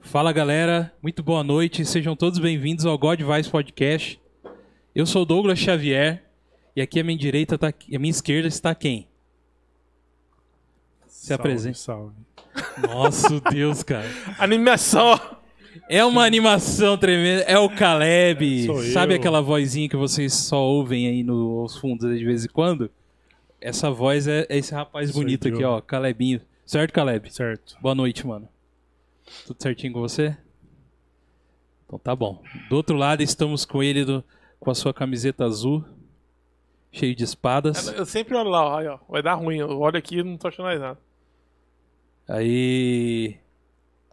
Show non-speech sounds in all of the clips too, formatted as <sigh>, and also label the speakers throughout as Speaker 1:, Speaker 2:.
Speaker 1: Fala galera, muito boa noite, sejam todos bem-vindos ao God Vice Podcast. Eu sou Douglas Xavier e aqui à minha direita, tá, à minha esquerda está quem? Se
Speaker 2: Salve,
Speaker 1: apresente.
Speaker 2: Salve.
Speaker 1: Nossa Deus, cara.
Speaker 2: Animação!
Speaker 1: É uma animação tremenda, é o Caleb.
Speaker 2: É, Sou eu.
Speaker 1: Sabe aquela vozinha que vocês só ouvem aí no- aos fundos de vez em quando? Essa voz é, é esse rapaz
Speaker 2: Sou
Speaker 1: bonito
Speaker 2: eu.
Speaker 1: aqui, ó, Calebinho. Certo, Caleb?
Speaker 2: Certo.
Speaker 1: Boa noite, mano. Tudo certinho com você? Então tá bom. Do outro lado estamos com ele do- com a sua camiseta azul, cheio de espadas.
Speaker 2: Eu sempre olho lá, ó, aí, ó, vai dar ruim. Eu olho aqui e não tô achando mais nada.
Speaker 1: Aí.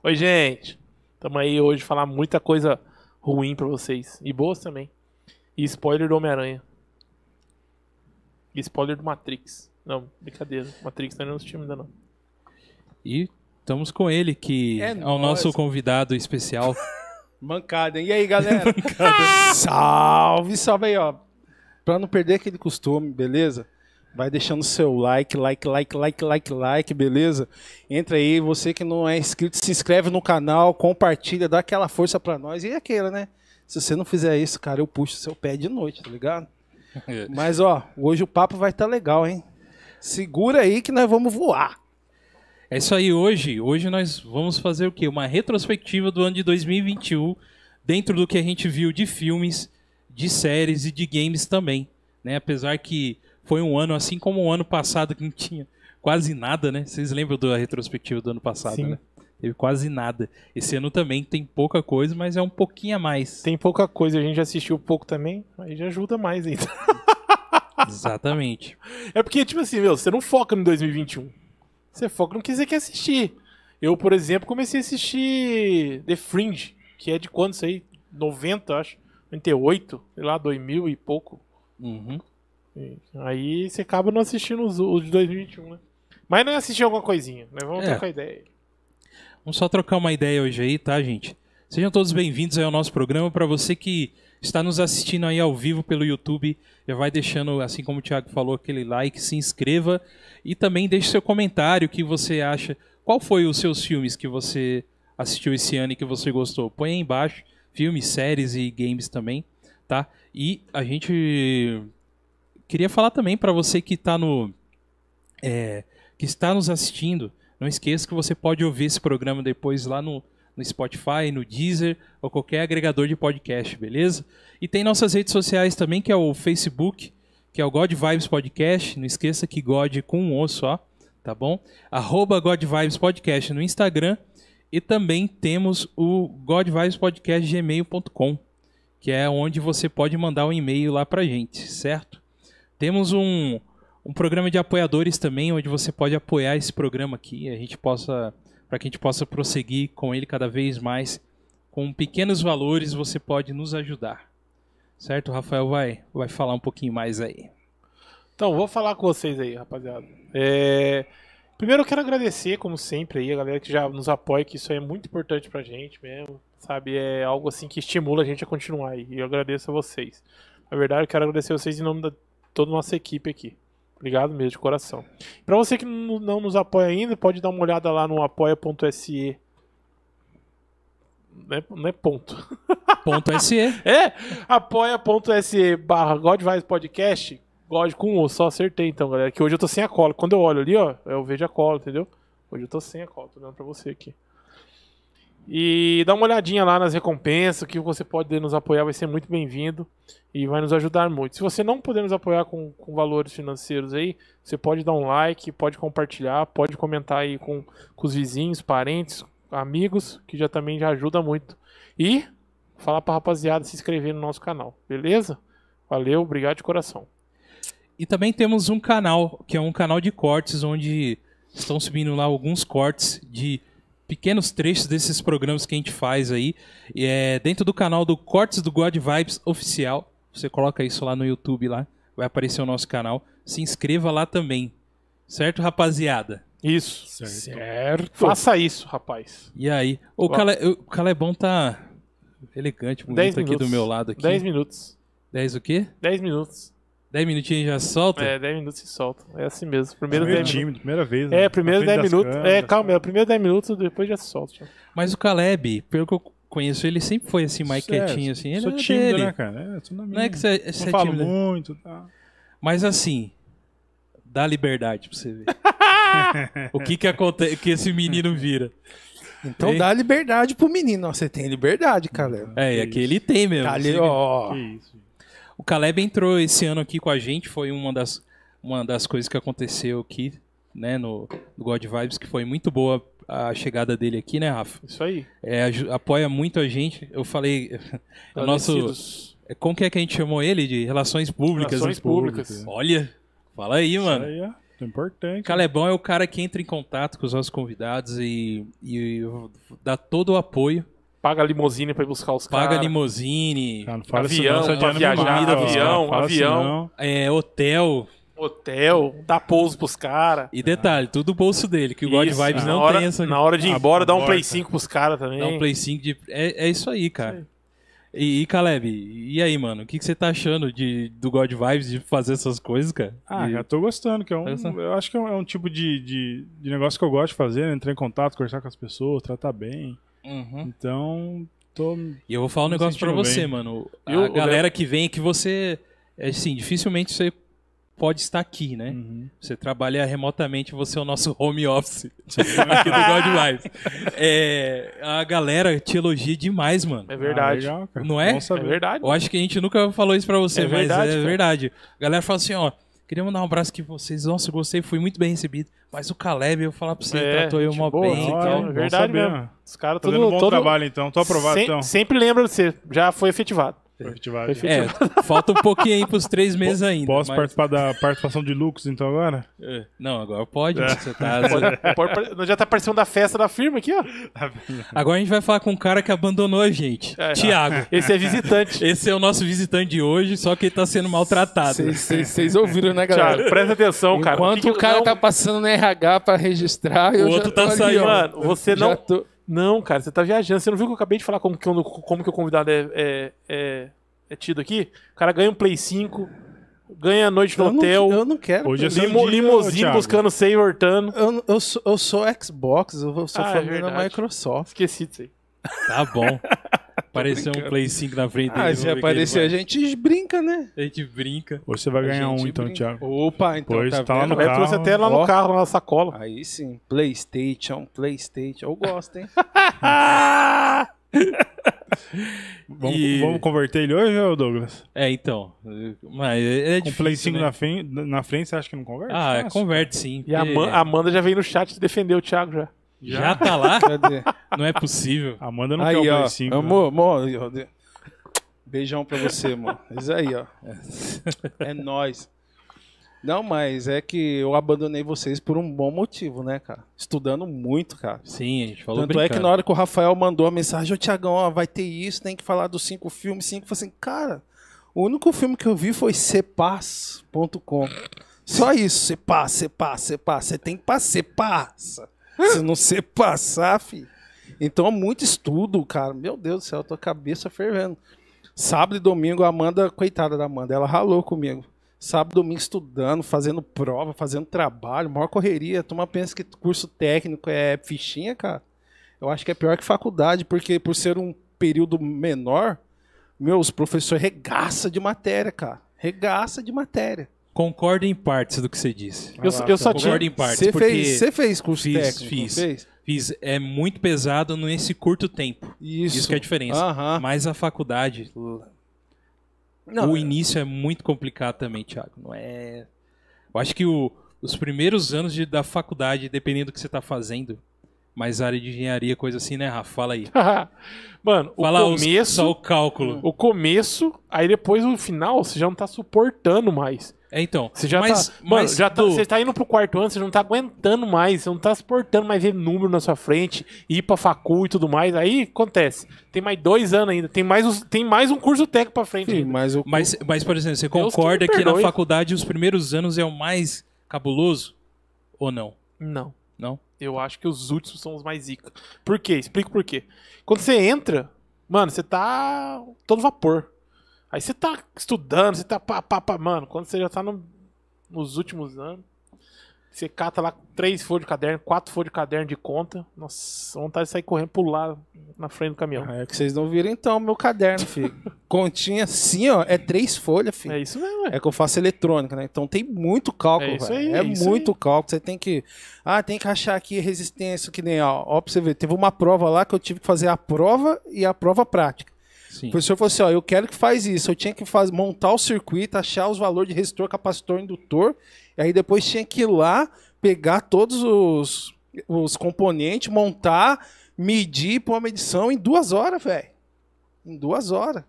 Speaker 2: Oi, gente. Tamo aí hoje falar muita coisa ruim pra vocês. E boas também. E spoiler do Homem-Aranha. E spoiler do Matrix. Não, brincadeira. Matrix não é nosso time ainda não.
Speaker 1: E estamos com ele, que
Speaker 3: É
Speaker 1: é, o
Speaker 3: nóis.
Speaker 1: nosso convidado especial.
Speaker 3: Mancada, hein? E aí,
Speaker 4: <laughs>
Speaker 3: galera? salve, salve aí, ó. Pra não perder aquele costume, beleza? Vai deixando seu like, like, like, like, like, like, beleza? Entra aí, você que não é inscrito, se inscreve no canal, compartilha, dá aquela força pra nós. E aquela, né? Se você não fizer isso, cara, eu puxo seu pé de noite, tá ligado?
Speaker 4: É.
Speaker 3: Mas, ó, hoje o papo vai tá legal, hein? Segura aí que nós vamos voar.
Speaker 1: É isso aí hoje. Hoje nós vamos fazer o quê? Uma retrospectiva do ano de 2021, dentro do que a gente viu de filmes, de séries e de games também. Né? Apesar que foi um ano, assim como o ano passado, que não tinha quase nada, né? Vocês lembram da retrospectiva do ano passado,
Speaker 2: Sim.
Speaker 1: né? Teve quase nada. Esse ano também tem pouca coisa, mas é um pouquinho a mais.
Speaker 2: Tem pouca coisa, a gente já assistiu pouco também. Aí já ajuda mais ainda.
Speaker 1: Exatamente.
Speaker 2: É porque, tipo assim, meu, você não foca no 2021. Você foca no que você quer assistir. Eu, por exemplo, comecei a assistir The Fringe, que é de quando isso aí? 90, acho. 98, sei lá, 2000 e pouco.
Speaker 1: Uhum.
Speaker 2: E aí você acaba não assistindo os, os de 2021, né? Mas não assistir alguma coisinha, né? Vamos
Speaker 1: É.
Speaker 2: trocar ideia.
Speaker 1: Vamos só trocar uma ideia hoje aí, tá, gente? Sejam todos bem-vindos aí ao nosso programa. Para você que está nos assistindo aí ao vivo pelo YouTube, já vai deixando, assim como o Thiago falou, aquele like, se inscreva e também deixe seu comentário o que você acha. Qual foi os seus filmes que você assistiu esse ano e que você gostou? Põe aí embaixo, filmes, séries e games também, tá? E a gente queria falar também para você que tá no é, que está nos assistindo não esqueça que você pode ouvir esse programa depois lá no, no Spotify, no Deezer ou qualquer agregador de podcast, beleza? E tem nossas redes sociais também, que é o Facebook, que é o God Vibes Podcast. Não esqueça que God é com um O só, tá bom? Arroba God Vibes Podcast no Instagram. E também temos o God Vibes Podcast gmail.com, que é onde você pode mandar um e-mail lá pra gente, certo? Temos um, um programa de apoiadores também, onde você pode apoiar esse programa aqui, a gente possa para que a gente possa prosseguir com ele cada vez mais. Com pequenos valores você pode nos ajudar. Certo? O Rafael vai vai falar um pouquinho mais aí.
Speaker 2: Então, vou falar com vocês aí, rapaziada. É, Primeiro eu quero agradecer, como sempre, aí, a galera que já nos apoia, que isso aí é muito importante pra gente mesmo, sabe? É algo assim que estimula a gente a continuar aí. E eu agradeço a vocês. Na verdade, eu quero agradecer a vocês em nome da toda a nossa equipe aqui. Obrigado mesmo, de coração. Pra você que n- não nos apoia ainda, pode dar uma olhada lá no apoia.se. Não é- não é ponto.
Speaker 1: Ponto SE.
Speaker 2: É, apoia.se barra Godvice Podcast. God com o, só acertei então, galera. Que hoje eu tô sem a cola. Quando eu olho ali, ó, eu vejo a cola, entendeu? Hoje eu tô sem a cola, tô olhando pra você aqui. E dá uma olhadinha lá nas recompensas, o que você pode nos apoiar vai ser muito bem-vindo e vai nos ajudar muito. Se você não puder nos apoiar com, com valores financeiros aí, você pode dar um like, pode compartilhar, pode comentar aí com, com os vizinhos, parentes, amigos, que já também já ajuda muito. E falar pra rapaziada se inscrever no nosso canal, beleza? Valeu, obrigado de coração.
Speaker 1: E também temos um canal, que é um canal de cortes, onde estão subindo lá alguns cortes de pequenos trechos desses programas que a gente faz aí. E é dentro do canal do Cortes do God Vibes Oficial. Você coloca isso lá no YouTube lá, vai aparecer o nosso canal. Se inscreva lá também. Certo, rapaziada?
Speaker 2: Isso.
Speaker 3: Certo.
Speaker 2: Faça isso, rapaz.
Speaker 1: E aí? O,
Speaker 2: Ó.
Speaker 1: Cale... o Calebão tá elegante, bonito
Speaker 2: 10
Speaker 1: aqui
Speaker 2: minutos.
Speaker 1: do meu lado aqui.
Speaker 2: 10 minutos.
Speaker 1: 10 o quê?
Speaker 2: 10 minutos.
Speaker 1: 10 minutinhos já solta?
Speaker 2: É, 10 minutos se solta. É assim mesmo. Primeiro
Speaker 4: Primeiro
Speaker 2: 10 minutos.
Speaker 4: tímido, primeira vez. né?
Speaker 2: É,
Speaker 4: Tá Na
Speaker 2: primeiro
Speaker 4: frente
Speaker 2: 10
Speaker 4: das
Speaker 2: minutos.
Speaker 4: câmeras. tá.
Speaker 2: É, calma, é o primeiro 10 minutos, depois já se solta. já.
Speaker 1: Mas o Caleb, pelo que eu conheço, ele sempre foi assim, mais
Speaker 4: É,
Speaker 1: quietinho, assim. Ele
Speaker 4: Sou
Speaker 1: é
Speaker 4: tímido,
Speaker 1: dele.
Speaker 4: né, cara? É, sou na minha.
Speaker 1: Não é que você é, você
Speaker 4: Não
Speaker 1: é
Speaker 4: falo
Speaker 1: tímido.
Speaker 4: muito. Tá.
Speaker 1: Mas assim, dá liberdade pra
Speaker 4: <laughs>
Speaker 1: você ver. o que que acontece, que esse menino vira.
Speaker 5: Então
Speaker 1: Ei.
Speaker 5: dá liberdade pro menino. ó, Você tem liberdade,
Speaker 4: Hum,
Speaker 5: Caleb.
Speaker 1: É, e aqui ele tem mesmo.
Speaker 5: Tá ali, ó.
Speaker 4: Que isso. gente.
Speaker 1: O Caleb entrou esse ano aqui com a gente, foi uma das, uma das coisas que aconteceu aqui, né, no, no God Vibes, que foi muito boa a chegada dele aqui, né, Rafa?
Speaker 2: Isso aí.
Speaker 1: É, aju- apoia muito a gente. Eu falei, <laughs> É
Speaker 5: Tá
Speaker 1: o nosso,
Speaker 2: Agradecidos.
Speaker 1: como que é que a gente chamou ele de relações públicas?
Speaker 2: Relações
Speaker 1: né?
Speaker 2: públicas.
Speaker 1: Olha, fala aí, mano.
Speaker 4: Isso aí é muito importante.
Speaker 1: Calebão é o cara que entra em contato com os nossos convidados e, e dá todo o apoio.
Speaker 2: Paga a limousine pra ir buscar os caras.
Speaker 1: Paga limousine,
Speaker 4: Cara, não fala isso
Speaker 2: Avião,
Speaker 4: não, essa
Speaker 2: pra
Speaker 4: Diana me
Speaker 2: viajar,
Speaker 4: mata,
Speaker 2: avião,
Speaker 4: cara. Não fala isso
Speaker 2: avião.
Speaker 4: não.
Speaker 1: é, hotel.
Speaker 2: Hotel, dá pouso pros caras.
Speaker 1: E detalhe, tudo do bolso dele, que o God
Speaker 2: Isso,
Speaker 1: Vibes
Speaker 2: na
Speaker 1: não
Speaker 2: hora,
Speaker 1: tem essa.
Speaker 2: Na hora de ir
Speaker 4: Ah,
Speaker 2: embora, dá um
Speaker 4: bora,
Speaker 2: Play
Speaker 4: cara.
Speaker 2: 5 pros caras também.
Speaker 1: Dá um Play 5 de. É, é isso aí, cara. E, e, Caleb, e aí, mano? O que, que você tá achando de, do God Vibes de fazer essas coisas, cara?
Speaker 4: Ah,
Speaker 1: de...
Speaker 4: já tô gostando, que é um,
Speaker 1: Tá gostando?
Speaker 4: eu acho que é um, é um tipo de, de, de negócio que eu gosto de fazer, né? entrar em contato, conversar com as pessoas, tratar bem.
Speaker 1: Uhum.
Speaker 4: Então, tô
Speaker 1: E eu vou falar um
Speaker 4: Me
Speaker 1: negócio pra
Speaker 4: sentindo
Speaker 1: você,
Speaker 4: bem.
Speaker 1: mano. A
Speaker 2: Eu- o
Speaker 1: galera que vem é que você. é, Assim, dificilmente você pode estar aqui,
Speaker 2: É. Hum.
Speaker 1: né?
Speaker 4: uhum.
Speaker 1: Você trabalha remotamente, você é o nosso home
Speaker 2: <laughs>
Speaker 1: office aqui do God Vibes. É, a galera te elogia demais, mano.
Speaker 2: É
Speaker 4: Ah,
Speaker 2: verdade.
Speaker 4: legal, cara.
Speaker 1: Não é?
Speaker 4: Bom
Speaker 2: é
Speaker 4: saber.
Speaker 2: verdade.
Speaker 1: Eu acho que a gente nunca falou isso pra você,
Speaker 2: É
Speaker 1: mas
Speaker 2: verdade,
Speaker 1: é
Speaker 2: cara.
Speaker 1: verdade. A galera fala assim, ó, queria mandar um abraço aqui pra vocês. Nossa, eu gostei, fui muito bem recebido. Mas o Caleb, eu vou falar pra você,
Speaker 2: É,
Speaker 1: tratou eu
Speaker 2: gente
Speaker 1: mó
Speaker 2: boa,
Speaker 1: bem e tal.
Speaker 2: da hora.
Speaker 4: bom
Speaker 2: verdade
Speaker 4: saber,
Speaker 2: mesmo.
Speaker 4: né?
Speaker 2: Os caras
Speaker 4: Tô
Speaker 2: todo,
Speaker 4: dando bom
Speaker 2: todo-
Speaker 4: trabalho, então. Tô aprovado,
Speaker 2: Sem-
Speaker 4: então.
Speaker 2: Sempre lembra de você. Já foi efetivado.
Speaker 4: Tô efetivado.
Speaker 2: Perfeito.
Speaker 1: É, falta um pouquinho aí pros três meses ainda.
Speaker 4: Posso
Speaker 1: mas-
Speaker 4: participar da participação de Lucas, então, agora?
Speaker 1: É. Não, agora pode.
Speaker 4: É.
Speaker 1: Você tá...
Speaker 2: Pode- pode- nós já tá parecendo da festa da firma aqui, ó.
Speaker 1: Agora a gente vai falar com um cara que abandonou a gente.
Speaker 2: É. <laughs>
Speaker 1: Tiago.
Speaker 2: Esse é visitante.
Speaker 1: Esse é o nosso visitante de hoje, só que ele tá sendo maltratado.
Speaker 5: Vocês- Vocês vocês ouviram,
Speaker 4: <laughs>
Speaker 5: né, galera?
Speaker 2: Thiago, presta atenção, cara.
Speaker 5: Enquanto
Speaker 2: que
Speaker 5: o cara
Speaker 2: não-
Speaker 5: tá passando no RH pra registrar, eu
Speaker 1: O
Speaker 5: já
Speaker 1: outro
Speaker 5: tô
Speaker 1: tá
Speaker 5: ali,
Speaker 1: saindo.
Speaker 5: ó.
Speaker 2: Mano, você
Speaker 5: Já
Speaker 2: não.
Speaker 5: tô-
Speaker 2: Não, cara, você tá viajando. Você não viu que eu acabei de falar como que, eu- como que o convidado é, é- é- é tido aqui? O cara ganha um Play 5, ganha a noite no
Speaker 5: Eu não-
Speaker 2: hotel,
Speaker 5: Eu né, não quero.
Speaker 4: Hoje é seu
Speaker 2: limo,
Speaker 4: dia,
Speaker 2: limousine
Speaker 4: Thiago.
Speaker 2: buscando sem hortando.
Speaker 5: Eu, eu, sou, eu sou Xbox, eu vou- sou
Speaker 2: Ah, é
Speaker 5: família da
Speaker 2: verdade.
Speaker 5: Microsoft.
Speaker 2: Esqueci disso aí.
Speaker 1: Tá bom. Apareceu um Play 5 na frente dele.
Speaker 5: Ah,
Speaker 1: vamos
Speaker 5: se
Speaker 1: ver o que
Speaker 5: aparecer a
Speaker 1: ele
Speaker 5: gente brinca, né?
Speaker 1: faz. a gente brinca.
Speaker 4: Hoje você vai
Speaker 2: é
Speaker 4: ganhar
Speaker 5: A
Speaker 4: um,
Speaker 2: tipo
Speaker 5: gente
Speaker 4: então,
Speaker 5: brinca.
Speaker 4: Thiago.
Speaker 5: Opa, então
Speaker 4: Pois,
Speaker 5: tá
Speaker 4: tá lá
Speaker 5: vendo?
Speaker 4: no
Speaker 2: Aí eu trouxe
Speaker 4: carro,
Speaker 2: até lá no
Speaker 5: ó.
Speaker 2: carro, lá na sacola.
Speaker 5: Aí sim, Playstation, Playstation. Eu gosto, hein?
Speaker 2: Ah!
Speaker 4: Vamos,
Speaker 1: E-
Speaker 4: vamos converter ele hoje, ô Douglas?
Speaker 1: É, então. Mas é
Speaker 4: Com
Speaker 1: difícil,
Speaker 4: o Play 5
Speaker 1: né?
Speaker 4: na, frente, na frente, você acha que não converte?
Speaker 1: Ah,
Speaker 4: Fácil.
Speaker 1: converte sim.
Speaker 2: E a
Speaker 1: porque
Speaker 2: Ama-
Speaker 5: é.
Speaker 2: a Amanda já veio no chat defender o Thiago já.
Speaker 1: Já tá lá?
Speaker 5: Cadê?
Speaker 1: Não é possível.
Speaker 4: A Amanda não
Speaker 5: Aí,
Speaker 4: quer o
Speaker 5: ó.
Speaker 4: Play
Speaker 2: é
Speaker 4: né? 5.
Speaker 2: um
Speaker 5: Amor, amor. eu- eu- Beijão pra você, amor. Isso aí, ó. É nóis. Não, mas é que eu abandonei vocês por um bom motivo, né, cara? Estudando muito, cara.
Speaker 1: Sim, a gente falou
Speaker 5: Tanto é
Speaker 1: brincando.
Speaker 5: que na hora que o Rafael mandou a mensagem, ô Tiagão, ó, vai ter isso, tem que falar dos cinco filmes, cinco. Eu falei assim, cara, o único filme que eu vi foi Cepaz.com. Só isso, Cepaz, Cepaz, Cepaz. Você tem que passar, Cepaz. Se não se passar, fi. Então, muito estudo, cara. Meu Deus do céu, tô com a cabeça fervendo. Sábado e domingo, a Amanda, coitada da Amanda, ela ralou comigo. Sábado, e domingo, estudando, fazendo prova, fazendo trabalho, maior correria. A turma pensa que curso técnico é fichinha, cara. Eu acho que é pior que faculdade, porque por ser um período menor, meu, os professores regaça de matéria, cara. Regaça de matéria.
Speaker 1: Concordo em partes do que você disse.
Speaker 2: Eu, eu só
Speaker 1: tá
Speaker 2: tinha.
Speaker 1: Concordo em partes.
Speaker 5: Você
Speaker 1: porque
Speaker 5: fez, você fez curso
Speaker 1: Fiz,
Speaker 5: técnico?
Speaker 1: fiz.
Speaker 5: Fez?
Speaker 1: fiz- é muito pesado nesse curto tempo.
Speaker 5: Isso.
Speaker 1: Isso, que é a diferença.
Speaker 5: Aham.
Speaker 1: Mas a faculdade,
Speaker 5: Não,
Speaker 1: o início é muito complicado também, Thiago. Não é. Eu acho que o- os primeiros anos de- da faculdade, dependendo do que você tá fazendo, mas área de engenharia, coisa assim, né, Rafa? Fala aí.
Speaker 2: <laughs> Mano, o
Speaker 1: Fala os-
Speaker 2: começo.
Speaker 1: só o cálculo.
Speaker 2: O começo, aí depois o final, você já não tá suportando mais.
Speaker 1: É, então.
Speaker 2: Você já
Speaker 1: mas,
Speaker 2: tá. Mano,
Speaker 1: mas
Speaker 2: já tá,
Speaker 1: do-
Speaker 2: você tá indo pro quarto ano, você não tá aguentando mais, você não tá suportando mais ver número na sua frente, ir pra facu e tudo mais. Aí acontece. Tem mais dois anos ainda, tem mais, os- tem mais um curso técnico pra frente.
Speaker 5: Sim,
Speaker 2: ainda.
Speaker 5: mas o
Speaker 1: Mas, mas, por exemplo, você
Speaker 2: Deus
Speaker 1: concorda
Speaker 2: que me
Speaker 1: que na
Speaker 2: perdoe.
Speaker 1: faculdade os primeiros anos é o mais cabuloso? Ou não?
Speaker 2: Não.
Speaker 1: Não?
Speaker 2: Eu acho que os últimos são os mais zica. Por quê? Explico por quê. Quando você entra, mano, você tá todo vapor. Aí você tá estudando, você tá pá, pá, pá, mano. Quando você já tá no- nos últimos anos, você cata lá três folhas de caderno, quatro folhas de caderno de conta. Nossa, vontade de sair correndo, pular na frente do caminhão.
Speaker 5: Ah, É que vocês não viram então meu caderno,
Speaker 1: <laughs>
Speaker 5: filho. Continha assim, ó, é três folhas, filho.
Speaker 2: É isso mesmo, é.
Speaker 5: É que eu faço eletrônica, né? Então tem muito cálculo,
Speaker 2: É isso
Speaker 5: velho.
Speaker 2: aí,
Speaker 5: é
Speaker 2: é isso
Speaker 5: muito cálculo. Você tem que. Ah, tem que achar aqui resistência, que nem. Ó, ó, pra você ver. Teve uma prova lá que eu tive que fazer a prova e a prova prática.
Speaker 1: Sim.
Speaker 5: O professor falou assim: ó, eu quero que faz isso. Eu tinha que faz, montar o circuito, achar os valores de resistor, capacitor, indutor. E aí depois tinha que ir lá, pegar todos os, os componentes, montar, medir, pôr uma medição em duas horas, velho. Em duas horas.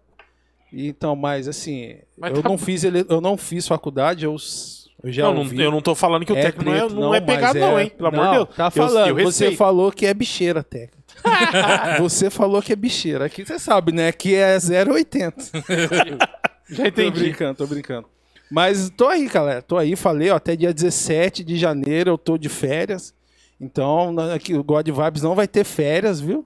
Speaker 5: Então, mas assim,
Speaker 2: Mas
Speaker 5: eu,
Speaker 2: tá-
Speaker 5: não fiz ele, eu não fiz faculdade, eu, s- eu já
Speaker 2: Não, não-
Speaker 5: ouvi.
Speaker 2: eu não tô falando que o técnico não é, não é pegado,
Speaker 5: mas
Speaker 2: não,
Speaker 5: é-
Speaker 2: hein? Pelo amor
Speaker 5: Não,
Speaker 2: de Deus.
Speaker 5: Tá
Speaker 2: Eu-
Speaker 5: falando,
Speaker 2: eu
Speaker 5: você
Speaker 2: respeito.
Speaker 5: falou que é bicheira,
Speaker 2: <laughs>
Speaker 5: técnico. você falou que é bicheira. Aqui você sabe, né? Que é 0,80.
Speaker 2: Já
Speaker 5: Tô
Speaker 2: entendi.
Speaker 5: brincando, tô brincando. Mas tô aí, galera. Tô aí, falei, ó, até dia 17 de janeiro eu tô de férias. Então, na- aqui o God Vibes não vai ter férias, viu?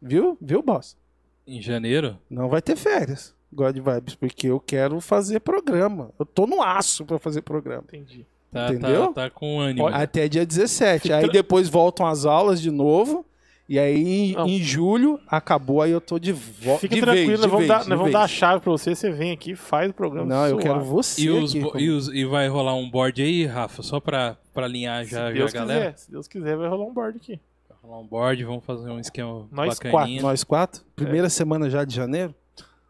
Speaker 5: Viu? Viu, boss?
Speaker 1: <laughs> Em janeiro?
Speaker 5: Não vai ter férias. God Vibes, porque eu quero fazer programa. Eu tô no aço pra fazer programa.
Speaker 2: Entendi.
Speaker 1: Tá,
Speaker 5: Entendeu?
Speaker 1: Tá, tá com ânimo.
Speaker 5: Até dia 17. Aí depois voltam as aulas de novo. E aí, em-
Speaker 2: Não.
Speaker 5: em julho, acabou, aí eu tô de volta.
Speaker 2: Fica
Speaker 5: de
Speaker 2: tranquilo,
Speaker 5: vez, de
Speaker 2: nós vamos,
Speaker 5: vez,
Speaker 2: dar,
Speaker 5: de
Speaker 2: nós
Speaker 5: vez.
Speaker 2: vamos dar a chave pra você, você vem aqui, faz o programa.
Speaker 5: Não, eu
Speaker 2: suave.
Speaker 5: quero você.
Speaker 1: E, os,
Speaker 5: aqui
Speaker 1: bo-
Speaker 5: comigo.
Speaker 1: e, os- e vai rolar um board aí, Rafa, só pra, pra alinhar
Speaker 2: Se
Speaker 1: já, já a
Speaker 2: Deus
Speaker 1: galera.
Speaker 2: quiser, se Deus quiser, vai rolar um board aqui.
Speaker 1: Vai rolar um board, vamos fazer um esquema
Speaker 2: Nós
Speaker 1: bacaninha.
Speaker 5: Nós quatro? Primeira
Speaker 2: É.
Speaker 5: semana já de janeiro?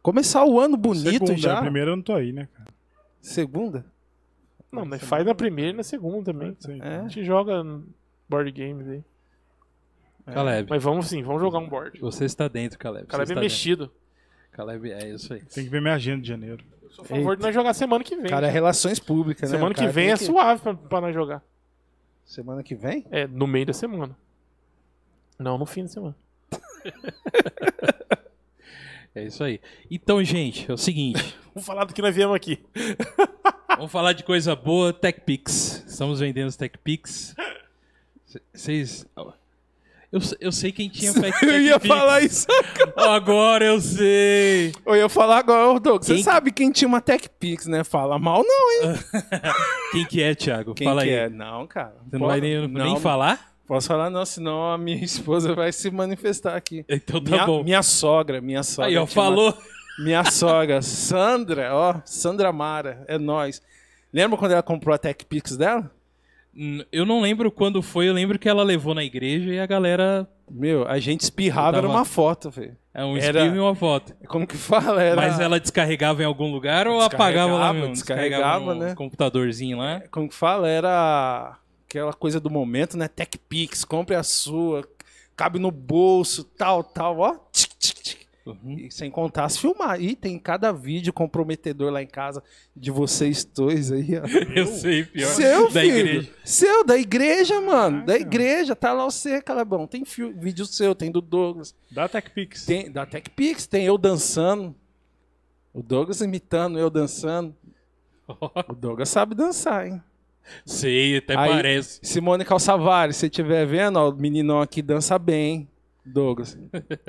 Speaker 5: Começar o ano bonito
Speaker 4: Segunda,
Speaker 5: já?
Speaker 4: a Primeira eu não tô aí, né, cara?
Speaker 5: Segunda?
Speaker 2: Não, né, faz na primeira e na segunda também.
Speaker 4: Não sei.
Speaker 5: É.
Speaker 2: A gente joga board games aí.
Speaker 1: Caleb,
Speaker 2: Mas vamos sim, vamos jogar um board.
Speaker 1: você está dentro, Caleb.
Speaker 2: O
Speaker 1: você
Speaker 2: cara é
Speaker 1: está
Speaker 2: mexido.
Speaker 1: dentro. Caleb, é isso aí.
Speaker 4: Tem que ver minha agenda de janeiro.
Speaker 2: Eu sou a favor de nós jogar semana que vem.
Speaker 5: Cara, é relações públicas, né?
Speaker 2: semana
Speaker 5: O
Speaker 2: que
Speaker 5: cara
Speaker 2: vem
Speaker 5: tem
Speaker 2: é suave pra, pra nós jogar.
Speaker 5: Semana que vem?
Speaker 2: É, no meio da semana. Não, no fim da semana.
Speaker 1: É isso aí. Então, gente, é o
Speaker 5: <laughs>
Speaker 1: seguinte.
Speaker 2: Vamos falar do que nós viemos aqui.
Speaker 1: Vamos falar de coisa boa, TechPix. Estamos vendendo os TechPix. C- Vocês. Eu, se- eu sei quem tinha Tech-
Speaker 5: <laughs> Eu ia
Speaker 1: TechPix.
Speaker 5: falar isso.
Speaker 1: <laughs> Agora eu sei.
Speaker 5: Eu ia falar agora, ô Doug. Você
Speaker 1: Quem-
Speaker 5: sabe quem tinha uma TechPix, né? Fala mal, não, hein?
Speaker 1: Quem que é, Thiago?
Speaker 5: Quem
Speaker 1: Fala
Speaker 5: que
Speaker 1: aí.
Speaker 5: é? Não, cara.
Speaker 1: Você não vai nem, nem falar?
Speaker 5: Posso falar, não, senão a minha <laughs> esposa vai se manifestar aqui.
Speaker 1: Então tá
Speaker 5: minha,
Speaker 1: bom.
Speaker 5: minha é sogra, minha sogra.
Speaker 1: aí, ó,
Speaker 5: tinha uma-
Speaker 1: falou.
Speaker 5: Minha sogra, Sandra, ó, Sandra Mara, é nós. Lembra quando ela comprou a TechPix dela?
Speaker 1: Hum, Eu não lembro quando foi, eu lembro que ela levou na igreja e a galera.
Speaker 5: Meu, a gente espirrava
Speaker 1: Eu tava-
Speaker 5: era uma foto, velho.
Speaker 1: É um
Speaker 5: Era-
Speaker 1: espirro e uma foto.
Speaker 5: Como que fala? Era...
Speaker 1: Mas ela descarregava em algum lugar ou
Speaker 5: Descarregava,
Speaker 1: apagava lá mesmo?
Speaker 5: descarregava,
Speaker 1: no
Speaker 5: né?
Speaker 1: computadorzinho lá.
Speaker 5: é Como que fala? Era aquela coisa do momento, né? Tech Pix, compre a sua, cabe no bolso, tal, tal, ó. Tic, tic, tic.
Speaker 1: Uhum.
Speaker 5: E sem contar as filmar. E tem cada vídeo comprometedor lá em casa de vocês dois aí, ó.
Speaker 1: <laughs> Eu sei, pior.
Speaker 5: Seu,
Speaker 1: da
Speaker 5: filho.
Speaker 1: igreja.
Speaker 5: Seu, da igreja, mano. Da
Speaker 4: Caraca.
Speaker 5: igreja. Tá lá você, Calabão. Tem fio- vídeo seu, tem do Douglas.
Speaker 4: Dá TechPix.
Speaker 5: Tem, da TechPix, tem eu dançando. O Douglas imitando,
Speaker 1: <laughs>
Speaker 5: eu dançando. O Douglas sabe dançar, hein?
Speaker 1: Sei, até
Speaker 5: Aí-
Speaker 1: parece.
Speaker 5: Simone Calçavares, se estiver vendo, ó, o meninão aqui dança bem, hein? Douglas.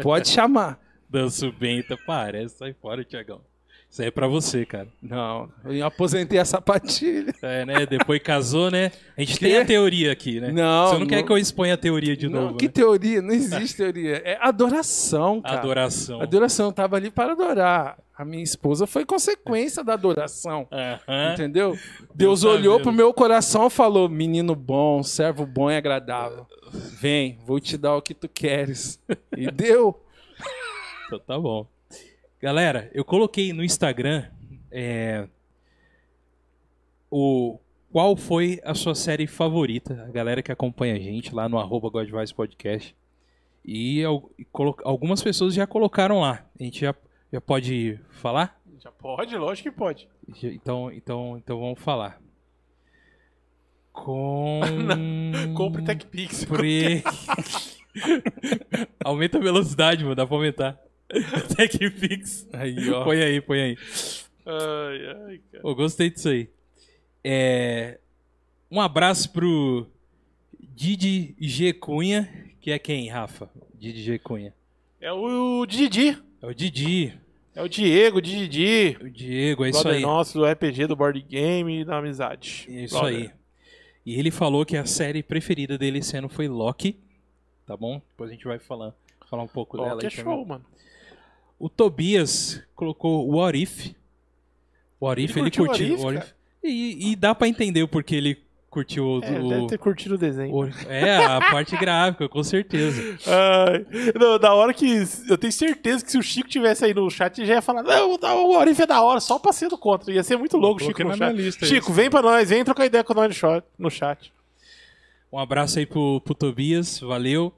Speaker 5: Pode chamar.
Speaker 1: Danço bem, até parece. Sai fora, Tiagão. Isso aí é pra você, cara.
Speaker 5: Não, eu aposentei a sapatilha.
Speaker 1: É, né? Depois casou, né? A gente tem a teoria aqui, né?
Speaker 5: Não,
Speaker 1: Você não, quer
Speaker 5: não-
Speaker 1: que eu exponha a teoria de
Speaker 5: Não,
Speaker 1: novo,
Speaker 5: que
Speaker 1: né?
Speaker 5: teoria? Não existe teoria. É adoração, cara.
Speaker 1: Adoração.
Speaker 5: Adoração, eu tava ali para adorar. A minha esposa foi consequência da adoração.
Speaker 1: Aham.
Speaker 5: Entendeu? Deus
Speaker 1: É? tá
Speaker 5: olhou
Speaker 1: vendo.
Speaker 5: pro meu coração e falou: Menino bom, servo bom e agradável. Vem, vou te dar o que tu queres. E deu.
Speaker 1: Então tá bom. Galera, eu coloquei no Instagram é, o qual foi a sua série favorita, a galera que acompanha a gente lá no arroba Godvice Podcast. E, al- e colo- algumas pessoas já colocaram lá. A gente já, já pode falar?
Speaker 2: Já pode, lógico que pode.
Speaker 1: Já- Então, então, então vamos falar. Com...
Speaker 2: Compre TechPix.
Speaker 1: Pre... <laughs> Aumenta a velocidade, mano. Dá pra aumentar. TechPix.
Speaker 5: Aí, ó.
Speaker 1: Põe aí, põe aí.
Speaker 2: Ai, ai, cara.
Speaker 1: Eu gostei disso aí. É, Um abraço pro Didi G. Cunha, que é quem, Rafa? Didi G. Cunha.
Speaker 2: É o Didi.
Speaker 1: É o Didi.
Speaker 2: É o Diego, o Didi,
Speaker 1: O Diego, é isso
Speaker 2: brother
Speaker 1: aí.
Speaker 2: nosso do RPG, do board game e da amizade.
Speaker 1: É isso
Speaker 2: Brother.
Speaker 1: aí. E ele falou que a série preferida dele esse ano foi Loki. Tá bom? Depois a gente vai falar, falar um pouco
Speaker 2: Ó,
Speaker 1: dela.
Speaker 2: que
Speaker 1: aí também.
Speaker 2: show, mano.
Speaker 1: O Tobias colocou What If. What If,
Speaker 2: Ele
Speaker 1: ele,
Speaker 2: curtiu
Speaker 1: curtiu.
Speaker 2: What If,
Speaker 1: What If. E, e dá pra entender o porquê ele curtiu o.
Speaker 2: É,
Speaker 1: o-
Speaker 2: deve ter curtido o desenho.
Speaker 1: o- é, a parte gráfica, com certeza.
Speaker 2: Ai, não, da hora que. Eu tenho certeza que se o Chico tivesse aí no chat, ele já ia falar: Não, o Orif é da hora, só pra ser do contra. Ia ser muito louco, o Chico,
Speaker 4: Coloquei
Speaker 2: no
Speaker 4: na minha
Speaker 2: chat.
Speaker 4: lista.
Speaker 2: Chico,
Speaker 4: isso.
Speaker 2: vem pra nós, vem trocar ideia com nós no chat- no chat.
Speaker 1: Um abraço aí pro, pro Tobias, valeu.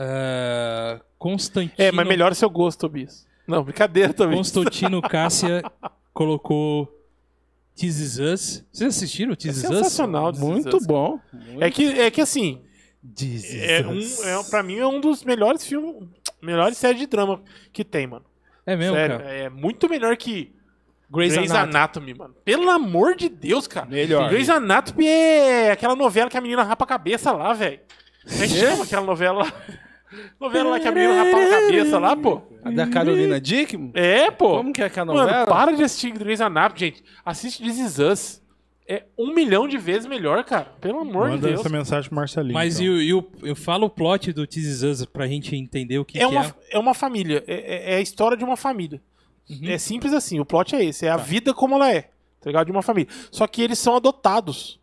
Speaker 1: Ah, Constantino,
Speaker 2: É, mas melhor seu gosto, Tobias. Não, brincadeira também. <laughs>
Speaker 1: Constantino Cássia colocou This Is Us. Vocês assistiram
Speaker 2: É
Speaker 1: This Is Us?
Speaker 2: sensacional. This Is
Speaker 3: Muito
Speaker 2: Us.
Speaker 3: bom.
Speaker 2: É que, é que assim,
Speaker 1: This Is
Speaker 2: é um,
Speaker 1: Us.
Speaker 2: é, pra mim é um dos melhores filmes, melhores séries de drama que tem, mano.
Speaker 1: É mesmo,
Speaker 2: Sério,
Speaker 1: cara.
Speaker 2: é muito melhor que
Speaker 1: Grey's
Speaker 2: Grey's Anatomy. mano. Pelo amor de Deus, cara.
Speaker 3: Melhor.
Speaker 2: Grey's Anatomy é aquela novela que a menina rapa a cabeça lá, velho. Como é que chama aquela novela? <laughs> novela lá que a menina rapa a cabeça lá, pô.
Speaker 3: A da Carolina Dick?
Speaker 2: É, pô.
Speaker 3: Como que é que é a
Speaker 2: Mano,
Speaker 3: novela?
Speaker 2: para de assistir Grey's Anatomy, gente. Assiste This Is Us. É um milhão de vezes melhor, cara. Pelo amor de
Speaker 4: Manda
Speaker 2: Deus.
Speaker 4: essa mensagem pro Marcelinho.
Speaker 1: Mas
Speaker 4: então.
Speaker 1: e o- e o- eu falo o plot do This Is Us pra gente entender o que,
Speaker 2: É
Speaker 1: que
Speaker 2: uma, é uma família. É, é- é a história de uma família.
Speaker 1: Uhum.
Speaker 2: É simples assim. O plot é esse. É a vida como ela é. Tá ligado? De uma família. Só que eles são adotados.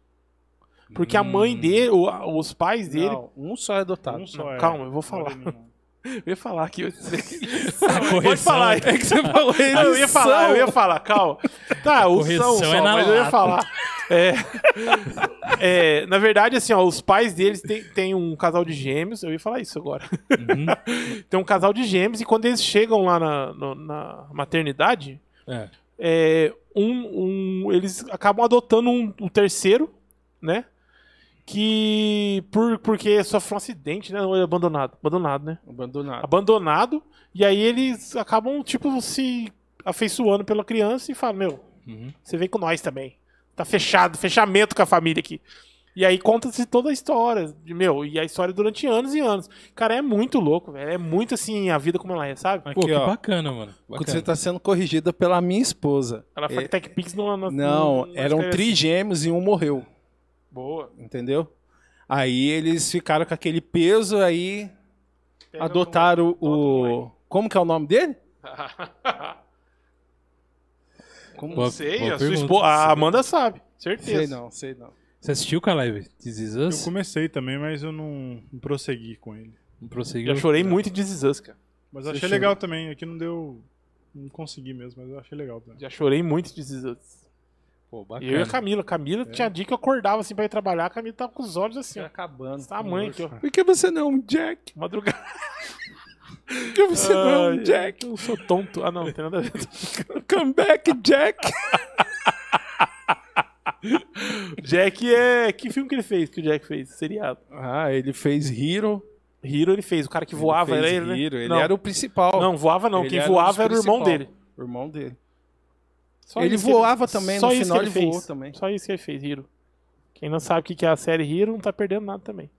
Speaker 2: Porque a
Speaker 1: Hum.
Speaker 2: mãe dele, o- a- os pais dele.
Speaker 3: Não, um só é adotado.
Speaker 4: Um só
Speaker 2: Não,
Speaker 4: é.
Speaker 2: calma, eu vou falar.
Speaker 4: Marcelinho.
Speaker 2: <laughs> Eu ia falar aqui. Eu...
Speaker 1: A correção
Speaker 2: <laughs> Pode falar.
Speaker 1: é que você <laughs> falou.
Speaker 2: eu ia falar, eu ia falar, calma. Tá, o
Speaker 1: correção
Speaker 2: são só,
Speaker 1: é na
Speaker 2: mas eu ia
Speaker 1: lata.
Speaker 2: falar. É, <laughs> É, na verdade, assim, ó, os pais deles têm têm um casal de gêmeos. Eu ia falar isso agora.
Speaker 1: Uhum,
Speaker 2: Tem um casal de gêmeos e quando eles chegam lá na, no- na maternidade,
Speaker 1: É.
Speaker 2: é, um, um- eles acabam adotando um, um terceiro, né? Que por, porque sofreu um acidente, né? Não, ele é abandonado, abandonado, né?
Speaker 3: Abandonado.
Speaker 2: Abandonado e aí eles acabam tipo se afeiçoando pela criança e falam, meu,
Speaker 1: Uhum.
Speaker 2: você vem com nós também. Tá fechado, fechamento com a família aqui. E aí conta-se toda a história, de, meu, e a história durante anos e anos. Cara, é muito louco, velho. É muito assim a vida como ela é, sabe?
Speaker 1: Pô,
Speaker 3: Aqui,
Speaker 1: que
Speaker 3: ó.
Speaker 1: bacana, mano.
Speaker 3: Quando
Speaker 1: Bacana.
Speaker 3: você tá sendo corrigida pela minha esposa.
Speaker 2: Ela faz
Speaker 3: É-
Speaker 2: Tech Pix no, no,
Speaker 3: Não,
Speaker 2: no-
Speaker 3: eram
Speaker 2: escreve assim.
Speaker 3: trigêmeos e um morreu.
Speaker 2: Boa.
Speaker 3: entendeu? Aí eles ficaram com aquele peso, aí
Speaker 2: Pega
Speaker 3: adotaram
Speaker 2: um- outro
Speaker 3: o. Como que é o nome dele? Como
Speaker 1: Boa-
Speaker 2: Não sei,
Speaker 1: boa
Speaker 2: a sua
Speaker 1: pergunta.
Speaker 2: esposa. A Amanda sabe,
Speaker 3: sei
Speaker 2: certeza.
Speaker 3: não, sei não.
Speaker 1: Você assistiu, Caleb? This Is
Speaker 4: Eu
Speaker 1: Us?
Speaker 4: comecei também, mas eu não não prossegui com ele.
Speaker 1: Não prosseguiu.
Speaker 2: Já chorei muito em This Is Us, cara.
Speaker 4: Mas
Speaker 3: Você
Speaker 4: achei
Speaker 3: chorou.
Speaker 4: legal também. Aqui não deu. Não consegui mesmo, mas eu achei legal também.
Speaker 2: Já chorei muito em This Is Us.
Speaker 1: Pô,
Speaker 2: E
Speaker 1: bacana.
Speaker 2: eu e a Camila. Camila tinha dia que eu acordava assim pra ir trabalhar, a Camila tava com os olhos assim,
Speaker 5: É.
Speaker 2: ó.
Speaker 3: Tá acabando.
Speaker 2: Esse tamanho aqui, ó.
Speaker 3: Por que você não é um Jack?
Speaker 2: Madrugada.
Speaker 3: Por que você não é
Speaker 2: Ai,
Speaker 3: um Jack?
Speaker 2: Eu sou tonto. Ah, não, não tem nada a ver.
Speaker 3: Come back, Jack!
Speaker 2: Jack é. Que filme que ele fez? Que o Jack fez? Seriado.
Speaker 3: ah, ele fez Hero.
Speaker 2: Hero ele fez, o cara que voava
Speaker 3: ele
Speaker 2: era
Speaker 3: fez
Speaker 2: ele. né?
Speaker 3: Hero. Ele
Speaker 2: não,
Speaker 3: era o principal.
Speaker 2: não, voava não.
Speaker 3: Ele
Speaker 2: Quem
Speaker 3: era
Speaker 2: voava
Speaker 3: um
Speaker 2: era o irmão
Speaker 3: principal.
Speaker 2: dele.
Speaker 3: O irmão dele.
Speaker 2: Só
Speaker 3: ele
Speaker 2: isso que
Speaker 3: voava também,
Speaker 2: só
Speaker 3: no
Speaker 2: isso
Speaker 3: final
Speaker 2: que
Speaker 3: ele,
Speaker 2: fez.
Speaker 3: voou também.
Speaker 2: Só isso que ele fez, Hiro. Quem não sabe o que que é a série Hiro não tá perdendo nada também.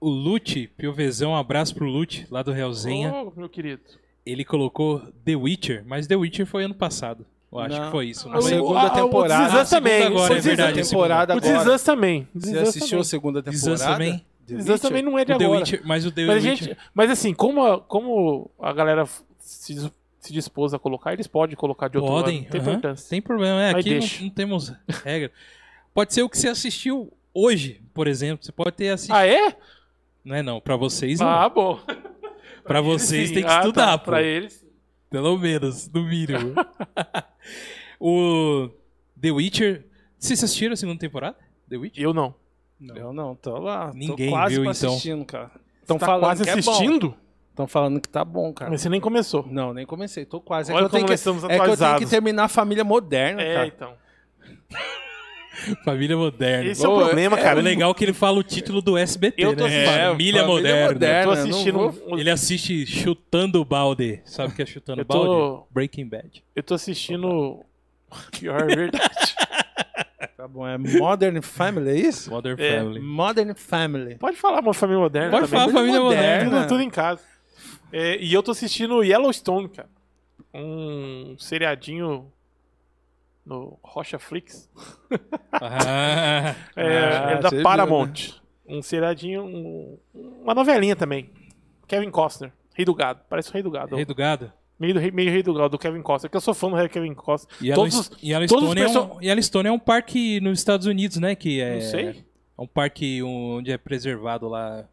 Speaker 1: O Lute, Piovezão, um abraço pro Lute, lá do Realzinha.
Speaker 2: Oh, meu querido.
Speaker 1: Ele colocou The Witcher, mas The Witcher foi ano passado. Eu acho
Speaker 3: Não.
Speaker 1: que foi isso. não
Speaker 3: A
Speaker 1: foi?
Speaker 3: segunda
Speaker 2: Ah, o
Speaker 3: temporada.
Speaker 2: This Is Us
Speaker 1: Ah, a segunda
Speaker 2: também.
Speaker 1: agora,
Speaker 2: o
Speaker 1: é
Speaker 2: This Is Us-
Speaker 1: verdade.
Speaker 3: Segunda temporada
Speaker 2: O This
Speaker 3: agora.
Speaker 2: Is Us também. This
Speaker 3: Você
Speaker 2: Is Us
Speaker 3: assistiu a
Speaker 2: também.
Speaker 3: segunda
Speaker 1: This Is Us
Speaker 3: temporada?
Speaker 1: também?
Speaker 3: The
Speaker 2: This Is Us
Speaker 3: Witcher?
Speaker 2: também não é de
Speaker 1: O The
Speaker 2: agora.
Speaker 1: Witcher, mas o The
Speaker 2: mas, a
Speaker 1: Witcher.
Speaker 2: gente, mas assim, como a, como a galera se, dis- se dispôs a colocar, eles podem colocar de outro
Speaker 1: Podem,
Speaker 2: lado. Tem
Speaker 1: aham.
Speaker 2: importância.
Speaker 1: Sem problema, é,
Speaker 2: Aí
Speaker 1: aqui não,
Speaker 2: deixa.
Speaker 1: não temos regra. Pode ser o que você assistiu hoje, por exemplo. Você pode ter assistido.
Speaker 2: Ah, é?
Speaker 1: Não é não, pra vocês não.
Speaker 2: Ah, bom.
Speaker 1: pra vocês
Speaker 2: Sim,
Speaker 1: tem que
Speaker 2: ah, tá.
Speaker 1: estudar, pô.
Speaker 2: Pra eles.
Speaker 1: Pelo menos, no mínimo. o The Witcher. Vocês assistiram a segunda temporada? The Witcher?
Speaker 2: Eu não.
Speaker 3: Eu não, tô lá.
Speaker 1: Ninguém
Speaker 3: tô quase
Speaker 1: viu,
Speaker 3: pra
Speaker 1: então.
Speaker 3: assistindo, cara. Estão
Speaker 2: tá
Speaker 3: falando
Speaker 2: quase
Speaker 3: que é bom.
Speaker 2: assistindo?
Speaker 3: Estão falando que tá bom, cara.
Speaker 2: Mas você nem começou.
Speaker 3: Não, nem comecei, tô quase. É
Speaker 2: Olha
Speaker 3: que eu
Speaker 2: como
Speaker 3: tenho que,
Speaker 2: nós estamos
Speaker 3: é que eu tenho que
Speaker 2: atualizados.
Speaker 3: terminar a família moderna,
Speaker 1: Tá.
Speaker 2: É,
Speaker 3: cara.
Speaker 2: então.
Speaker 1: Família Moderna.
Speaker 2: Esse é o
Speaker 3: Boa,
Speaker 2: problema,
Speaker 1: O
Speaker 2: cara.
Speaker 1: legal é que ele fala o título do SBT,
Speaker 2: Eu tô
Speaker 1: né?
Speaker 2: assistindo.
Speaker 1: Família,
Speaker 3: Família
Speaker 1: Moderna.
Speaker 3: Moderna.
Speaker 2: Eu tô
Speaker 3: não
Speaker 2: assistindo
Speaker 3: vou-
Speaker 2: um- um-
Speaker 1: Ele assiste Chutando o Balde. Sabe o que é Chutando o
Speaker 2: Eu tô-
Speaker 1: Balde? Breaking Bad.
Speaker 2: Eu tô assistindo. <laughs> Pior, é verdade.
Speaker 3: Tá bom, é Modern Family, é isso?
Speaker 1: Modern
Speaker 2: É, <laughs>
Speaker 1: Family.
Speaker 3: Modern Family.
Speaker 2: Pode falar, uma família moderna.
Speaker 1: Pode
Speaker 2: também.
Speaker 1: falar Família Moderna.
Speaker 2: Tudo, tudo em casa. É, e eu tô assistindo Yellowstone, cara. um seriadinho no Rocha Flix.
Speaker 1: Ah, né?
Speaker 2: É,
Speaker 3: Ah,
Speaker 2: é da
Speaker 3: você viu,
Speaker 2: Paramount. Um seriadinho, um- uma novelinha também. Kevin Costner, Rei do Gado. Parece o Rei do
Speaker 1: <laughs>
Speaker 2: Gado.
Speaker 1: Rei do Gado.
Speaker 2: Meio, do, rei- meio Rei do Gado, do Kevin Costner. Que eu sou fã do Kevin Costner.
Speaker 1: E ela,
Speaker 2: Todos os-
Speaker 1: e ela
Speaker 2: todos os
Speaker 1: Stone é
Speaker 2: perso-
Speaker 1: um, e ela Stone é um parque nos Estados Unidos, né? Que é,
Speaker 2: Não sei.
Speaker 1: é um parque onde é preservado lá.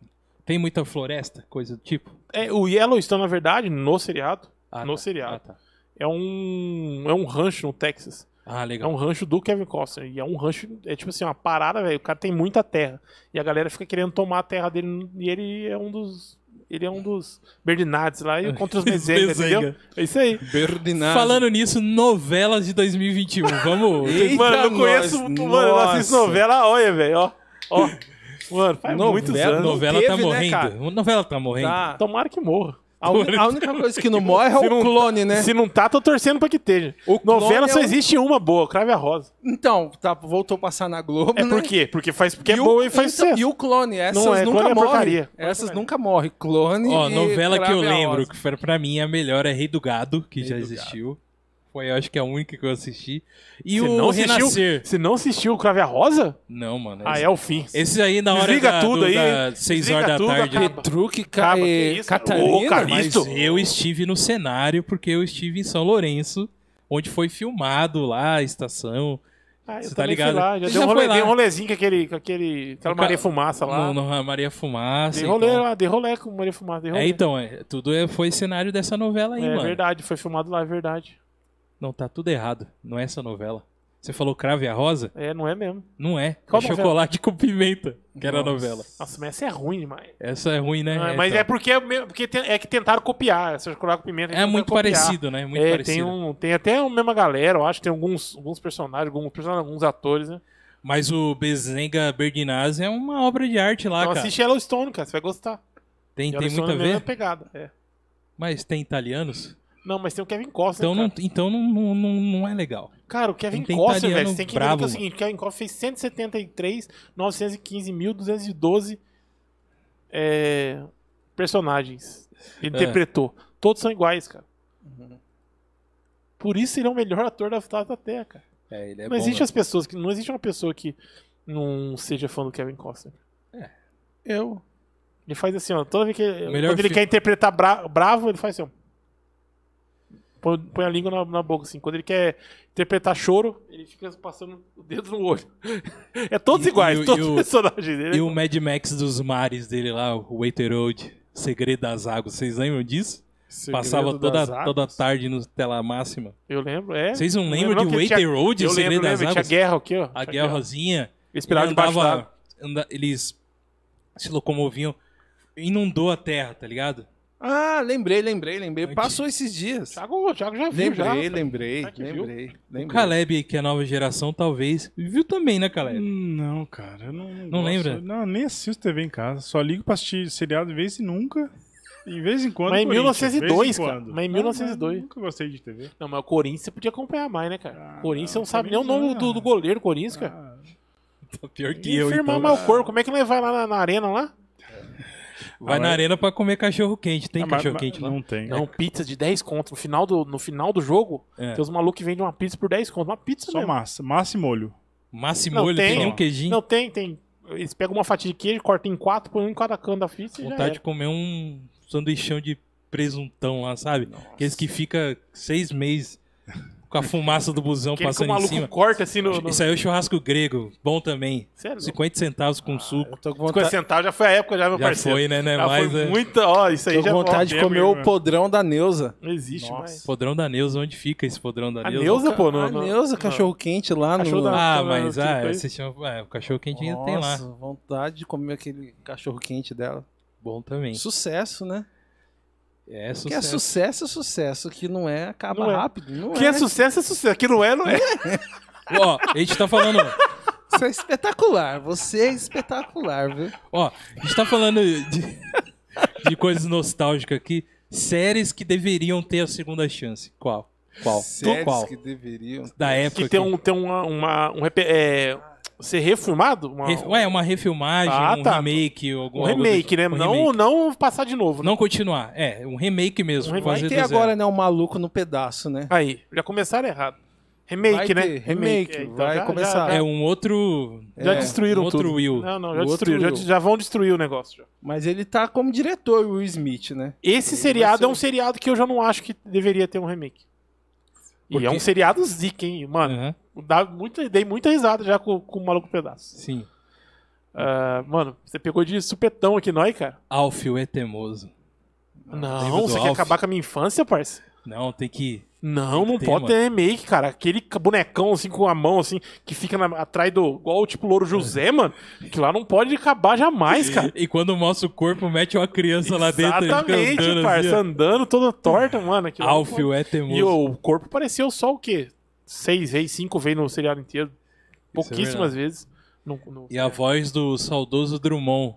Speaker 1: Tem muita floresta, coisa do tipo.
Speaker 2: É, o Yellowstone, na verdade, no seriado,
Speaker 1: Ah,
Speaker 2: No
Speaker 1: tá.
Speaker 2: seriado.
Speaker 1: Ah, tá.
Speaker 2: é um, é um rancho no Texas.
Speaker 1: Ah,
Speaker 2: É
Speaker 1: legal.
Speaker 2: um rancho do Kevin Costner. E é um rancho, é tipo assim, uma parada, velho. O cara tem muita terra. E a galera fica querendo tomar a terra dele. E ele é um dos. Ele é um dos Berdinades lá
Speaker 1: <laughs>
Speaker 2: e contra os Mezenga,
Speaker 1: Mezenga.
Speaker 2: entendeu? É isso aí.
Speaker 3: Berdinado.
Speaker 1: um Falando nisso, novelas de 2021.
Speaker 2: <laughs>
Speaker 1: Vamos.
Speaker 3: Eita,
Speaker 2: mano, eu conheço.
Speaker 3: nós,
Speaker 2: mano, eu assisto
Speaker 3: nossa.
Speaker 2: novela, olha, velho. Ó, ó. Mano, faz
Speaker 3: Novela,
Speaker 2: muitos anos.
Speaker 3: não
Speaker 1: <laughs> novela tá
Speaker 3: teve, né, cara?
Speaker 1: morrendo. novela tá morrendo.
Speaker 3: Tá.
Speaker 2: Tomara que morra.
Speaker 3: A, uni- a única coisa que não morre é
Speaker 2: <laughs> Se não-
Speaker 3: o clone, né?
Speaker 2: Se não tá, tô torcendo pra que esteja.
Speaker 3: O clone
Speaker 2: novela só
Speaker 3: é um-
Speaker 2: existe uma boa, Crave a Rosa.
Speaker 3: Então, tá, voltou a passar na Globo,
Speaker 2: É
Speaker 3: né?
Speaker 2: por quê? Porque faz porque é
Speaker 3: o-
Speaker 2: boa e faz
Speaker 3: então,
Speaker 2: sucesso.
Speaker 3: E o clone, essas
Speaker 2: Não é,
Speaker 3: nunca
Speaker 2: clone é
Speaker 3: morrem.
Speaker 2: porcaria.
Speaker 3: essas nunca morrem. Clone
Speaker 1: Ó,
Speaker 3: e
Speaker 1: novela que eu
Speaker 3: Crave a
Speaker 1: lembro,
Speaker 3: Rosa.
Speaker 1: que foi pra mim a melhor é Rei do Gado, que já
Speaker 3: do
Speaker 1: existiu. Foi, eu acho que é a única que eu assisti. E
Speaker 2: Você
Speaker 1: o
Speaker 2: não assistiu?
Speaker 1: Renascer.
Speaker 2: Você não assistiu o Crave a Rosa?
Speaker 1: Não, mano.
Speaker 2: Ah, é o fim.
Speaker 1: Esse aí na hora
Speaker 2: Desliga
Speaker 1: da,
Speaker 2: tudo
Speaker 1: do,
Speaker 2: aí,
Speaker 1: da 6
Speaker 2: desliga
Speaker 1: horas da
Speaker 2: tudo,
Speaker 1: tarde.
Speaker 2: acaba.
Speaker 3: Truque ca...
Speaker 2: Caba, que
Speaker 3: eh,
Speaker 2: isso? Ô,
Speaker 3: Catarina.
Speaker 2: Caristo.
Speaker 1: é Mas
Speaker 2: Isso.
Speaker 1: eu estive no cenário porque eu estive em São Lourenço, onde foi filmado lá a estação.
Speaker 2: Ah, eu
Speaker 1: Você tá
Speaker 2: também fui
Speaker 1: ligado?
Speaker 2: lá, já
Speaker 1: Você
Speaker 2: dei um,
Speaker 1: já
Speaker 2: rolê,
Speaker 1: foi lá.
Speaker 2: dei um rolezinho com aquele, com aquele, aquela
Speaker 1: O
Speaker 2: Maria
Speaker 1: ca-
Speaker 2: Fumaça Tá
Speaker 1: No,
Speaker 2: lá.
Speaker 1: no Maria Fumaça.
Speaker 2: dei rolê
Speaker 1: então.
Speaker 2: lá, dei rolê com Maria Fumaça, dei rolê.
Speaker 1: É, então, é, tudo é- foi cenário dessa novela aí,
Speaker 2: né? É
Speaker 1: mano.
Speaker 2: verdade, foi filmado lá, é verdade.
Speaker 1: Não, tá tudo errado. Não é essa novela. Você falou Crave a Rosa?
Speaker 2: É, não é mesmo.
Speaker 1: Não é.
Speaker 2: Qual
Speaker 1: é
Speaker 2: novela?
Speaker 1: Chocolate com Pimenta, que era a novela.
Speaker 2: Nossa, mas essa é ruim demais.
Speaker 1: Essa é ruim, né?
Speaker 2: Ah, mas é
Speaker 1: então.
Speaker 2: porque, é me- porque tem- é que tentaram copiar, essa chocolate com pimenta.
Speaker 1: É
Speaker 2: tentaram
Speaker 1: muito
Speaker 2: copiar.
Speaker 1: parecido, né? Muito
Speaker 2: é,
Speaker 1: parecido.
Speaker 2: Tem, um, tem até a mesma galera, eu acho. Tem alguns, alguns personagens, alguns, personagens, alguns atores, né?
Speaker 1: Mas o Bezenga Berdinaz é uma obra de arte lá,
Speaker 2: então
Speaker 1: cara.
Speaker 2: assiste Yellowstone, cara, você vai gostar.
Speaker 1: Tem, tem
Speaker 2: Yellowstone
Speaker 1: muito a
Speaker 2: é a mesma
Speaker 1: ver,
Speaker 2: pegada. é.
Speaker 1: mas tem italianos.
Speaker 2: Não, mas tem o Kevin Costner,
Speaker 1: Então,
Speaker 2: cara.
Speaker 1: não, então não, não, não, não é legal.
Speaker 2: Cara, o Kevin
Speaker 1: Tem
Speaker 2: Costner,
Speaker 1: italiano
Speaker 2: velho, você tem que entender
Speaker 1: bravo,
Speaker 2: que é o seguinte, o Kevin Costner fez 173.915.212 é, personagens. Ele
Speaker 1: É.
Speaker 2: interpretou. Todos são iguais, cara. Por isso ele é o melhor ator da face da Terra, cara.
Speaker 1: É, ele é
Speaker 2: não
Speaker 1: bom,
Speaker 2: existe
Speaker 1: né?
Speaker 2: as pessoas que não existe uma pessoa que não seja fã do Kevin Costner.
Speaker 1: É.
Speaker 3: Eu.
Speaker 2: Ele faz assim, ó, toda vez que ele,
Speaker 1: melhor
Speaker 2: quando ele
Speaker 1: fi-
Speaker 2: quer interpretar bra- bravo, ele faz assim, ó. Põe, põe a língua na, na boca, assim. Quando ele quer interpretar choro, ele fica passando o dedo no olho. <laughs> É todos
Speaker 1: E-
Speaker 2: iguais,
Speaker 1: e o-
Speaker 2: todos
Speaker 1: e
Speaker 2: os
Speaker 1: o-
Speaker 2: personagens dele.
Speaker 1: E o Mad Max dos mares dele lá, o Waiter Road, Segredo das Águas, vocês lembram disso? Passava toda, toda tarde no tela máxima.
Speaker 2: Eu lembro, é.
Speaker 1: Vocês não
Speaker 2: Eu
Speaker 1: lembram
Speaker 2: lembro
Speaker 1: de um
Speaker 2: que
Speaker 1: Waiter
Speaker 2: tinha-
Speaker 1: Road,
Speaker 2: Eu
Speaker 1: o Segredo
Speaker 2: lembro,
Speaker 1: das
Speaker 2: lembro. Tinha
Speaker 1: Águas?
Speaker 2: guerra aqui, ó.
Speaker 1: a
Speaker 2: Tinha guerra.
Speaker 1: guerrazinha.
Speaker 2: Ele esperava
Speaker 1: ele
Speaker 2: debaixo
Speaker 1: andava-
Speaker 2: d'água.
Speaker 1: anda- Eles se locomoviam, inundou a terra, tá ligado?
Speaker 3: Ah, lembrei, lembrei, lembrei.
Speaker 1: Antes.
Speaker 3: Passou esses dias.
Speaker 2: Thiago, o Thiago já viu,
Speaker 3: Lembrei,
Speaker 2: já.
Speaker 3: lembrei,
Speaker 2: Será que viu?
Speaker 3: lembrei, lembrei.
Speaker 1: Caleb, que é a nova geração, talvez. Viu também, né, Caleb?
Speaker 4: Não, cara, eu não.
Speaker 1: Não
Speaker 4: gosto.
Speaker 1: lembra?
Speaker 4: Não, eu nem assisto TV em casa. Só ligo pra assistir seriado de vez e nunca. E de vez em quando.
Speaker 2: Mas em
Speaker 4: Corinthians,
Speaker 2: 1902,
Speaker 4: de vez
Speaker 2: cara.
Speaker 4: quando.
Speaker 2: Mas em
Speaker 4: Não,
Speaker 2: 1902.
Speaker 4: mas Nunca gostei de TV.
Speaker 2: Não, mas o Corinthians você podia acompanhar mais, né, cara?
Speaker 4: Ah,
Speaker 2: O Corinthians
Speaker 4: não,
Speaker 2: não sabe nem o
Speaker 4: Corinthians
Speaker 2: nome
Speaker 4: não.
Speaker 2: do, do goleiro, Corinthians, cara.
Speaker 4: Ah,
Speaker 1: Tá <laughs> pior que
Speaker 2: Hum. E
Speaker 1: é eu,
Speaker 2: firmar
Speaker 1: então.
Speaker 2: mal o corpo. Como é que ele vai lá na, na arena lá?
Speaker 1: Vai
Speaker 2: Ah,
Speaker 1: na arena pra comer cachorro quente. Tem
Speaker 4: ah, mas-
Speaker 1: cachorro
Speaker 4: mas
Speaker 1: quente lá?
Speaker 4: Não tem.
Speaker 2: Não, pizza de 10 conto. No final do, no final do jogo,
Speaker 1: É.
Speaker 2: tem os malucos que vendem uma pizza por 10 conto. Uma pizza
Speaker 4: Só
Speaker 2: mesmo.
Speaker 4: massa. Massa e molho.
Speaker 1: Massa e
Speaker 2: Não,
Speaker 1: molho,
Speaker 2: tem.
Speaker 1: tem um queijinho.
Speaker 2: Não, tem, tem. Eles pegam uma fatia de queijo, cortam em quatro, põem um em cada canto da pizza e já é.
Speaker 1: Vontade de
Speaker 2: era.
Speaker 1: comer um sanduichão de presuntão lá, sabe? Aqueles que fica seis meses com a fumaça do busão
Speaker 2: Aquele que
Speaker 1: passando
Speaker 2: o
Speaker 1: em
Speaker 2: maluco
Speaker 1: cima.
Speaker 2: corta assim no... no...
Speaker 1: Isso é aí é o churrasco grego, bom também.
Speaker 2: Sério?
Speaker 1: 50 centavos com suco.
Speaker 3: Eu tô com
Speaker 2: 50
Speaker 3: vontade,
Speaker 2: centavos já foi a época, já, Ah, meu
Speaker 1: Já
Speaker 2: parceiro.
Speaker 1: foi, né? Não é
Speaker 2: já
Speaker 1: mais,
Speaker 2: foi
Speaker 1: né?
Speaker 2: muita... Ó, isso aí
Speaker 3: tô
Speaker 2: já... é
Speaker 3: com vontade de
Speaker 4: tempo,
Speaker 3: comer
Speaker 4: hein,
Speaker 3: o
Speaker 4: mano?
Speaker 3: podrão da Neuza.
Speaker 2: Não existe
Speaker 4: Nossa.
Speaker 2: mais.
Speaker 1: Podrão da Neuza, onde fica esse podrão da
Speaker 2: A
Speaker 1: Neuza?
Speaker 2: Neuza, pô, não...
Speaker 3: Ah,
Speaker 2: não-
Speaker 3: Neuza,
Speaker 2: não.
Speaker 3: cachorro quente lá no...
Speaker 2: Cachorro da-
Speaker 1: Ah,
Speaker 2: Não,
Speaker 1: mas
Speaker 2: não, não,
Speaker 1: ah,
Speaker 2: não,
Speaker 1: esse chama- é, o cachorro quente ainda tem
Speaker 3: Nossa,
Speaker 1: lá.
Speaker 3: vontade de comer aquele cachorro quente dela.
Speaker 1: Bom também.
Speaker 3: Sucesso, né? Que
Speaker 1: É
Speaker 3: é
Speaker 1: sucesso.
Speaker 3: sucesso, é sucesso. Que não é, acaba
Speaker 2: Não é.
Speaker 3: rápido. Não
Speaker 2: Que
Speaker 3: é.
Speaker 2: é sucesso, é sucesso. Que não é, não é.
Speaker 1: Ó, a gente tá falando,
Speaker 3: Você é espetacular. Você é espetacular, viu?
Speaker 1: ó, a gente tá falando de, de coisas nostálgicas aqui. Séries que deveriam ter a segunda chance. Qual? Qual?
Speaker 3: Séries
Speaker 1: Qual?
Speaker 3: que deveriam.
Speaker 1: Da época.
Speaker 2: Que tem um, tem uma, uma, um, rep- é, Ser refilmado? Uma-
Speaker 1: Ref- Ué, uma refilmagem,
Speaker 2: um- Ah,
Speaker 1: um
Speaker 2: tá.
Speaker 1: remake ou algum
Speaker 2: um remake, né?
Speaker 1: um
Speaker 2: não,
Speaker 1: remake.
Speaker 2: não passar de novo. né?
Speaker 1: Não continuar. É, um remake mesmo.
Speaker 2: Um remake.
Speaker 1: fazer
Speaker 2: Vai
Speaker 1: do
Speaker 5: Tem
Speaker 1: zero.
Speaker 5: agora, né, o maluco no pedaço, né?
Speaker 2: Aí, já começaram errado. Remake,
Speaker 5: Vai
Speaker 2: né?
Speaker 5: ter remake,
Speaker 2: É, então
Speaker 5: vai
Speaker 2: já-
Speaker 5: começar.
Speaker 2: Já,
Speaker 1: É um outro.
Speaker 2: já
Speaker 5: É,
Speaker 2: destruíram
Speaker 1: um outro
Speaker 2: tudo.
Speaker 1: Will.
Speaker 2: Não, não,
Speaker 5: O
Speaker 2: já
Speaker 5: outro
Speaker 2: destruíram. Já,
Speaker 5: Will.
Speaker 2: já vão destruir o negócio. já.
Speaker 5: Mas ele tá como diretor, o Will Smith, né?
Speaker 2: Esse seriado é um seriado que eu já não acho que deveria ter um remake.
Speaker 1: Por
Speaker 2: E é
Speaker 1: quê?
Speaker 2: um seriado zica, hein, mano.
Speaker 1: Aham,
Speaker 2: Dá muita, dei muita risada já com, com o maluco pedaço.
Speaker 1: Sim.
Speaker 2: Ah, mano, você pegou de supetão aqui, nós, cara?
Speaker 1: Alfio é teimoso. lembro
Speaker 2: Não,
Speaker 1: do
Speaker 2: você quer
Speaker 1: Alf.
Speaker 2: acabar com a minha infância, parça?
Speaker 1: Não, tem que.
Speaker 2: Não,
Speaker 1: Tem
Speaker 2: não
Speaker 1: que ter,
Speaker 2: pode
Speaker 1: mano.
Speaker 2: ter remake, cara. Aquele ca- bonecão assim com a mão assim, que fica na- atrás do. igual tipo Louro José, mano. Que lá não pode acabar
Speaker 1: <laughs>
Speaker 2: jamais, cara.
Speaker 1: É. E quando mostra o corpo, mete uma criança lá dentro. ele fica
Speaker 2: Exatamente,
Speaker 1: andando
Speaker 2: parça.
Speaker 1: assim, ó.
Speaker 2: Andando toda torta, mano. aquilo lá não pode.
Speaker 1: Alfio é teimoso.
Speaker 2: E o corpo pareceu só o quê? Seis vezes, cinco vezes no seriado inteiro. Pouquíssimas vezes. No, no...
Speaker 1: é E a voz do saudoso Drummond,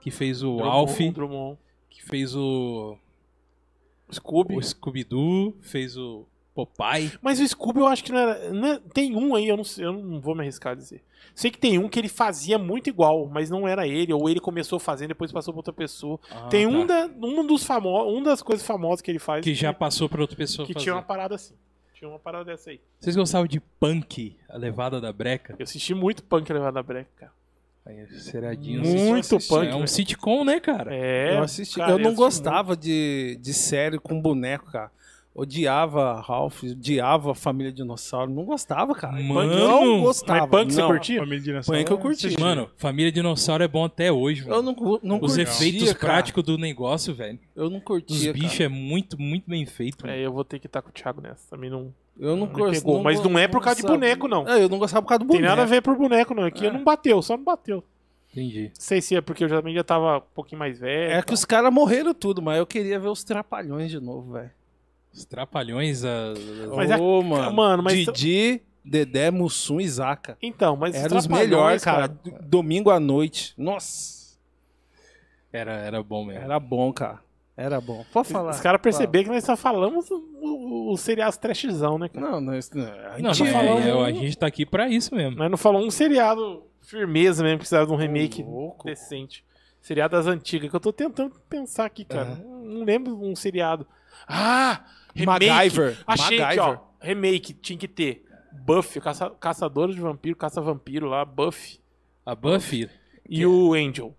Speaker 1: que fez o
Speaker 2: Drummond,
Speaker 1: Alf,
Speaker 2: Drummond.
Speaker 1: que fez o,
Speaker 2: Scooby.
Speaker 1: o Scooby-Doo, fez o Popeye.
Speaker 2: Mas o Scooby eu acho que não era. não é- Tem um aí, eu não, sei- eu não vou me arriscar a dizer. Sei que tem um que ele fazia muito igual, mas não era ele, ou ele começou fazendo, depois passou pra outra pessoa.
Speaker 1: Ah,
Speaker 2: tem um,
Speaker 1: tá.
Speaker 2: da, um dos famosos, um das coisas famosas que ele faz
Speaker 1: que já passou pra outra pessoa
Speaker 2: que
Speaker 1: fazer.
Speaker 2: tinha uma parada assim. Tinha uma parada dessa aí.
Speaker 1: Vocês gostavam de Punk, a levada da breca?
Speaker 2: Eu assisti muito punk levado da breca, cara.
Speaker 1: Aí, Seradinho.
Speaker 2: muito
Speaker 1: assim.
Speaker 2: punk.
Speaker 1: É um
Speaker 2: velho.
Speaker 1: sitcom, né, cara?
Speaker 2: É,
Speaker 5: eu assisti.
Speaker 2: cara,
Speaker 5: eu não
Speaker 2: assisti
Speaker 5: gostava de, de série com boneco, cara. Odiava Ralph, odiava a família dinossauro. Não gostava, cara.
Speaker 1: Mano,
Speaker 5: não gostava.
Speaker 2: Mas punk você
Speaker 5: não.
Speaker 2: curtia?
Speaker 4: Família de dinossauro.
Speaker 5: Punk eu curti.
Speaker 1: Mano, Família Dinossauro é bom até hoje, mano.
Speaker 5: Eu não, cu- não
Speaker 1: Os
Speaker 5: curtia,
Speaker 1: efeitos
Speaker 5: cara.
Speaker 1: práticos do negócio, velho.
Speaker 5: Eu não
Speaker 1: Dos
Speaker 5: curtia,
Speaker 1: bichos
Speaker 5: cara.
Speaker 1: é muito, muito bem feito.
Speaker 2: É, eu vou ter que estar com o Thiago nessa. Também não,
Speaker 5: Eu não
Speaker 2: não
Speaker 5: curti-
Speaker 2: pegou. Mas
Speaker 5: go-
Speaker 2: não é por causa de
Speaker 5: gostava.
Speaker 2: boneco, não.
Speaker 5: É, eu não gostava por causa do
Speaker 2: Tem
Speaker 5: boneco.
Speaker 2: nada a ver por boneco, não. Aqui eu não bateu, só não bateu. Não
Speaker 1: Entendi.
Speaker 2: sei se é porque eu já- também já tava um pouquinho mais velho.
Speaker 5: É que os caras morreram tudo, mas eu queria ver os trapalhões de novo, velho.
Speaker 1: Os trapalhões. A...
Speaker 2: Mas é-
Speaker 5: Ô,
Speaker 2: Ah,
Speaker 5: mano.
Speaker 2: Mano, mas.
Speaker 5: Didi, Dedé, Mussum e Zaca.
Speaker 2: Então, mas.
Speaker 5: Eram os
Speaker 2: Trapalhões,
Speaker 5: melhores, cara. D- Domingo à noite. Nossa.
Speaker 1: Era, era bom mesmo.
Speaker 5: Era bom, cara. Era bom. Pode falar.
Speaker 2: Os caras perceberam que nós só falamos o- o- os seriados trashzão, né, cara?
Speaker 5: Não, não, isso não, a
Speaker 1: Não,
Speaker 5: gente
Speaker 1: não,
Speaker 5: falou
Speaker 1: é, é, a gente tá aqui pra isso mesmo.
Speaker 2: Nós né? não falamos um seriado firmeza mesmo, que precisava de um remake
Speaker 5: louco.
Speaker 2: decente. Seriado das antigas, que eu tô tentando pensar aqui, cara. Não lembro um seriado. Ah! Remake.
Speaker 5: MacGyver.
Speaker 2: Achei aqui,
Speaker 5: MacGyver.
Speaker 2: ó. Remake, tinha que ter. Buffy, caça, Caçadora de Vampiro, Caça-Vampiro lá, Buffy.
Speaker 1: A Buffy,
Speaker 2: E o Angel.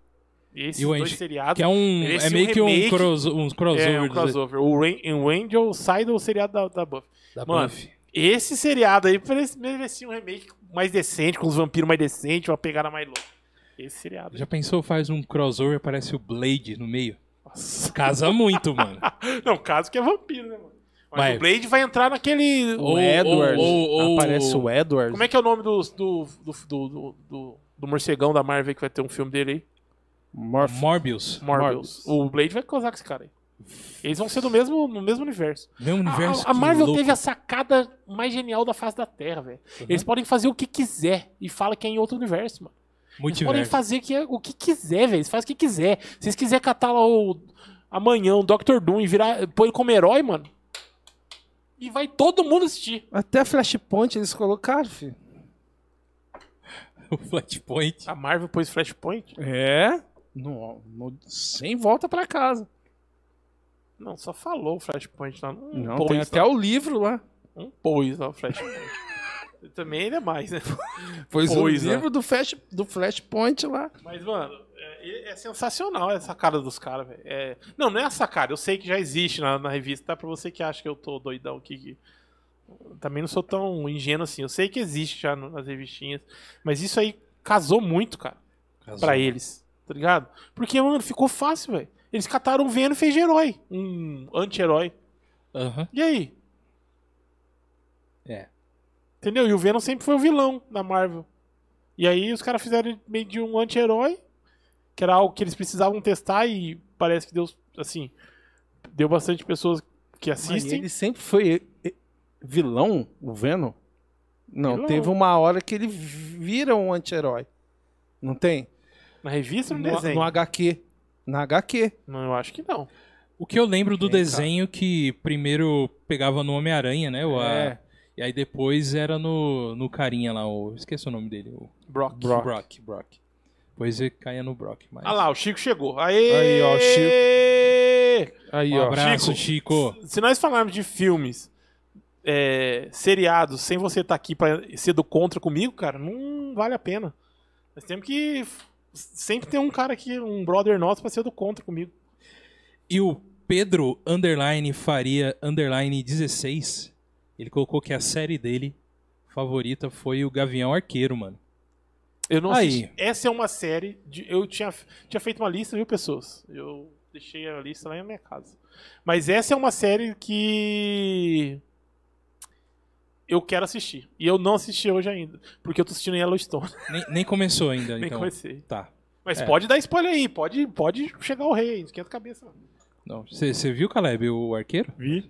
Speaker 2: Esses
Speaker 1: é- E o
Speaker 2: dois
Speaker 1: Angel,
Speaker 2: seriados.
Speaker 1: que é um.
Speaker 2: Esse
Speaker 1: É meio que um,
Speaker 2: remake-
Speaker 1: cross, um crossover,
Speaker 2: É, um
Speaker 1: dos-
Speaker 2: crossover. O, Ran- o Angel sai do seriado da, da Buffy.
Speaker 1: da
Speaker 2: Mano,
Speaker 1: Buffy.
Speaker 2: Esse seriado aí parece- merecia um remake mais decente, com os vampiros mais decentes, uma pegada mais louca. Esse seriado.
Speaker 1: Já pensou, faz um crossover, parece o Blade no meio?
Speaker 2: Nossa.
Speaker 1: Casa muito,
Speaker 2: <laughs>
Speaker 1: mano.
Speaker 2: Não, caso que é vampiro, né, mano? Mas
Speaker 1: Vai.
Speaker 2: o Blade vai entrar naquele.
Speaker 5: O
Speaker 1: Ou-
Speaker 5: Edward.
Speaker 1: ou- ou-
Speaker 5: Aparece o Edward.
Speaker 2: Como é que é o nome dos- do, do, do, do, do- do morcegão da Marvel que vai ter um filme dele aí?
Speaker 5: Morph.
Speaker 1: Morbius.
Speaker 2: Morbius.
Speaker 5: Morbius.
Speaker 2: O Blade vai causar com esse cara aí. Eles vão ser do mesmo, no mesmo universo.
Speaker 1: Meu universo.
Speaker 2: a, a
Speaker 1: que
Speaker 2: Marvel
Speaker 1: louco.
Speaker 2: teve a sacada mais genial da face da Terra, velho. Eles podem fazer o que quiser e fala que é em outro universo, mano. Eles podem
Speaker 1: Multiverso.
Speaker 2: fazer que é- o que quiser, velho. Eles fazem o que quiser. Se eles quiserem catar lá o amanhã o Doctor Doom e virar, pôr ele como herói, mano. E vai todo mundo assistir.
Speaker 5: Até Flashpoint eles colocaram, filho.
Speaker 1: <laughs> O Flashpoint.
Speaker 2: A Marvel pôs Flashpoint?
Speaker 5: É? No, no- sem volta pra casa.
Speaker 2: Não, só falou o Flashpoint lá. Não,
Speaker 5: Não,
Speaker 2: pôs,
Speaker 5: tem
Speaker 2: lá.
Speaker 5: até o livro lá.
Speaker 2: Não pôs lá o
Speaker 5: <laughs>
Speaker 2: Flashpoint. Também ele é mais, né?
Speaker 5: Pois, o
Speaker 2: Pois é.
Speaker 5: livro do, flash, do Flashpoint lá.
Speaker 2: Mas, mano, é, é sensacional essa cara dos caras, velho. É- Não, não é essa cara. Eu sei que já existe na, na revista, tá? Pra você que acha que eu tô doidão aqui. que- Também não sou tão ingênuo assim. Eu sei que existe já no- nas revistinhas. Mas isso aí casou muito, cara,
Speaker 1: Casou.
Speaker 2: pra eles. Tá ligado? Porque, mano, ficou fácil, velho. Eles cataram um Venom e fez de herói. Um anti-herói.
Speaker 1: Aham.
Speaker 2: E aí?
Speaker 1: É.
Speaker 2: Entendeu? E o Venom sempre foi o vilão da Marvel. E aí os caras fizeram meio de um anti-herói, que era algo que eles precisavam testar e parece que deu, assim, deu bastante pessoas que
Speaker 5: Mas
Speaker 2: assistem.
Speaker 5: ele sempre foi eh, vilão, o Venom? Não,
Speaker 2: Vilão.
Speaker 5: teve uma hora que ele vira um anti-herói. Não tem?
Speaker 2: Na revista
Speaker 1: Tá
Speaker 2: ou no,
Speaker 5: No,
Speaker 2: desenho?
Speaker 5: no HQ. Na HQ.
Speaker 2: Não, eu acho que não.
Speaker 1: O que eu lembro do
Speaker 5: Tem, cara.
Speaker 1: desenho que primeiro pegava no Homem-Aranha, né? O, a-
Speaker 5: É.
Speaker 1: E aí depois era no, no carinha lá, o, esqueci o nome dele. O
Speaker 2: Brock.
Speaker 1: Brock. Brock. Depois ele caia no Brock. Mas...
Speaker 2: Ah lá, o Chico chegou. Aê!
Speaker 4: Aí, ó, o
Speaker 2: Chico.
Speaker 4: Aí,
Speaker 1: um
Speaker 4: ó.
Speaker 1: abraço, Chico.
Speaker 2: Se nós falarmos de filmes, é, seriados, sem você estar aqui pra ser do contra comigo, cara, não vale a pena. Nós temos que. Sempre ter um cara aqui, um brother nosso, pra ser do contra comigo.
Speaker 1: E o Pedro Underline Faria Underline 16, ele colocou que a série dele favorita foi o Gavião Arqueiro, mano.
Speaker 2: Eu não
Speaker 1: Aí.
Speaker 2: assisti. Essa é uma série. de- eu tinha, tinha feito uma lista, viu, pessoas? Eu deixei a lista lá na minha casa. Mas essa é uma série que. Eu quero assistir. E eu não assisti hoje ainda. Porque eu tô assistindo Yellowstone. <laughs>
Speaker 1: Nem, nem começou ainda,
Speaker 2: Nem
Speaker 1: então.
Speaker 2: comecei.
Speaker 1: Tá.
Speaker 2: Mas
Speaker 1: É.
Speaker 2: pode dar spoiler aí. Pode, pode chegar o rei aí. Não esquenta a cabeça.
Speaker 1: Você viu, Caleb, o arqueiro?
Speaker 4: Vi.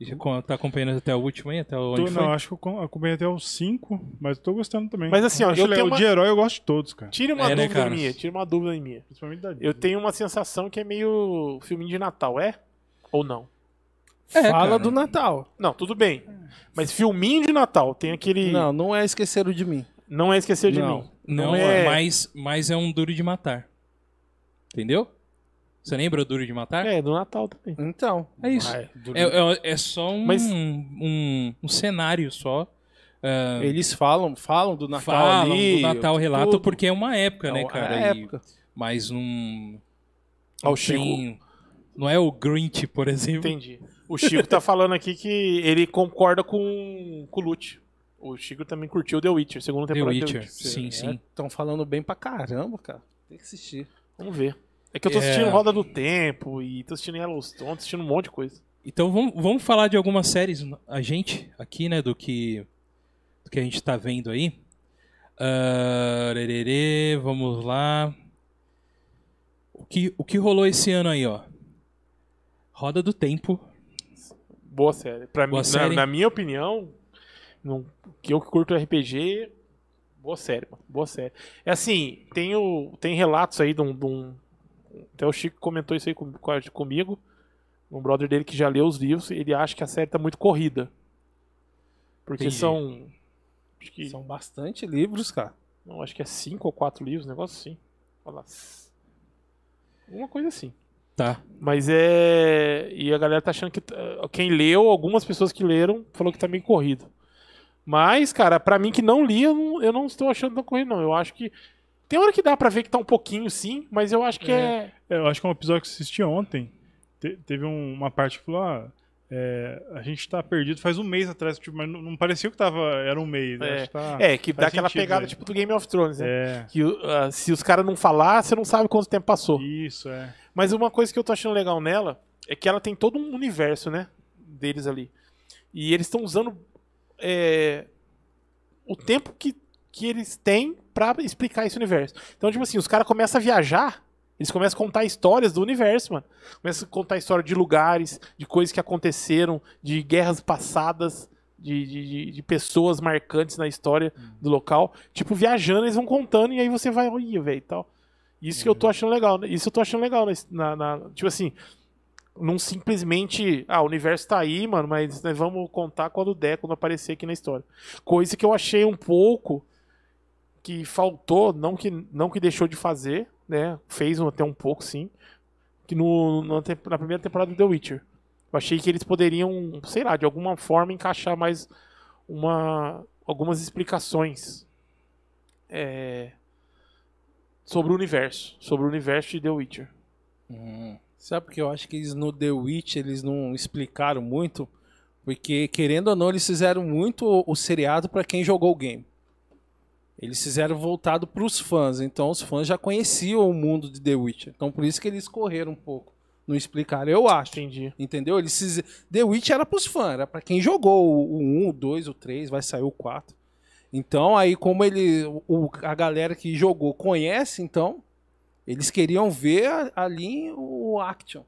Speaker 1: Você co- tá acompanhando até o último aí? Até onde
Speaker 4: Tô,
Speaker 1: foi?
Speaker 4: não, acho que eu com- acompanhei até os 5, mas tô gostando também.
Speaker 2: Mas assim, ó,
Speaker 4: Acho
Speaker 2: eu
Speaker 4: legal.
Speaker 2: tenho
Speaker 4: O
Speaker 2: uma-
Speaker 4: de herói eu gosto de todos, cara.
Speaker 2: Tire uma
Speaker 1: É, né,
Speaker 2: dúvida
Speaker 1: cara?
Speaker 2: minha. Tire uma dúvida minha.
Speaker 4: Principalmente da Disney.
Speaker 2: Eu tenho uma sensação que é meio filminho de Natal, é? Ou não?
Speaker 1: É,
Speaker 5: Fala
Speaker 1: cara.
Speaker 5: do Natal.
Speaker 2: Não, tudo bem. Mas filminho de Natal. Tem aquele.
Speaker 5: Não,
Speaker 2: Não,
Speaker 5: não é Esqueceram de Mim.
Speaker 2: é esquecer de
Speaker 5: Não.
Speaker 2: mim.
Speaker 1: Não,
Speaker 2: Não é-
Speaker 1: mas, mas é um duro de matar. Entendeu? Você lembra o duro de matar?
Speaker 2: É, do Natal também.
Speaker 5: Então.
Speaker 1: É isso.
Speaker 5: Ah, do-
Speaker 1: É, é- é só um,
Speaker 2: Mas-
Speaker 1: um, um cenário só. ah,
Speaker 5: Eles falam, falam do Natal
Speaker 1: falam
Speaker 5: ali.
Speaker 1: do Natal relato,
Speaker 5: tudo.
Speaker 1: porque é uma época, né,
Speaker 5: É
Speaker 1: cara?
Speaker 5: a
Speaker 1: E-
Speaker 5: época.
Speaker 1: Mas um.
Speaker 2: Ó, o
Speaker 1: não
Speaker 2: Chico.
Speaker 1: tem- Não é o Grinch, por exemplo.
Speaker 2: Entendi. O Chico tá falando aqui que ele concorda com, com o Lute. O Chico também curtiu The Witcher, segunda
Speaker 1: The
Speaker 2: temporada de
Speaker 1: Witcher. Sim, sim.
Speaker 5: Estão É, falando bem pra caramba, cara. Tem que assistir.
Speaker 2: Vamos ver. É que eu tô
Speaker 1: É.
Speaker 2: assistindo Roda do Tempo e tô assistindo Yellowstone, tô assistindo um monte de coisa.
Speaker 1: Então vamos, vamos falar de algumas séries, a gente, aqui, né, do que, do que a gente tá vendo aí. Ah, rererê, vamos lá. O que, o que rolou esse ano aí, ó? Roda do Tempo.
Speaker 2: Boa série. Pra
Speaker 1: Boa
Speaker 2: mim, na-
Speaker 1: série.
Speaker 2: Na, minha opinião, não- que eu que curto RPG, boa série, mano. Boa série. É assim, tem, o- tem relatos aí de um, de um- Até o Chico comentou isso aí com- com a- comigo. Um brother dele que já leu os livros, ele acha que a série tá muito corrida. Porque
Speaker 1: Entendi.
Speaker 2: são. Acho que,
Speaker 5: São bastante livros, cara.
Speaker 2: Não, acho que é cinco ou quatro livros, um negócio assim. Olha lá. Uma coisa assim.
Speaker 1: Tá.
Speaker 2: Mas é. E a galera tá achando que. t- Quem leu, algumas pessoas que leram, falou que tá meio corrido. Mas, cara, pra mim que não li, eu não, eu não estou achando tão corrido, não. Eu acho que. Tem hora que dá pra ver que tá um pouquinho, sim, mas eu acho que é.
Speaker 4: É, eu acho que é um episódio que eu assisti ontem. Te- teve um- uma parte que falou: ah, é, a gente tá perdido faz um mês atrás, tipo, mas não, não parecia que tava. Era um mês. né?
Speaker 2: É.
Speaker 4: Acho que tá-
Speaker 2: É, que
Speaker 4: faz
Speaker 2: dá aquela
Speaker 4: sentido,
Speaker 2: pegada
Speaker 4: né?
Speaker 2: tipo do Game of Thrones, né?
Speaker 4: É,
Speaker 2: Que ah, se os caras não falar, você não sabe quanto tempo passou.
Speaker 4: Isso, é.
Speaker 2: Mas uma coisa que eu tô achando legal nela é que ela tem todo um universo, né? Deles ali. E eles estão usando é, o tempo que, que eles têm pra explicar esse universo. Então, tipo assim, os caras começam a viajar, eles começam a contar histórias do universo, mano. Começam a contar história de lugares, de coisas que aconteceram, de guerras passadas, de, de, de- de pessoas marcantes na história do local. Tipo, viajando, eles vão contando e aí você vai, olha, velho, e tal. Isso que eu tô achando legal. né? Isso eu tô achando legal. nesse- Na, na- tipo assim, não simplesmente. Ah, o universo tá aí, mano, mas nós vamos contar quando der, quando aparecer aqui na história. Coisa que eu achei um pouco que faltou, não que, não que deixou de fazer, né? Fez um- até um pouco, sim. Que no, na tem- na primeira temporada do The Witcher. Eu achei que eles poderiam, sei lá, de alguma forma encaixar mais uma, algumas explicações. É, sobre o universo. Sobre o universo de The Witcher.
Speaker 5: Sabe porque eu acho que eles no The Witch eles não explicaram muito? Porque, querendo ou não, eles fizeram muito o, o seriado pra quem jogou o game. Eles fizeram voltado pros fãs, então os fãs já conheciam o mundo de The Witcher. Então por isso que eles correram um pouco. Não explicaram, eu acho.
Speaker 2: Entendi.
Speaker 5: Entendeu? Eles fiz- The Witch era pros fãs, era pra quem jogou o 1, o 2, o 3, vai sair o 4. Então, aí, como ele. o- a galera que jogou conhece, então, eles queriam ver a- ali o action.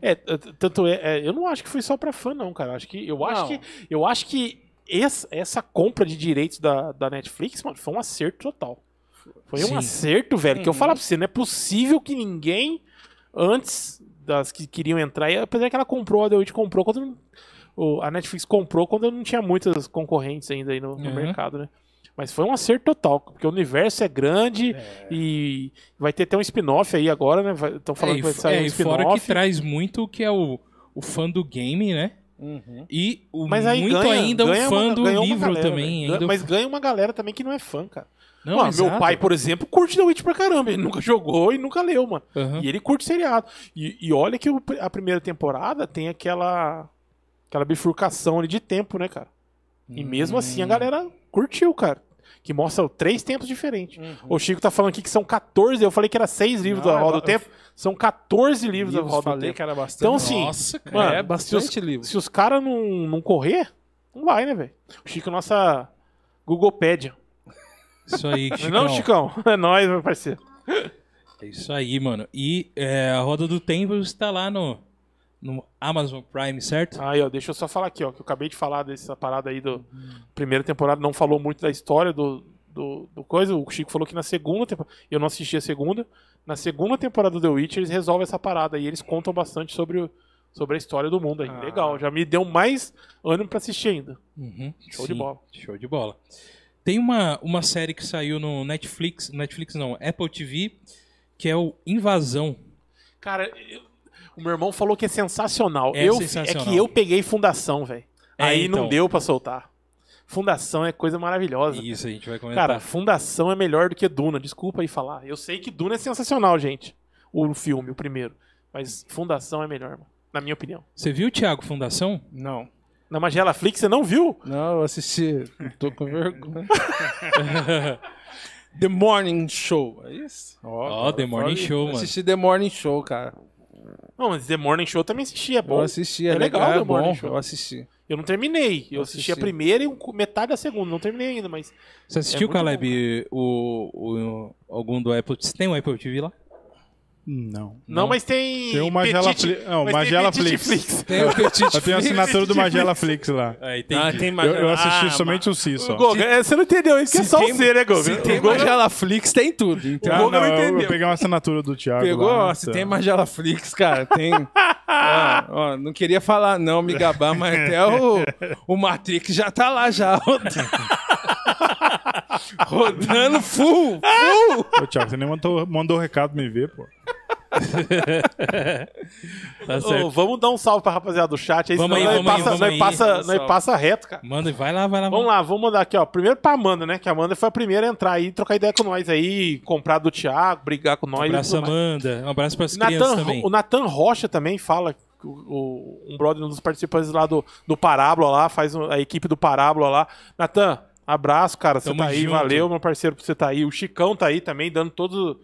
Speaker 2: É, t- t- tanto é, é, eu não acho que foi só pra fã, não, cara. Acho que, eu acho
Speaker 5: Não.
Speaker 2: que, eu acho que essa, essa compra de direitos da, da Netflix, mano, foi um acerto total. Foi
Speaker 1: Sim.
Speaker 2: um acerto, velho, que eu
Speaker 5: Uhum.
Speaker 2: falo pra você, não é possível que ninguém, antes das que queriam entrar, e apesar que ela comprou, a The Witch comprou, quando não- o- a Netflix comprou quando não tinha muitas concorrentes ainda aí no, no
Speaker 1: Uhum.
Speaker 2: mercado, né? Mas foi um acerto total, porque o universo é grande e vai ter até um spin-off aí agora, né? Estão falando
Speaker 1: É, e
Speaker 2: que vai
Speaker 1: f-
Speaker 2: sair
Speaker 1: é,
Speaker 2: um
Speaker 1: e fora que
Speaker 2: spin-off.
Speaker 1: traz muito o que é o, o fã do game, né? E o
Speaker 2: Mas aí
Speaker 1: Tipo, muito
Speaker 2: ganha,
Speaker 1: ainda
Speaker 2: ganha
Speaker 1: o fã
Speaker 2: uma-
Speaker 1: do
Speaker 2: ganha uma
Speaker 1: livro
Speaker 2: galera,
Speaker 1: também.
Speaker 2: velho.
Speaker 1: ainda o-
Speaker 2: Mas ganha uma galera também que não é fã, cara.
Speaker 1: Não,
Speaker 2: Mano, meu
Speaker 1: exato.
Speaker 2: pai, por exemplo, curte The Witch pra caramba. Ele nunca jogou e nunca leu, mano.
Speaker 1: Aham.
Speaker 2: E ele curte seriado. E, e olha que o pr- a primeira temporada tem aquela aquela bifurcação ali de tempo, né, cara? E mesmo
Speaker 1: Hum.
Speaker 2: assim a galera curtiu, cara. Que mostra três tempos diferentes.
Speaker 1: Hum.
Speaker 5: Uhum.
Speaker 2: O Chico tá falando aqui que são 14. Eu falei que era seis livros
Speaker 3: Não,
Speaker 2: da Roda
Speaker 3: eu-
Speaker 2: do Tempo. São 14 livros, da Roda do
Speaker 3: falei
Speaker 2: Tempo.
Speaker 3: que era bastante.
Speaker 2: Então, assim,
Speaker 5: Nossa, cara.
Speaker 2: mano,
Speaker 5: é bastante livro.
Speaker 2: se os caras não, não correr, não vai, né, velho? O Chico é nossa Googlepédia.
Speaker 1: Isso aí,
Speaker 2: Não
Speaker 1: Chicão.
Speaker 2: é <laughs> Não, Chicão? <laughs> É nóis, meu parceiro.
Speaker 1: É isso aí, mano. E é, a Roda do Tempo está lá no, no Amazon Prime, certo?
Speaker 2: Aí, ó, deixa eu só falar aqui, ó, que eu acabei de falar dessa parada aí do primeira temporada, não falou muito da história do, do, do coisa. O Chico falou que na segunda temporada, eu não assisti a segunda, na segunda temporada do The Witch eles resolvem essa parada e eles contam bastante sobre, o- sobre a história do mundo aí. Legal, já me deu mais ânimo pra assistir ainda.
Speaker 1: Uhum,
Speaker 2: Show de bola.
Speaker 1: Show de bola. Tem uma, uma série que saiu no Netflix, Netflix não, Apple TV, que é o Invasão.
Speaker 2: Cara, eu- o meu irmão falou que é sensacional.
Speaker 1: É
Speaker 2: eu,
Speaker 1: sensacional.
Speaker 2: É que eu peguei Fundação, velho.
Speaker 1: É,
Speaker 2: aí
Speaker 1: então.
Speaker 2: não deu pra soltar. Fundação é coisa maravilhosa.
Speaker 1: Isso, a gente vai comentar.
Speaker 2: Cara, Fundação é melhor do que Duna, desculpa aí falar. Eu sei que Duna é sensacional, gente. O filme, o primeiro. Mas Fundação é melhor, mano. Na minha opinião.
Speaker 1: Você viu, Thiago, Fundação?
Speaker 5: Não.
Speaker 2: Na Magela Flix, você não viu?
Speaker 5: Não, eu assisti. Tô com vergonha. <laughs> The Morning Show. É isso?
Speaker 1: Ó, The Morning Show, mano.
Speaker 5: Assisti The Morning Show, cara.
Speaker 2: Não, mas The Morning Show eu também assisti, é
Speaker 5: Eu
Speaker 2: bom.
Speaker 5: assisti. É,
Speaker 2: É legal
Speaker 5: legal,
Speaker 2: The
Speaker 5: é bom.
Speaker 2: Morning Show.
Speaker 5: Eu assisti.
Speaker 2: Eu não terminei. Eu assisti, a
Speaker 5: assisti.
Speaker 2: primeira e um- metade da segunda. Não terminei ainda, mas.
Speaker 1: Você assistiu,
Speaker 2: É muito
Speaker 1: Caleb, o, o- algum do Apple Você tem o Apple TV lá?
Speaker 4: Não.
Speaker 2: Não, mas tem.
Speaker 4: Tem o Magela
Speaker 2: Petite-
Speaker 4: Flix- não,
Speaker 2: mas tem
Speaker 4: Magela
Speaker 2: Petite
Speaker 4: Flix.
Speaker 5: Tem o Petit
Speaker 4: Eu tenho a assinatura
Speaker 2: <laughs> tipo
Speaker 4: do Magela Flix lá.
Speaker 1: Ah,
Speaker 4: Eu, eu
Speaker 2: ah,
Speaker 4: assisti somente o Si só.
Speaker 2: Goga, é, você não entendeu isso, que é só
Speaker 5: tem-
Speaker 2: o C, né, Goga?
Speaker 5: Se tem
Speaker 2: o Goga
Speaker 5: Magela Flix, tem tudo. Então,
Speaker 4: Ah,
Speaker 2: Goga não
Speaker 4: eu-
Speaker 2: entendeu.
Speaker 4: Eu peguei uma assinatura do Thiago.
Speaker 5: Pegou?
Speaker 4: lá,
Speaker 5: ó, se
Speaker 4: então.
Speaker 5: tem Magela Flix, cara, tem. ó, ó, não queria falar, não, me gabar, mas até o, o Matrix já tá lá, já. Rodando full.
Speaker 4: Ô, Thiago, você nem mandou, mandou recado me ver, pô.
Speaker 1: <laughs> Tá
Speaker 2: Ô,
Speaker 1: certo.
Speaker 2: vamos dar um salve pra rapaziada do chat aí,
Speaker 1: Vamos
Speaker 2: senão
Speaker 1: aí,
Speaker 2: nós
Speaker 1: vamos aí,
Speaker 2: passa,
Speaker 1: vamos
Speaker 2: nós
Speaker 1: aí.
Speaker 2: passa, nós
Speaker 5: Salve.
Speaker 2: passa reto, cara.
Speaker 1: Manda, vai lá, vai lá.
Speaker 2: Vamos
Speaker 1: vai
Speaker 2: lá, vamos mandar aqui, ó. Primeiro pra Amanda, né? Que a Amanda foi a primeira a entrar aí, trocar ideia com nós aí, comprar do Thiago, brigar com nós.
Speaker 1: Um
Speaker 2: e
Speaker 1: abraço,
Speaker 2: tudo mais.
Speaker 1: Amanda. Um abraço pras crianças
Speaker 2: Nathan,
Speaker 1: também.
Speaker 2: o Natan Rocha também fala, que o- o- um brother, um dos participantes lá do, do Parábola lá, faz um- a equipe do Parábola lá. Natan, abraço, cara, você
Speaker 1: Tamo
Speaker 2: tá aí,
Speaker 1: junto.
Speaker 2: valeu, meu parceiro, por você tá aí. O Chicão tá aí também, dando todas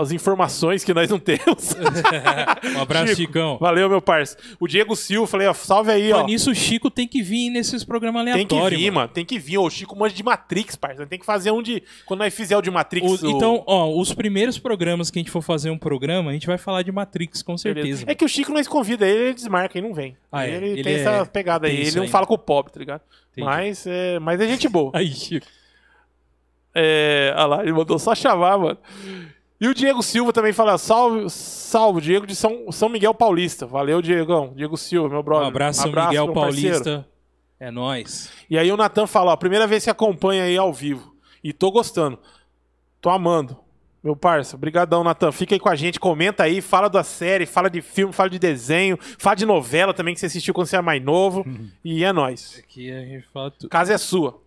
Speaker 2: as informações que nós não
Speaker 1: <laughs>
Speaker 2: temos.
Speaker 1: Um abraço,
Speaker 2: Chico.
Speaker 1: Chicão.
Speaker 2: valeu, meu parceiro. O Diego Silva, falei, ó, salve aí, ó.
Speaker 1: Falando nisso, o Chico tem que vir nesses programas
Speaker 2: Tem
Speaker 1: aleatórios.
Speaker 2: que
Speaker 1: é
Speaker 2: vir,
Speaker 1: mano.
Speaker 2: mano. Tem que vir. Ô, O Chico manja de Matrix, parça. Tem que fazer um de. Quando nós fizer o de Matrix.
Speaker 1: O-
Speaker 2: o-
Speaker 1: Então, ó, os primeiros programas que a gente for fazer um programa, a gente vai falar de Matrix, com certeza.
Speaker 2: É que o Chico nós convida ele, ele desmarca e não vem.
Speaker 1: Ah, é.
Speaker 2: ele,
Speaker 1: Ele
Speaker 2: tem
Speaker 1: é-
Speaker 2: essa pegada aí.
Speaker 1: tem
Speaker 2: Ele
Speaker 1: isso
Speaker 2: não
Speaker 1: aí.
Speaker 2: fala com o pobre, tá ligado?
Speaker 1: Entendi.
Speaker 2: Mas é, mas é gente boa. <laughs>
Speaker 1: Aí, Chico.
Speaker 2: É, olha lá, ele mandou só chamar, mano. E o Diego Silva também fala: salve, salve, Diego de São, São Miguel Paulista. Valeu, Diegão. Diego Silva, meu
Speaker 1: Um
Speaker 2: brother.
Speaker 1: abraço, São Miguel
Speaker 2: meu parceiro.
Speaker 1: Paulista. É nóis.
Speaker 2: E aí o Natan fala, ó, primeira vez que acompanha aí ao vivo. E tô gostando. Tô amando. Meu parça, brigadão, Natan. Fica aí com a gente, comenta aí, fala da série, fala de filme, fala de desenho, fala de novela também que você assistiu quando você era mais novo.
Speaker 1: <laughs>
Speaker 2: E é nóis.
Speaker 1: Aqui a gente fala tudo.
Speaker 2: Casa é sua.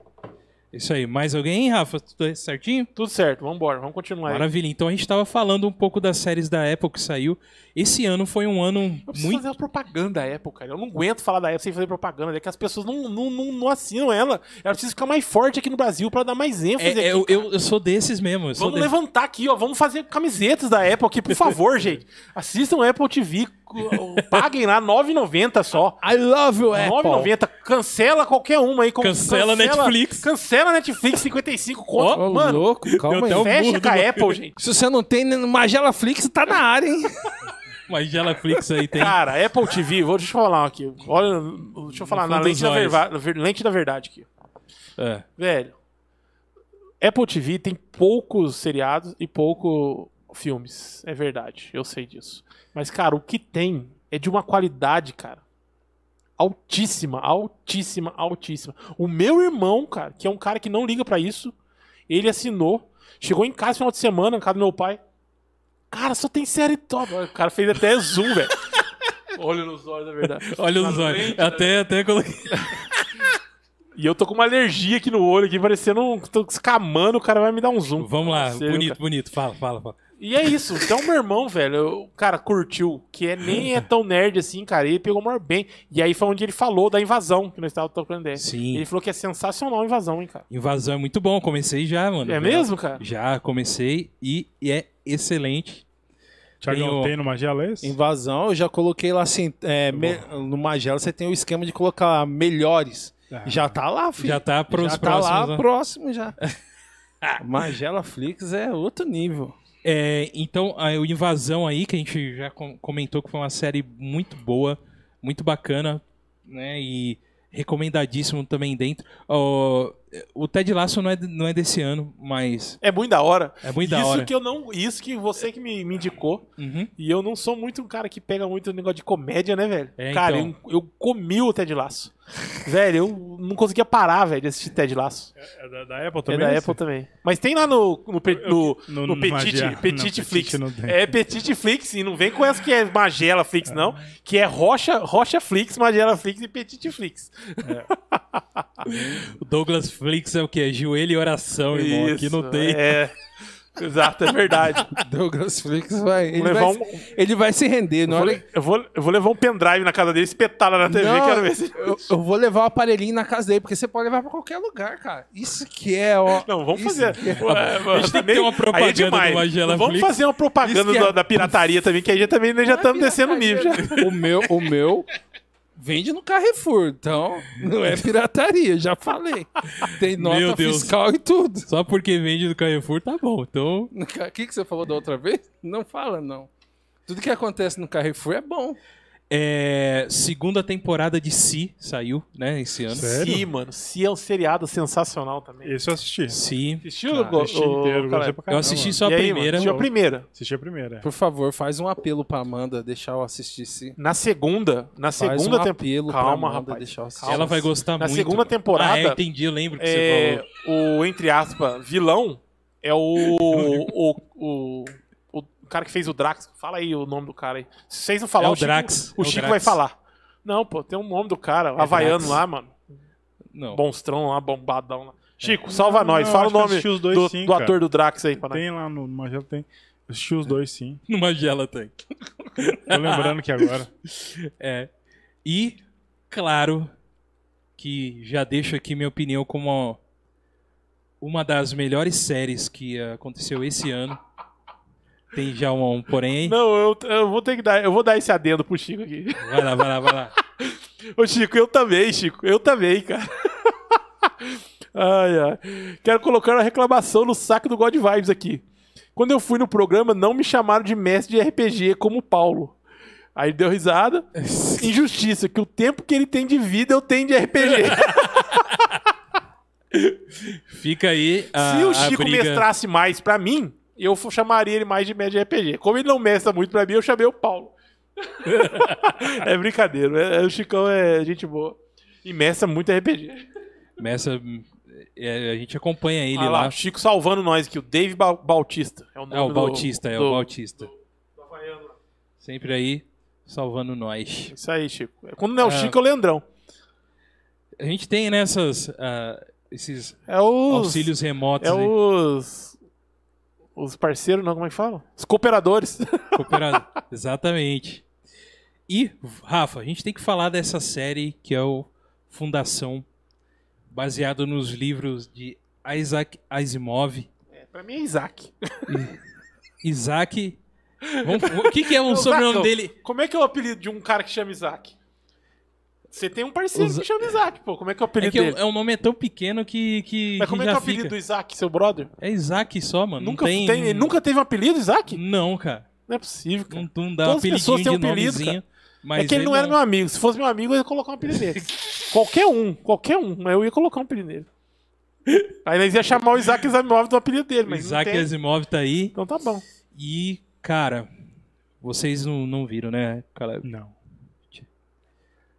Speaker 1: Isso aí. Mais alguém, Rafa? Tudo certinho?
Speaker 2: Tudo certo, vambora, vamos continuar aí.
Speaker 1: Maravilha. Então a gente tava falando um pouco das séries da Apple que saiu. Esse ano foi um ano
Speaker 2: Eu preciso
Speaker 1: muito.
Speaker 2: fazer uma propaganda da Apple, cara. Eu não aguento falar da Apple sem fazer propaganda. É que as pessoas não, não, não, não assinam ela. Ela precisa ficar mais forte aqui no Brasil pra dar mais
Speaker 1: É,
Speaker 2: ênfase
Speaker 1: é,
Speaker 2: aqui.
Speaker 1: eu, eu- eu sou desses mesmo. eu sou
Speaker 2: Vamos
Speaker 1: desses.
Speaker 2: levantar aqui, ó. Vamos fazer camisetas da Apple aqui, por favor, gente. Assistam a Apple TV. cu- Paguem lá, R$ 9,90 só.
Speaker 5: I love you,
Speaker 2: R$
Speaker 5: Apple.
Speaker 2: 9,90. Cancela qualquer uma aí. com-
Speaker 1: Cancela Netflix.
Speaker 2: Cancela Netflix, 55 conto.
Speaker 5: Ô,
Speaker 2: Mano,
Speaker 5: louco, calma aí.
Speaker 1: até um o burro
Speaker 2: fecha com
Speaker 1: do-
Speaker 2: a Apple, gente.
Speaker 5: Se você não tem nem no Magela Flix, tá na área, hein?
Speaker 1: Mas Gelaflix aí tem.
Speaker 2: Cara, Apple TV, vou, deixa eu falar um aqui. Olha, deixa eu falar
Speaker 1: No
Speaker 2: na
Speaker 1: fundo
Speaker 2: lente
Speaker 1: dos
Speaker 2: da,
Speaker 1: olhos.
Speaker 2: verva- ver- lente da verdade aqui.
Speaker 1: É.
Speaker 2: Velho, Apple TV tem poucos seriados e pouco filmes. É verdade, eu sei disso. Mas, cara, o que tem é de uma qualidade, cara. Altíssima, altíssima, altíssima. O meu irmão, cara, que é um cara que não liga pra isso, ele assinou. Chegou em casa no final de semana, na casa do meu pai. Cara, só tem série top. O cara fez até zoom, <laughs> velho. Olha nos olhos, na verdade. Tá
Speaker 1: Olha
Speaker 2: Na
Speaker 1: os olhos.
Speaker 2: frente,
Speaker 1: Até, até coloquei.
Speaker 2: E eu tô com uma alergia aqui no olho, aqui, parecendo um. Tô escamando, o cara vai me dar um zoom.
Speaker 1: Vamos lá,
Speaker 2: Sério,
Speaker 1: bonito,
Speaker 2: cara.
Speaker 1: bonito. Fala, fala, fala.
Speaker 2: E é isso. Então, meu irmão, velho, o cara curtiu, que é, nem é tão nerd assim, cara. Ele pegou maior bem. E aí foi onde ele falou da invasão, que nós estávamos tocando ideia.
Speaker 1: Sim.
Speaker 2: Ele falou que é sensacional a invasão, hein, cara.
Speaker 1: Invasão é muito bom, comecei já, mano.
Speaker 2: É
Speaker 1: Já-
Speaker 2: mesmo, cara?
Speaker 1: Já comecei e, e é excelente. Tem
Speaker 4: Tiagão,
Speaker 1: o-
Speaker 4: tem no Magela esse?
Speaker 5: Invasão, eu já coloquei lá assim. é, me- no Magela você tem o esquema de colocar melhores.
Speaker 4: Ah.
Speaker 5: Já tá lá, filho.
Speaker 1: Já tá pros
Speaker 5: já tá
Speaker 1: próximos.
Speaker 5: lá
Speaker 1: né?
Speaker 5: próximo já. Magela Flix é outro nível.
Speaker 1: É, então, a o Invasão aí, que a gente já com- comentou que foi uma série muito boa, muito bacana, né? E recomendadíssimo também dentro. Ó, o Ted Lasso não é, não é desse ano, mas
Speaker 2: É muito da hora.
Speaker 1: é muito da
Speaker 2: isso
Speaker 1: hora.
Speaker 2: que eu não. Isso que você que me, me indicou.
Speaker 1: Uhum.
Speaker 2: E eu não sou muito um cara que pega muito negócio de comédia, né, velho?
Speaker 1: É,
Speaker 2: cara,
Speaker 1: então.
Speaker 2: eu, eu comi o Ted Laço. velho, eu não conseguia parar, velho, de assistir Ted Laço.
Speaker 4: É da, da Apple
Speaker 2: é
Speaker 4: também?
Speaker 2: da
Speaker 4: esse?
Speaker 2: Apple também. Mas tem lá no, no, pe- no, no
Speaker 4: no- no
Speaker 2: Petite,
Speaker 4: Magela.
Speaker 2: Petite
Speaker 4: Não,
Speaker 2: Flix.
Speaker 4: Petite não tem.
Speaker 2: é Petite Flix e não vem com essa que é Magela Flix, não. Que é Rocha, Rocha Flix, Magela Flix e Petite Flix.
Speaker 1: O Douglas Flix é o quê? Joelho e oração, irmão. Aqui não tem.
Speaker 2: É. Exato, é verdade.
Speaker 5: Então Douglas Flix vai. Ele,
Speaker 2: levar
Speaker 5: vai,
Speaker 2: um-
Speaker 5: se- ele vai se render. é? Na
Speaker 2: Eu
Speaker 5: hora
Speaker 2: vou- eu, vou, eu vou levar um pendrive na casa dele, espetar lá na TV,
Speaker 5: Não,
Speaker 2: quero ver se.
Speaker 5: eu, eu vou levar o aparelhinho na casa dele, porque você pode levar pra qualquer lugar, cara. Isso que é, ó.
Speaker 2: Não, vamos
Speaker 5: isso
Speaker 2: fazer.
Speaker 5: que é.
Speaker 2: A
Speaker 1: gente tem que ter uma propaganda do Magela
Speaker 2: é Vamos
Speaker 1: Flix.
Speaker 2: fazer uma propaganda
Speaker 5: Isso que é-
Speaker 2: da, da pirataria também, que aí já também nós já estamos descendo o nível. Já.
Speaker 5: O meu, o meu vende no Carrefour, então não é pirataria, já falei. Tem nota
Speaker 1: Meu Deus.
Speaker 5: fiscal e tudo.
Speaker 1: Só porque vende do Carrefour, tá bom. Então,
Speaker 5: O que, que você falou da outra vez? Não fala, não. Tudo que acontece no Carrefour é bom.
Speaker 1: é, segunda temporada de Si saiu, né, esse ano.
Speaker 4: Sério?
Speaker 2: Sim, mano. Se é um seriado sensacional também.
Speaker 4: Esse eu assisti.
Speaker 1: Si.
Speaker 2: Assistiu,
Speaker 4: Cara,
Speaker 2: Glo-
Speaker 4: assisti
Speaker 2: ô, Caleb?
Speaker 4: inteiro, gostei pra
Speaker 1: Eu
Speaker 4: caramba.
Speaker 1: assisti só
Speaker 2: E
Speaker 1: Então a
Speaker 2: aí, mano,
Speaker 1: primeira.
Speaker 2: assistiu a primeira.
Speaker 4: Assisti a primeira. é.
Speaker 5: Por favor, faz um apelo pra Amanda deixar eu assistir se.
Speaker 2: Na segunda, na
Speaker 5: Faz
Speaker 2: segunda
Speaker 5: um
Speaker 2: temporada.
Speaker 5: apelo pra
Speaker 2: Calma,
Speaker 5: Amanda
Speaker 2: rapaz.
Speaker 5: deixar eu assistir.
Speaker 1: Ela vai gostar
Speaker 2: Na
Speaker 1: muito.
Speaker 2: segunda temporada-
Speaker 1: Ah, é, entendi, eu lembro que você
Speaker 2: É,
Speaker 1: falou.
Speaker 2: o, entre aspas, vilão é o o, o, o. o cara que fez o Drax. Fala aí o nome do cara aí. Se vocês não falar,
Speaker 1: É o
Speaker 2: Chico-
Speaker 1: Drax, é
Speaker 2: o
Speaker 1: o
Speaker 2: Chico
Speaker 1: Drax. É
Speaker 2: vai falar. Não, pô, tem um nome do cara, havaiano
Speaker 1: Drax. É.
Speaker 2: lá, mano.
Speaker 1: Não.
Speaker 2: Monstrão lá, bombadão lá. Chico, salva
Speaker 4: Não,
Speaker 2: nós.
Speaker 4: eu
Speaker 2: Fala o
Speaker 4: acho que eu
Speaker 2: nome
Speaker 4: assisti os dois
Speaker 2: do,
Speaker 4: sim,
Speaker 2: do
Speaker 4: cara.
Speaker 2: ator do Drax aí pra nós.
Speaker 4: Tem lá no Magela, tem. Eu Assisti os dois, sim.
Speaker 1: No Magela tem.
Speaker 2: <laughs>
Speaker 4: Tô lembrando que agora.
Speaker 1: É. E, claro, que já deixo aqui minha opinião como uma, uma das melhores séries que aconteceu esse ano. Tem já um, um porém.
Speaker 2: Não, eu, eu vou ter que dar. Eu vou dar esse adendo pro Chico aqui.
Speaker 1: Vai lá, vai lá, vai
Speaker 2: <laughs>
Speaker 1: lá.
Speaker 2: Ô, Chico, eu também, Chico. Eu também, cara. <laughs> ai, ai. Quero colocar uma reclamação no saco do God Vibes aqui. Quando eu fui no programa, não me chamaram de mestre de RPG como o Paulo. Aí deu risada. Injustiça, que o tempo que ele tem de vida eu tenho de RPG.
Speaker 1: Fica aí a,
Speaker 2: Se o
Speaker 1: a
Speaker 2: Chico
Speaker 1: Ah, briga.
Speaker 2: mestrasse mais pra mim, eu f- chamaria ele mais de mestre de RPG. Como ele não mestra muito pra mim, eu chamei o Paulo. <laughs> é brincadeira. é- é- o Chicão é gente boa. E mestra muito RPG.
Speaker 1: Essa, é, a gente acompanha ele
Speaker 2: Ah lá,
Speaker 1: lá.
Speaker 2: o Chico salvando nós aqui, o Dave Ba- Bautista. É o, nome
Speaker 1: É o
Speaker 2: do-
Speaker 1: Bautista, é
Speaker 2: do-
Speaker 1: o Bautista.
Speaker 2: do havaiano.
Speaker 1: Sempre aí, salvando nós.
Speaker 2: Isso aí, Chico. Quando não é o
Speaker 1: Ah.
Speaker 2: Chico, é o Leandrão.
Speaker 1: A gente tem nessas. esses
Speaker 2: É os.
Speaker 1: auxílios remotos <laughs>
Speaker 2: É
Speaker 1: aí.
Speaker 2: os. Os parceiros, não, como é que fala? Os cooperadores.
Speaker 1: Cooperado. Exatamente. E, Rafa, a gente tem que falar dessa série que é o Fundação, baseado nos livros de Isaac Asimov.
Speaker 2: <laughs> É, pra mim é Isaac.
Speaker 1: Isaac. Vamos- o que, que é
Speaker 2: É <laughs> o
Speaker 1: o sobrenome
Speaker 2: Zacão.
Speaker 1: dele?
Speaker 2: Como é que é o apelido de um cara que chama Isaac? Você tem um parceiro
Speaker 1: Os-
Speaker 2: que chama Isaac, pô. Como é que é o
Speaker 1: É
Speaker 2: apelido
Speaker 1: que é,
Speaker 2: dele?
Speaker 1: um- é um nome tão pequeno que, que,
Speaker 2: Mas
Speaker 1: que
Speaker 2: como é que é
Speaker 1: já
Speaker 2: o
Speaker 1: fica.
Speaker 2: apelido do Isaac, seu brother?
Speaker 1: É Isaac só, mano.
Speaker 2: Nunca,
Speaker 1: não tem...
Speaker 2: tem- ele nunca teve um apelido, Isaac?
Speaker 1: Não, cara.
Speaker 2: Não é possível, cara.
Speaker 1: Não, não dá
Speaker 2: Todas as
Speaker 1: apelidinho
Speaker 2: pessoas têm
Speaker 1: de
Speaker 2: um apelido,
Speaker 1: nomezinho. Mas
Speaker 2: É que ele não era meu amigo. Se fosse meu amigo, eu ia colocar um
Speaker 1: <laughs>
Speaker 2: apelido nele. qualquer um, qualquer um. Mas eu ia colocar um apelido nele. Aí nós ia chamar o Isaac Asimov do apelido dele,
Speaker 1: O
Speaker 2: mas
Speaker 1: Isaac
Speaker 2: não tem.
Speaker 1: Asimov tá aí.
Speaker 2: Então tá bom.
Speaker 1: E, cara, vocês não, não viram, né, Caleb?
Speaker 4: Não.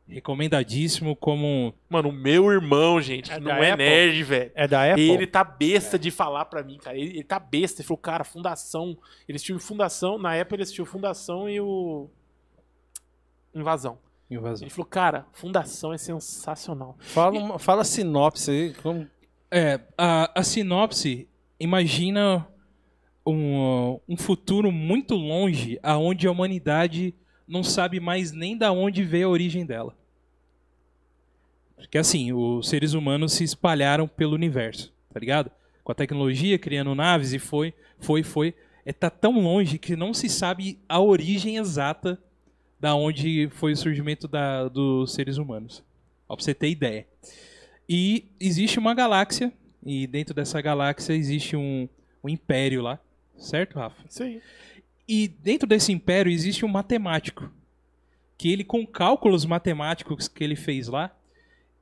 Speaker 1: Recomendadíssimo como.
Speaker 2: Mano, o meu irmão, gente,
Speaker 5: É
Speaker 2: não
Speaker 5: da
Speaker 2: é
Speaker 5: Apple?
Speaker 2: nerd, velho.
Speaker 5: É da Apple?
Speaker 2: Ele tá besta de falar pra mim, cara. Ele, ele tá besta. Ele falou, cara, Fundação. Ele assistiu Fundação. Na época ele assistiu Fundação e o. Invasão.
Speaker 1: Invasão.
Speaker 2: Ele falou, cara, Fundação é sensacional.
Speaker 5: Fala, uma- fala a sinopse aí. Como...
Speaker 1: É, a, a sinopse imagina um, um futuro muito longe aonde a humanidade não sabe mais nem da onde veio a origem dela. Porque assim, os seres humanos se espalharam pelo universo, tá ligado? Com a tecnologia, criando naves e foi, foi, foi. É, tá tão longe que não se sabe a origem exata da onde foi o surgimento da, dos seres humanos. Ó, pra você ter ideia. E existe uma galáxia, e dentro dessa galáxia existe um, um império lá, certo, Rafa?
Speaker 2: Isso aí.
Speaker 1: E dentro desse império existe um matemático, que ele com cálculos matemáticos que ele fez lá,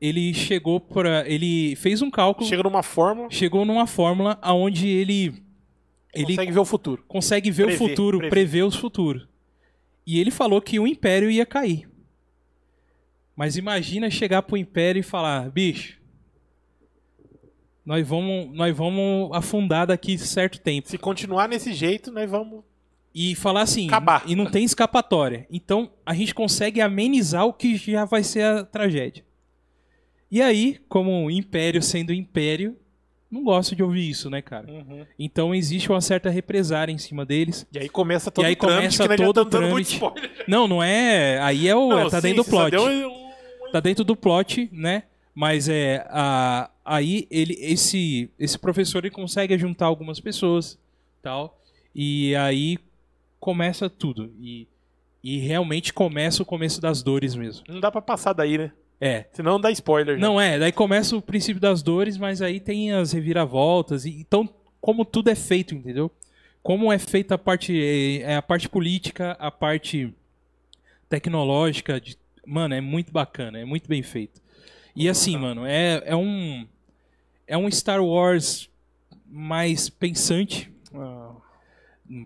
Speaker 1: ele chegou para, ele fez um cálculo,
Speaker 2: Chega numa fórmula,
Speaker 1: chegou numa fórmula aonde ele ele
Speaker 2: consegue ver o futuro.
Speaker 1: consegue ver
Speaker 2: Prever,
Speaker 1: o futuro,
Speaker 2: prever.
Speaker 1: prever os futuros. E ele falou que o Império ia cair. Mas imagina chegar pro Império e falar, bicho, nós vamos, nós vamos afundar daqui certo tempo.
Speaker 2: Se continuar nesse jeito, nós vamos.
Speaker 1: E falar assim,
Speaker 2: Acabar.
Speaker 1: e não tem escapatória. Então a gente consegue amenizar o que já vai ser a tragédia. E aí, como o Império sendo Império, não gosto de ouvir isso, né, cara?
Speaker 2: Uhum.
Speaker 1: Então existe uma certa represária em cima deles.
Speaker 2: E aí começa todo
Speaker 1: E aí
Speaker 2: o trâmite,
Speaker 1: começa
Speaker 2: que nós já
Speaker 1: todo o
Speaker 2: estamos dando muito
Speaker 1: trâmite.
Speaker 2: spoiler.
Speaker 1: Não, não é. Aí é o.
Speaker 2: Não,
Speaker 1: tá
Speaker 2: sim,
Speaker 1: dentro do
Speaker 2: você só
Speaker 1: plot.
Speaker 2: deu um-
Speaker 1: Tá dentro do plot, né? Mas é. A, aí ele, esse, esse professor ele consegue juntar algumas pessoas tal. E aí começa tudo. E, e realmente começa o começo das dores mesmo.
Speaker 2: Não dá pra passar daí, né?
Speaker 1: É.
Speaker 2: Senão dá spoiler. né? já.
Speaker 1: Não é, daí começa o princípio das dores, mas aí tem as reviravoltas. E, então, como tudo é feito, entendeu? Como é feita a parte, é, é a parte política, a parte tecnológica. de- mano, é muito bacana, é muito bem feito. E assim, mano, é, é um é um Star Wars mais pensante,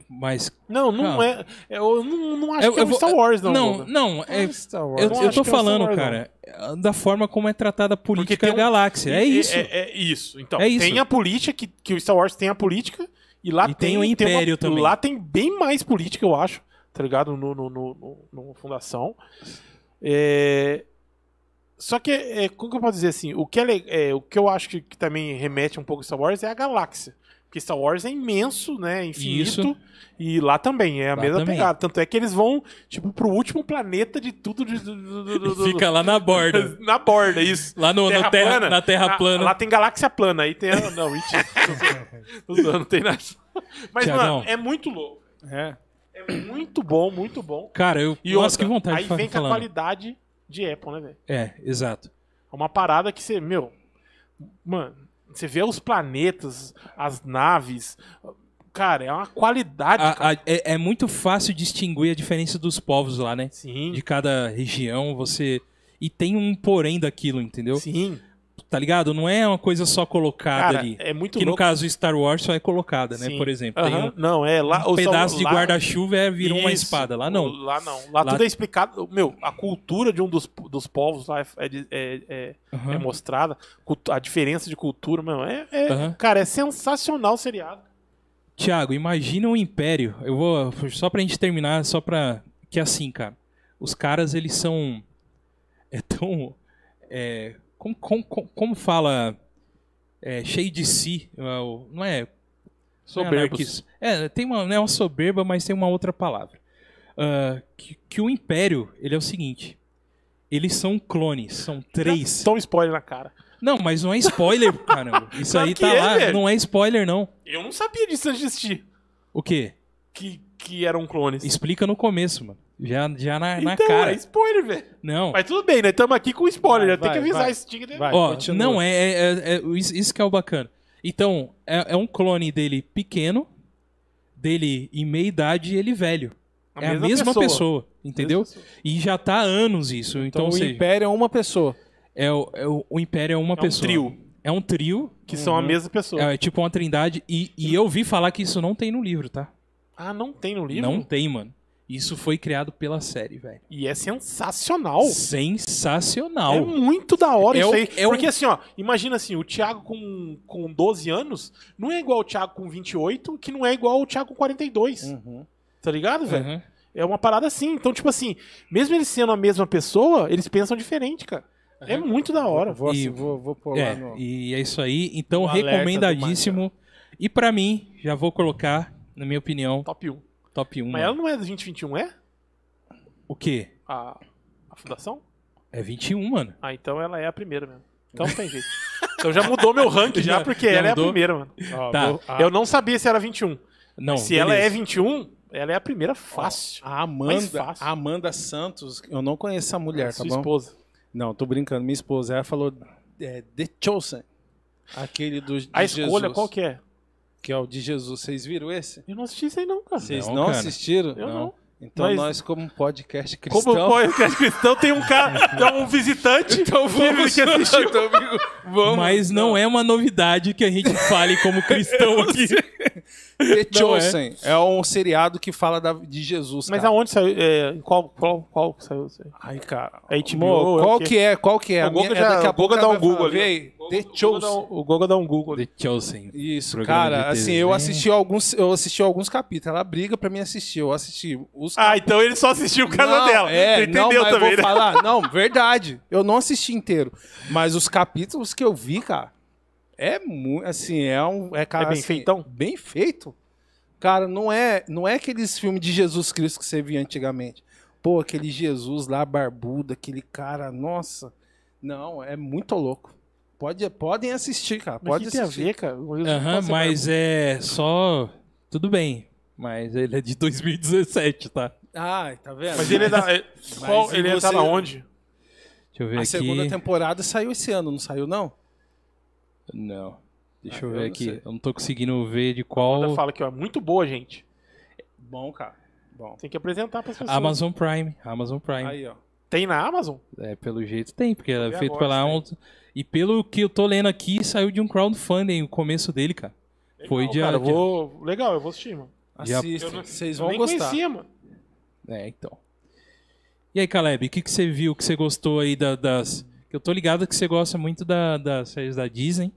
Speaker 1: mais
Speaker 2: Não, não,
Speaker 1: Não.
Speaker 2: é. Eu não, não acho
Speaker 1: Eu-
Speaker 2: que é
Speaker 1: eu
Speaker 2: um
Speaker 1: vou-
Speaker 2: Star Wars, não.
Speaker 1: não,
Speaker 2: Guga.
Speaker 1: não, é,
Speaker 5: Star Wars.
Speaker 1: eu,
Speaker 2: não
Speaker 1: eu
Speaker 2: acho
Speaker 1: tô
Speaker 2: que é um Star
Speaker 1: falando,
Speaker 2: Wars,
Speaker 1: cara, da forma como é tratada a política
Speaker 2: tem um-
Speaker 1: da galáxia. É isso.
Speaker 2: É, é isso. Então,
Speaker 1: É isso.
Speaker 2: tem a política, que, que o Star Wars tem a política, e lá
Speaker 1: E tem o
Speaker 2: uma-
Speaker 1: Império também.
Speaker 2: Lá tem bem mais política, eu acho, tá ligado? No, no, no- no- no Fundação. É, Só que, é, como que eu posso dizer assim? O que, é le- é, o que eu acho que, que também remete um pouco a Star Wars é a galáxia. Porque Star Wars é imenso, né? Infinito.
Speaker 1: Isso.
Speaker 2: E lá também, é a
Speaker 1: Lá
Speaker 2: mesma
Speaker 1: também.
Speaker 2: pegada. Tanto é que eles vão, tipo, pro último planeta de tudo. de- do- do- do- do- do-
Speaker 1: <laughs> Fica lá na borda.
Speaker 2: <laughs> na borda, isso.
Speaker 1: Lá no,
Speaker 2: Terra
Speaker 1: na, terra,
Speaker 2: plana?
Speaker 1: na Terra
Speaker 2: Ah,
Speaker 1: Plana.
Speaker 2: lá tem galáxia plana, aí
Speaker 1: <laughs>
Speaker 2: tem. a- Não, mentira. tô zoando. Tô zoando, não tem nada. Mas, mano,
Speaker 1: Tiagão.
Speaker 2: é muito louco.
Speaker 5: É.
Speaker 2: É muito bom, muito bom.
Speaker 1: Cara, eu.
Speaker 2: E
Speaker 1: nossa,
Speaker 2: outra,
Speaker 1: que vontade
Speaker 2: Aí
Speaker 1: de falar. né?
Speaker 2: vem com a qualidade de Apple, né, velho?
Speaker 1: É, exato.
Speaker 2: É uma parada que você, meu. Mano, você vê os planetas, as naves. Cara, é uma qualidade. cara.
Speaker 1: A- a- é, é muito fácil distinguir a diferença dos povos lá, né?
Speaker 2: Sim,
Speaker 1: De cada região, você. E tem um porém daquilo, entendeu?
Speaker 2: sim.
Speaker 1: Tá ligado? Não é uma coisa só colocada
Speaker 2: Cara,
Speaker 1: ali.
Speaker 2: é muito
Speaker 1: que no
Speaker 2: louco.
Speaker 1: caso Star Wars só é colocada, né?
Speaker 2: Sim.
Speaker 1: Por exemplo. Tem
Speaker 2: Aham,
Speaker 1: um,
Speaker 2: Não, é lá.
Speaker 1: um
Speaker 2: ou são-
Speaker 1: pedaço de
Speaker 2: lá-
Speaker 1: guarda-chuva e virou uma
Speaker 2: Isso.
Speaker 1: espada. Lá não.
Speaker 2: Lá não. Lá,
Speaker 1: Lá-
Speaker 2: tudo é explicado. Meu, a cultura de um dos, dos povos lá é, é de- é- é-
Speaker 1: Aham.
Speaker 2: é mostrada. Cultu- A diferença de cultura, mano. É, é-
Speaker 1: Aham.
Speaker 2: Cara, é sensacional o seriado.
Speaker 1: Tiago, imagina um império. Eu vou só pra gente terminar, só pra que assim, cara. Os caras eles são é tão é, como, como, como, como fala é, cheio de si, é, o- não é? não é anarquis- É, tem uma não é uma soberba, mas tem uma outra palavra. Ah, que, que o império ele é o seguinte. Eles são clones, são três.
Speaker 2: Tão spoiler na cara.
Speaker 1: Não, mas não é spoiler, <laughs> caramba. Isso
Speaker 2: Claro
Speaker 1: aí
Speaker 2: que
Speaker 1: tá
Speaker 2: é,
Speaker 1: lá,
Speaker 2: velho.
Speaker 1: não é spoiler não.
Speaker 2: Eu não sabia disso antes de assistir.
Speaker 1: O quê?
Speaker 2: Que, que eram clones.
Speaker 1: Explica no começo, mano. Já, já na, na
Speaker 2: então,
Speaker 1: cara.
Speaker 2: é spoiler, velho.
Speaker 1: Não.
Speaker 2: Mas tudo bem, né? Estamos aqui com spoiler.
Speaker 5: Vai,
Speaker 2: já tem que
Speaker 5: vai,
Speaker 2: avisar
Speaker 5: vai.
Speaker 2: isso. Tinha que ter-
Speaker 5: Vai,
Speaker 1: Ó,
Speaker 5: continua.
Speaker 1: não, é, é- é- é- isso isso que é o bacana. Então, é, é um clone dele pequeno, dele em meia idade e ele velho. é a mesma pessoa, entendeu?
Speaker 2: Mesma pessoa.
Speaker 1: E já tá há anos isso. Então,
Speaker 5: Então,
Speaker 1: ou
Speaker 5: o
Speaker 1: seja,
Speaker 5: Império é uma pessoa.
Speaker 1: é o, é o, o Império é uma
Speaker 2: É um
Speaker 1: pessoa.
Speaker 2: trio.
Speaker 1: É um trio.
Speaker 2: Que são a mesma pessoa.
Speaker 1: É, tipo uma trindade. E, e eu vi falar que isso não tem no livro, tá?
Speaker 2: Ah, não tem no livro?
Speaker 1: Não tem, mano. Isso foi criado pela série, velho.
Speaker 2: E é sensacional.
Speaker 1: Sensacional.
Speaker 2: É muito da hora
Speaker 1: É
Speaker 2: isso
Speaker 1: o-
Speaker 2: aí.
Speaker 1: é o-
Speaker 2: Porque assim, ó, imagina assim, o Thiago com, com 12 anos não é igual o Thiago com 28, que não é igual o Thiago com 42.
Speaker 5: Hum. Uhum.
Speaker 2: Tá ligado, velho?
Speaker 1: Uhum.
Speaker 2: É uma parada assim. Então, tipo assim, mesmo eles sendo a mesma pessoa, eles pensam diferente, cara. É muito da hora.
Speaker 5: Vou,
Speaker 1: E-
Speaker 5: assim, vou, vou pôr lá
Speaker 1: É,
Speaker 5: no.
Speaker 1: e é isso aí. Então,
Speaker 2: Um alerta do
Speaker 1: recomendadíssimo. E pra mim, já vou colocar, na minha opinião,
Speaker 2: Top 1.
Speaker 1: top 1.
Speaker 2: Mas ela não é do 2021, é?
Speaker 1: O quê?
Speaker 2: A, a fundação?
Speaker 1: É 21, mano.
Speaker 2: Ah, então ela é a primeira mesmo. Então não tem jeito. Então já mudou meu ranking já,
Speaker 1: Já-
Speaker 2: porque
Speaker 1: já
Speaker 2: ela é a
Speaker 1: mudou?
Speaker 2: primeira, mano.
Speaker 4: Ó,
Speaker 1: Tá.
Speaker 4: vou- ah,
Speaker 2: Eu não sabia se era 21.
Speaker 1: Não,
Speaker 2: se ela é
Speaker 1: beleza.
Speaker 2: 21, ela é a primeira fácil.
Speaker 5: A
Speaker 2: Mais
Speaker 5: Amanda,
Speaker 2: fácil. É,
Speaker 5: a Amanda Santos, eu não conheço essa mulher, tá
Speaker 2: Sua
Speaker 5: bom?
Speaker 2: esposa.
Speaker 5: Não, tô brincando. Minha esposa, ela falou é, The Chosen. Aquele do de
Speaker 2: A escolha
Speaker 5: Jesus,
Speaker 2: qual que é?
Speaker 5: que é o de Jesus. Vocês viram esse?
Speaker 2: Eu não assisti isso aí não, cara.
Speaker 5: Vocês
Speaker 1: Não,
Speaker 5: não,
Speaker 1: cara.
Speaker 5: assistiram?
Speaker 2: Eu não.
Speaker 5: Então
Speaker 2: Mas-
Speaker 5: nós, como um podcast cristão...
Speaker 2: Como podcast cristão, tem
Speaker 5: <laughs>
Speaker 2: um cara, tem um visitante
Speaker 5: Então vamos,
Speaker 2: que
Speaker 5: <laughs>
Speaker 2: assistiu.
Speaker 5: domingo, vamos.
Speaker 1: Mas não é uma novidade que a gente fale como cristão aqui.
Speaker 5: The
Speaker 1: é.
Speaker 5: Chosen é. um seriado que fala da- de Jesus,
Speaker 2: Mas
Speaker 5: cara.
Speaker 2: aonde saiu? É, em qual, qual, qual que saiu isso aí?
Speaker 5: Ai, cara.
Speaker 2: A HBO,
Speaker 5: Mo,
Speaker 2: é o
Speaker 5: qual
Speaker 2: quê?
Speaker 5: que é? Qual que é?
Speaker 2: O
Speaker 5: A minha-
Speaker 2: Google
Speaker 5: é
Speaker 2: já-
Speaker 5: daqui a
Speaker 2: o Google
Speaker 5: pouco
Speaker 2: dá
Speaker 5: ela
Speaker 2: um
Speaker 5: vai
Speaker 2: Google
Speaker 5: falar,
Speaker 2: ali,
Speaker 5: "Vem, The
Speaker 2: Google dá
Speaker 5: Chosen.
Speaker 2: um- O Google dá um Google.
Speaker 1: The Chosen.
Speaker 5: Isso,
Speaker 1: Programa de
Speaker 5: cara, assim,
Speaker 1: TV.
Speaker 2: né?
Speaker 5: eu assisti alguns, eu assisti alguns capítulos. Ela briga pra mim assistir, eu assisti os
Speaker 2: Ah, então ele só assistiu o caso
Speaker 5: não,
Speaker 2: dela.
Speaker 5: É,
Speaker 2: Você
Speaker 5: não,
Speaker 2: entendeu
Speaker 5: mas eu vou
Speaker 2: também, né? <laughs>
Speaker 5: falar, não, verdade. Eu não assisti inteiro, mas os capítulos que eu vi, cara, é muito, assim, é um é, cara,
Speaker 2: É bem
Speaker 5: assim,
Speaker 2: feitão?
Speaker 5: Bem feito. Cara, não é, não é aqueles filmes de Jesus Cristo que você via antigamente. Pô, aquele Jesus lá barbudo, aquele cara, nossa. Não, é muito louco. Pode, podem assistir, cara.
Speaker 2: Mas o
Speaker 5: Pode
Speaker 2: que tem a
Speaker 5: assistir.
Speaker 2: ver, cara? O Jesus
Speaker 1: Aham,
Speaker 2: pode ser
Speaker 1: mas é só. Tudo bem. Mas ele é de 2017, tá?
Speaker 5: Ai, tá vendo?
Speaker 2: Mas ele é da. é- Qual,
Speaker 5: Mas e
Speaker 2: ele é tá
Speaker 5: você-
Speaker 2: na onde?
Speaker 1: Deixa eu ver
Speaker 5: A
Speaker 1: aqui.
Speaker 5: segunda temporada saiu esse ano, não saiu não?
Speaker 1: Não. Deixa
Speaker 5: Ah,
Speaker 1: eu
Speaker 5: eu
Speaker 1: ver
Speaker 5: não
Speaker 1: aqui.
Speaker 5: sei.
Speaker 1: Eu não tô conseguindo ver de
Speaker 2: Ela
Speaker 1: qual.
Speaker 2: fala que ó, é muito boa, gente.
Speaker 5: Bom, cara. Bom.
Speaker 2: Tem que apresentar pras pessoas.
Speaker 1: Amazon Prime. Amazon Prime.
Speaker 5: Aí, ó.
Speaker 2: Tem na Amazon?
Speaker 1: É, pelo jeito tem, porque ela
Speaker 2: ver
Speaker 1: é feito
Speaker 2: agora
Speaker 1: pela
Speaker 2: isso aí.
Speaker 1: Amazon. E pelo que eu tô lendo aqui, saiu de um crowdfunding o começo dele, cara. Foi
Speaker 2: Legal,
Speaker 1: de.
Speaker 2: cara, eu
Speaker 1: de-
Speaker 2: vou... Legal, eu vou assistir, mano.
Speaker 1: Já-
Speaker 2: Eu não-
Speaker 5: Assistem, vocês
Speaker 2: Eu
Speaker 5: vão
Speaker 2: nem
Speaker 5: gostar.
Speaker 2: conhecia, mano.
Speaker 1: É, então. E aí, Caleb, o que, que você viu, que você gostou aí da- das. Eu tô ligado que você gosta muito da- das séries da Disney,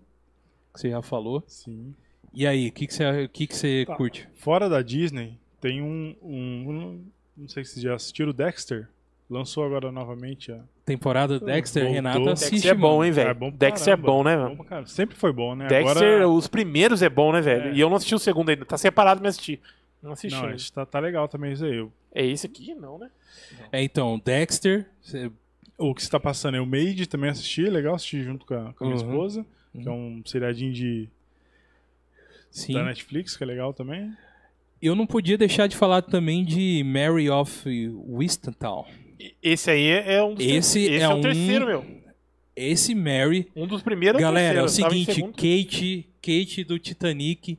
Speaker 1: que você já falou.
Speaker 4: sim.
Speaker 1: E aí, o que, que você, o que que você
Speaker 4: Tá.
Speaker 1: curte?
Speaker 4: Fora da Disney, tem um, um- Não sei se vocês já assistiram o Dexter. Lançou agora novamente. A...
Speaker 1: Temporada Dexter,
Speaker 4: voltou.
Speaker 1: Renata
Speaker 4: Dexter
Speaker 1: assiste.
Speaker 2: Dexter é bom,
Speaker 1: mano.
Speaker 2: hein, velho.
Speaker 4: É bom pra
Speaker 2: Dexter é
Speaker 4: caramba.
Speaker 2: bom, né,
Speaker 4: Bom
Speaker 2: mano?
Speaker 4: pra caramba. Sempre foi bom, né?
Speaker 2: Dexter,
Speaker 4: agora...
Speaker 2: os primeiros é bom, né, velho?
Speaker 4: É.
Speaker 2: E eu não assisti o segundo ainda. Tá separado, mas assisti. Não assisti.
Speaker 4: Não,
Speaker 2: ainda.
Speaker 4: esse tá, tá legal também isso aí.
Speaker 2: É esse aqui? Não, né?
Speaker 1: É, então, Dexter. você-
Speaker 4: O que você tá passando é o Made, também assisti, é legal assistir junto com a, com a minha
Speaker 1: Uhum.
Speaker 4: esposa, que é um seriadinho de,
Speaker 1: Sim.
Speaker 4: da Netflix, que é legal também.
Speaker 1: Eu não podia deixar de falar também de Mary of Wistantown.
Speaker 2: E- Esse aí é é um dos
Speaker 1: Esse
Speaker 2: ter-
Speaker 1: é
Speaker 2: é, o
Speaker 1: um-
Speaker 2: terceiro, meu.
Speaker 1: Esse Mary
Speaker 2: Um dos primeiros
Speaker 1: Galera, é
Speaker 2: é
Speaker 1: o
Speaker 2: o terceiro. Tava em
Speaker 1: seguinte,
Speaker 2: segundo.
Speaker 1: Kate, Kate do Titanic,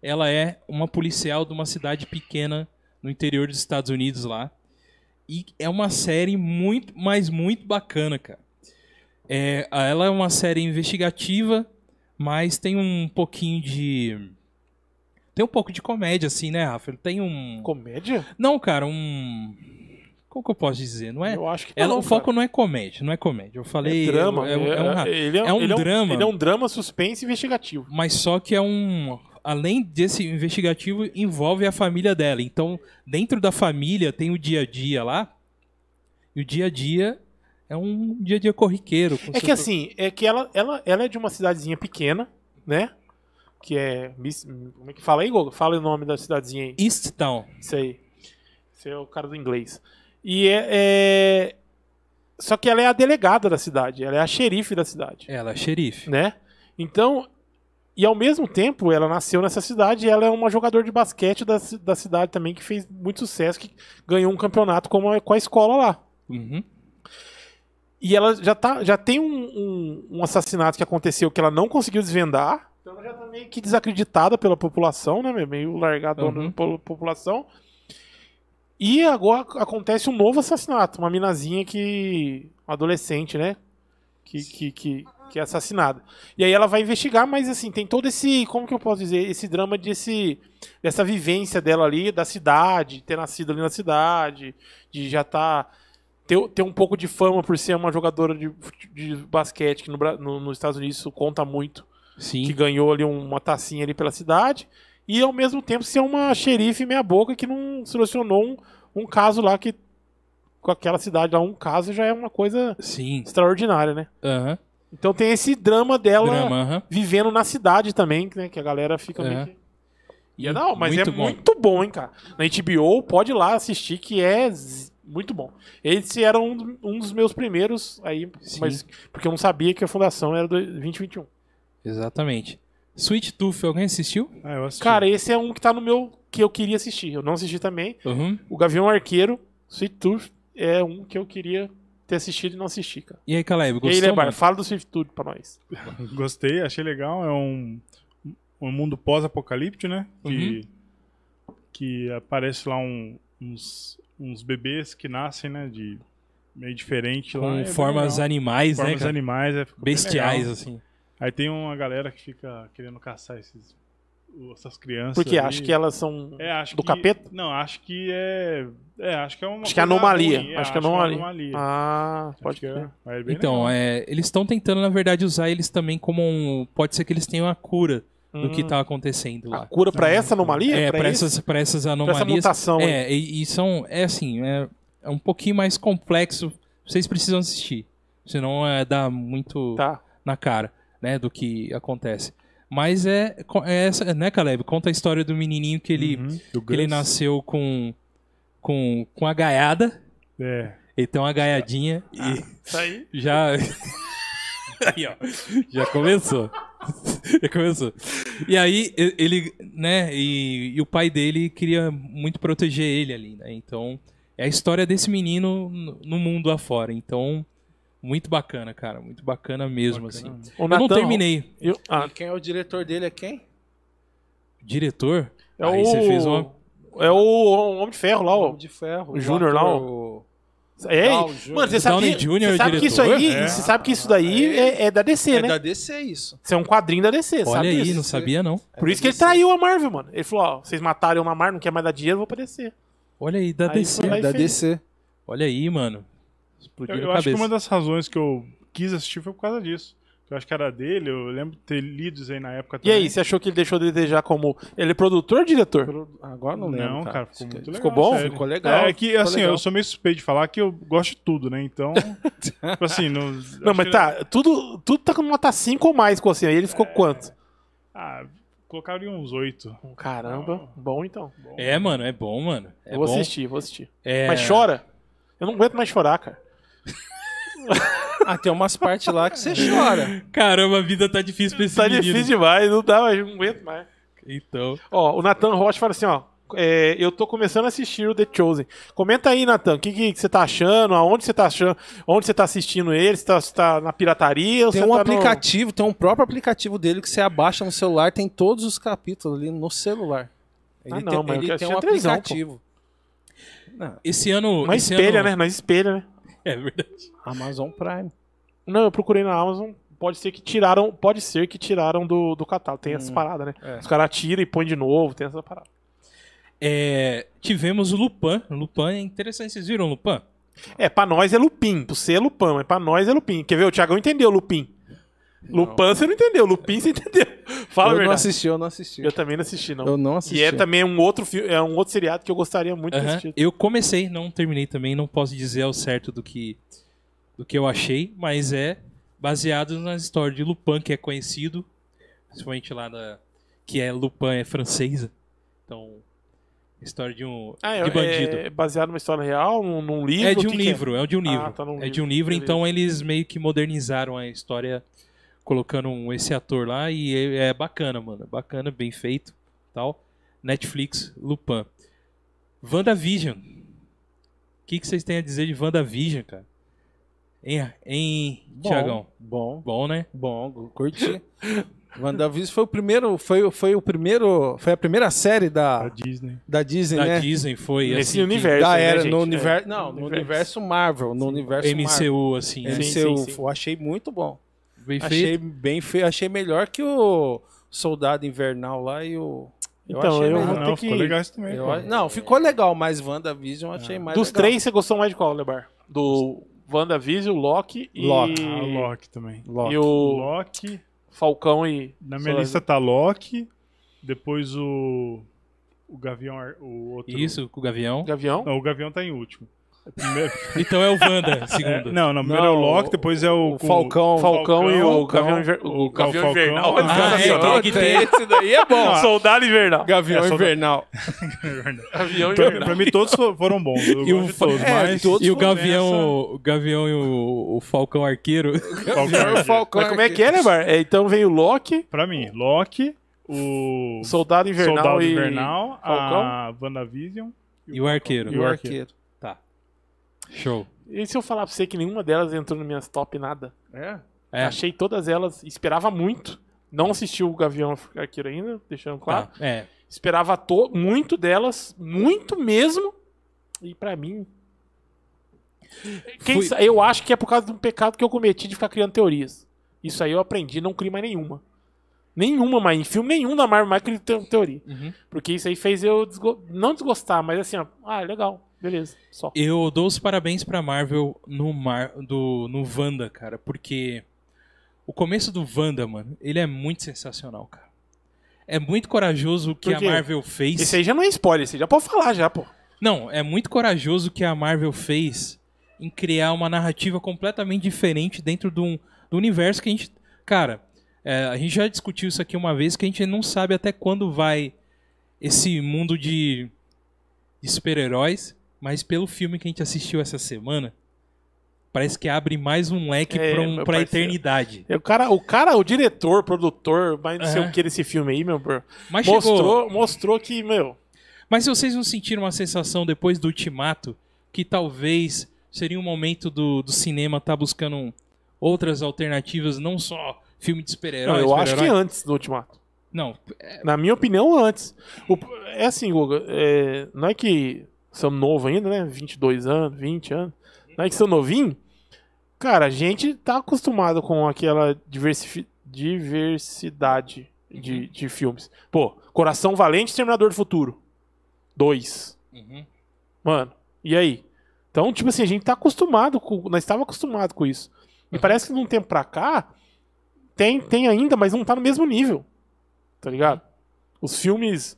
Speaker 1: ela é uma policial de uma cidade pequena no interior dos Estados Unidos lá. E é uma série muito, mas muito bacana, cara. É, a- ela é uma série investigativa, mas tem um pouquinho de tem um pouco de comédia assim, né, Rafa? Tem um
Speaker 2: Comédia?
Speaker 1: Não, cara, um Como que eu posso dizer? Não é
Speaker 2: Eu acho que
Speaker 1: ela,
Speaker 2: não,
Speaker 1: o foco não é comédia, não é comédia. Eu
Speaker 2: cara.
Speaker 1: falei.
Speaker 2: é drama.
Speaker 1: É, um- é um ra-
Speaker 2: ele
Speaker 1: é um
Speaker 2: ele
Speaker 1: drama.
Speaker 2: Ele é um drama suspense investigativo.
Speaker 1: Mas só que é um. Além desse investigativo, envolve a família dela. Então, dentro da família tem o dia a dia lá. E o dia a dia é um dia a dia corriqueiro. com seu-
Speaker 2: É que assim, é que ela, ela, ela é de uma cidadezinha pequena, né? Que é. Miss- Como é que fala aí, Gogo? Fala o nome da cidadezinha aí.
Speaker 1: East Town.
Speaker 2: Isso aí. Você é o cara do inglês. E é, é- Só que ela é a delegada da cidade, ela é a xerife da cidade,
Speaker 1: Ela é xerife.
Speaker 2: né? Então. E ao mesmo tempo, ela nasceu nessa cidade e ela é uma jogadora de basquete da, ci- da cidade também que fez muito sucesso, que ganhou um campeonato com a, com a escola lá.
Speaker 1: Uhum.
Speaker 2: E ela já, tá, já tem um, um- um assassinato que aconteceu que ela não conseguiu desvendar. Então ela já tá meio que desacreditada pela população, né? Meio largadona
Speaker 1: Uhum.
Speaker 2: pela população. E agora ac- acontece um novo assassinato. Uma minazinha que. Adolescente, né? Que, que, que, que é assassinada. E aí ela vai investigar, mas assim, tem todo esse, como que eu posso dizer, esse drama desse, dessa vivência dela ali, da cidade, ter nascido ali na cidade, de já tá estar... ter, ter um pouco de fama por ser uma jogadora de, fute- de basquete, que no, Bra- no, nos Estados Unidos isso conta muito que
Speaker 1: Sim.
Speaker 2: ganhou ali um, uma tacinha ali pela cidade, e ao mesmo tempo ser uma xerife meia boca que não solucionou um, um caso lá que com aquela cidade lá, um caso já é uma coisa
Speaker 1: Sim.
Speaker 2: extraordinária, né?
Speaker 1: Aham.
Speaker 2: Então tem esse drama dela
Speaker 1: Drama, aham.
Speaker 2: vivendo na cidade também, né? Que a galera fica
Speaker 1: É.
Speaker 2: meio que... E é não, mas
Speaker 1: muito
Speaker 2: é
Speaker 1: bom.
Speaker 2: muito bom, hein, cara. Na HBO, pode ir lá assistir, que é z- muito bom. Esse era um, do- um dos meus primeiros aí,
Speaker 1: Sim.
Speaker 2: mas porque eu não sabia que a fundação era do 2021.
Speaker 1: Exatamente. Sweet Tooth, alguém assistiu?
Speaker 4: Ah, eu assisti.
Speaker 2: Cara, esse é um que tá no meu. que eu queria assistir. Eu não assisti também.
Speaker 1: Uhum.
Speaker 2: O Gavião Arqueiro, Sweet Tooth, é um que eu queria ter assistido e não assisti, cara.
Speaker 1: E aí, Caleb,
Speaker 2: e aí, é
Speaker 1: gostou?
Speaker 2: Lebar,
Speaker 1: mano?
Speaker 2: fala do Sweet Tooth pra nós.
Speaker 4: Gostei, achei legal. É um, um mundo pós-apocalíptico, né? Que,
Speaker 1: Uhum.
Speaker 4: que aparece lá um- uns, uns bebês que nascem, né? De meio diferente lá.
Speaker 1: Com
Speaker 4: é bem
Speaker 1: formas
Speaker 4: legal.
Speaker 1: animais, né?
Speaker 4: formas
Speaker 1: cara?
Speaker 4: animais, é, ficou bem
Speaker 1: Bestiais,
Speaker 4: legal.
Speaker 1: assim.
Speaker 4: Aí tem uma galera que fica querendo caçar esses, o- essas crianças.
Speaker 2: Porque
Speaker 4: ali.
Speaker 2: acho que elas são.
Speaker 4: É, acho
Speaker 2: do
Speaker 4: que-
Speaker 2: capeta?
Speaker 4: Não, acho que é. É, acho que é uma.
Speaker 2: Acho que é
Speaker 4: coisa
Speaker 2: anomalia,
Speaker 4: ruim,
Speaker 2: acho que é
Speaker 4: uma
Speaker 2: anomalia. Ah,
Speaker 4: Acho
Speaker 2: pode
Speaker 4: que é-
Speaker 2: crer.
Speaker 4: mas é bem
Speaker 1: Então,
Speaker 4: legal.
Speaker 1: é, eles estão tentando, na verdade, usar eles também como um. Pode ser que eles tenham a cura do que
Speaker 2: Hum.
Speaker 1: tá acontecendo
Speaker 2: A
Speaker 1: lá.
Speaker 2: cura pra essa anomalia?
Speaker 1: É, pra
Speaker 2: esse-
Speaker 1: essas, pra essas
Speaker 2: pra essa
Speaker 1: anomalias.
Speaker 2: mutação. aí.
Speaker 1: é, e, e são. É assim, é, é um pouquinho mais complexo. Vocês precisam assistir. Senão é, dá muito
Speaker 2: Tá.
Speaker 1: na cara, né? Do que acontece. Mas é, é essa, né, Caleb? Conta a história do menininho que ele,
Speaker 4: Uhum, do
Speaker 1: que ele
Speaker 4: Guts.
Speaker 1: nasceu com, com, com a gaiada.
Speaker 4: É.
Speaker 1: Ele tem uma gaiadinha e.
Speaker 2: Isso aí.
Speaker 4: <laughs>
Speaker 1: Já. aí, ó. Já começou. <laughs> já começou. E aí, e- ele, né? E, e o pai dele queria muito proteger ele ali, né? Então, é a história desse menino no- no mundo afora. Então, muito bacana, cara. Muito bacana mesmo,
Speaker 4: Bacana.
Speaker 1: assim.
Speaker 2: O
Speaker 1: Eu não
Speaker 2: Nathan-
Speaker 1: terminei.
Speaker 2: eu- ah,
Speaker 5: E quem é o diretor dele é quem?
Speaker 1: Diretor?
Speaker 2: é
Speaker 1: aí
Speaker 2: o.
Speaker 1: você fez uma.
Speaker 2: É o Homem de Ferro lá, ó.
Speaker 5: Homem de Ferro.
Speaker 2: o Júnior lá,
Speaker 5: ator-
Speaker 2: É,
Speaker 5: Ah, o Júnior.
Speaker 2: mano, você
Speaker 1: Downey
Speaker 2: sabia,
Speaker 1: Jr. é
Speaker 2: você
Speaker 1: o
Speaker 2: sabe que isso
Speaker 1: diretor?
Speaker 2: aí,
Speaker 4: É.
Speaker 2: você sabe que isso daí é, é da DC,
Speaker 5: É
Speaker 2: né?
Speaker 5: da DC isso.
Speaker 2: Isso é um quadrinho da DC, sabe
Speaker 1: Olha aí,
Speaker 2: isso?
Speaker 1: não sabia não.
Speaker 2: Por isso que ele traiu a Marvel, mano. Ele falou, ó, vocês mataram uma Marvel, não quer mais dar dinheiro, eu vou pra descer.
Speaker 1: Olha aí, da
Speaker 2: Aí
Speaker 1: DC.
Speaker 2: foi lá e-
Speaker 5: É da
Speaker 2: fez.
Speaker 5: DC.
Speaker 1: Olha aí, mano.
Speaker 4: Eu,
Speaker 1: Explodiu
Speaker 4: eu
Speaker 1: a
Speaker 4: acho que
Speaker 1: cabeça.
Speaker 4: uma das razões que eu quis assistir foi por causa disso. Eu acho que era dele, eu lembro de ter lido isso aí na época
Speaker 2: E
Speaker 4: também.
Speaker 2: aí, você achou que ele deixou de desejar como... Ele é produtor ou diretor?
Speaker 5: Agora não
Speaker 4: Não,
Speaker 5: lembro.
Speaker 4: cara, ficou
Speaker 5: Esque-
Speaker 4: muito legal.
Speaker 2: Ficou bom?
Speaker 4: a série.
Speaker 5: Ficou legal.
Speaker 4: É que,
Speaker 5: ficou
Speaker 4: assim,
Speaker 5: legal.
Speaker 4: eu sou meio suspeito de falar que eu gosto de tudo, né?
Speaker 2: <laughs>
Speaker 4: Então, tipo assim... Não,
Speaker 2: Não,
Speaker 4: acho
Speaker 2: mas
Speaker 4: que- é-
Speaker 2: tá, tudo, tudo tá com nota 5 ou mais com você. Aí ele ficou quanto?
Speaker 4: Ah, colocaria uns oito.
Speaker 2: Caramba, bom então.
Speaker 1: É, mano, é bom, mano. É
Speaker 2: vou
Speaker 1: bom.
Speaker 2: assistir, vou assistir.
Speaker 1: É...
Speaker 2: Mas chora. Eu não aguento mais chorar, cara.
Speaker 5: Ah, tem umas partes lá que
Speaker 2: <laughs>
Speaker 5: você chora.
Speaker 1: Caramba, a vida tá difícil pra esse
Speaker 2: Tá
Speaker 1: menino.
Speaker 2: difícil demais, não dá, mais, não aguento mais.
Speaker 1: Então.
Speaker 2: Ó, o Nathan Rocha fala assim, ó. é, eu tô começando a assistir o The Chosen. Comenta aí, Nathan, o que, que você tá achando? Aonde você tá achando? Onde você tá assistindo ele? Você tá, você tá na pirataria? ou
Speaker 5: Tem
Speaker 2: você
Speaker 5: um
Speaker 2: tá no-
Speaker 5: aplicativo, tem um próprio aplicativo dele que você abaixa no celular, tem todos os capítulos ali no celular. Ele
Speaker 2: Ah, não,
Speaker 5: tem,
Speaker 2: mas eu
Speaker 5: ele
Speaker 2: quero
Speaker 5: tem um
Speaker 2: assistir a televisão, pô.
Speaker 5: aplicativo.
Speaker 1: Esse ano.
Speaker 2: Nós
Speaker 1: esse
Speaker 2: espelha,
Speaker 1: ano...
Speaker 2: né? Nós espelha, né?
Speaker 1: <laughs> É verdade.
Speaker 5: Amazon Prime.
Speaker 2: Não, eu procurei na Amazon. Pode ser que tiraram, pode ser que tiraram do, do catálogo. Tem essas paradas, né?
Speaker 5: é.
Speaker 2: Os caras tiram e põem de novo, tem essa parada.
Speaker 1: É, tivemos o Lupin. Lupin é interessante. Vocês viram o Lupin?
Speaker 2: É, pra nós é Lupin, pra você é Lupin, mas pra nós é Lupin. Quer ver? O Thiagão entendeu Lupin. Lupin você não entendeu, Lupin você entendeu. <laughs> Fala a
Speaker 5: eu não
Speaker 2: verdade.
Speaker 5: assisti, eu não assisti.
Speaker 2: Eu também não assisti, não.
Speaker 5: Eu não
Speaker 2: Que
Speaker 5: assisti.
Speaker 2: é também um outro, fi- é um outro seriado que eu gostaria muito de
Speaker 1: Aham.
Speaker 2: assistir.
Speaker 1: Eu comecei, não terminei também. Não posso dizer ao certo do que, do que eu achei, mas é baseado na história de Lupin, que é conhecido, principalmente lá da. que é Lupin é francesa. Então, a história de um. de bandido.
Speaker 2: É baseado numa história real, num, num livro?
Speaker 1: É de
Speaker 2: O
Speaker 1: um
Speaker 2: que que
Speaker 1: livro, é? de um livro.
Speaker 2: Ah, tá
Speaker 1: é
Speaker 2: num livro,
Speaker 1: de um livro,
Speaker 2: beleza.
Speaker 1: então eles meio que modernizaram a história colocando um- esse ator lá e é é bacana, mano. Bacana, bem feito, tal. Netflix, Lupin. WandaVision. O que, que vocês têm a dizer de WandaVision, cara? Hein, hein
Speaker 5: Bom,
Speaker 1: Tiagão?
Speaker 5: Bom,
Speaker 1: Bom, né?
Speaker 5: bom, gu- curti. WandaVision foi o primeiro, foi, o- foi o primeiro, foi a primeira série
Speaker 4: Da
Speaker 2: Tá.
Speaker 5: da,
Speaker 4: Disney.
Speaker 5: da Disney,
Speaker 1: Da
Speaker 5: né?
Speaker 1: Disney foi
Speaker 2: Nesse
Speaker 1: assim. que-
Speaker 2: universo.
Speaker 5: Da
Speaker 2: né,
Speaker 5: era,
Speaker 2: gente?
Speaker 5: no
Speaker 2: É.
Speaker 5: universo, não, no universo Marvel, no universo Marvel.
Speaker 1: MCU, assim. né?
Speaker 2: Sim,
Speaker 5: MCU,
Speaker 2: sim, sim.
Speaker 5: eu achei muito bom.
Speaker 1: bem feito.
Speaker 5: Achei bem feio, achei melhor que o Soldado Invernal lá e o. Eu
Speaker 2: Então,
Speaker 5: achei
Speaker 2: eu-
Speaker 4: Ah,
Speaker 5: melhor.
Speaker 2: vou
Speaker 4: não,
Speaker 2: ter
Speaker 4: ficou
Speaker 2: que-
Speaker 4: legal isso também.
Speaker 5: Eu
Speaker 4: pô.
Speaker 5: a- não, ficou legal, mas WandaVision eu achei mais.
Speaker 2: Dos
Speaker 5: legal.
Speaker 2: três, você gostou mais de qual, Lebar? Do WandaVision, Loki e.
Speaker 3: Loki.
Speaker 4: Ah, Loki também.
Speaker 3: Loki.
Speaker 2: E o
Speaker 4: Loki.
Speaker 2: Falcão e.
Speaker 4: Na minha
Speaker 2: Soldado.
Speaker 4: lista tá Loki, depois o. O Gavião. Ar- O outro.
Speaker 1: Isso, com o Gavião.
Speaker 2: Gavião?
Speaker 4: Não, o Gavião tá em último. O primeiro-
Speaker 1: Então é o Wanda,
Speaker 4: é,
Speaker 1: segundo.
Speaker 4: não, não, primeiro é o
Speaker 2: Não,
Speaker 4: Loki, depois é o.
Speaker 5: O Falcão.
Speaker 2: O Falcão e o Gavião Inver-
Speaker 4: o-
Speaker 2: o Gavião
Speaker 4: o Falcão.
Speaker 2: Invernal.
Speaker 4: Ah,
Speaker 1: Ah, é,
Speaker 2: Gavião.
Speaker 1: tem que ter.
Speaker 5: Esse daí é
Speaker 2: <laughs>
Speaker 5: bom.
Speaker 2: Soldado Invernal.
Speaker 5: Gavião
Speaker 4: É, só-
Speaker 5: Invernal.
Speaker 2: Gavião
Speaker 4: Pra, pra
Speaker 2: Invernal.
Speaker 4: mim todos fo- foram
Speaker 2: <laughs>
Speaker 4: bons. Eu
Speaker 1: E o
Speaker 4: gosto de
Speaker 1: Fa-
Speaker 4: todos,
Speaker 1: é,
Speaker 4: mas.
Speaker 5: todos
Speaker 1: E o
Speaker 5: Todos foram
Speaker 1: Gavião, o Gavião e o, o Falcão Arqueiro. <laughs>
Speaker 4: Falcão.
Speaker 5: O Falcão
Speaker 2: Mas como é que é,
Speaker 5: né,
Speaker 2: Lebar? É, Então veio o Loki,
Speaker 4: Pra mim, Loki, o.
Speaker 2: o Soldado Invernal
Speaker 4: Soldado
Speaker 2: e.
Speaker 4: Invernal, a
Speaker 2: Falcão.
Speaker 4: WandaVision.
Speaker 1: E o Arqueiro.
Speaker 4: E o Arqueiro.
Speaker 1: Tá. Show.
Speaker 2: E se eu falar pra você que nenhuma delas entrou nas minhas top nada?
Speaker 5: É.
Speaker 1: É.
Speaker 2: Achei todas elas, esperava muito. Não assisti o Gavião Arqueiro ainda, deixando claro.
Speaker 1: Tá. É.
Speaker 2: Esperava to- muito delas, muito mesmo. E pra mim. Quem
Speaker 1: Fui-
Speaker 2: sa- Eu acho que é por causa de um pecado que eu cometi de ficar criando teorias. Isso aí eu aprendi, não crio mais nenhuma. Nenhuma, mas em filme nenhum da Marvel mais crio te- teoria.
Speaker 1: Uhum.
Speaker 2: Porque isso aí fez eu desgo- não desgostar, mas assim, ó, ah, legal, beleza, só.
Speaker 1: Eu dou os parabéns pra Marvel no, Mar... do... no Wanda, cara, porque o começo do Wanda, mano, ele é muito sensacional, cara. É muito corajoso o que
Speaker 2: Por
Speaker 1: a
Speaker 2: quê?
Speaker 1: Marvel fez.
Speaker 2: Esse aí já não é spoiler, esse aí já pode falar já, pô.
Speaker 1: Não, é muito corajoso o que a Marvel fez em criar uma narrativa completamente diferente dentro de um- do universo que a gente. Cara, é, a gente já discutiu isso aqui uma vez que a gente não sabe até quando vai esse mundo de, de super-heróis, mas pelo filme que a gente assistiu essa semana, parece que abre mais um leque
Speaker 2: É,
Speaker 1: pra, um,
Speaker 2: meu
Speaker 1: pra
Speaker 2: parceiro.
Speaker 1: eternidade.
Speaker 2: É, O cara, o cara, o diretor, produtor, mas não sei
Speaker 1: Aham.
Speaker 2: o que desse filme aí, meu bro.
Speaker 1: Mas chegou.
Speaker 2: Mostrou, mostrou que, meu,
Speaker 1: Mas se vocês não sentiram uma sensação depois do ultimato que talvez seria um momento do, do cinema estar buscando um- outras alternativas, não só filme de
Speaker 2: Não,
Speaker 1: super-herói?
Speaker 2: eu acho que
Speaker 1: super-herói?
Speaker 2: antes do Ultimato.
Speaker 1: Não,
Speaker 2: Na minha opinião, antes. O- é assim, Guga, é, não é que somos novo ainda, né? 22 anos, 20 anos. Não é que sou novinho. Cara, a gente tá acostumado com aquela diversifi- diversidade de, de filmes. Pô, Coração Valente e Terminador do Futuro. Dois.
Speaker 1: Uhum.
Speaker 2: Mano, e aí? Então, tipo assim, a gente tá acostumado com. Nós estávamos acostumados com isso. E parece que de um tempo pra cá tem, tem ainda, mas não tá no mesmo nível. Tá ligado? Os filmes.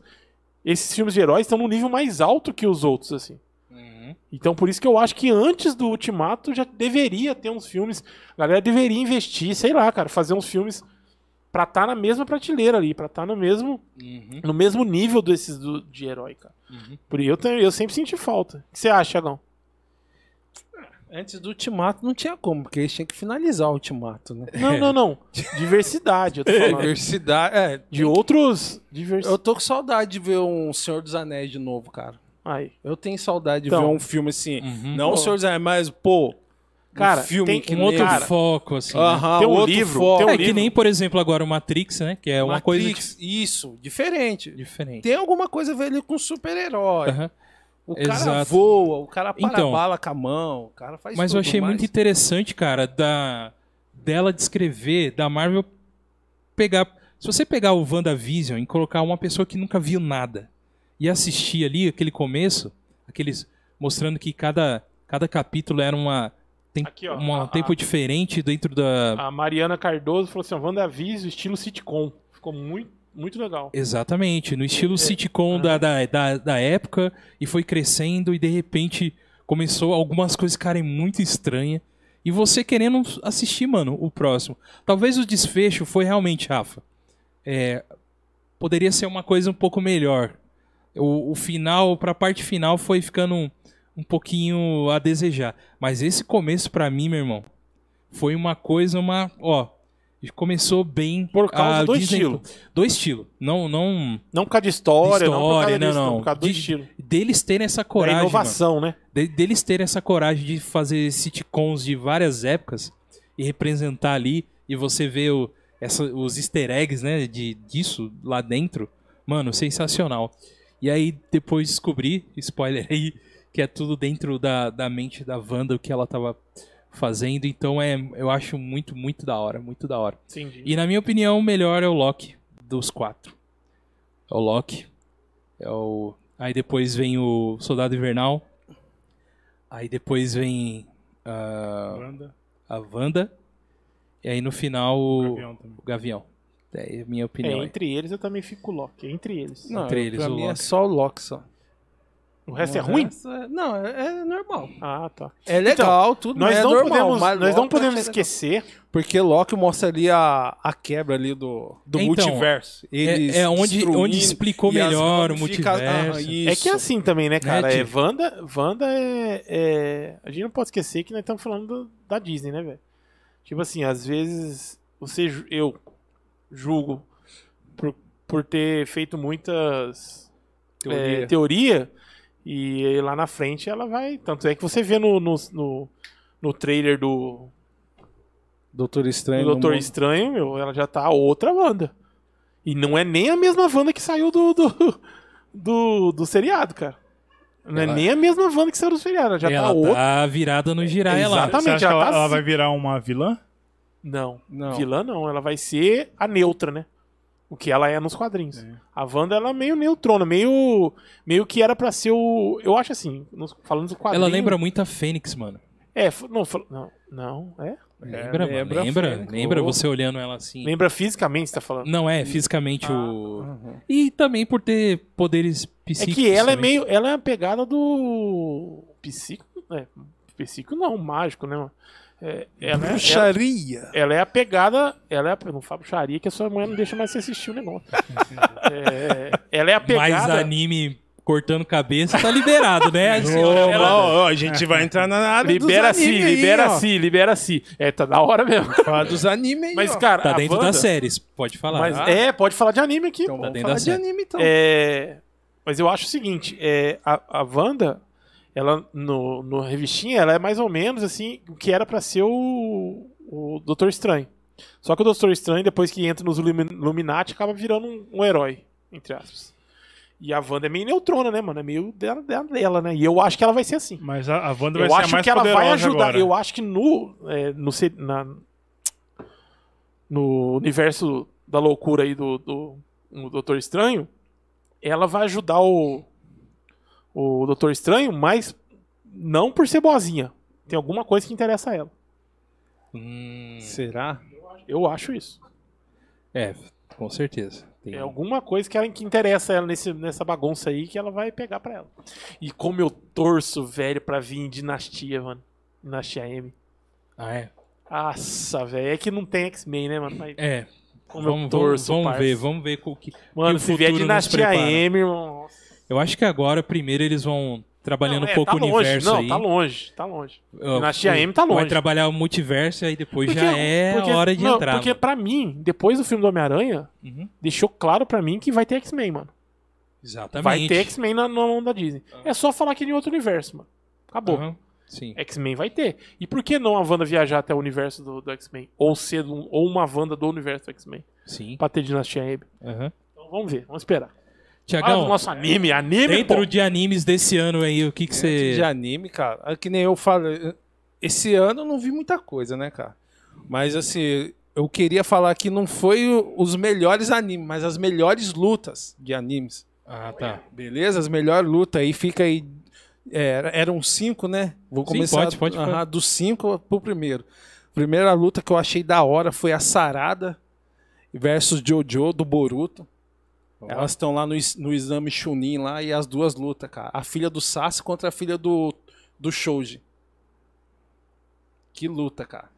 Speaker 2: Esses filmes de heróis estão num nível mais alto que os outros, assim.
Speaker 1: Uhum.
Speaker 2: Então, por isso que eu acho que antes do Ultimato já deveria ter uns filmes. A galera deveria investir, sei lá, cara, fazer uns filmes pra estar tá na mesma prateleira ali, pra estar tá no, mesmo,
Speaker 1: Uhum.
Speaker 2: no mesmo nível desses do- de herói, cara.
Speaker 1: Uhum.
Speaker 2: Por eu, tenho- eu sempre senti falta. O que você acha, Chagão?
Speaker 5: Antes do ultimato não tinha como, porque eles tinham que finalizar o ultimato, né?
Speaker 2: Não, não,
Speaker 5: <laughs>
Speaker 2: não. Diversidade, eu
Speaker 1: É.
Speaker 2: tô falando.
Speaker 5: Diversidade. É,
Speaker 2: De outros. Divers...
Speaker 5: eu tô com saudade de ver um Senhor dos Anéis de novo, cara.
Speaker 2: Aí.
Speaker 5: Eu tenho saudade de
Speaker 2: Então.
Speaker 5: ver um filme assim.
Speaker 1: Uhum.
Speaker 5: Não o Senhor dos Anéis, mas, pô.
Speaker 2: Cara,
Speaker 5: um filme
Speaker 2: tem
Speaker 5: que
Speaker 1: Um outro
Speaker 5: cara,
Speaker 1: foco, assim. né?
Speaker 5: Aham,
Speaker 2: Tem um
Speaker 5: outro
Speaker 2: livro,
Speaker 5: foco.
Speaker 2: tem um
Speaker 1: é que
Speaker 2: livro.
Speaker 1: nem, por exemplo, agora o Matrix, né? Que é uma coisa
Speaker 5: Matrix, Isso, diferente.
Speaker 1: dif- diferente.
Speaker 5: Tem alguma coisa a ver ali com super-herói.
Speaker 1: Aham.
Speaker 5: O cara
Speaker 1: Exato.
Speaker 5: voa, o cara para
Speaker 1: Então.
Speaker 5: a bala com a mão, o cara faz
Speaker 1: Mas
Speaker 5: tudo,
Speaker 1: eu achei muito interessante, cara, da dela descrever, da Marvel pegar. Se você pegar o WandaVision e colocar uma pessoa que nunca viu nada e assistir ali aquele começo, aqueles mostrando que cada, cada capítulo era uma tem,
Speaker 2: Aqui, ó,
Speaker 1: um
Speaker 2: a-
Speaker 1: tempo diferente dentro da
Speaker 2: A Mariana Cardoso falou assim: ó, WandaVision, estilo sitcom. Ficou muito, muito legal.
Speaker 1: Exatamente, no estilo sitcom da, da, da, da época, e foi crescendo, e de repente começou algumas coisas ficarem muito estranhas. E você querendo assistir, mano, o próximo. Talvez o desfecho foi realmente, Rafa. é, poderia ser uma coisa um pouco melhor. O, o final, pra parte final, foi ficando um, um pouquinho a desejar. Mas esse começo, pra mim, meu irmão, foi uma coisa, uma. Ó, começou bem.
Speaker 2: Por causa
Speaker 1: a
Speaker 2: do
Speaker 1: Disney
Speaker 2: estilo.
Speaker 1: do estilo. Não, não
Speaker 2: Não por causa de história,
Speaker 1: De
Speaker 2: não por causa
Speaker 1: história,
Speaker 2: disso,
Speaker 1: não,
Speaker 2: não.
Speaker 1: não.
Speaker 2: Por causa do
Speaker 1: De-
Speaker 2: estilo.
Speaker 1: deles terem essa
Speaker 2: Da
Speaker 1: coragem, mano.
Speaker 2: inovação, né?
Speaker 1: De- deles terem essa coragem de fazer sitcoms de várias épocas e representar ali e você ver o- essa- os easter eggs, né, de disso lá dentro. Mano, sensacional. E aí depois descobri, spoiler aí, que é tudo dentro da, da mente da Wanda o que ela tava fazendo. Então é, eu acho muito, muito da hora, muito da hora.
Speaker 2: Entendi.
Speaker 1: E na minha opinião, o melhor é o Loki dos quatro. É o Loki. É o. Aí depois vem o Soldado Invernal. Aí depois vem ah,
Speaker 4: Banda,
Speaker 1: a Wanda. E aí no final o o Gavião.
Speaker 4: avião também.
Speaker 1: É a minha
Speaker 2: É,
Speaker 1: opinião.
Speaker 2: entre eles eu também fico com o Loki. Entre eles.
Speaker 5: Não,
Speaker 1: Entre eles,
Speaker 5: pra
Speaker 1: o
Speaker 5: mim é
Speaker 1: Loki.
Speaker 5: só o Loki só.
Speaker 2: o resto é
Speaker 5: O
Speaker 2: ruim?
Speaker 5: resto é- Não, é, é normal.
Speaker 2: Ah, tá.
Speaker 5: É legal, tudo
Speaker 2: Nós,
Speaker 5: mas é
Speaker 2: não,
Speaker 5: normal,
Speaker 2: podemos,
Speaker 5: mas
Speaker 2: nós não
Speaker 5: Loki eu
Speaker 2: podemos
Speaker 5: achei legal.
Speaker 2: esquecer.
Speaker 5: Porque Loki mostra ali a, a quebra ali do, do
Speaker 1: Então,
Speaker 5: multiverso. Eles
Speaker 1: É, é onde,
Speaker 5: destruindo
Speaker 1: onde explicou
Speaker 5: e as
Speaker 1: melhor o
Speaker 5: mãos fica- ah, aham,
Speaker 1: multiverso.
Speaker 2: É
Speaker 5: isso.
Speaker 2: que é assim também, né, cara?
Speaker 1: Né,
Speaker 2: é,
Speaker 1: tio?
Speaker 2: Wanda, Wanda é, é- A gente não pode esquecer que nós estamos falando do- da Disney, né, velho? Tipo assim, às vezes você, ju- eu julgo por, por ter feito muitas é,
Speaker 5: Teoria.
Speaker 2: teoria e aí lá na frente ela vai. Tanto é que você vê no, no, no, no trailer do,
Speaker 5: Doutor Estranho.
Speaker 2: do Doutor Estranho, meu, ela já tá outra Wanda. E não é nem a mesma Wanda que saiu do, <laughs> do, do, do seriado, cara. Não
Speaker 1: Ela-
Speaker 2: é nem a mesma Wanda que saiu do seriado, ela já
Speaker 1: ela
Speaker 2: tá outra.
Speaker 1: tá virada no girar lá.
Speaker 2: Exatamente.
Speaker 4: Você acha
Speaker 2: já
Speaker 4: que ela,
Speaker 2: tá
Speaker 4: ela
Speaker 2: assim.
Speaker 4: vai virar uma vilã?
Speaker 2: Não,
Speaker 5: Não.
Speaker 2: vilã não, ela vai ser a neutra, né? O que ela é nos quadrinhos. A Wanda, ela é meio neutrona, meio, meio que era pra ser o... Eu acho assim, nos- falando do quadrinho...
Speaker 1: Ela lembra muito a Fênix, mano.
Speaker 2: É, f- não, fal- não, não, é?
Speaker 1: Lembra, mano,
Speaker 5: lembra
Speaker 1: lembra,
Speaker 5: a
Speaker 1: lembra,
Speaker 5: Fênix. Oh.
Speaker 1: você olhando ela assim.
Speaker 2: Lembra fisicamente, você tá Ah, falando?
Speaker 1: Não é fisicamente o
Speaker 2: Uhum.
Speaker 1: e também por ter poderes
Speaker 2: É
Speaker 1: psíquicos. né?
Speaker 2: que ela é
Speaker 1: também.
Speaker 2: meio. Ela é a pegada do. Psico. É, psico não, mágico, né? mano? É,
Speaker 5: né?
Speaker 2: ela, <laughs> é, ela,
Speaker 5: Bruxaria.
Speaker 2: ela é a pegada. Ela é a, não falo charia que a sua mãe não deixa mais você assistir o <laughs> negócio. É, ela é a
Speaker 1: mais
Speaker 2: pegada.
Speaker 1: anime cortando cabeça tá liberado,
Speaker 2: <laughs>
Speaker 1: né? A senhora,
Speaker 4: Ô,
Speaker 1: ela-
Speaker 4: ó, ó, a gente vai entrar na área dos
Speaker 2: Libera-se,
Speaker 4: anime aí, ó.
Speaker 2: libera-se, libera-se. É, tá da hora mesmo.
Speaker 5: Fala dos animes aí,
Speaker 2: Mas,
Speaker 5: ó.
Speaker 2: cara.
Speaker 1: tá
Speaker 2: a
Speaker 1: dentro né?
Speaker 2: Wanda-
Speaker 1: das séries, pode falar. Ah,
Speaker 2: Mas, é, pode falar de anime aqui.
Speaker 5: Então
Speaker 2: pô.
Speaker 5: vamos
Speaker 1: dentro
Speaker 5: falar
Speaker 1: da
Speaker 5: de
Speaker 1: série.
Speaker 5: anime então.
Speaker 2: É, mas eu acho o seguinte, é, a, a Wanda, ela no, no revistinha, ela é mais ou menos assim, o que era pra ser o, o Doutor Estranho. Só que o Doutor Estranho, depois que entra nos Lumi- Illuminati, acaba virando um, um herói, entre aspas. E a Wanda é meio neutrona, né, mano? É meio dela, dela, dela, né? E eu acho que ela vai ser assim.
Speaker 4: É, Mas a, a Wanda vai
Speaker 2: Eu
Speaker 4: ser a
Speaker 2: acho
Speaker 4: mais
Speaker 2: que ela
Speaker 4: poderosa
Speaker 2: vai ajudar.
Speaker 4: agora.
Speaker 2: Eu acho que no. é, no, se- na- no universo da loucura aí do, do, do Doutor Estranho, ela vai ajudar o. O Doutor Estranho, mas não por ser boazinha. Tem alguma coisa que interessa a ela. é-
Speaker 1: Hum,
Speaker 5: Será?
Speaker 2: Eu acho isso.
Speaker 1: é, com certeza. Tem- um
Speaker 2: É alguma coisa que, ela, que interessa a ela nesse, nessa bagunça aí que ela vai pegar pra ela. E como eu torço, velho, pra vir em Dinastia, mano. Dinastia M.
Speaker 1: Ah, é.
Speaker 2: Nossa, velho. É que não tem X-Men, né, mano? Mas-
Speaker 1: É.
Speaker 2: Como eu
Speaker 1: vamos,
Speaker 2: torço,
Speaker 1: vamos, vamos
Speaker 2: parça.
Speaker 1: ver, vamos ver com o que.
Speaker 2: Mano,
Speaker 1: o
Speaker 2: se vier
Speaker 1: futuro nos
Speaker 2: Dinastia
Speaker 1: prepara.
Speaker 2: M, irmão.
Speaker 1: Eu acho que agora primeiro eles vão trabalhando
Speaker 2: Não, é,
Speaker 1: um pouco
Speaker 2: tá
Speaker 1: o
Speaker 2: longe,
Speaker 1: universo
Speaker 2: não,
Speaker 1: aí.
Speaker 2: tá longe, tá longe.
Speaker 1: Ah,
Speaker 2: Dinastia
Speaker 1: vai-
Speaker 2: M tá
Speaker 1: Vai
Speaker 2: longe.
Speaker 1: trabalhar o multiverso e aí depois já é
Speaker 2: porque-
Speaker 1: a hora de
Speaker 2: não,
Speaker 1: entrar.
Speaker 2: Porque
Speaker 1: mano.
Speaker 2: pra mim, depois do filme do Homem-Aranha,
Speaker 1: Uhum.
Speaker 2: deixou claro pra mim que vai ter X-Men, mano.
Speaker 1: Exatamente.
Speaker 2: Vai ter X-Men na, na mão da Disney. É só falar que ele é em outro universo, mano. Acabou.
Speaker 1: Aham, Sim.
Speaker 2: X-Men vai ter. E por que não a Wanda viajar até o universo do, do X-Men? Ou ser um- ou uma Wanda do universo do X-Men?
Speaker 1: Sim.
Speaker 2: Pra ter Dinastia M.
Speaker 1: Aham.
Speaker 2: Então vamos ver, vamos esperar. Fala do
Speaker 1: Tiagão,
Speaker 2: nosso anime, anime, pô.
Speaker 1: dentro de animes desse ano aí, o que que você.
Speaker 5: De anime, cara. É Que nem eu falo. Esse ano eu não vi muita coisa, né, cara? Mas assim, eu queria falar que não foi o- os melhores animes, mas as melhores lutas de animes.
Speaker 1: Ah, tá.
Speaker 5: Beleza? As melhores lutas aí fica aí. é, eram cinco, né? Vou
Speaker 1: Sim,
Speaker 5: começar
Speaker 1: pode, pode,
Speaker 5: aham, do cinco pro primeiro. Primeira luta que eu achei da hora foi a Sarada versus Jojo do Boruto. Elas estão lá no, ex- no exame Chunin lá e as duas lutam, cara. A filha do Sasuke contra a filha do, do Shouji. Que luta, cara.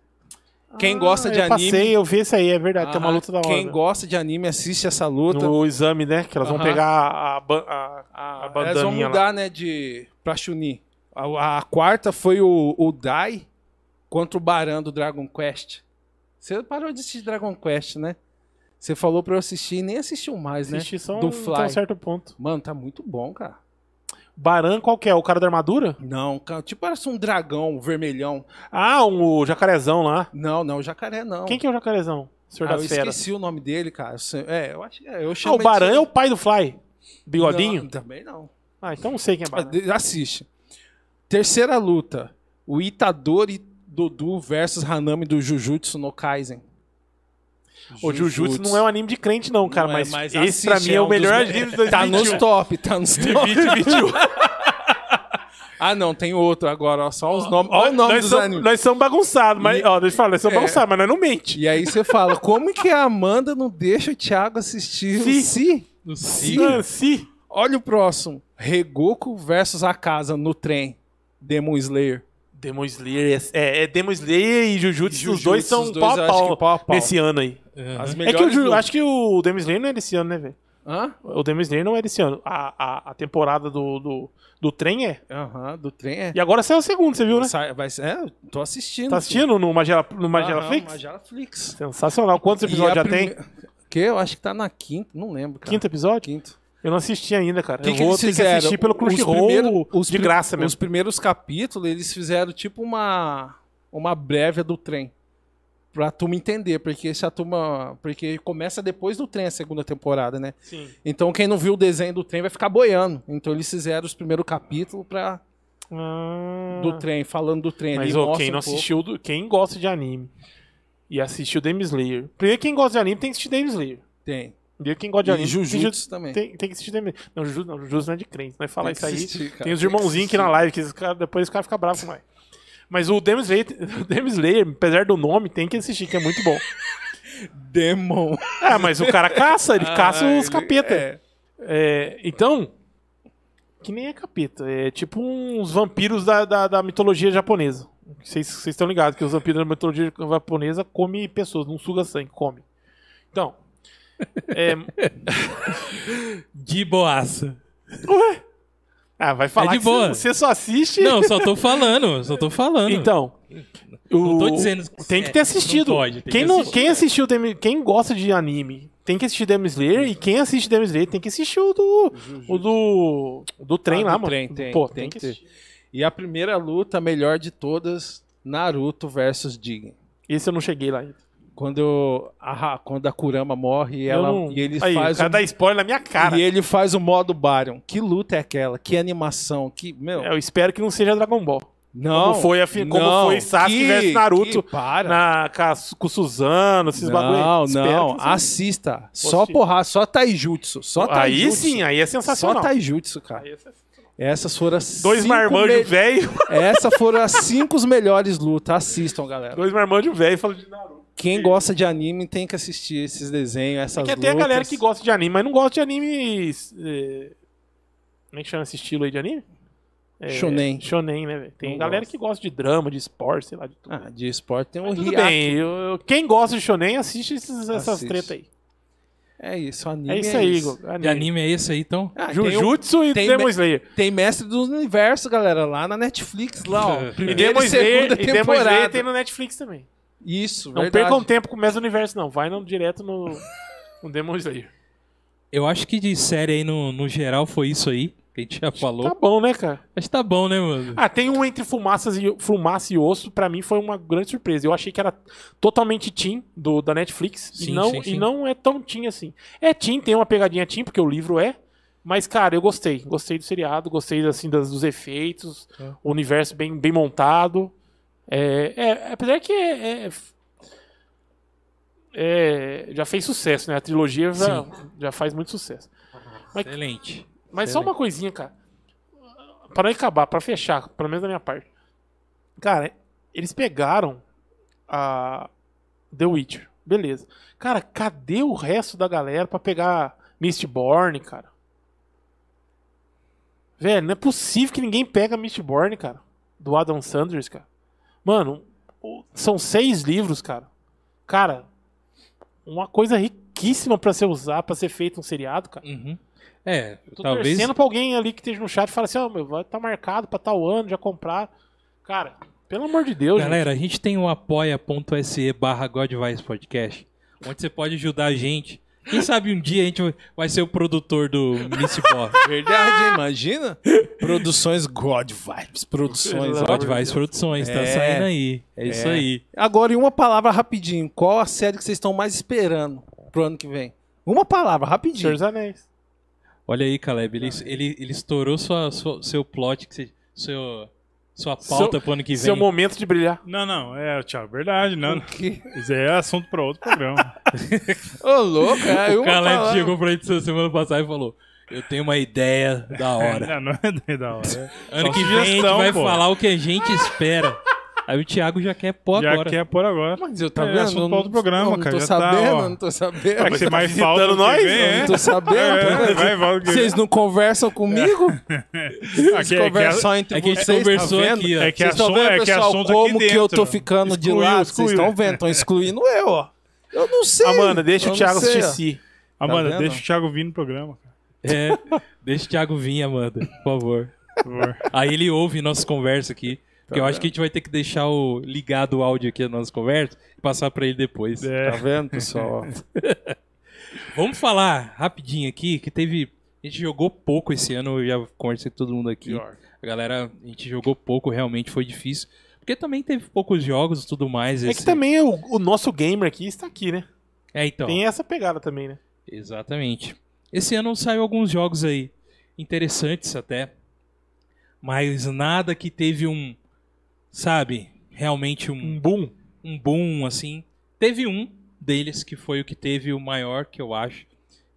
Speaker 5: Quem gosta de
Speaker 2: Ah, eu
Speaker 5: anime-
Speaker 2: Passei, eu vi isso aí, é verdade. tem uma
Speaker 5: Ah,
Speaker 2: luta da hora.
Speaker 5: Quem gosta de anime assiste essa luta.
Speaker 2: No exame, né? Que elas vão
Speaker 5: Aham. Ah,
Speaker 2: pegar a, ban- a, a, a
Speaker 5: Elas vão
Speaker 2: bandaninha lá.
Speaker 5: mudar, né, de pra Chunin. A, a quarta foi o, o Dai contra o Baran do Dragon Quest. Você parou de assistir Dragon Quest, né? Você falou pra eu assistir e nem assistiu mais, né?
Speaker 2: Assistir só
Speaker 5: Do
Speaker 2: um,
Speaker 5: Fly.
Speaker 2: até um certo ponto.
Speaker 5: Mano, tá muito bom, cara.
Speaker 2: Baran, qual que é? O cara da armadura?
Speaker 5: Não, cara, tipo parece um dragão vermelhão.
Speaker 2: Ah, um, o jacarezão lá.
Speaker 5: Não, não, jacaré não.
Speaker 2: Quem que é o jacarezão? Senhor
Speaker 5: ah, eu
Speaker 2: das Feras.
Speaker 5: esqueci o nome dele, cara. Eu sei- É, eu acho que é, eu
Speaker 2: Ah,
Speaker 5: chamo
Speaker 2: o
Speaker 5: ele
Speaker 2: Baran
Speaker 5: de-
Speaker 2: é o pai do Fly. Bigodinho?
Speaker 5: Não, também não.
Speaker 2: Ah, então não sei quem é
Speaker 5: Ah,
Speaker 2: Baran.
Speaker 5: de- Assiste. Terceira luta. O Itadori Dudu versus Hanami do Jujutsu no Kaisen.
Speaker 2: O Jujutsu não é um anime de crente, não, cara,
Speaker 5: Não é,
Speaker 2: mas,
Speaker 5: mas
Speaker 2: esse
Speaker 5: assiste,
Speaker 2: pra mim
Speaker 5: é
Speaker 2: é,
Speaker 5: um
Speaker 2: o
Speaker 5: dos
Speaker 2: melhor
Speaker 5: me-
Speaker 2: anime de
Speaker 5: Tá nos
Speaker 2: 2021.
Speaker 5: top, tá nos top. <laughs>
Speaker 2: 2021. <laughs>
Speaker 5: Ah, não, tem outro agora, ó, só os nomes. Olha o nome
Speaker 2: nós,
Speaker 5: dos
Speaker 2: somos,
Speaker 5: animes.
Speaker 2: nós somos bagunçados, mas. Ó, deixa eu falar, nós somos
Speaker 5: É.
Speaker 2: bagunçados, mas nós não mente.
Speaker 5: E aí você fala, como que a Amanda não deixa o Thiago assistir o
Speaker 2: Si.
Speaker 5: Si?
Speaker 1: Sim.
Speaker 2: Nancy.
Speaker 5: Olha o próximo. Regoku versus a casa no trem. Demon Slayer.
Speaker 2: Demon Slayer, é, é Demon Slayer e Jujutsu, os
Speaker 5: Jujutsu,
Speaker 2: dois são
Speaker 5: os dois
Speaker 2: pau,
Speaker 5: eu
Speaker 2: a
Speaker 5: acho que
Speaker 2: pau,
Speaker 5: pau a pau.
Speaker 2: nesse ano aí.
Speaker 5: As
Speaker 2: É que o
Speaker 5: melhores
Speaker 2: Ju,
Speaker 5: do-
Speaker 2: acho que o Demon Slayer não é desse ano, né, velho?
Speaker 5: Hã?
Speaker 2: O Demon Slayer não é desse ano. A, a, a temporada do, do, do trem é.
Speaker 5: Aham, do trem é.
Speaker 2: E agora saiu o segundo, você viu, né?
Speaker 5: Sai- vai ser- é, eu tô assistindo. Tá,
Speaker 2: Tá assistindo é no Magela, no
Speaker 5: filho.
Speaker 2: Magela
Speaker 5: Aham,
Speaker 2: Flix?
Speaker 5: Ah, Magela Flix.
Speaker 2: Sensacional. Quantos episódios já tem?
Speaker 5: Que eu acho que tá na quinta, não lembro, cara.
Speaker 2: Quinto episódio?
Speaker 5: Quinto.
Speaker 2: Eu não assisti ainda, cara.
Speaker 5: O que
Speaker 2: eu
Speaker 5: que
Speaker 2: vou
Speaker 5: eles
Speaker 2: ter que
Speaker 5: fizeram?
Speaker 2: assistir pelo
Speaker 5: Os
Speaker 2: Crunchyroll
Speaker 5: primeiros- os
Speaker 2: de
Speaker 5: pri-
Speaker 2: graça
Speaker 5: Os
Speaker 2: mesmo.
Speaker 5: primeiros capítulos, eles fizeram tipo uma uma prévia do trem. Pra turma entender, porque se a turma. Porque começa depois do trem a segunda temporada, né?
Speaker 2: Sim.
Speaker 5: Então quem não viu o desenho do trem vai ficar boiando. Então eles fizeram os primeiros capítulos pra,
Speaker 2: Ah.
Speaker 5: do trem, falando do trem.
Speaker 2: Mas
Speaker 5: ali,
Speaker 2: ó,
Speaker 5: mostra
Speaker 2: quem
Speaker 5: um
Speaker 2: não
Speaker 5: pouco.
Speaker 2: assistiu, do- quem gosta de anime e assistiu Demon Slayer. Primeiro, quem gosta de anime tem que assistir Demon Slayer.
Speaker 5: Tem.
Speaker 2: Primeiro, quem gosta de
Speaker 5: E
Speaker 2: anime. tem que-
Speaker 5: Jujutsu também.
Speaker 2: Tem, tem que assistir Demon Slayer. Não, Jujutsu não, Jujutsu não é de crente, não é
Speaker 5: Tem
Speaker 2: falar
Speaker 5: que
Speaker 2: isso aí.
Speaker 5: assistir, cara,
Speaker 2: tem os
Speaker 5: tem que
Speaker 2: irmãozinhos aqui na
Speaker 5: assistir.
Speaker 2: live, que esses caras- depois os caras ficam bravos com nós. Mas o Demon Slayer, <laughs> o Demon Slayer, apesar do nome, tem que assistir, que é muito bom.
Speaker 5: Demon.
Speaker 2: Ah, mas o cara
Speaker 5: <laughs>
Speaker 2: caça, ele caça os capeta.
Speaker 5: Ah, É.
Speaker 2: É, então, que nem é capeta. É tipo uns vampiros da, da, da mitologia japonesa. Vocês vocês estão ligados que os vampiros da mitologia japonesa comem pessoas, não suga sangue, come. Então, é,
Speaker 1: De boaça.
Speaker 2: ah, vai falar
Speaker 1: É de
Speaker 2: que você-
Speaker 1: boa.
Speaker 2: você só assiste.
Speaker 1: Não, só tô falando, só tô falando.
Speaker 2: Então,
Speaker 1: não
Speaker 2: o-
Speaker 1: tô dizendo.
Speaker 2: tem que
Speaker 1: é,
Speaker 2: ter assistido.
Speaker 1: não pode, tem
Speaker 2: quem,
Speaker 1: que
Speaker 2: não,
Speaker 1: assistir.
Speaker 2: quem assistiu Dem- quem gosta de anime, tem que assistir Demon Slayer e quem assiste Demon Slayer tem que assistir o do o do, o do trem
Speaker 5: Ah,
Speaker 2: lá,
Speaker 5: do
Speaker 2: mano.
Speaker 5: trem, tem,
Speaker 2: Pô,
Speaker 5: tem
Speaker 2: tem,
Speaker 5: que
Speaker 2: que
Speaker 5: ter.
Speaker 2: assistir.
Speaker 5: E a primeira luta, a melhor de todas, Naruto versus Jigen.
Speaker 2: Esse eu não cheguei lá ainda.
Speaker 5: Quando a, quando a Kurama morre e, ela,
Speaker 2: Eu não-
Speaker 5: e, ele
Speaker 2: Aí,
Speaker 5: faz
Speaker 2: o cara
Speaker 5: o-
Speaker 2: dá spoiler na minha cara.
Speaker 5: e ele faz o modo Baryon. Que luta é aquela? Que animação? Que, meu,
Speaker 2: Eu espero que não seja Dragon Ball.
Speaker 5: não.
Speaker 2: É, como foi a fi- como
Speaker 5: não,
Speaker 2: foi Sasuke versus Naruto
Speaker 5: que para.
Speaker 2: Na, com, a Su- com o Suzano, esses bagulho. aí.
Speaker 5: Não,
Speaker 2: Espero
Speaker 5: não,
Speaker 2: que não seja.
Speaker 5: assista. Só
Speaker 2: assistir.
Speaker 5: porra, só taijutsu. Só taijutsu.
Speaker 2: aí sim, aí é
Speaker 5: Só
Speaker 2: sensacional.
Speaker 5: taijutsu, cara. Essas foram as
Speaker 2: Dois
Speaker 5: cinco
Speaker 2: marmanjos <laughs>
Speaker 5: me...
Speaker 2: velho,
Speaker 5: Essas foram as cinco melhores lutas. Assistam, galera.
Speaker 2: dois marmanjos velho falando de Naruto.
Speaker 5: Quem gosta de anime tem que assistir esses desenhos, essas
Speaker 2: Porque
Speaker 5: lutas.
Speaker 2: tem a galera É que gosta de anime, mas não gosta de anime. eh, Como é que chama esse estilo aí de anime? É,
Speaker 5: Shonen.
Speaker 2: Shonen, né, velho? Tem
Speaker 5: Não
Speaker 2: galera
Speaker 5: gosta.
Speaker 2: que gosta de drama, de esporte, sei lá, de tudo.
Speaker 5: Ah, de esporte tem um
Speaker 2: Mas tudo
Speaker 5: riaco.
Speaker 2: bem, eu- eu- quem gosta de Shonen assiste esses- essas
Speaker 5: Assiste.
Speaker 2: tretas aí.
Speaker 5: É isso, anime
Speaker 2: É isso aí, Igor.
Speaker 1: De anime é esse aí, então?
Speaker 5: Ah, tem, o-
Speaker 2: Jujutsu e
Speaker 5: tem
Speaker 2: Demon
Speaker 5: me-
Speaker 2: Slayer.
Speaker 5: tem Mestre do Universo, galera, lá na Netflix, lá, ó.
Speaker 2: <laughs> E
Speaker 5: Primeira
Speaker 2: Demon
Speaker 5: e segunda
Speaker 2: Slayer, e Demon Slayer
Speaker 5: temporada.
Speaker 2: tem no Netflix também.
Speaker 5: Isso,
Speaker 2: Não
Speaker 5: verdade.
Speaker 2: percam tempo com o mesmo universo, não. Vai no, direto no, no Demon Slayer.
Speaker 1: Eu acho que de série aí, no, no geral, foi isso aí que a gente já falou.
Speaker 2: Tá bom, né, cara?
Speaker 1: Mas tá bom, né, mano?
Speaker 2: Ah, tem um entre fumaças e, fumaça e osso, pra mim foi uma grande surpresa. Eu achei que era totalmente teen do, da Netflix.
Speaker 1: Sim,
Speaker 2: e, não,
Speaker 1: sim,
Speaker 2: e
Speaker 1: sim.
Speaker 2: não é tão teen assim. É teen, tem uma pegadinha teen, porque o livro é. Mas, cara, eu gostei. Gostei do seriado, gostei assim, das- dos efeitos,
Speaker 1: É.
Speaker 2: o universo bem, bem montado. É, é, apesar que é, é- é, já fez sucesso, né? A trilogia já,
Speaker 1: Sim.
Speaker 2: já faz muito sucesso.
Speaker 1: Excelente.
Speaker 2: Mas só uma coisinha, cara. Pra não acabar, pra fechar, pelo menos da minha parte. Cara, eles pegaram a The Witcher. Beleza. Cara, cadê o resto da galera pra pegar Mistborn, cara? Velho, não é possível que ninguém pega Mistborn, cara. Do Adam Sanders, cara. Mano, o- são seis livros, cara. Cara, uma coisa riquíssima pra você usar, pra ser feito um seriado, cara.
Speaker 1: Uhum. É,
Speaker 2: Tô
Speaker 1: talvez.
Speaker 2: torcendo pra alguém ali que esteja no chat e fala assim, ó, meu, vai tá marcado pra tal ano, já comprar. Cara, pelo amor de Deus,
Speaker 1: Galera, a gente tem o apoia.se barra Godvice Podcast, onde você pode ajudar a gente. Quem sabe um dia a gente vai- vai ser o produtor do Miss Boss.
Speaker 5: Verdade,
Speaker 2: <laughs>
Speaker 5: hein? imagina. Produções God Vibes, produções. ó.
Speaker 1: Godvice Produções, tá
Speaker 5: É.
Speaker 1: saindo aí. É, isso aí.
Speaker 5: Agora, em uma palavra rapidinho. Qual a série que vocês estão mais esperando pro ano que vem? Uma palavra,
Speaker 2: gente. Senhor
Speaker 5: rapidinho.
Speaker 2: dos Anéis.
Speaker 1: Olha aí, Caleb, ele, ele, ele estourou sua, sua- seu plot, que você- seu, Sua pauta pro ano que vem.
Speaker 2: Seu momento de brilhar.
Speaker 4: Não, não, é, Thiago, verdade, não. não.
Speaker 5: Que...
Speaker 4: Isso aí é assunto pra outro programa.
Speaker 5: Ô, louco,
Speaker 4: <laughs>
Speaker 5: é
Speaker 1: o
Speaker 5: uma
Speaker 1: Caleb
Speaker 5: palavra.
Speaker 1: chegou pra gente semana passada e falou: Eu tenho uma ideia da hora.
Speaker 4: <laughs> É, não é da hora.
Speaker 1: ano
Speaker 4: só
Speaker 1: que vem a gente
Speaker 4: sugestão,
Speaker 1: vai
Speaker 4: pô.
Speaker 1: falar o que a gente espera. Aí o Thiago já quer pó
Speaker 4: Já
Speaker 1: agora.
Speaker 4: quer por agora.
Speaker 5: Mas eu tá
Speaker 4: É,
Speaker 5: vendo?
Speaker 4: assunto
Speaker 5: Eu
Speaker 4: pra outro programa,
Speaker 5: não,
Speaker 4: cara,
Speaker 5: Não tô
Speaker 4: já tá,
Speaker 5: sabendo,
Speaker 4: ó.
Speaker 5: não tô sabendo.
Speaker 4: Vai ser mais falta
Speaker 2: visitando
Speaker 4: do que
Speaker 2: nós?
Speaker 4: vem, é?
Speaker 5: Não tô sabendo.
Speaker 4: É,
Speaker 5: né?
Speaker 4: vai, volta.
Speaker 5: Vocês não conversam comigo?
Speaker 4: Aqui, é, que é-
Speaker 5: Conversa só entre
Speaker 1: É que a gente
Speaker 5: vocês,
Speaker 1: conversou
Speaker 5: tá vendo?
Speaker 1: aqui, ó.
Speaker 4: é que
Speaker 5: Vocês estão
Speaker 4: assunto,
Speaker 5: vendo,
Speaker 4: é que
Speaker 5: pessoal,
Speaker 4: assunto
Speaker 5: como
Speaker 4: aqui dentro.
Speaker 5: que eu tô ficando de
Speaker 4: Excluiu,
Speaker 5: lado? Vocês
Speaker 4: excluiu.
Speaker 5: estão vendo? Estão excluindo eu, ó. Eu não sei.
Speaker 2: Amanda, deixa
Speaker 5: eu
Speaker 2: o
Speaker 5: não
Speaker 2: Thiago
Speaker 5: sei,
Speaker 2: assistir
Speaker 5: ó.
Speaker 2: si.
Speaker 4: Amanda,
Speaker 5: Tá vendo?
Speaker 4: Ah, deixa o Thiago vir no programa, cara,
Speaker 1: É, deixa o Thiago vir, Amanda, por favor.
Speaker 5: <laughs>
Speaker 4: por favor.
Speaker 5: Tá
Speaker 1: Aí ele ouve nossa conversa aqui. Porque eu acho que a gente vai ter que deixar o ligado o áudio aqui da nossa conversa e passar pra ele depois.
Speaker 4: É.
Speaker 5: Tá vendo, pessoal?
Speaker 1: Vamos falar rapidinho aqui que teve. A gente jogou pouco esse ano, eu já conversei com todo mundo aqui. A galera, a gente jogou pouco, realmente foi difícil. Porque também teve poucos jogos e tudo mais.
Speaker 2: É
Speaker 1: esse-
Speaker 2: que também o, o nosso gamer aqui está aqui, né?
Speaker 1: É, então.
Speaker 2: Tem essa pegada também, né?
Speaker 1: Exatamente. Esse ano saiu alguns jogos aí interessantes até, mas nada que teve um, sabe, realmente um,
Speaker 2: Um boom.
Speaker 1: um boom assim. Teve um deles que foi o que teve o maior, que eu acho,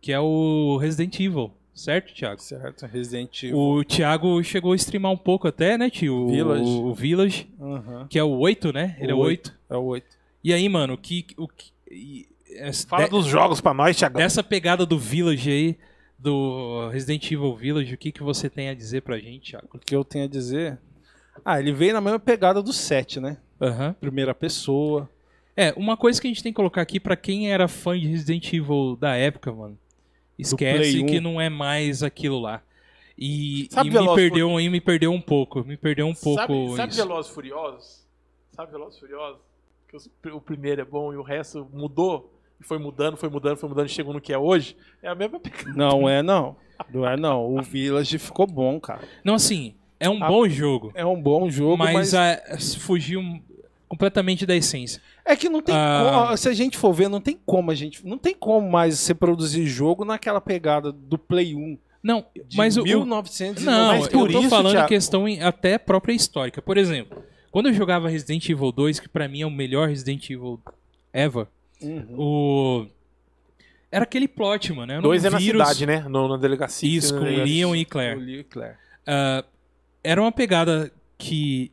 Speaker 1: que é o Resident Evil, certo, Thiago?
Speaker 5: certo, Resident Evil.
Speaker 1: O Thiago chegou a streamar um pouco até, né, tio? O
Speaker 5: Village.
Speaker 1: O, Village,
Speaker 5: Aham.
Speaker 1: que é o 8, né? Ele é o
Speaker 5: O
Speaker 1: 8.
Speaker 5: É o 8.
Speaker 1: E aí, mano, o que o que e- essa-
Speaker 2: Fala dos jogos pra nós, Thiago.
Speaker 1: Dessa pegada do Village aí, do Resident Evil Village, o que, que você tem a dizer pra gente, Thiago?
Speaker 5: O que eu tenho a dizer? Ah, ele veio na mesma pegada do 7, né? Primeira pessoa.
Speaker 1: É, uma coisa que a gente tem que colocar aqui pra quem era fã de Resident Evil da época, mano, esquece
Speaker 5: Play 1.
Speaker 1: que não é mais aquilo lá. E,
Speaker 2: Sabe
Speaker 1: e me
Speaker 2: Velozes
Speaker 1: perdeu aí, me perdeu um pouco, me perdeu um pouco
Speaker 2: sabe, sabe
Speaker 1: isso.
Speaker 2: Velozes e Furiosos? Sabe Velozes e Furiosos? Que os- o primeiro é bom e o resto mudou. E foi mudando, foi mudando, foi mudando, chegou no que é hoje. É a mesma pegada.
Speaker 5: Não é, não. Não é, não. O Village ficou bom, cara.
Speaker 1: Não, assim, é um
Speaker 5: A-
Speaker 1: bom jogo,
Speaker 5: É um bom jogo,
Speaker 1: mas,
Speaker 5: mas,
Speaker 1: a- fugiu completamente da essência.
Speaker 5: é que não tem
Speaker 1: Ah.
Speaker 5: como. Se a gente for ver, não tem como a gente. Não tem como mais você produzir jogo naquela pegada do Play 1.
Speaker 1: Não,
Speaker 5: De
Speaker 1: mas o- o,
Speaker 5: 1900
Speaker 1: Não,
Speaker 2: Mas por
Speaker 1: eu tô
Speaker 2: isso,
Speaker 1: falando
Speaker 2: Thiago-
Speaker 1: questão em- até própria histórica. Por exemplo, quando eu jogava Resident Evil 2, que pra mim é o melhor Resident Evil ever,
Speaker 5: Uhum.
Speaker 1: o... era aquele plot, mano. Era
Speaker 2: Dois
Speaker 1: um
Speaker 2: é na
Speaker 1: vírus,
Speaker 2: cidade, né? é. No, na delegacia. né? Então,
Speaker 1: Isso,
Speaker 2: na
Speaker 1: com
Speaker 2: delegacia.
Speaker 1: Leon e Claire.
Speaker 5: Claire.
Speaker 1: Era uma pegada que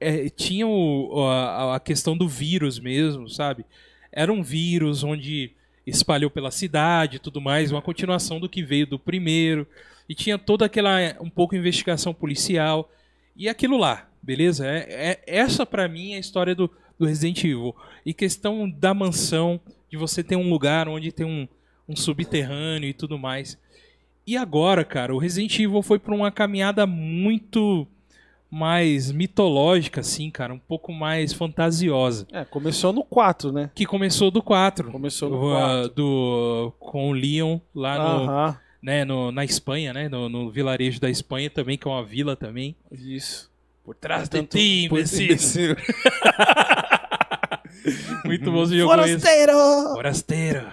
Speaker 1: é, tinha o- a, a questão do vírus mesmo, sabe? Era um vírus onde espalhou pela cidade e tudo mais, uma continuação do que veio do primeiro. E tinha toda aquela é, um pouco investigação policial e aquilo lá, beleza? É, é- essa pra mim é a história do, do Resident Evil. E questão da mansão, de você ter um lugar onde tem um, um subterrâneo e tudo mais. E agora, cara, o Resident Evil foi pra uma caminhada muito mais mitológica, assim, cara, um pouco mais fantasiosa.
Speaker 5: É, começou no 4, né?
Speaker 1: Que começou do 4.
Speaker 5: Começou no
Speaker 1: o, ah,
Speaker 5: 4.
Speaker 1: do com o Leon lá no,
Speaker 5: Aham,
Speaker 1: né, no- na Espanha, né, no, no vilarejo da Espanha também, que é uma vila também.
Speaker 5: isso.
Speaker 1: Por trás
Speaker 5: Tanto-
Speaker 1: de ti, <laughs>
Speaker 5: por-
Speaker 1: imbecil. Muito bom esse jogo esse.
Speaker 5: Forasteiro!
Speaker 1: Forasteiro.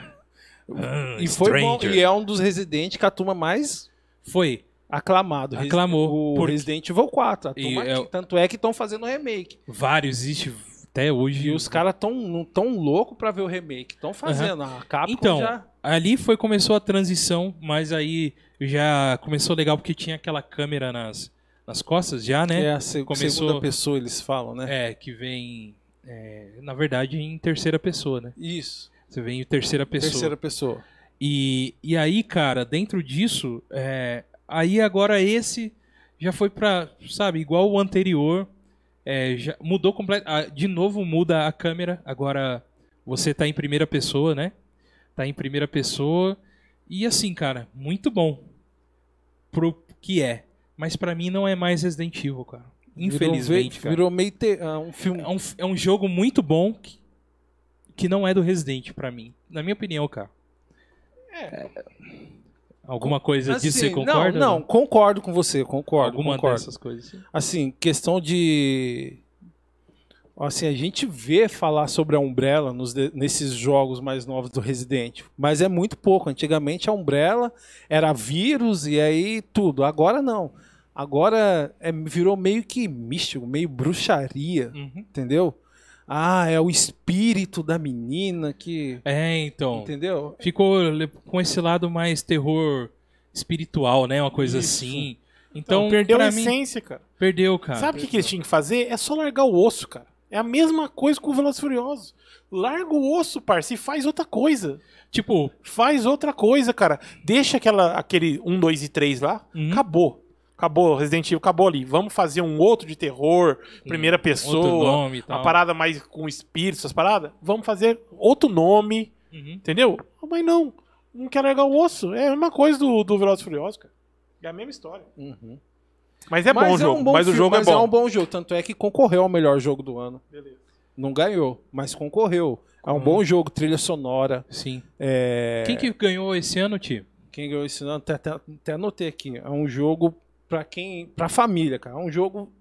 Speaker 1: Ah,
Speaker 5: E foi bom,
Speaker 1: stranger.
Speaker 5: e é um dos Resident que a turma mais
Speaker 1: Foi.
Speaker 5: aclamado. Resi-
Speaker 1: Aclamou,
Speaker 5: O
Speaker 1: porque-
Speaker 5: Resident Evil 4. a
Speaker 1: E
Speaker 5: turma-
Speaker 1: é o-
Speaker 5: Tanto é que estão fazendo remake.
Speaker 1: Vários, existe até hoje.
Speaker 5: E os caras tão, não tão louco pra ver o remake. Estão fazendo. A Capcom
Speaker 1: Então,
Speaker 5: já...
Speaker 1: Ali foi começou a transição, mas aí já começou legal porque tinha aquela câmera nas, nas costas já, né?
Speaker 5: É a se-
Speaker 1: começou-
Speaker 5: segunda pessoa, eles falam, né?
Speaker 1: É, que vem, é, na verdade, em terceira pessoa, né?
Speaker 5: Isso.
Speaker 1: Você vem em terceira pessoa.
Speaker 5: Terceira pessoa.
Speaker 1: E, e aí, cara, dentro disso, é, aí agora esse já foi pra, sabe, igual o anterior, é, já mudou completamente. De novo muda a câmera, agora você tá em primeira pessoa, né? Tá em primeira pessoa. E assim, cara, muito bom pro que é. Mas pra mim não é mais Resident Evil, cara. Infelizmente,
Speaker 5: Virou, um
Speaker 1: cara.
Speaker 5: virou meio te- ah, um filme.
Speaker 1: É um, é um jogo muito bom que, que não é do Resident pra mim. Na minha opinião, cara. É. Alguma coisa disso você
Speaker 5: Assim,
Speaker 1: concorda?
Speaker 5: Não, não, concordo com você, concordo.
Speaker 1: Alguma
Speaker 5: concordo.
Speaker 1: dessas coisas.
Speaker 5: Assim, questão de. Assim, a gente vê falar sobre a Umbrella nos de- nesses jogos mais novos do Resident, mas é muito pouco. Antigamente a Umbrella era vírus e aí tudo. Agora não. Agora é, virou meio que místico, meio bruxaria, entendeu? Ah, é o espírito da menina que.
Speaker 1: É, então.
Speaker 5: Entendeu?
Speaker 1: Ficou le- com esse lado mais terror espiritual, né? Uma coisa assim. Então,
Speaker 2: perdeu a
Speaker 1: pra mim,
Speaker 2: essência, cara.
Speaker 1: perdeu, cara.
Speaker 2: Sabe o que, que eles tinham que fazer? É só largar o osso, cara. É a mesma coisa com o Velozes e Furiosos. Larga o osso, parceiro, e faz outra coisa.
Speaker 1: Tipo,
Speaker 2: Faz outra coisa, cara. Deixa aquela, aquele 1, 2 e 3 lá.
Speaker 1: Uhum.
Speaker 2: Acabou. Acabou, Resident Evil acabou ali. Vamos fazer um outro de terror, primeira
Speaker 1: outro
Speaker 2: pessoa,
Speaker 1: nome e tal.
Speaker 2: uma parada mais com espírito, essas paradas. Vamos fazer outro nome,
Speaker 1: Uhum.
Speaker 2: entendeu? Ah, Mas não, não quer largar o osso. É a mesma coisa do, do Velozes e Furiosos, cara. É a mesma história.
Speaker 5: Uhum.
Speaker 2: Mas é bom o jogo, mas o
Speaker 5: filme,
Speaker 2: jogo
Speaker 5: mas
Speaker 2: é
Speaker 5: é um
Speaker 2: bom.
Speaker 5: bom jogo. Tanto é que concorreu ao melhor jogo do ano.
Speaker 2: Beleza. Hum.
Speaker 5: Não ganhou, mas concorreu. É um bom jogo, trilha sonora.
Speaker 1: Sim.
Speaker 5: É...
Speaker 1: Quem que ganhou esse ano, Ti?
Speaker 5: Quem ganhou esse ano, até, até, até anotei aqui. É um jogo pra quem. pra família, cara. É um jogo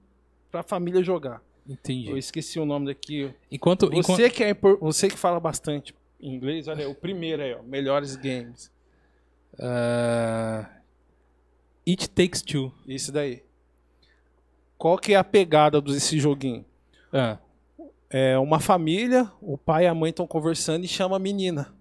Speaker 5: pra família jogar. Eu
Speaker 1: Entendi.
Speaker 5: esqueci o nome daqui.
Speaker 1: Enquanto, enquanto-
Speaker 5: Você que, é, impor- você que fala bastante em inglês, olha aí, o primeiro aí, ó. Melhores games.
Speaker 1: Ah, It Takes Two.
Speaker 5: Esse daí. Qual que é a pegada desse joguinho?
Speaker 1: Ah.
Speaker 5: É uma família, o pai e a mãe estão conversando e chama a menina.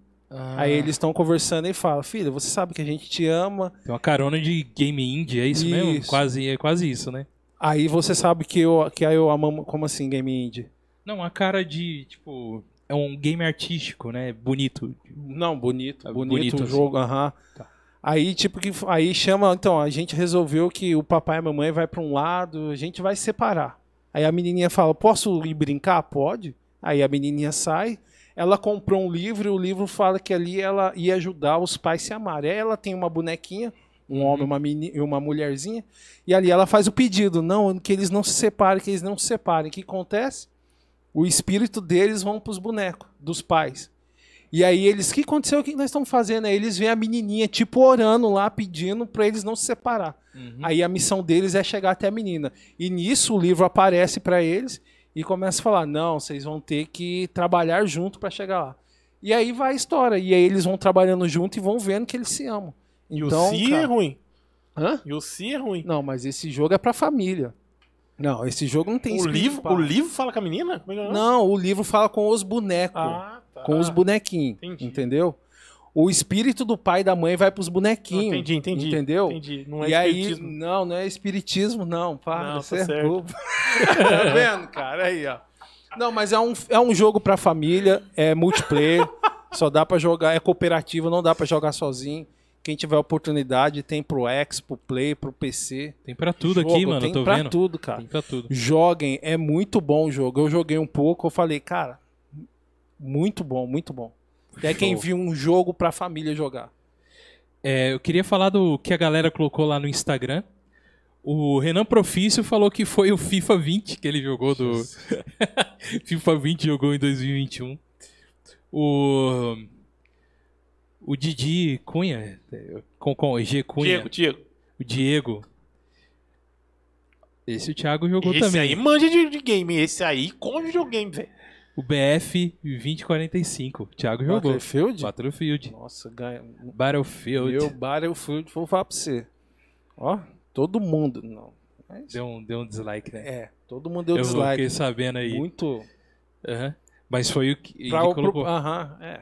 Speaker 5: Aí
Speaker 1: Ah.
Speaker 5: eles estão conversando e fala: Filha, você sabe que a gente te ama,
Speaker 1: Tem uma carona de game indie, é isso, mesmo?
Speaker 5: Isso.
Speaker 1: Quase, é quase isso, né?
Speaker 5: Aí você sabe que eu, que aí eu amo. Como assim, Game Indie?
Speaker 1: Não, a cara de, tipo, é um game artístico, né? Bonito.
Speaker 5: Não, bonito.
Speaker 1: É
Speaker 5: Bonito,
Speaker 1: bonito,
Speaker 5: o
Speaker 1: assim.
Speaker 5: jogo, aham.
Speaker 1: Tá.
Speaker 5: Aí, tipo, que, aí chama. Então, a gente resolveu que o papai e a mamãe vai pra um lado, a gente vai se separar. Aí a menininha fala: Posso ir brincar? Pode. Aí a menininha sai. Ela comprou um livro e o livro fala que ali ela ia ajudar os pais a se amarem. Aí ela tem uma bonequinha, um
Speaker 1: Uhum.
Speaker 5: homem uma meni- e uma mulherzinha. E ali ela faz o pedido, não, que eles não se separem, que eles não se separem. O que acontece? O espírito deles vão pros bonecos, dos pais. E aí eles, o que aconteceu? O que nós estamos fazendo? Aí eles veem a menininha, tipo, orando lá, pedindo pra eles não se separar.
Speaker 2: Hum.
Speaker 5: Aí a missão deles é chegar até a menina. E nisso o livro aparece pra eles e começa a falar, não, vocês vão ter que trabalhar junto pra chegar lá. E aí vai a história. E aí eles vão trabalhando junto e vão vendo que eles se amam.
Speaker 2: E o
Speaker 5: Então,
Speaker 2: Si é
Speaker 5: cara-
Speaker 2: ruim.
Speaker 5: Hã?
Speaker 2: E o Si é ruim.
Speaker 5: Não, mas esse jogo é pra família. Não, esse jogo não tem
Speaker 2: O
Speaker 5: espírito
Speaker 2: livro,
Speaker 5: pra-
Speaker 2: o livro fala com a menina? Como é que é o nome?
Speaker 5: Não, o livro fala com os bonecos.
Speaker 2: Ah, tá.
Speaker 5: com os bonequinhos.
Speaker 2: entendi.
Speaker 5: Entendeu? O espírito do pai e da mãe vai pros bonequinhos.
Speaker 2: Entendi, entendi.
Speaker 5: Entendeu?
Speaker 2: Entendi. Não é
Speaker 5: e aí,
Speaker 2: espiritismo.
Speaker 5: não, não é espiritismo, não. Para,
Speaker 2: Não, tá
Speaker 5: você é
Speaker 2: certo.
Speaker 5: bobo. <laughs> tá vendo, cara? Aí, ó. Não, mas é um, é um jogo pra família, é multiplayer, <laughs> só dá pra jogar, é cooperativo, não dá pra jogar sozinho. Quem tiver oportunidade tem pro X, pro Play, pro PC.
Speaker 1: Tem pra tudo
Speaker 5: Jogo,
Speaker 1: aqui, mano,
Speaker 5: tem
Speaker 1: eu tô
Speaker 5: pra
Speaker 1: vendo.
Speaker 5: tudo, cara.
Speaker 1: Tem pra tudo.
Speaker 5: Joguem, é muito bom o jogo. Eu joguei um pouco, eu falei, cara, muito bom, muito bom. É quem
Speaker 1: Show.
Speaker 5: viu um jogo pra família jogar.
Speaker 1: É, eu queria falar do que a galera colocou lá no Instagram. O Renan Profício falou que foi o FIFA 20 que ele jogou do. <laughs> FIFA 20 jogou em 2021. O. O Didi Cunha. é, Com, com G Cunha.
Speaker 2: Diego, Diego.
Speaker 1: O Diego. Esse o Thiago jogou
Speaker 2: Esse
Speaker 1: também.
Speaker 2: aí manja de, de game. Esse aí come videogame, velho.
Speaker 1: O BF 2045. O Thiago jogou.
Speaker 5: Battlefield?
Speaker 1: Battlefield.
Speaker 5: Nossa, ganha. um
Speaker 1: Battlefield.
Speaker 5: Meu Battlefield, vou falar pra você. Ó, todo mundo. Não. Mas,
Speaker 1: Deu, um, deu um dislike, né?
Speaker 5: é, todo mundo deu
Speaker 1: eu fiquei
Speaker 5: dislike.
Speaker 1: sabendo aí.
Speaker 5: Muito.
Speaker 1: Aham. Mas foi o que ele
Speaker 5: Pra o,
Speaker 1: colocou.
Speaker 5: pro, aham, é.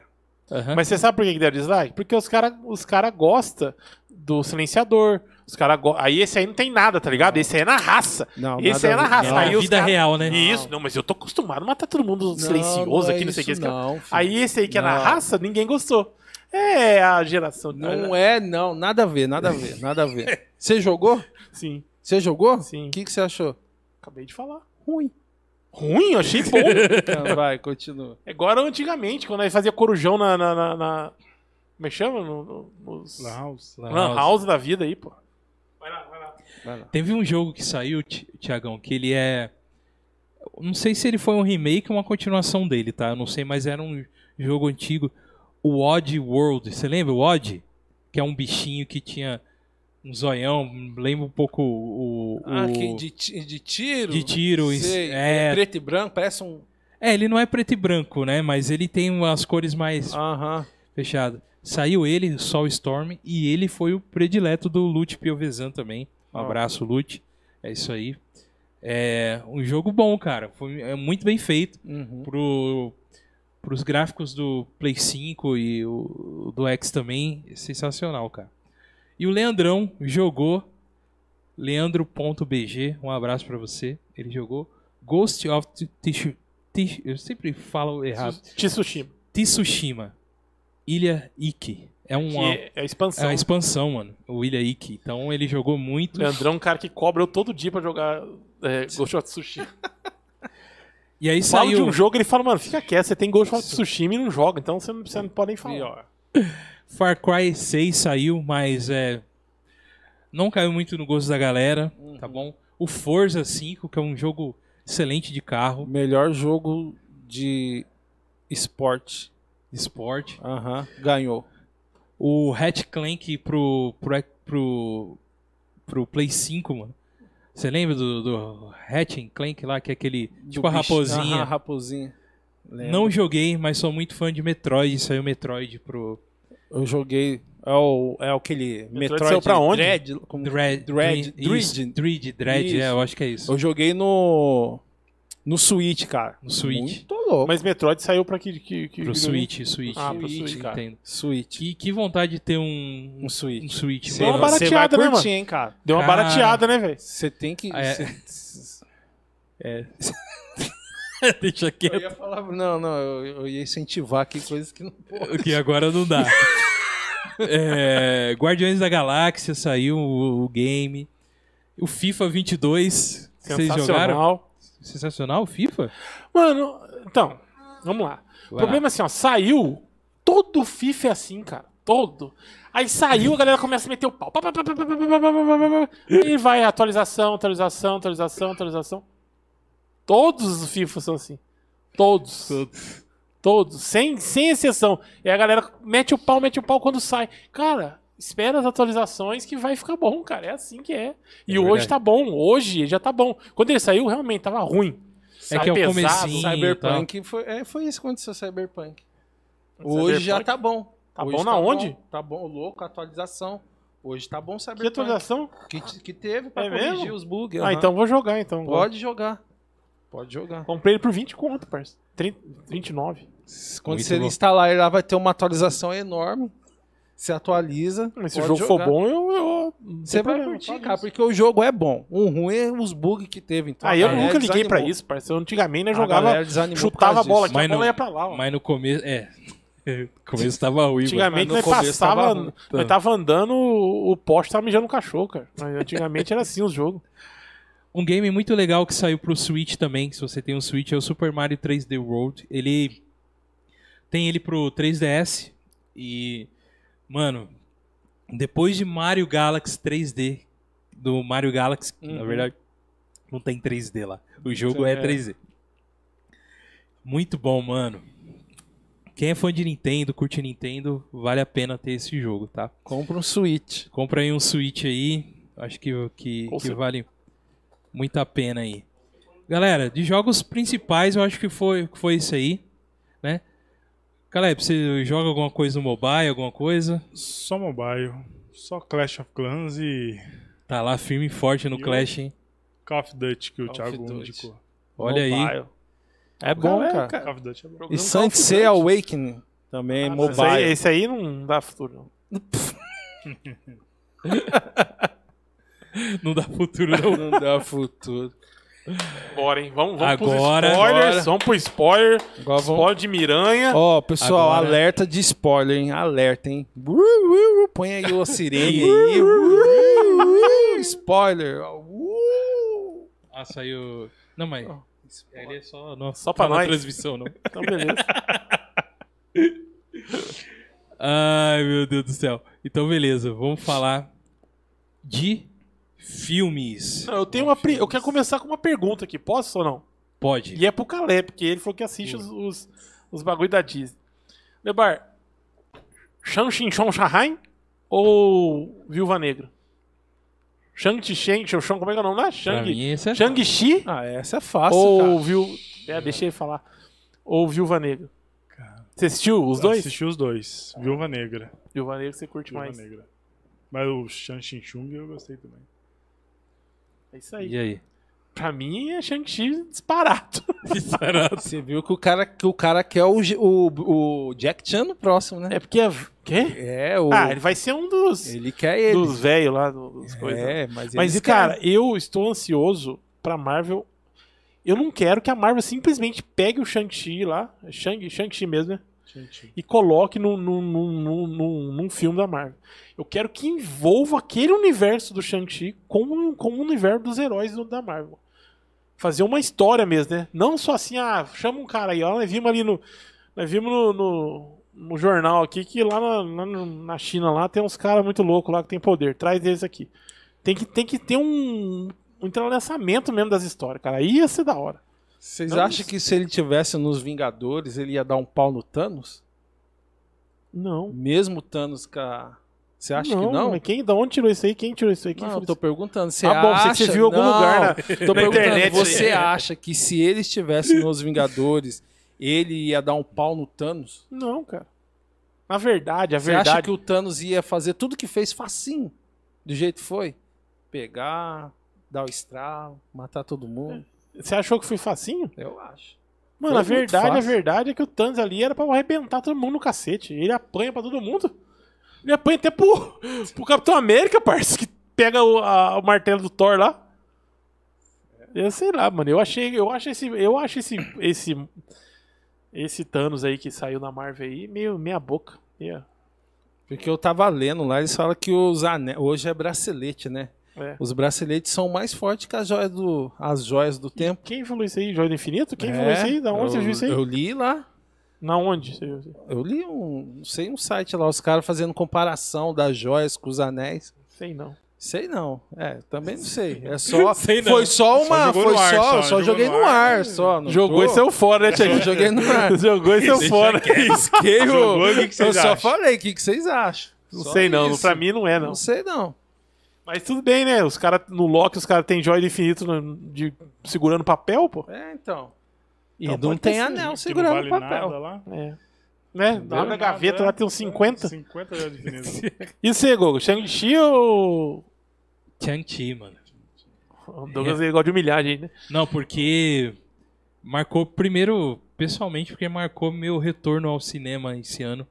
Speaker 1: Aham.
Speaker 2: Mas você sabe por que que deram dislike? Porque os caras os cara gostam do silenciador. Os cara go... Aí esse aí não tem nada, tá ligado? Esse aí é na raça.
Speaker 5: Não,
Speaker 2: esse aí é
Speaker 5: nada
Speaker 2: na
Speaker 5: a ver.
Speaker 2: raça.
Speaker 1: Não,
Speaker 2: aí
Speaker 1: na
Speaker 2: os
Speaker 1: vida
Speaker 2: cara-
Speaker 1: real, né?
Speaker 2: E Isso, não, mas eu tô acostumado a matar todo mundo
Speaker 5: Não,
Speaker 2: silencioso
Speaker 5: não é
Speaker 2: aqui, não sei o
Speaker 5: isso
Speaker 2: que. esse cara-
Speaker 5: Não, filho.
Speaker 2: Aí esse aí que é na
Speaker 5: Não.
Speaker 2: raça, ninguém gostou. É a geração. né?
Speaker 5: não é, não. Nada a ver, nada a ver, nada a ver. Você jogou?
Speaker 2: Sim,
Speaker 5: Você jogou?
Speaker 2: Sim.
Speaker 5: O que, que você achou?
Speaker 2: acabei de falar.
Speaker 5: Ruim.
Speaker 2: Ruim, eu achei <laughs> bom.
Speaker 5: Então, vai, continua.
Speaker 2: Agora, É antigamente, quando nós fazia corujão na. na, na, na- Como é que chama? No, no- nos...
Speaker 4: Lan House.
Speaker 5: Tá
Speaker 1: Lan
Speaker 2: Lan
Speaker 1: House.
Speaker 2: House da vida aí, pô. Vai lá, vai lá.
Speaker 5: Vai lá.
Speaker 1: Teve um jogo que saiu, Ti- Tiagão, que ele é. Não sei se ele foi um remake ou uma continuação dele, tá? Eu não sei, mas era um jogo antigo. O Odd World. Você lembra o Odd? Que é um bichinho que tinha um zoião. Lembra um pouco o. o-
Speaker 5: Ah,
Speaker 1: o-
Speaker 5: que de, ti- de tiro?
Speaker 1: de tiro.
Speaker 5: Sei,
Speaker 1: É,
Speaker 5: Preto e branco, parece um.
Speaker 1: é, ele não é preto e branco, né? Mas ele tem umas cores mais
Speaker 5: Aham.
Speaker 1: fechadas. Saiu ele, Sol Storm, e ele foi o predileto do Lute Piovesan também. Um abraço, Lute. É isso aí. É um jogo bom, cara. Foi é muito bem feito
Speaker 5: Uhum.
Speaker 1: pro, pros gráficos do Play 5 e o, do X também, É sensacional, cara. E o Leandrão jogou leandro.bg, um abraço pra você. Ele jogou Ghost of T- Tish- Tish- eu sempre falo errado.
Speaker 2: Tsushima.
Speaker 1: Tsushima. Ilha Iki. É
Speaker 2: que
Speaker 1: uma
Speaker 2: é a
Speaker 1: é
Speaker 2: expansão.
Speaker 1: a expansão, mano. O Ilha Iki. Então ele jogou muito.
Speaker 2: Leandrão é um cara que cobra eu todo dia pra jogar é, Ghost of Tsushima.
Speaker 1: <laughs> E aí
Speaker 2: Fala de
Speaker 1: saiu
Speaker 2: um jogo, ele fala, mano, fica quieto, você tem Ghost of Tsushima e não joga, então você não, você não pode nem falar.
Speaker 1: Far Cry 6 saiu, mas é não caiu muito no gosto da galera,
Speaker 2: Uhum.
Speaker 1: tá bom? O Forza 5, que é um jogo excelente de carro,
Speaker 5: Melhor jogo de esporte.
Speaker 1: de esporte.
Speaker 5: Aham. Ganhou.
Speaker 1: O Hatch Clank pro pro pro, pro Play 5, mano. Você lembra do, do Hatch and Clank lá, que é aquele tipo a
Speaker 5: Do bicho- Aham,
Speaker 1: raposinha?
Speaker 5: raposinha. Lembro.
Speaker 1: Não joguei, mas sou muito fã de Metroid, saiu Metroid pro
Speaker 5: Eu joguei. É, o, é aquele
Speaker 2: Metroid
Speaker 5: Metroid.
Speaker 2: saiu pra onde?
Speaker 5: Dread, como-
Speaker 1: Dread,
Speaker 5: Dread,
Speaker 1: isso,
Speaker 5: Dread.
Speaker 1: Dread, Dread, é,
Speaker 5: Isso.
Speaker 1: eu acho que é isso.
Speaker 5: Eu joguei no. No Switch, cara.
Speaker 1: No Switch.
Speaker 5: Muito louco.
Speaker 2: Mas Metroid saiu pra que... que, que
Speaker 1: Pro Switch, Switch.
Speaker 2: Ah, pro
Speaker 1: Switch,
Speaker 2: Switch, cara.
Speaker 1: Nintendo.
Speaker 5: Switch.
Speaker 1: Que, que vontade de ter um,
Speaker 5: Um Switch.
Speaker 1: um Switch.
Speaker 2: Sim.
Speaker 1: mano.
Speaker 2: Uma
Speaker 1: <laughs>
Speaker 2: barata-
Speaker 5: Você vai
Speaker 2: barateada, né,
Speaker 5: curtir, hein, cara.
Speaker 2: Deu uma
Speaker 1: Cara.
Speaker 2: barateada, né, velho?
Speaker 5: Você tem que.
Speaker 1: É.
Speaker 5: cê-
Speaker 1: Deixa
Speaker 5: Eu
Speaker 1: quieto,
Speaker 5: ia falar. Não, não, eu, eu ia incentivar aqui coisas que não.
Speaker 1: que agora não dá. É, Guardiões da Galáxia saiu o, o game. O FIFA 22. Vocês jogaram?
Speaker 2: Sensacional.
Speaker 1: Sensacional o FIFA?
Speaker 2: Mano, então, vamos lá. O
Speaker 1: Vai
Speaker 2: problema é assim, ó, saiu. Todo FIFA é assim, cara. Todo. Aí saiu, a galera começa a meter o pau. Pá, pá, pá, pá, pá, pá, pá, pá, pá, pá, pá. E vai atualização, atualização, atualização, atualização. Todos os FIFA são assim. Todos. Todos. Sem, sem exceção. E a galera mete o pau, mete o pau quando sai. Cara, espera as atualizações que vai ficar bom, cara. É assim que é. E hoje
Speaker 1: verdade.
Speaker 2: tá bom. Hoje já tá bom. Quando ele saiu, realmente tava ruim.
Speaker 1: É
Speaker 2: Sai
Speaker 1: que é o
Speaker 2: pesado,
Speaker 1: comecinho. e tal.
Speaker 2: Então.
Speaker 5: Cyberpunk foi, é, foi isso que aconteceu Cyberpunk. Hoje já tá bom.
Speaker 2: Tá
Speaker 5: Hoje
Speaker 2: bom na onde?
Speaker 5: bom, tá bom, louco, atualização. Hoje tá bom
Speaker 2: Que
Speaker 5: Cyberpunk.
Speaker 2: atualização?
Speaker 5: Que, que teve pra
Speaker 2: É
Speaker 5: corrigir
Speaker 2: mesmo?
Speaker 5: os bugs.
Speaker 2: Ah,
Speaker 5: aham.
Speaker 2: então vou jogar então.
Speaker 5: Pode jogar. Pode jogar.
Speaker 2: Comprei ele por 20 conto, parceiro. 30, 29.
Speaker 5: Quando
Speaker 1: Muito
Speaker 5: você
Speaker 1: bom.
Speaker 5: instalar ele lá, vai ter uma atualização enorme. Se atualiza.
Speaker 2: Mas se o
Speaker 5: pode
Speaker 2: jogo for
Speaker 5: jogar.
Speaker 2: bom, eu. eu- não
Speaker 5: Você
Speaker 2: tem
Speaker 5: vai
Speaker 2: problema,
Speaker 5: curtir,
Speaker 2: fala
Speaker 5: cara,
Speaker 2: isso.
Speaker 5: porque o jogo é bom. O ruim é os bugs que teve. Então,
Speaker 2: Aí Ah, eu
Speaker 5: a galera
Speaker 2: nunca liguei pra
Speaker 5: desanimou.
Speaker 2: isso, parceiro. Eu Antigamente eu
Speaker 5: A
Speaker 2: jogava,
Speaker 5: galera desanimou por
Speaker 2: chutava a
Speaker 5: causa
Speaker 2: bola
Speaker 5: disso.
Speaker 2: aqui,
Speaker 1: Mas
Speaker 2: a bola
Speaker 1: não-
Speaker 2: ia pra lá. ó.
Speaker 1: Mas no começo. É. <laughs> No começo tava ruim. mano.
Speaker 2: Antigamente
Speaker 5: mas
Speaker 2: nós
Speaker 5: no começo tava né?
Speaker 2: passava.
Speaker 5: ruim.
Speaker 2: Nós tava andando, o o poste tava mijando o cachorro, cara. Mas antigamente era assim os jogos.
Speaker 1: Um game muito legal que saiu pro Switch também, se você tem um Switch, é o Super Mario 3D World. Ele tem ele pro 3DS e mano, depois de Mario Galaxy 3D, do Mario Galaxy, que, na
Speaker 5: Uhum.
Speaker 1: verdade, não tem 3D lá. O jogo
Speaker 2: É.
Speaker 1: é 3D. Muito bom, mano. Quem é fã de Nintendo, curte Nintendo, vale a pena ter esse jogo, tá?
Speaker 5: Compra um Switch.
Speaker 1: Compra aí um Switch aí. Acho que, que,
Speaker 2: Com
Speaker 1: que
Speaker 2: certeza.
Speaker 1: vale muito a pena aí. Galera, de jogos principais, eu acho que foi, que foi isso aí, né? Caleb, você joga alguma coisa no mobile, alguma coisa?
Speaker 4: Só mobile. Só Clash of Clans e
Speaker 1: Tá lá firme e forte no
Speaker 4: Eu-
Speaker 1: Clash, hein?
Speaker 4: Call of Duty que o
Speaker 5: Call of
Speaker 4: Thiago
Speaker 5: Duty.
Speaker 4: indicou.
Speaker 1: Olha aí.
Speaker 2: Mobile. É bom,
Speaker 5: Galera,
Speaker 2: cara.
Speaker 4: Call of Duty é bom.
Speaker 5: E
Speaker 2: Jogando Call
Speaker 5: Saint
Speaker 2: of
Speaker 5: Seiya
Speaker 2: Duty.
Speaker 5: Awakening também, é
Speaker 2: Ah,
Speaker 5: mobile.
Speaker 2: Esse aí, esse aí não dá futuro, não.
Speaker 1: <laughs> Não dá futuro,
Speaker 2: <laughs>
Speaker 1: não.
Speaker 5: Não dá futuro.
Speaker 2: Bora, hein? Vamos, vamos
Speaker 1: Agora-
Speaker 2: pros spoilers.
Speaker 5: Agora.
Speaker 2: Vamos pro spoiler.
Speaker 5: Agora vamos...
Speaker 2: Spoiler de Miranha.
Speaker 5: Ó, pessoal,
Speaker 1: Agora-
Speaker 5: alerta de spoiler, hein? Alerta, hein? Ru, ru, ru. Põe aí o sirene aí. Ru, ru. Spoiler. Uh.
Speaker 1: Ah, saiu. Não, mas. Ele é só, não,
Speaker 2: Só pra
Speaker 1: tá na
Speaker 2: nós.
Speaker 1: transmissão, não.
Speaker 2: Então, beleza.
Speaker 1: Ai, meu Deus do céu. Então, beleza, vamos falar de filmes.
Speaker 2: Não, <laughs> eu tenho uma. pre- Eu quero começar com uma pergunta aqui. Posso ou não?
Speaker 1: Pode.
Speaker 2: E é pro Caleb, porque ele falou que assiste os, os, os bagulho da Disney. Lebar, Shang Xin Chong Shahain ou Viúva Negra? Shang Chi Shen, Shou Shong, como é que é o nome lá?
Speaker 1: Pra
Speaker 2: Shang,
Speaker 1: mim, esse é
Speaker 2: Shang Chi
Speaker 5: Ah, essa é fácil,
Speaker 2: ou
Speaker 5: cara.
Speaker 2: Viu... É, deixa ele falar. Ou Viúva Negra? Você assistiu os dois?
Speaker 4: Assisti os dois. Viúva Negra.
Speaker 2: Viúva Negra você curte
Speaker 4: Viúva
Speaker 2: mais.
Speaker 4: Negra. Mas o Shang Chi Chung eu gostei também.
Speaker 2: É isso aí.
Speaker 1: E aí?
Speaker 2: Pra mim é Shang-Chi disparado.
Speaker 5: Você viu que o cara, que o cara quer o, G- o, o Jack Chan no próximo, né?
Speaker 2: <laughs> É porque é. Quê?
Speaker 5: É, o,
Speaker 2: Ah, ele
Speaker 5: ele...
Speaker 2: vai ser um dos.
Speaker 5: quer ele.
Speaker 2: Dos velhos lá, do- dos coisas.
Speaker 5: É, mas,
Speaker 2: Mas,
Speaker 5: eles
Speaker 2: cara, eu estou ansioso pra Marvel. Eu não quero que a Marvel simplesmente pegue o Shang-Chi lá, Shang- Shang-Chi mesmo, né? E coloque num, num, num, num, num- num filme da Marvel. Eu quero que envolva aquele universo do Shang-Chi com, com o universo dos heróis do- da Marvel. Fazer uma história mesmo, né? Não só assim, ah, chama um cara aí, ó, nós vimos ali no. Nós vimos no, no, no jornal aqui que lá na, lá no- na China lá tem uns caras muito loucos lá que tem poder. Traz eles aqui. Tem que, tem que ter um, um entrelaçamento mesmo das histórias, cara. Aí ia ser da hora.
Speaker 5: querem- Vocês
Speaker 2: Não,
Speaker 5: acham que se ele tivesse nos Vingadores, ele ia dar um pau no Thanos?
Speaker 2: Não.
Speaker 5: Mesmo o Thanos com a... Você acha que não?
Speaker 2: Mas quem, da onde tirou isso aí? Quem tirou isso aí? Quem
Speaker 5: Não,
Speaker 2: falou
Speaker 5: eu tô
Speaker 2: isso?
Speaker 5: perguntando. Você
Speaker 2: Ah, bom,
Speaker 5: acha...
Speaker 2: sei que você viu em algum
Speaker 5: Não,
Speaker 2: lugar né? na-
Speaker 5: Tô perguntando,
Speaker 2: internet isso aí.
Speaker 5: você acha que se ele estivesse nos Vingadores, ele ia dar um pau no Thanos?
Speaker 2: Não, cara. Na verdade, a
Speaker 5: Você acha
Speaker 2: É verdade.
Speaker 5: que o Thanos ia fazer tudo que fez facinho? Do jeito que foi? Pegar, dar o estralo, matar todo mundo.
Speaker 2: Você achou que foi facinho?
Speaker 5: Eu acho.
Speaker 2: Mano,
Speaker 5: Foi
Speaker 2: a
Speaker 5: muito
Speaker 2: verdade, a
Speaker 5: fácil.
Speaker 2: verdade é que o Thanos ali era pra arrebentar todo mundo no cacete. Ele apanha pra todo mundo. Ele apanha até pro, <laughs> pro Capitão América, parça, que pega o, a- o martelo do Thor lá. Eu sei lá, mano. Eu achei, eu acho esse, eu acho esse, esse, esse Thanos aí que saiu na Marvel aí meio meia boca. Meia-
Speaker 5: Porque eu tava lendo lá, eles falam que os anéis. Hoje é bracelete, né?
Speaker 2: É.
Speaker 5: Os braceletes são mais fortes que as joias do, as joias do tempo.
Speaker 2: Quem falou isso aí? Joia do Infinito? Quem
Speaker 5: É,
Speaker 2: falou isso aí? Da onde
Speaker 5: eu,
Speaker 2: você viu isso aí?
Speaker 5: Eu li lá.
Speaker 2: Na onde? você viu isso aí?
Speaker 5: Eu li um. Não sei um site lá, os caras fazendo comparação das joias com os anéis.
Speaker 2: Sei não.
Speaker 5: Sei não. É, também não sei. É
Speaker 4: <laughs>
Speaker 5: só.
Speaker 1: Sei não.
Speaker 5: Foi só uma.
Speaker 4: jogou
Speaker 5: foi
Speaker 4: no ar,
Speaker 5: só, só,
Speaker 4: só, jogou
Speaker 5: joguei
Speaker 4: no
Speaker 5: no ar,
Speaker 4: ar.
Speaker 5: só. não
Speaker 2: Jogou
Speaker 5: tô-
Speaker 2: e
Speaker 5: <laughs>
Speaker 2: saiu fora, né, Thiago?
Speaker 5: Joguei no ar.
Speaker 2: <laughs> Jogou e saiu fora.
Speaker 5: Esquei,
Speaker 4: Jogou,
Speaker 5: ô.
Speaker 4: o que que
Speaker 5: Eu
Speaker 4: vocês
Speaker 5: só
Speaker 4: acham?
Speaker 5: falei, o que, que vocês acham?
Speaker 2: Não
Speaker 5: Só
Speaker 2: sei não,
Speaker 5: isso.
Speaker 2: pra mim não é não.
Speaker 5: Não sei não.
Speaker 2: Mas tudo bem, né? Os caras no Loki, os caras têm joia do infinito no- de, segurando papel, pô.
Speaker 5: É, então. E
Speaker 2: Então,
Speaker 5: não,
Speaker 2: pode
Speaker 5: tem
Speaker 2: ter sido,
Speaker 5: anel
Speaker 4: Que não
Speaker 5: segurando
Speaker 4: vale
Speaker 5: o papel.
Speaker 4: nada lá.
Speaker 2: É. Né? Lá na
Speaker 4: Nada,
Speaker 2: gaveta
Speaker 5: É.
Speaker 4: né?
Speaker 2: lá tem uns 50.
Speaker 4: 50 já definido.
Speaker 2: E você, Gogo? Shang-Chi ou.
Speaker 1: Chang-Chi, mano.
Speaker 2: O Douglas é. igual de humilhar a gente, né?
Speaker 1: Não, porque marcou primeiro, pessoalmente, porque marcou meu retorno ao cinema esse ano.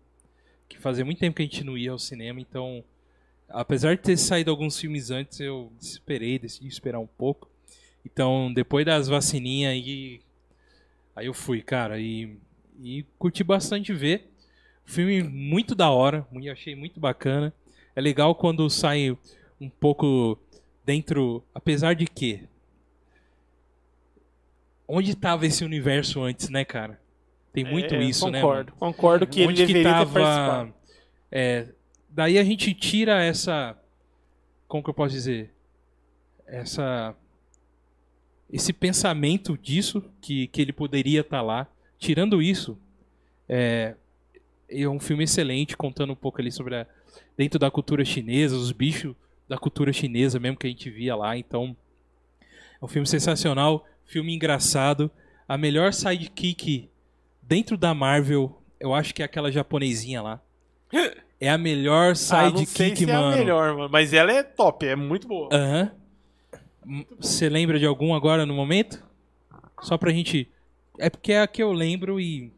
Speaker 1: Que fazia muito tempo que a gente não ia ao cinema, então, apesar de ter saído alguns filmes antes, eu esperei, decidi esperar um pouco. Então, depois das vacininhas aí, aí eu fui, cara, e, e curti bastante ver. Filme muito da hora, mu- achei muito bacana. É legal quando sai um pouco dentro, apesar de que onde tava esse universo antes, né, cara? Tem muito
Speaker 2: É,
Speaker 1: isso, né? mano?
Speaker 2: concordo, Concordo que ele
Speaker 1: onde que
Speaker 2: deveria ter
Speaker 1: tava.
Speaker 2: participado.
Speaker 1: é, daí a gente tira essa. Como que eu posso dizer? Essa. Esse pensamento disso, que, que ele poderia estar lá. Tirando isso, é, é um filme excelente, contando um pouco ali sobre a. Dentro da cultura chinesa, os bichos da cultura chinesa mesmo que a gente via lá. Então, é um filme sensacional, filme engraçado. A melhor sidekick dentro da Marvel, eu acho que é aquela japonesinha
Speaker 2: <laughs>
Speaker 1: lá. É a melhor
Speaker 2: Ah, não
Speaker 1: sidekick,
Speaker 2: sei se é
Speaker 1: mano.
Speaker 2: a melhor, mano. Mas ela é top, é muito boa.
Speaker 1: Aham. M- Você lembra de algum agora no momento? Só pra gente. É porque é a que eu lembro e.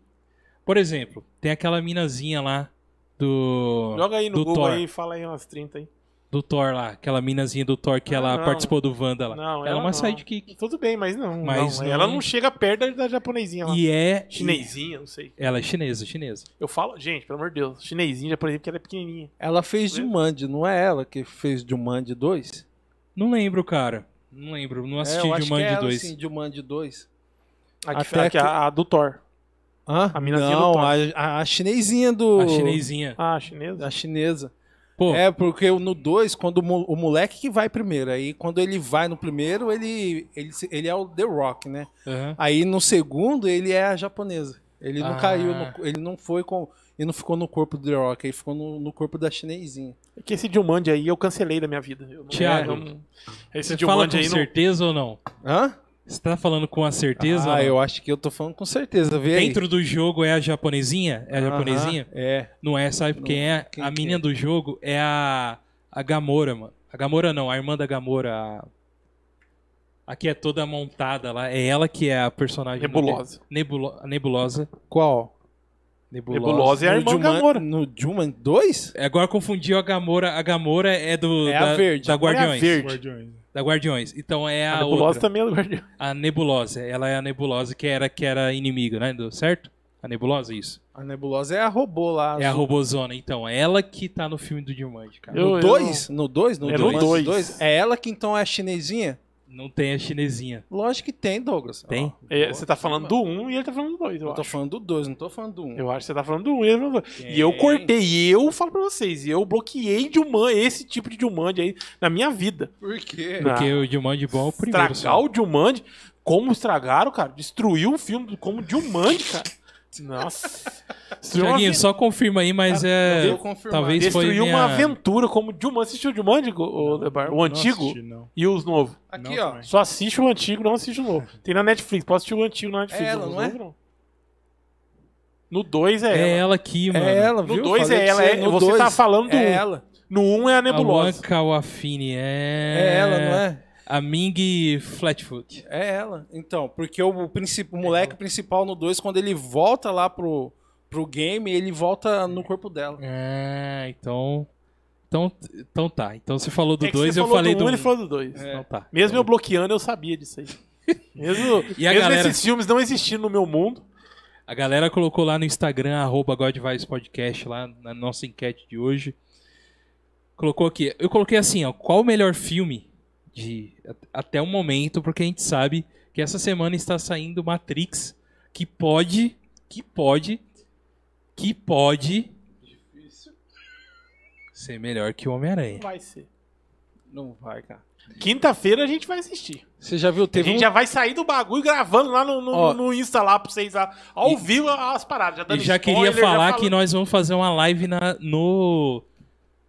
Speaker 1: Por exemplo, tem aquela minazinha lá do.
Speaker 2: Joga aí no
Speaker 1: do
Speaker 2: Google
Speaker 1: Thor.
Speaker 2: aí e fala aí umas 30 aí.
Speaker 1: Do Thor lá. Aquela minazinha do Thor que
Speaker 2: Ah,
Speaker 1: ela
Speaker 2: não.
Speaker 1: participou do Wanda lá.
Speaker 2: Não,
Speaker 1: ela, é
Speaker 2: ela
Speaker 1: uma
Speaker 2: não.
Speaker 1: sidekick.
Speaker 2: Tudo bem, mas não.
Speaker 1: Mas
Speaker 2: não,
Speaker 1: não-
Speaker 2: Ela não chega perto da japonesinha lá.
Speaker 1: E é.
Speaker 2: Chinesinha, não sei.
Speaker 1: Ela é chinesa, chinesa.
Speaker 2: Eu falo, gente, pelo amor de Deus, chinesinha, japonesinha, porque ela é pequenininha.
Speaker 5: Ela fez de Mande, não é ela que fez de Mande 2?
Speaker 1: Não lembro, cara. Não lembro. Não assisti
Speaker 5: é, eu
Speaker 1: de
Speaker 5: acho que é
Speaker 1: Jumanji
Speaker 5: ela,
Speaker 1: 2.
Speaker 5: Sim, de Mande 2.
Speaker 2: A, que-
Speaker 5: Até
Speaker 2: a que- a- a do Thor.
Speaker 5: Hã?
Speaker 2: A minazinha do
Speaker 5: não,
Speaker 2: Thor.
Speaker 5: a, a, a chinesinha do.
Speaker 1: A chinesinha.
Speaker 2: Ah, chinesa?
Speaker 5: A chinesa.
Speaker 1: Pô,
Speaker 5: tipo, É, porque o- no 2, quando o, mo- o moleque que vai primeiro, aí quando ele vai no primeiro, ele, ele, se- ele é o The Rock, né?
Speaker 1: aham.
Speaker 5: Aí no segundo, ele é a japonesa. Ele não
Speaker 1: Ah.
Speaker 5: caiu, no- ele não foi com. Ele não ficou no corpo do The Rock, ele ficou no, no corpo da chinesinha.
Speaker 2: É que esse Dilmande aí eu cancelei da minha vida. Eu não-
Speaker 1: Thiago,
Speaker 2: eu não- esse
Speaker 1: você fala
Speaker 2: Dilmande
Speaker 1: com
Speaker 2: aí não.
Speaker 1: certeza ou não?
Speaker 5: Hã?
Speaker 1: Você tá falando com a certeza? ou
Speaker 5: Ah,
Speaker 1: não?
Speaker 5: eu acho que eu tô falando com certeza. Vê aí.
Speaker 1: Dentro do jogo é a japonesinha? É a
Speaker 5: Aham,
Speaker 1: japonesinha?
Speaker 5: É.
Speaker 1: Não é, sabe
Speaker 5: Não,
Speaker 1: quem é?
Speaker 5: quem
Speaker 1: a
Speaker 5: que
Speaker 1: menina
Speaker 5: é?
Speaker 1: do jogo é a, a Gamora, mano. A Gamora não, a irmã da Gamora. a- Aqui é toda montada lá. É ela que é a personagem.
Speaker 2: Nebulosa.
Speaker 1: Nebulo- Nebulosa.
Speaker 5: Qual?
Speaker 1: Nebulosa. É,
Speaker 2: Nebulosa é a
Speaker 5: No
Speaker 2: irmã
Speaker 5: Juman-
Speaker 2: Gamora.
Speaker 5: No Juman 2?
Speaker 1: Agora confundiu a Gamora. A Gamora é do.
Speaker 5: É a
Speaker 1: da,
Speaker 5: verde.
Speaker 1: Da
Speaker 2: Olha a
Speaker 1: Guardiões.
Speaker 2: verde.
Speaker 4: Guardiões.
Speaker 1: Da Guardiões. Então é a,
Speaker 2: A nebulosa
Speaker 1: outra.
Speaker 2: também é do Guardião.
Speaker 1: A Nebulosa. Ela é a Nebulosa que era, que era inimiga, né? do- Certo? A Nebulosa, isso.
Speaker 5: A Nebulosa é a robô lá.
Speaker 1: É a
Speaker 5: azul.
Speaker 1: robozona. Então, é ela que tá no filme do Jumanji, cara.
Speaker 2: Eu-
Speaker 5: No 2? No 2? No
Speaker 2: É no
Speaker 5: 2?
Speaker 2: dois.
Speaker 5: É ela que então é a chinesinha?
Speaker 1: Não tem a chinesinha.
Speaker 5: Lógico que tem, Douglas.
Speaker 1: Tem?
Speaker 5: Ó,
Speaker 2: É, Você tá falando do 1 e ele tá falando do 2, eu,
Speaker 5: Eu tô
Speaker 2: acho.
Speaker 5: falando do 2, não tô falando do 1. Um.
Speaker 2: Eu acho que você tá falando do 1 e ele tá falando do dois. E eu cortei, e eu falo pra vocês, eu bloqueei de Juman, esse tipo de Jumanji aí, na minha vida.
Speaker 5: Por quê?
Speaker 2: Não.
Speaker 1: Porque o Jumanji bom é o primeiro.
Speaker 2: Estragar o Jumanji, como estragaram, cara, destruiu um filme do- como Jumanji, cara. <laughs> Nossa. Destruiu uma,
Speaker 1: Tiaguinho,
Speaker 2: aven-
Speaker 1: só confirma aí, mas é...
Speaker 5: eu vou confirmar.
Speaker 1: Talvez foi
Speaker 2: destruiu
Speaker 1: minha...
Speaker 2: uma aventura como Jumanji. Assistiu um o Jumanji, o, o, Lebar? o
Speaker 4: Não
Speaker 2: antigo
Speaker 4: assisti, não.
Speaker 2: e os novos?
Speaker 5: Aqui,
Speaker 4: Não,
Speaker 5: ó.
Speaker 4: também.
Speaker 2: Só assiste o antigo, não assiste o novo. Tem na Netflix, posso assistir o antigo na Netflix.
Speaker 5: É ela,
Speaker 2: os
Speaker 5: não é?
Speaker 2: novos No 2 é,
Speaker 1: É
Speaker 2: ela.
Speaker 1: ela aqui, mano.
Speaker 5: É ela, viu?
Speaker 2: No 2
Speaker 5: Falei
Speaker 2: é
Speaker 5: pra
Speaker 2: ela, é,
Speaker 5: no
Speaker 2: você
Speaker 5: dois.
Speaker 2: tá falando do
Speaker 5: É
Speaker 2: 1.
Speaker 5: ela.
Speaker 2: No 1 é a
Speaker 1: A
Speaker 2: nebulosa.
Speaker 1: Wonka Wafini é...
Speaker 5: É ela, não é?
Speaker 1: A Ming Flatfoot.
Speaker 5: É ela. Então, porque o, princi- o moleque principal no 2, quando ele volta lá pro, pro game, ele volta no corpo dela.
Speaker 1: É, então... Então, então tá. Então você falou do
Speaker 2: É que
Speaker 1: 2,
Speaker 2: você
Speaker 1: eu
Speaker 2: falou
Speaker 1: falei
Speaker 2: do
Speaker 1: do
Speaker 2: 1,
Speaker 1: 1.
Speaker 2: ele falou do 2.
Speaker 1: Então tá.
Speaker 2: Mesmo eu bloqueando, eu sabia
Speaker 1: <laughs>
Speaker 2: disso aí. Mesmo,
Speaker 1: E a
Speaker 2: mesmo
Speaker 1: galera?
Speaker 2: esses filmes não existindo no meu mundo,
Speaker 1: A galera colocou lá no Instagram, arroba Godvice Podcast, lá na nossa enquete de hoje. Colocou aqui. Eu coloquei assim, ó. Qual o melhor filme de at- até o momento, porque a gente sabe que essa semana está saindo Matrix, que pode, que pode, que pode ser melhor que o Homem-Aranha.
Speaker 2: vai ser.
Speaker 5: Não vai, cara.
Speaker 2: Quinta-feira a gente vai assistir.
Speaker 5: Você já viu?
Speaker 2: A
Speaker 5: Teve
Speaker 2: gente
Speaker 5: um...
Speaker 2: já vai sair do bagulho gravando lá no, no,
Speaker 5: Ó.
Speaker 2: no Insta lá pra vocês lá, ao
Speaker 1: E-
Speaker 2: vivo as paradas. Já
Speaker 1: E
Speaker 2: dando
Speaker 1: já
Speaker 2: spoiler,
Speaker 1: queria falar
Speaker 2: já
Speaker 1: que nós vamos fazer uma live na, no...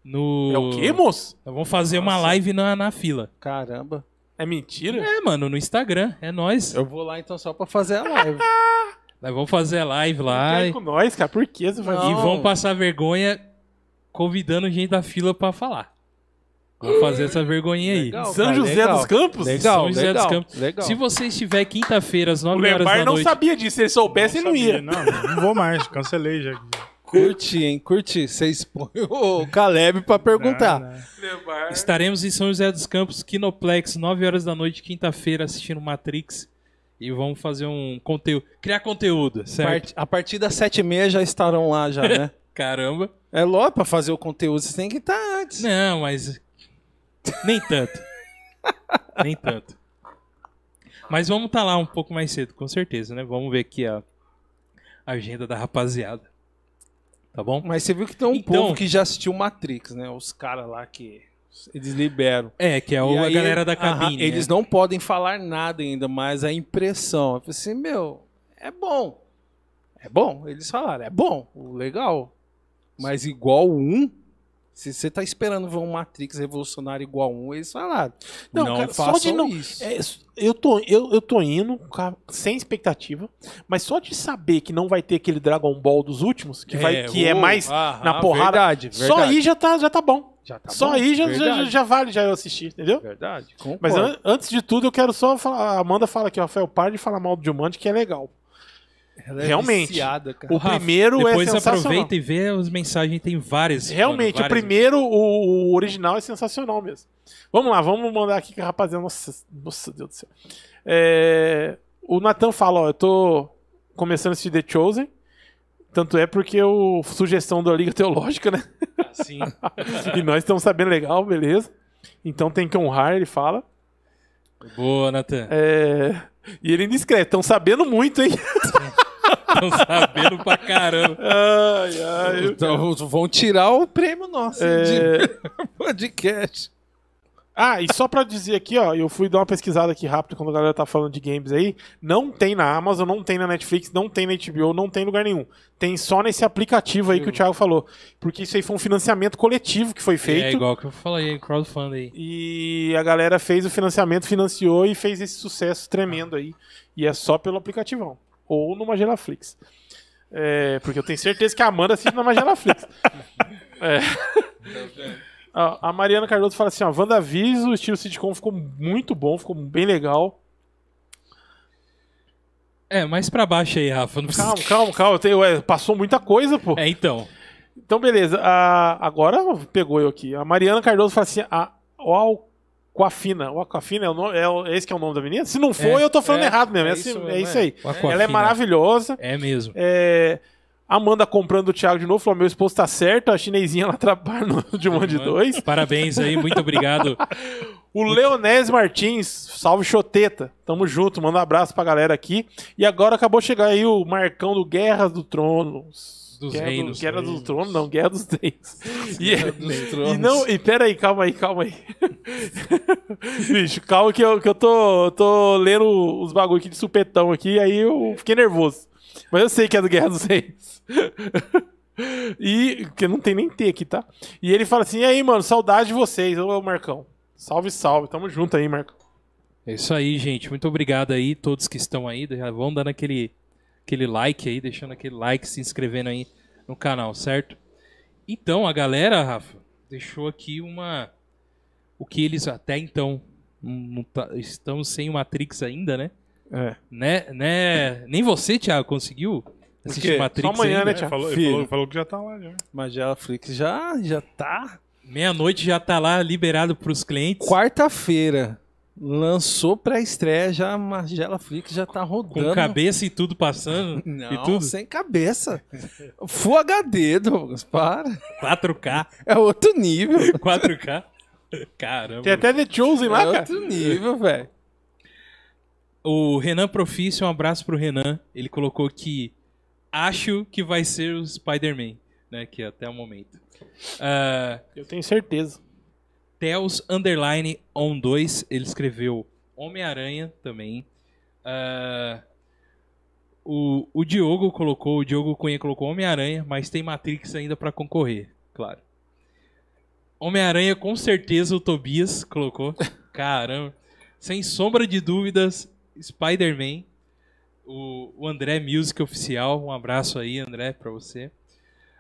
Speaker 1: No...
Speaker 2: falando. É o quê, moço?
Speaker 1: Nós vamos fazer uma
Speaker 2: Nossa.
Speaker 1: live na, na fila.
Speaker 5: Caramba.
Speaker 2: É mentira?
Speaker 1: É, mano, no Instagram, é nós.
Speaker 5: Eu vou lá então só pra fazer
Speaker 1: <laughs>
Speaker 5: a live.
Speaker 1: Nós vamos fazer a live lá
Speaker 2: Ai.
Speaker 1: e,
Speaker 2: com nós, cara. Por que você vai
Speaker 5: Não.
Speaker 1: e vamos passar vergonha convidando gente da fila pra falar. Vamos fazer essa vergonhinha aí.
Speaker 5: Legal.
Speaker 2: São
Speaker 5: cara,
Speaker 2: José
Speaker 5: legal.
Speaker 2: dos Campos?
Speaker 5: Legal,
Speaker 1: São José dos
Speaker 5: legal,
Speaker 1: Campos.
Speaker 5: legal.
Speaker 1: Se você estiver quinta-feira às
Speaker 2: O
Speaker 1: 9 horas
Speaker 2: Lemar
Speaker 1: da
Speaker 2: não
Speaker 1: noite,
Speaker 2: sabia disso. Se ele soubesse, ele não
Speaker 4: sabia.
Speaker 2: ia.
Speaker 4: Não, não vou mais, cancelei já.
Speaker 2: <laughs>
Speaker 5: Curte, hein? Curte. Você expõe o Caleb pra
Speaker 1: Ah,
Speaker 5: perguntar.
Speaker 1: né,
Speaker 4: Não, não.
Speaker 2: Lemar.
Speaker 1: estaremos em São José dos Campos, Kinoplex, 9 horas da noite, quinta-feira, assistindo Matrix. E vamos fazer um conteúdo. Criar conteúdo, certo?
Speaker 5: Part- A partir das sete e meia já estarão lá, já,
Speaker 1: <laughs>
Speaker 5: né?
Speaker 1: Caramba.
Speaker 5: é lógico, pra fazer o conteúdo você tem que estar antes.
Speaker 1: Não, mas. Nem tanto. Nem tanto. Mas vamos estar lá um pouco mais cedo, com certeza, né? Vamos ver aqui a agenda da rapaziada. Tá bom?
Speaker 5: Mas você viu que tem um
Speaker 1: Então-
Speaker 5: povo que já assistiu Matrix, né? Os caras lá que eles liberam.
Speaker 1: É, que é
Speaker 5: E
Speaker 1: o- a
Speaker 5: aí,
Speaker 1: galera da
Speaker 5: aham,
Speaker 1: cabine.
Speaker 5: eles
Speaker 1: né?
Speaker 5: não podem falar nada ainda, mas a impressão. Eu falei assim, meu, é bom. É bom, eles falaram, é bom, legal. Mas igual um, se você tá esperando ver um Matrix revolucionário igual um, eles falaram. Então,
Speaker 2: Não,
Speaker 5: Não,
Speaker 2: cara, só
Speaker 5: façam
Speaker 2: de não-
Speaker 5: isso.
Speaker 2: É, eu, tô, eu, eu tô indo cara, sem expectativa, mas só de saber que não vai ter aquele Dragon Ball dos últimos, que, vai, que é
Speaker 5: ô,
Speaker 2: mais.
Speaker 5: aham,
Speaker 2: na porrada.
Speaker 1: é
Speaker 5: Verdade,
Speaker 2: só aí já tá, já tá bom.
Speaker 5: Já tá
Speaker 2: só
Speaker 5: bom,
Speaker 2: aí já,
Speaker 5: verdade.
Speaker 2: já, já vale já eu assistir, entendeu?
Speaker 5: Verdade.
Speaker 2: Mas
Speaker 5: concordo.
Speaker 2: an- antes de tudo, eu quero só falar. A Amanda fala aqui, ó, Rafael, para de falar mal do Jumanji, que é legal.
Speaker 5: Ela é
Speaker 2: realmente,
Speaker 5: viciada, cara.
Speaker 2: O
Speaker 1: Rafa,
Speaker 2: primeiro é
Speaker 1: Depois
Speaker 2: sensacional.
Speaker 1: aproveita e vê as mensagens, tem várias. mano,
Speaker 2: Realmente, o
Speaker 1: várias.
Speaker 2: primeiro, o, o original é sensacional mesmo. Vamos lá, vamos mandar aqui que a rapaziada. Nossa, nossa Deus do céu. É, o Natan fala: Ó, eu tô começando a assistir The Chosen. Tanto é porque o sugestão da Liga Teológica, <laughs> né?
Speaker 1: Sim.
Speaker 2: e nós estamos sabendo legal, beleza. Então tem que honrar, ele fala.
Speaker 1: Boa, <laughs> Natan.
Speaker 2: É, e ele ainda escreve: estão sabendo muito, hein?
Speaker 1: Estão sabendo pra caramba.
Speaker 2: ai, <laughs> ai.
Speaker 5: Então vão tirar o prêmio nosso É. de <laughs> podcast.
Speaker 2: Ah, e só pra dizer aqui, ó, eu fui dar uma pesquisada aqui rápido quando a galera tá falando de games aí. Não tem na Amazon, não tem na Netflix, não tem na HBO, não tem em lugar nenhum. Tem só nesse aplicativo aí que o Thiago falou. Porque isso aí foi um financiamento coletivo que foi feito.
Speaker 1: É igual que eu falei, crowdfunding aí.
Speaker 2: E a galera fez o financiamento, financiou e fez esse sucesso tremendo aí. E é só pelo aplicativão. Ou no Magelaflix. É, porque eu tenho certeza que a Amanda assiste na Magelaflix. É. A, a Mariana Cardoso fala assim, ó, Wandaviso, o estilo sitcom ficou muito bom, ficou bem legal.
Speaker 1: É, mais pra baixo aí, Rafa. Não precisa...
Speaker 2: Calma, calma, calma. eu tenho- ué, passou muita coisa, pô.
Speaker 1: É, então.
Speaker 2: Então, beleza. a- agora pegou eu aqui. A Mariana Cardoso fala assim, a o Alquafina. O Aquafina é, o nome, é, o- é esse que é o nome da menina? Se não for,
Speaker 1: É,
Speaker 2: eu tô falando
Speaker 1: é,
Speaker 2: errado mesmo.
Speaker 5: é
Speaker 2: É, assim-
Speaker 5: isso
Speaker 2: é
Speaker 5: mesmo,
Speaker 2: isso
Speaker 5: é.
Speaker 2: aí.
Speaker 1: O
Speaker 2: Ela é
Speaker 1: Aquafina.
Speaker 2: maravilhosa.
Speaker 1: É mesmo.
Speaker 2: É, Amanda comprando o Thiago de novo, falou: meu esposo tá certo, a chinesinha lá trabalha no <laughs> de um de
Speaker 1: Uhum.
Speaker 2: dois.
Speaker 1: Parabéns aí, muito obrigado.
Speaker 2: O Leonés Martins, salve Choteta. Tamo junto, manda um abraço pra galera aqui. E agora acabou de chegar aí o Marcão do Guerra do Trono.
Speaker 1: Dos
Speaker 2: Guerra
Speaker 1: Reinos.
Speaker 2: Do, Guerra dos Tronos, não, Guerra dos Reis. E, é
Speaker 5: dos
Speaker 2: e não, e pera aí, calma aí, calma aí. <laughs> Bicho, calma que eu, que eu tô, tô lendo os bagulho aqui de supetão aqui, aí eu fiquei nervoso. Mas eu sei que é do Guerra dos Reis. <laughs> e, que não tem nem T aqui, tá? E ele fala assim, e aí, mano, saudade de vocês, ô Marcão. Salve, salve, tamo junto aí, Marcão.
Speaker 1: É isso aí, gente. Muito obrigado aí, todos que estão aí. Já vão dando aquele, aquele like aí, deixando aquele like, se inscrevendo aí no canal, certo? Então, a galera, Rafa, deixou aqui uma. O que eles até então. não- não tá- estamos sem o Matrix ainda, né?
Speaker 2: É.
Speaker 1: Né, né? Nem você, Thiago, conseguiu assistir
Speaker 5: quê?
Speaker 1: Matrix
Speaker 2: Só amanhã,
Speaker 1: ainda?
Speaker 2: né,
Speaker 4: É,
Speaker 2: Thiago?
Speaker 4: falou, ele
Speaker 5: Filho.
Speaker 4: falou, falou que já tá lá, já.
Speaker 5: Mas já, Flix, já, já tá.
Speaker 1: Meia-noite já tá lá liberado pros clientes.
Speaker 5: Quarta-feira. Lançou pra estreia, já a Magela Flix já tá
Speaker 1: Com
Speaker 5: rodando.
Speaker 1: cabeça e tudo passando.
Speaker 2: <laughs>
Speaker 5: Não,
Speaker 1: e tudo.
Speaker 5: sem cabeça. Full HD, Douglas, para.
Speaker 1: 4K.
Speaker 5: É outro nível.
Speaker 1: 4K. Caramba.
Speaker 2: Tem até The Chosen lá,
Speaker 5: É
Speaker 2: cara.
Speaker 5: outro nível, velho.
Speaker 1: O Renan Profício, um abraço pro Renan. Ele colocou que acho que vai ser o Spider-Man, né? Que até o momento. Ah,
Speaker 2: Eu tenho certeza.
Speaker 1: Theos Underline On 2, ele escreveu Homem-Aranha também. Ah, o, o Diogo colocou, o Diogo Cunha colocou Homem-Aranha, mas tem Matrix ainda pra concorrer, claro. Homem-Aranha, com certeza, o Tobias colocou. Caramba. Sem sombra de dúvidas, Spider-Man. O, o André Music Oficial, um abraço aí, André, pra você.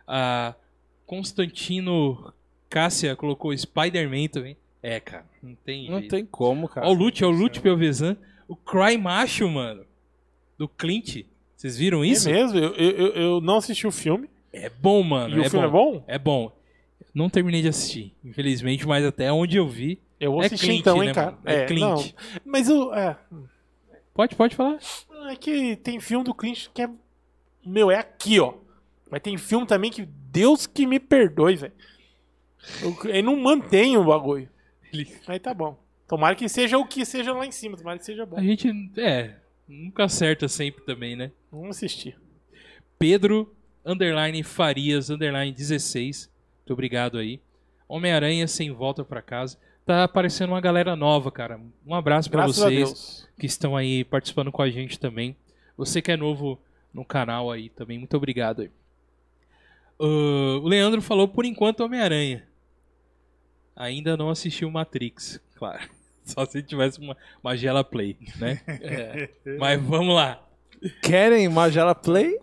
Speaker 1: Ah, Constantino Cássia colocou Spider-Man também. É, cara, não tem
Speaker 5: Não
Speaker 1: jeito.
Speaker 5: tem como,
Speaker 2: Tá.
Speaker 5: cara.
Speaker 1: Ó, o Lute, ó, o Lute Pelvezan. O Cry Macho, mano. Do Clint. Vocês viram isso?
Speaker 2: É
Speaker 1: É,
Speaker 2: mesmo? Eu, eu, eu- eu não assisti o filme.
Speaker 1: bom, mano.
Speaker 2: e o
Speaker 1: é,
Speaker 2: filme
Speaker 1: bom.
Speaker 2: é bom?
Speaker 1: é bom. Não terminei de assistir, infelizmente, mas até onde eu vi.
Speaker 2: Eu vou
Speaker 1: é
Speaker 2: assistir
Speaker 1: Clint,
Speaker 2: então, hein,
Speaker 1: né,
Speaker 2: cara.
Speaker 1: mano? É, Clint.
Speaker 2: não. Mas o. É,
Speaker 1: Pode, pode falar.
Speaker 2: é que tem filme do Clint que é. Meu, é aqui, ó. Mas tem filme também que. Deus que me perdoe, velho. O- Ele não mantém o bagulho.
Speaker 1: Ele-
Speaker 2: Aí tá bom. Tomara que seja o que seja lá em cima. Tomara que seja
Speaker 1: A
Speaker 2: bom.
Speaker 1: gente, é, nunca acerta sempre também, né?
Speaker 2: Vamos assistir.
Speaker 1: Pedro, underline Farias, underline 16. Muito obrigado aí. Homem-Aranha sem volta pra casa. Tá aparecendo uma galera nova, cara. Um abraço pra
Speaker 2: Graças a
Speaker 1: vocês.
Speaker 2: Deus.
Speaker 1: que estão aí participando com a gente também. Você que é novo no canal aí também, muito obrigado aí. Ah, o Leandro falou por enquanto Homem-Aranha. Ainda não assistiu Matrix, claro. <laughs> Só se tivesse uma Magela Play, né? Mas vamos lá.
Speaker 5: Querem Magela Play?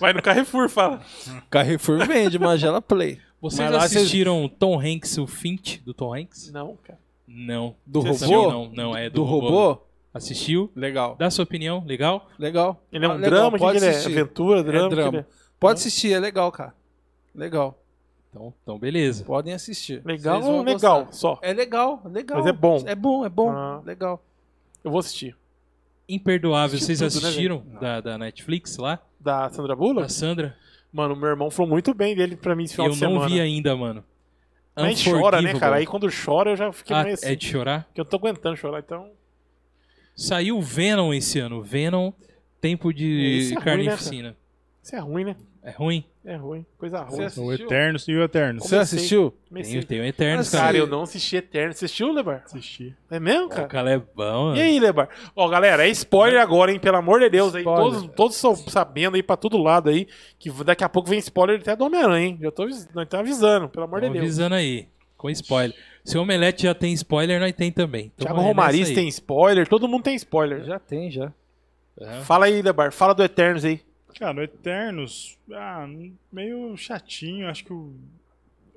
Speaker 2: Vai no Carrefour, fala.
Speaker 5: Carrefour vende Magela Play.
Speaker 1: Vocês
Speaker 5: Mas lá vocês-
Speaker 1: assistiram Tom Hanks, o Fint do Tom Hanks?
Speaker 2: Não, cara.
Speaker 1: Não.
Speaker 5: Do
Speaker 1: Vocês
Speaker 5: robô?
Speaker 1: assistiram? Não, não, <laughs> é do, robô. Assistiu?
Speaker 5: Legal,
Speaker 1: Dá sua opinião, legal?
Speaker 5: legal.
Speaker 2: Ele é um
Speaker 5: Ah, legal,
Speaker 2: drama, o que,
Speaker 5: pode
Speaker 2: que ele é?
Speaker 5: assistir.
Speaker 2: Aventura, drama?
Speaker 5: É
Speaker 2: o que
Speaker 5: drama.
Speaker 2: ele
Speaker 5: Pode assistir, é legal, cara. Legal.
Speaker 1: Então, então beleza.
Speaker 5: Podem assistir.
Speaker 2: é? Legal
Speaker 5: Vocês vão
Speaker 2: ou legal?
Speaker 5: gostar.
Speaker 2: Só.
Speaker 5: É legal, legal.
Speaker 2: Mas é bom.
Speaker 5: É bom, é bom.
Speaker 2: Ah.
Speaker 5: Legal.
Speaker 2: Eu vou assistir.
Speaker 1: Imperdoável, vocês
Speaker 2: Assisti tudo, né,
Speaker 1: assistiram da, da Netflix lá?
Speaker 2: Da Sandra Bullock?
Speaker 1: Da Sandra?
Speaker 2: Mano, meu irmão falou muito bem dele pra mim esse final
Speaker 1: Eu
Speaker 2: de
Speaker 1: não
Speaker 2: semana.
Speaker 1: vi ainda, mano.
Speaker 2: Mas a gente chora, né, cara? Aí
Speaker 1: Unforgivable.
Speaker 2: quando chora eu já fiquei
Speaker 1: Ah,
Speaker 2: meio assim.
Speaker 1: é de chorar?
Speaker 2: Porque eu tô aguentando chorar, então.
Speaker 1: Saiu Venom esse ano. Venom, tempo de
Speaker 2: Esse é ruim,
Speaker 1: carnificina.
Speaker 2: Isso é ruim, né?
Speaker 1: É ruim?
Speaker 2: É ruim. Coisa ruim.
Speaker 5: Você
Speaker 4: O
Speaker 5: assistiu?
Speaker 4: Eterno e o Eterno.
Speaker 5: Você assistiu?
Speaker 2: Comecei.
Speaker 1: Tem, tem o Eternos,
Speaker 5: Mas,
Speaker 1: cara.
Speaker 2: Cara, eu não assisti Eterno. Você assistiu, Lebar?
Speaker 4: Assisti.
Speaker 2: É mesmo,
Speaker 1: O
Speaker 2: cara?
Speaker 1: cara é bom,
Speaker 2: E
Speaker 1: mano.
Speaker 2: aí, Lebar? Ó, galera, é spoiler agora, hein? Pelo amor de Deus, aí.
Speaker 5: Spoiler.
Speaker 2: Todos, todos são sabendo aí pra todo lado aí. Que daqui a pouco vem spoiler até do Homem-Aranha, hein? Já tô, avis- nós estamos avisando, pelo amor
Speaker 1: Tão
Speaker 2: de Deus.
Speaker 1: avisando aí. Com spoiler. Se o Omelete já tem spoiler, nós tem também. Então
Speaker 2: Thiago
Speaker 1: vai nessa
Speaker 2: Romariz
Speaker 1: aí.
Speaker 2: tem spoiler, todo mundo tem spoiler.
Speaker 5: Já tem, já.
Speaker 1: Aham.
Speaker 2: Fala aí, Lebar, fala do Eternos aí.
Speaker 4: Cara, o Eternos, ah, meio chatinho, acho que o,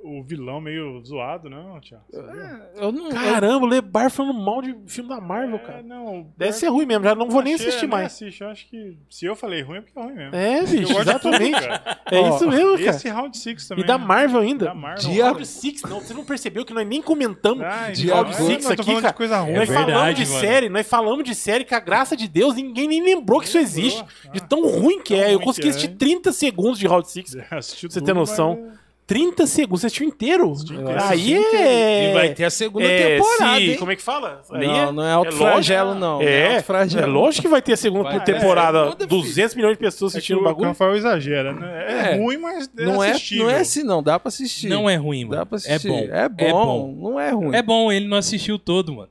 Speaker 4: o vilão meio zoado, né, Thiago? Você viu?
Speaker 5: É, Eu não.
Speaker 2: Caramba, o Lebar falando mal de filme da Marvel,
Speaker 4: É,
Speaker 2: cara.
Speaker 4: não. pior
Speaker 2: Deve ser ruim mesmo, já não vou nem
Speaker 4: Achei,
Speaker 2: assistir
Speaker 4: nem
Speaker 2: mais.
Speaker 4: assisto, eu acho que se eu falei ruim é porque é ruim mesmo.
Speaker 2: É,
Speaker 4: Eu
Speaker 2: bicho,
Speaker 4: gosto de tudo,
Speaker 2: exatamente.
Speaker 4: cara.
Speaker 2: É
Speaker 3: Ó,
Speaker 2: isso mesmo, cara.
Speaker 4: Esse round 6 também.
Speaker 2: E da
Speaker 4: né?
Speaker 2: Marvel ainda.
Speaker 4: Da Marvel.
Speaker 2: Diablo 6, não, você não percebeu que nós nem comentamos
Speaker 4: Ah, então,
Speaker 2: Diablo
Speaker 4: é,
Speaker 2: 6
Speaker 4: mas eu tô
Speaker 2: aqui,
Speaker 4: falando
Speaker 2: cara.
Speaker 4: de coisa ruim.
Speaker 1: É
Speaker 2: nós falamos
Speaker 1: verdade,
Speaker 2: de
Speaker 1: mano.
Speaker 2: série, nós falamos de série que a graça de Deus, ninguém nem lembrou que isso existe. De tão ruim que
Speaker 4: Tão
Speaker 2: é. Eu
Speaker 4: ruim
Speaker 2: consegui
Speaker 4: que é,
Speaker 2: assistir
Speaker 4: hein?
Speaker 2: 30 segundos de Round 6.
Speaker 4: <laughs> Assistiu
Speaker 2: Você
Speaker 4: tudo,
Speaker 2: tem noção?
Speaker 4: mas-
Speaker 2: 30 segundos, você assistiu inteiro?
Speaker 4: inteiro.
Speaker 2: Aí
Speaker 5: Eu assisti
Speaker 2: é.
Speaker 5: E vai ter a segunda
Speaker 2: é,
Speaker 5: temporada,
Speaker 2: se-
Speaker 5: hein?
Speaker 2: Como é que fala? Aí
Speaker 5: Não, não é alto
Speaker 2: lógico.
Speaker 5: flagelo, não.
Speaker 2: É,
Speaker 5: não alto
Speaker 2: é
Speaker 5: flagelo.
Speaker 2: lógico que vai ter a segunda
Speaker 5: Vai,
Speaker 2: temporada.
Speaker 5: é, segunda, filho.
Speaker 2: 200 milhões de pessoas
Speaker 4: É que
Speaker 2: assistindo o um bagulho.
Speaker 4: Rafael exagera, né? É,
Speaker 5: É.
Speaker 4: ruim, mas é
Speaker 5: Não é,
Speaker 4: assistível.
Speaker 5: não é assim, não. Dá pra assistir.
Speaker 1: Não é ruim, mano.
Speaker 5: Dá pra
Speaker 1: É
Speaker 5: assistir.
Speaker 1: bom.
Speaker 5: É bom.
Speaker 1: É bom.
Speaker 5: Não é ruim.
Speaker 1: É bom, ele não assistiu todo, mano.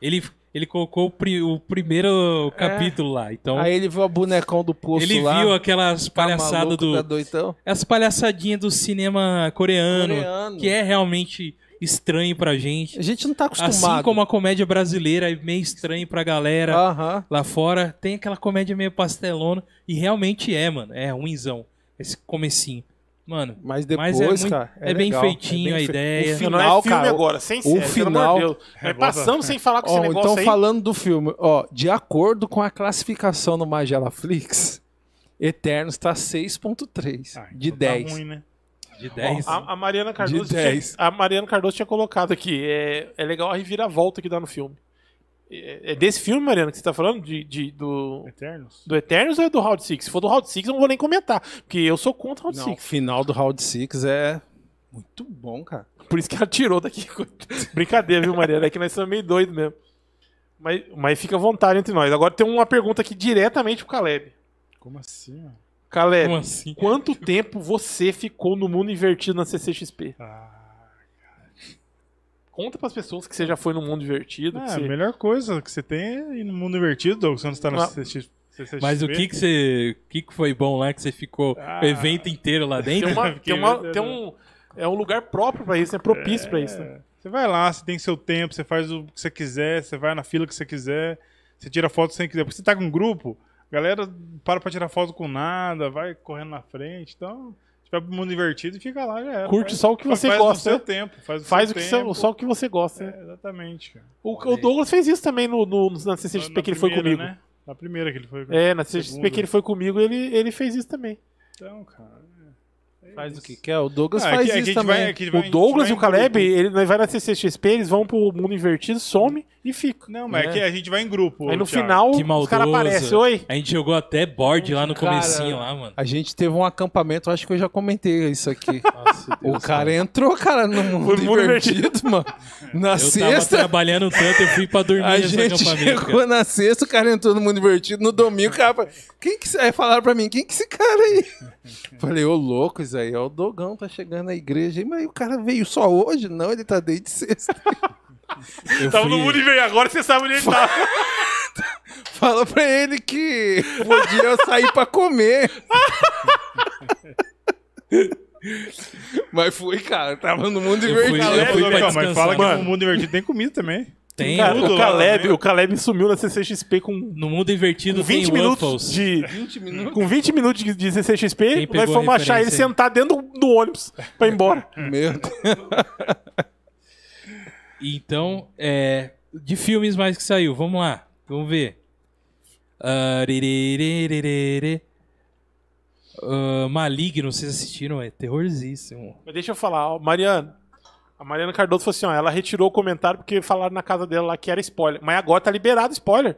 Speaker 1: Ele, ele colocou o, pri- o
Speaker 2: É.
Speaker 1: primeiro capítulo lá. Então,
Speaker 5: Aí ele viu a bonecão do poço
Speaker 1: ele
Speaker 5: lá.
Speaker 1: viu aquelas
Speaker 5: tá
Speaker 1: palhaçadas
Speaker 5: maluco,
Speaker 1: do.
Speaker 5: Tá doidão.
Speaker 1: As palhaçadinhas do cinema coreano,
Speaker 5: Coreano.
Speaker 1: que é realmente estranho pra gente.
Speaker 5: A gente não tá acostumado. Ah.
Speaker 1: Assim como a comédia brasileira é meio estranho pra galera
Speaker 5: Aham.
Speaker 1: lá fora, tem aquela comédia meio pastelona. E realmente é, mano. É ruinzão. Esse comecinho. Mano,
Speaker 5: Mas depois,
Speaker 1: Mas é muito-
Speaker 5: cara.
Speaker 1: é bem
Speaker 5: legal.
Speaker 1: feitinho a
Speaker 5: fe-
Speaker 1: ideia.
Speaker 5: O
Speaker 2: Não, é
Speaker 5: final,
Speaker 2: filme
Speaker 5: cara.
Speaker 2: agora, sem série,
Speaker 5: final-
Speaker 2: pelo amor de Deus.
Speaker 4: É,
Speaker 2: Nós passamos
Speaker 4: volta.
Speaker 2: sem falar com esse
Speaker 5: Ó,
Speaker 2: negócio
Speaker 5: então,
Speaker 2: aí.
Speaker 5: falando do filme, ó, de acordo com a classificação no Magela Flix, Eternos tá 6.3
Speaker 4: Ah, então
Speaker 5: de
Speaker 4: tá
Speaker 5: 10.
Speaker 4: ruim, né?
Speaker 1: de
Speaker 2: Ó, ah,
Speaker 1: 10.
Speaker 2: a, a Mariana Cardoso
Speaker 5: De
Speaker 2: tinha,
Speaker 5: 10.
Speaker 2: a Mariana Cardoso tinha colocado aqui. É, é legal a reviravolta que dá no filme. É, é desse filme, Mariana, que você tá falando? De, de- do,
Speaker 4: Eternos?
Speaker 2: do Eternos ou é do Round 6? Se for do Round 6, eu não vou nem comentar. Porque eu sou contra o Round
Speaker 5: Não, o
Speaker 2: 6.
Speaker 5: final do Round 6 é muito bom, cara.
Speaker 2: Por isso que ela tirou daqui. <laughs> Brincadeira, viu, Mariana? É que nós somos meio doidos mesmo. Mas, mas fica à vontade entre nós. Agora tem uma pergunta aqui diretamente pro Caleb.
Speaker 4: Como assim, mano?
Speaker 2: Caleb,
Speaker 1: Como assim?
Speaker 2: quanto tempo você ficou no mundo invertido na CCXP?
Speaker 4: Ah,
Speaker 2: Conta pras pessoas que você já foi no mundo invertido. que
Speaker 4: ah, a
Speaker 2: você-
Speaker 4: melhor coisa que você tem é ir no mundo invertido, Douglas, quando você tá
Speaker 2: Não.
Speaker 4: no CCXP.
Speaker 1: Mas o que que você, o que que foi bom lá que você ficou
Speaker 4: Ah.
Speaker 1: o evento inteiro lá
Speaker 2: Tem,
Speaker 1: dentro?
Speaker 2: uma-
Speaker 4: <laughs> Fiquei
Speaker 2: tem uma-
Speaker 4: olhando.
Speaker 2: tem um, é um lugar próprio pra isso, é propício pra isso. Né?
Speaker 4: Você vai lá, você tem seu tempo, você faz o que você quiser, você vai na fila que você quiser, você tira foto sem quiser. Porque você tá com um grupo, a galera para pra tirar foto com nada, vai correndo na frente, então. Você vai pro mundo invertido e fica lá, já era.
Speaker 2: Curte só o que
Speaker 4: Faz-
Speaker 2: você
Speaker 4: faz
Speaker 2: gosta,
Speaker 4: o
Speaker 2: né?
Speaker 4: seu tempo, faz o
Speaker 2: Faz o
Speaker 4: seu
Speaker 2: que
Speaker 4: tempo.
Speaker 2: você, só o que você gosta. né?
Speaker 4: É, exatamente, cara.
Speaker 2: O, o Douglas fez isso também no, no, na CCXP
Speaker 4: Na
Speaker 2: que ele foi
Speaker 4: primeira,
Speaker 2: comigo.
Speaker 4: né? Na primeira que ele foi comigo.
Speaker 2: É, na CCXP que
Speaker 4: Segunda.
Speaker 2: ele foi comigo, ele, ele fez isso também.
Speaker 4: Então, cara. é- é
Speaker 5: Faz o
Speaker 4: isso.
Speaker 5: que quer. O Douglas
Speaker 4: Ah, é
Speaker 5: faz
Speaker 4: que- é que a
Speaker 5: isso
Speaker 4: gente
Speaker 5: também.
Speaker 4: vai- é que a gente vai- a
Speaker 2: O
Speaker 4: gente
Speaker 2: Douglas e o
Speaker 4: vai em grupo.
Speaker 2: Caleb, ele nós vai na CCXP, eles vão pro mundo invertido, some e fica.
Speaker 4: Não, mas
Speaker 2: É.
Speaker 4: é que a gente vai em grupo.
Speaker 2: Aí no
Speaker 4: Thiago.
Speaker 2: final,
Speaker 1: Que
Speaker 2: os caras
Speaker 1: maldoso.
Speaker 2: aparecem, oi.
Speaker 1: A gente jogou até board lá no
Speaker 5: Cara.
Speaker 1: comecinho lá, mano.
Speaker 5: A gente teve um acampamento, acho que eu já comentei isso aqui. o cara entrou, cara, no mundo
Speaker 2: Foi muito
Speaker 5: invertido, mano. Na
Speaker 1: Eu tava
Speaker 5: sexta,
Speaker 1: trabalhando tanto, eu fui pra dormir
Speaker 5: a
Speaker 1: nesse
Speaker 5: gente
Speaker 1: acampamento.
Speaker 5: chegou
Speaker 1: cara.
Speaker 5: na sexta, o cara entrou no mundo invertido. No domingo, o cara falou, quem que... Aí falaram pra mim, quem que esse cara
Speaker 1: <laughs>
Speaker 5: aí? Falei, ô louco, isso aí é o Dogão, tá chegando na igreja. aí, Mas o cara veio só hoje? Não, ele tá
Speaker 1: <laughs>
Speaker 5: desde sexta.
Speaker 1: Eu
Speaker 2: Tava no
Speaker 1: fui-
Speaker 2: mundo invertido, agora você sabe onde ele tá.
Speaker 5: Fala pra ele que podia eu sair
Speaker 1: <laughs>
Speaker 5: pra comer. Mas fui, cara, tava no mundo
Speaker 1: Eu fui- <laughs>
Speaker 5: invertido.
Speaker 1: eu fui
Speaker 4: Ô,
Speaker 1: pra
Speaker 4: Douglas, mas fala
Speaker 1: descansar.
Speaker 4: que no mundo invertido tem comida também.
Speaker 1: Tem,
Speaker 2: Cara,
Speaker 1: mano.
Speaker 2: o,
Speaker 4: tudo lá,
Speaker 2: Caleb,
Speaker 4: né?
Speaker 2: o Caleb sumiu na CCXP com
Speaker 1: no mundo invertido
Speaker 2: 20
Speaker 1: tem
Speaker 2: minutos
Speaker 1: waffles.
Speaker 2: de,
Speaker 5: 20 minutos.
Speaker 2: Com 20 minutos de- de CCXP,
Speaker 1: Quem
Speaker 2: nós
Speaker 1: pegou a
Speaker 2: fomos achar ele
Speaker 1: referência aí?
Speaker 2: sentado dentro do, do ônibus pra ir embora. <laughs>
Speaker 5: Meu Deus.
Speaker 1: Então, é, de filmes mais que saiu, vamos lá, vamos ver. Ah, riririririri. Ah, Maligno, vocês assistiram? É terrorzíssimo.
Speaker 2: Mas deixa eu falar, ó, Mariana. A Mariana Cardoso falou assim: ó, ela retirou o comentário porque falaram na casa dela lá que era spoiler. Mas agora tá liberado spoiler.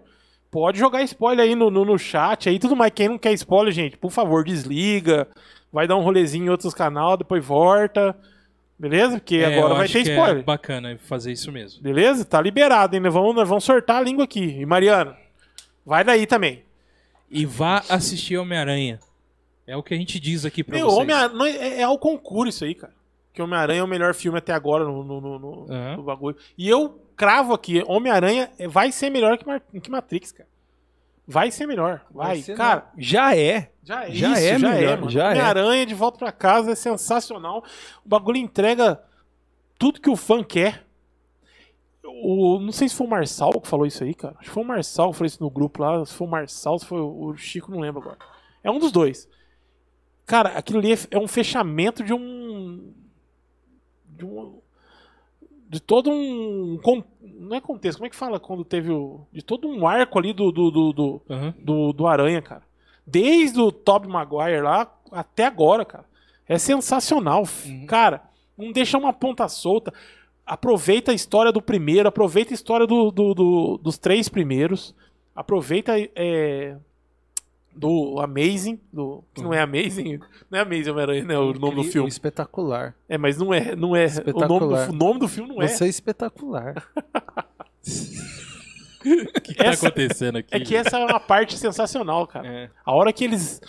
Speaker 2: Pode jogar spoiler aí no, no, no chat aí tudo mais. Quem não quer spoiler, gente, por favor, desliga. Vai dar um rolezinho em outros canal, depois volta. Beleza? Porque
Speaker 1: É,
Speaker 2: agora
Speaker 1: eu
Speaker 2: vai
Speaker 1: acho
Speaker 2: ter
Speaker 1: que
Speaker 2: spoiler.
Speaker 1: É bacana fazer isso mesmo.
Speaker 2: Beleza? Tá liberado, hein? Nós vamos, nós vamos sortar a língua aqui. E Mariana, vai daí também.
Speaker 1: E vá assistir Homem-Aranha. É o que a gente diz aqui pra
Speaker 2: Meu,
Speaker 1: vocês.
Speaker 2: Homem-Aranha não, é, é ao concurso isso aí, cara. Que Homem-Aranha é o melhor filme até agora no, no, no- no-
Speaker 1: Aham.
Speaker 2: no bagulho. E eu cravo aqui, Homem-Aranha é- vai ser melhor que, Mar- que Matrix, cara. Vai ser né? melhor. Vai. cara,
Speaker 5: já é.
Speaker 2: já é
Speaker 5: Já
Speaker 2: isso,
Speaker 5: é
Speaker 2: já é,
Speaker 5: melhor,
Speaker 2: mano.
Speaker 5: já é.
Speaker 2: Homem-Aranha de volta pra casa é sensacional. O bagulho entrega tudo que o fã quer. O, não sei se foi o Marçal que falou isso aí, cara. Acho que foi o Marçal que falou isso no grupo lá. Se foi o Marçal, se foi o o Chico, não lembro agora. É um dos dois. Cara, aquilo ali é, é um fechamento de um. de um de todo um con- não é contexto, como é que fala quando teve o de todo um arco ali do do, do, do,
Speaker 1: Aham.
Speaker 2: do, do Aranha, cara. Desde o Tobey Maguire lá até agora, cara. É sensacional. f-
Speaker 5: Uhum.
Speaker 2: Cara, não deixa uma ponta solta. Aproveita a história do primeiro, aproveita a história do, do- do- dos três primeiros. Aproveita é, do Amazing, do, que não é Amazing, não é Amazing Homem-Aranha, né? O nome do
Speaker 5: Uhum. Incrível,
Speaker 2: filme.
Speaker 5: Espetacular.
Speaker 2: É, mas não é, não é. O nome do,
Speaker 5: Espetacular.
Speaker 2: o nome do filme não é.
Speaker 5: Você é espetacular.
Speaker 1: O que, que tá
Speaker 2: Essa-
Speaker 1: acontecendo aqui?
Speaker 2: É que essa é uma parte sensacional, cara.
Speaker 5: É.
Speaker 2: A hora que eles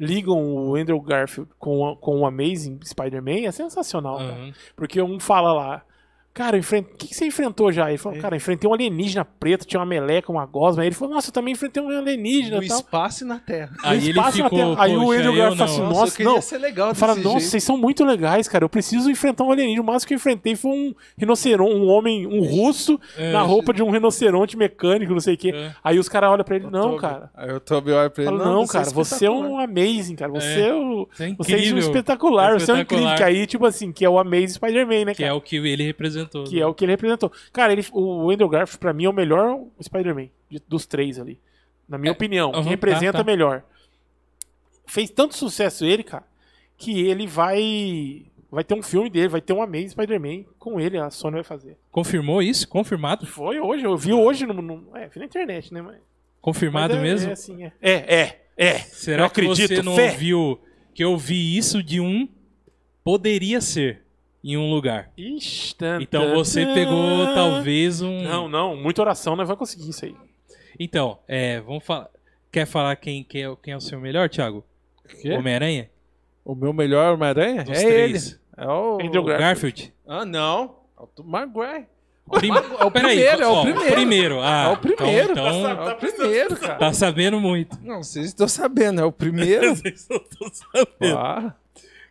Speaker 2: ligam o Andrew Garfield com, a- com o Amazing Spider-Man é sensacional, cara.
Speaker 1: Aham.
Speaker 2: Porque um fala lá, cara, eu enfren- o que, que você enfrentou já? Ele
Speaker 5: É.
Speaker 2: falou, cara, eu enfrentei um alienígena preto, tinha uma meleca, uma gosma. Aí ele falou, nossa, eu também enfrentei um alienígena
Speaker 5: No
Speaker 2: e tal.
Speaker 5: espaço e na terra.
Speaker 1: Aí ele
Speaker 2: espaço na
Speaker 1: ficou.
Speaker 2: tela. Aí o
Speaker 1: "Poxa,
Speaker 2: Andrew
Speaker 1: eu
Speaker 2: Garfield
Speaker 1: não." É,
Speaker 2: falou assim,
Speaker 5: eu
Speaker 2: Nossa,
Speaker 5: queria
Speaker 2: não.
Speaker 5: ser legal desse
Speaker 2: Fala, nossa,
Speaker 5: jeito.
Speaker 2: vocês são muito legais, cara. Eu preciso enfrentar um alienígena. O máximo que eu enfrentei foi um rinoceronte, um homem, um russo,
Speaker 1: É.
Speaker 2: na roupa de um rinoceronte mecânico, não sei o quê.
Speaker 1: É.
Speaker 2: Aí os caras olham pra ele, não,
Speaker 5: Toby.
Speaker 2: cara.
Speaker 5: Aí eu tô olha pra ele.
Speaker 2: Fala, não, cara, você é um amazing, cara. Você é, o.
Speaker 1: Você é
Speaker 2: Você é um
Speaker 1: incrível.
Speaker 2: espetacular, você é um incrível.
Speaker 1: Espetacular.
Speaker 2: Que aí, tipo assim, que é o Amazing Spider-Man, né,
Speaker 1: Que é
Speaker 2: cara?
Speaker 1: o que ele representou.
Speaker 2: Que é o que ele representou. Cara, ele, o Andrew Garfield, pra mim, é o melhor Spider-Man de- dos três ali. Na
Speaker 1: É,
Speaker 2: minha opinião,
Speaker 1: Aham,
Speaker 2: que representa
Speaker 1: tá, tá.
Speaker 2: melhor. Fez tanto sucesso ele, cara, que ele vai. Vai ter um filme dele, vai ter um Amazing Spider-Man com ele, a Sony vai fazer.
Speaker 1: Confirmou isso? Confirmado?
Speaker 2: Foi hoje, eu vi hoje no. no- é, vi na internet, né? Mas, mas
Speaker 1: Confirmado
Speaker 2: é-
Speaker 1: mesmo?
Speaker 2: É, assim, é. É, é, é.
Speaker 1: Será
Speaker 2: Eu
Speaker 1: que
Speaker 2: acredito,
Speaker 1: você não
Speaker 2: fé.
Speaker 1: ouviu que eu vi isso de um poderia ser em um lugar?
Speaker 2: Ixi, tan,
Speaker 1: Então
Speaker 2: tan,
Speaker 1: você
Speaker 2: tan.
Speaker 1: pegou talvez um.
Speaker 2: Não, não, muita oração não vai conseguir isso aí.
Speaker 1: Então, é, vamos falar. Quer falar quem, quem, é, quem é o seu melhor, Thiago?
Speaker 5: Quê?
Speaker 1: Homem-Aranha?
Speaker 5: O meu melhor Homem-Aranha?
Speaker 1: Dos
Speaker 5: é
Speaker 1: três.
Speaker 5: ele. É o.
Speaker 2: Andrew Garfield.
Speaker 1: Garfield?
Speaker 5: Ah, não. É o do Maguire.
Speaker 1: Prim-
Speaker 5: <laughs> É o
Speaker 1: Peraí,
Speaker 5: primeiro, é o
Speaker 1: ó,
Speaker 5: primeiro.
Speaker 1: Ah,
Speaker 5: É o primeiro.
Speaker 1: Então,
Speaker 5: É
Speaker 1: então
Speaker 5: o primeiro, cara.
Speaker 1: tá sabendo muito.
Speaker 5: Não, vocês estão sabendo, é o
Speaker 2: <laughs>
Speaker 5: primeiro.
Speaker 1: Vocês não tão sabendo.
Speaker 5: Ah,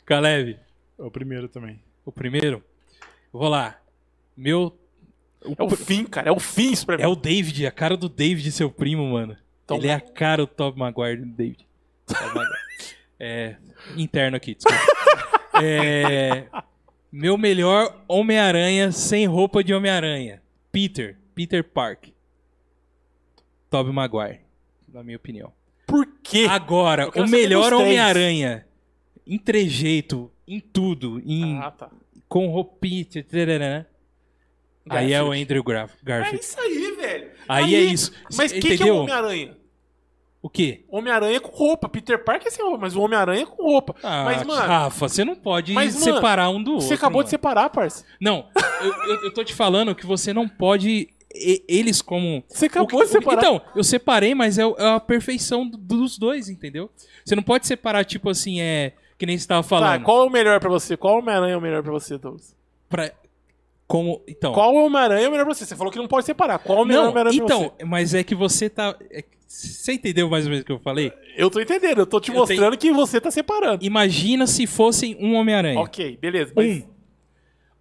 Speaker 1: Caleb,
Speaker 4: É o primeiro também.
Speaker 1: o primeiro? Vou lá. Meu.
Speaker 2: É o fim, cara. É o fim isso pra mim.
Speaker 1: É o David, a cara do David, seu primo, mano.
Speaker 2: Tom-
Speaker 1: Ele é a cara do Top Maguire do David. Tobey Maguire. <laughs> é. Interno aqui, desculpa. <laughs> É, meu melhor Homem-Aranha sem roupa de Homem-Aranha. Peter. Peter Park. Tobey Maguire. Na minha opinião.
Speaker 2: Por quê?
Speaker 1: Agora,
Speaker 2: Eu quero
Speaker 1: o
Speaker 2: saber dos
Speaker 1: melhor
Speaker 2: três.
Speaker 1: Homem-Aranha. Em trejeito, em tudo, em,
Speaker 2: Ah, tá.
Speaker 1: com roupinha, tarará, aí é o
Speaker 2: Garfield.
Speaker 1: Andrew Graf-
Speaker 2: É
Speaker 1: Garfield.
Speaker 2: isso aí, velho.
Speaker 1: Aí é isso.
Speaker 2: Mas quem que é
Speaker 1: Entendeu?
Speaker 2: o Homem-Aranha?
Speaker 1: O quê?
Speaker 2: Homem-Aranha com roupa. Peter Parker é sem roupa, mas o Homem-Aranha é com roupa.
Speaker 1: Ah,
Speaker 2: mas, mano,
Speaker 1: Rafa, você não pode
Speaker 2: Mas, mano,
Speaker 1: separar um do outro.
Speaker 2: você acabou
Speaker 1: mano.
Speaker 2: de separar, parça.
Speaker 1: Não, eu, eu- eu tô te falando que você não pode. e- Eles como.
Speaker 2: Você
Speaker 1: O que-
Speaker 2: acabou
Speaker 1: o
Speaker 2: de
Speaker 1: que-
Speaker 2: separar.
Speaker 1: Então, eu separei, mas é, o- é a perfeição do- dos dois, entendeu? Você não pode separar, tipo assim, é. Que nem você tava
Speaker 2: tá,
Speaker 1: falando.
Speaker 2: qual é o melhor pra você? Qual Homem-Aranha é o melhor pra você, Douglas?
Speaker 1: Pra- como. Então.
Speaker 2: Qual Homem-Aranha é o melhor pra você? Você falou que não pode separar. Qual é o melhor
Speaker 1: não,
Speaker 2: Homem-Aranha pra
Speaker 1: então, mas é que você tá. é que- você entendeu mais ou menos o que eu falei?
Speaker 2: você? Eu tô entendendo. Eu tô te
Speaker 1: Eu
Speaker 2: mostrando que você tá separando.
Speaker 1: Imagina se fossem um Homem-Aranha.
Speaker 2: Ok, beleza. Mas...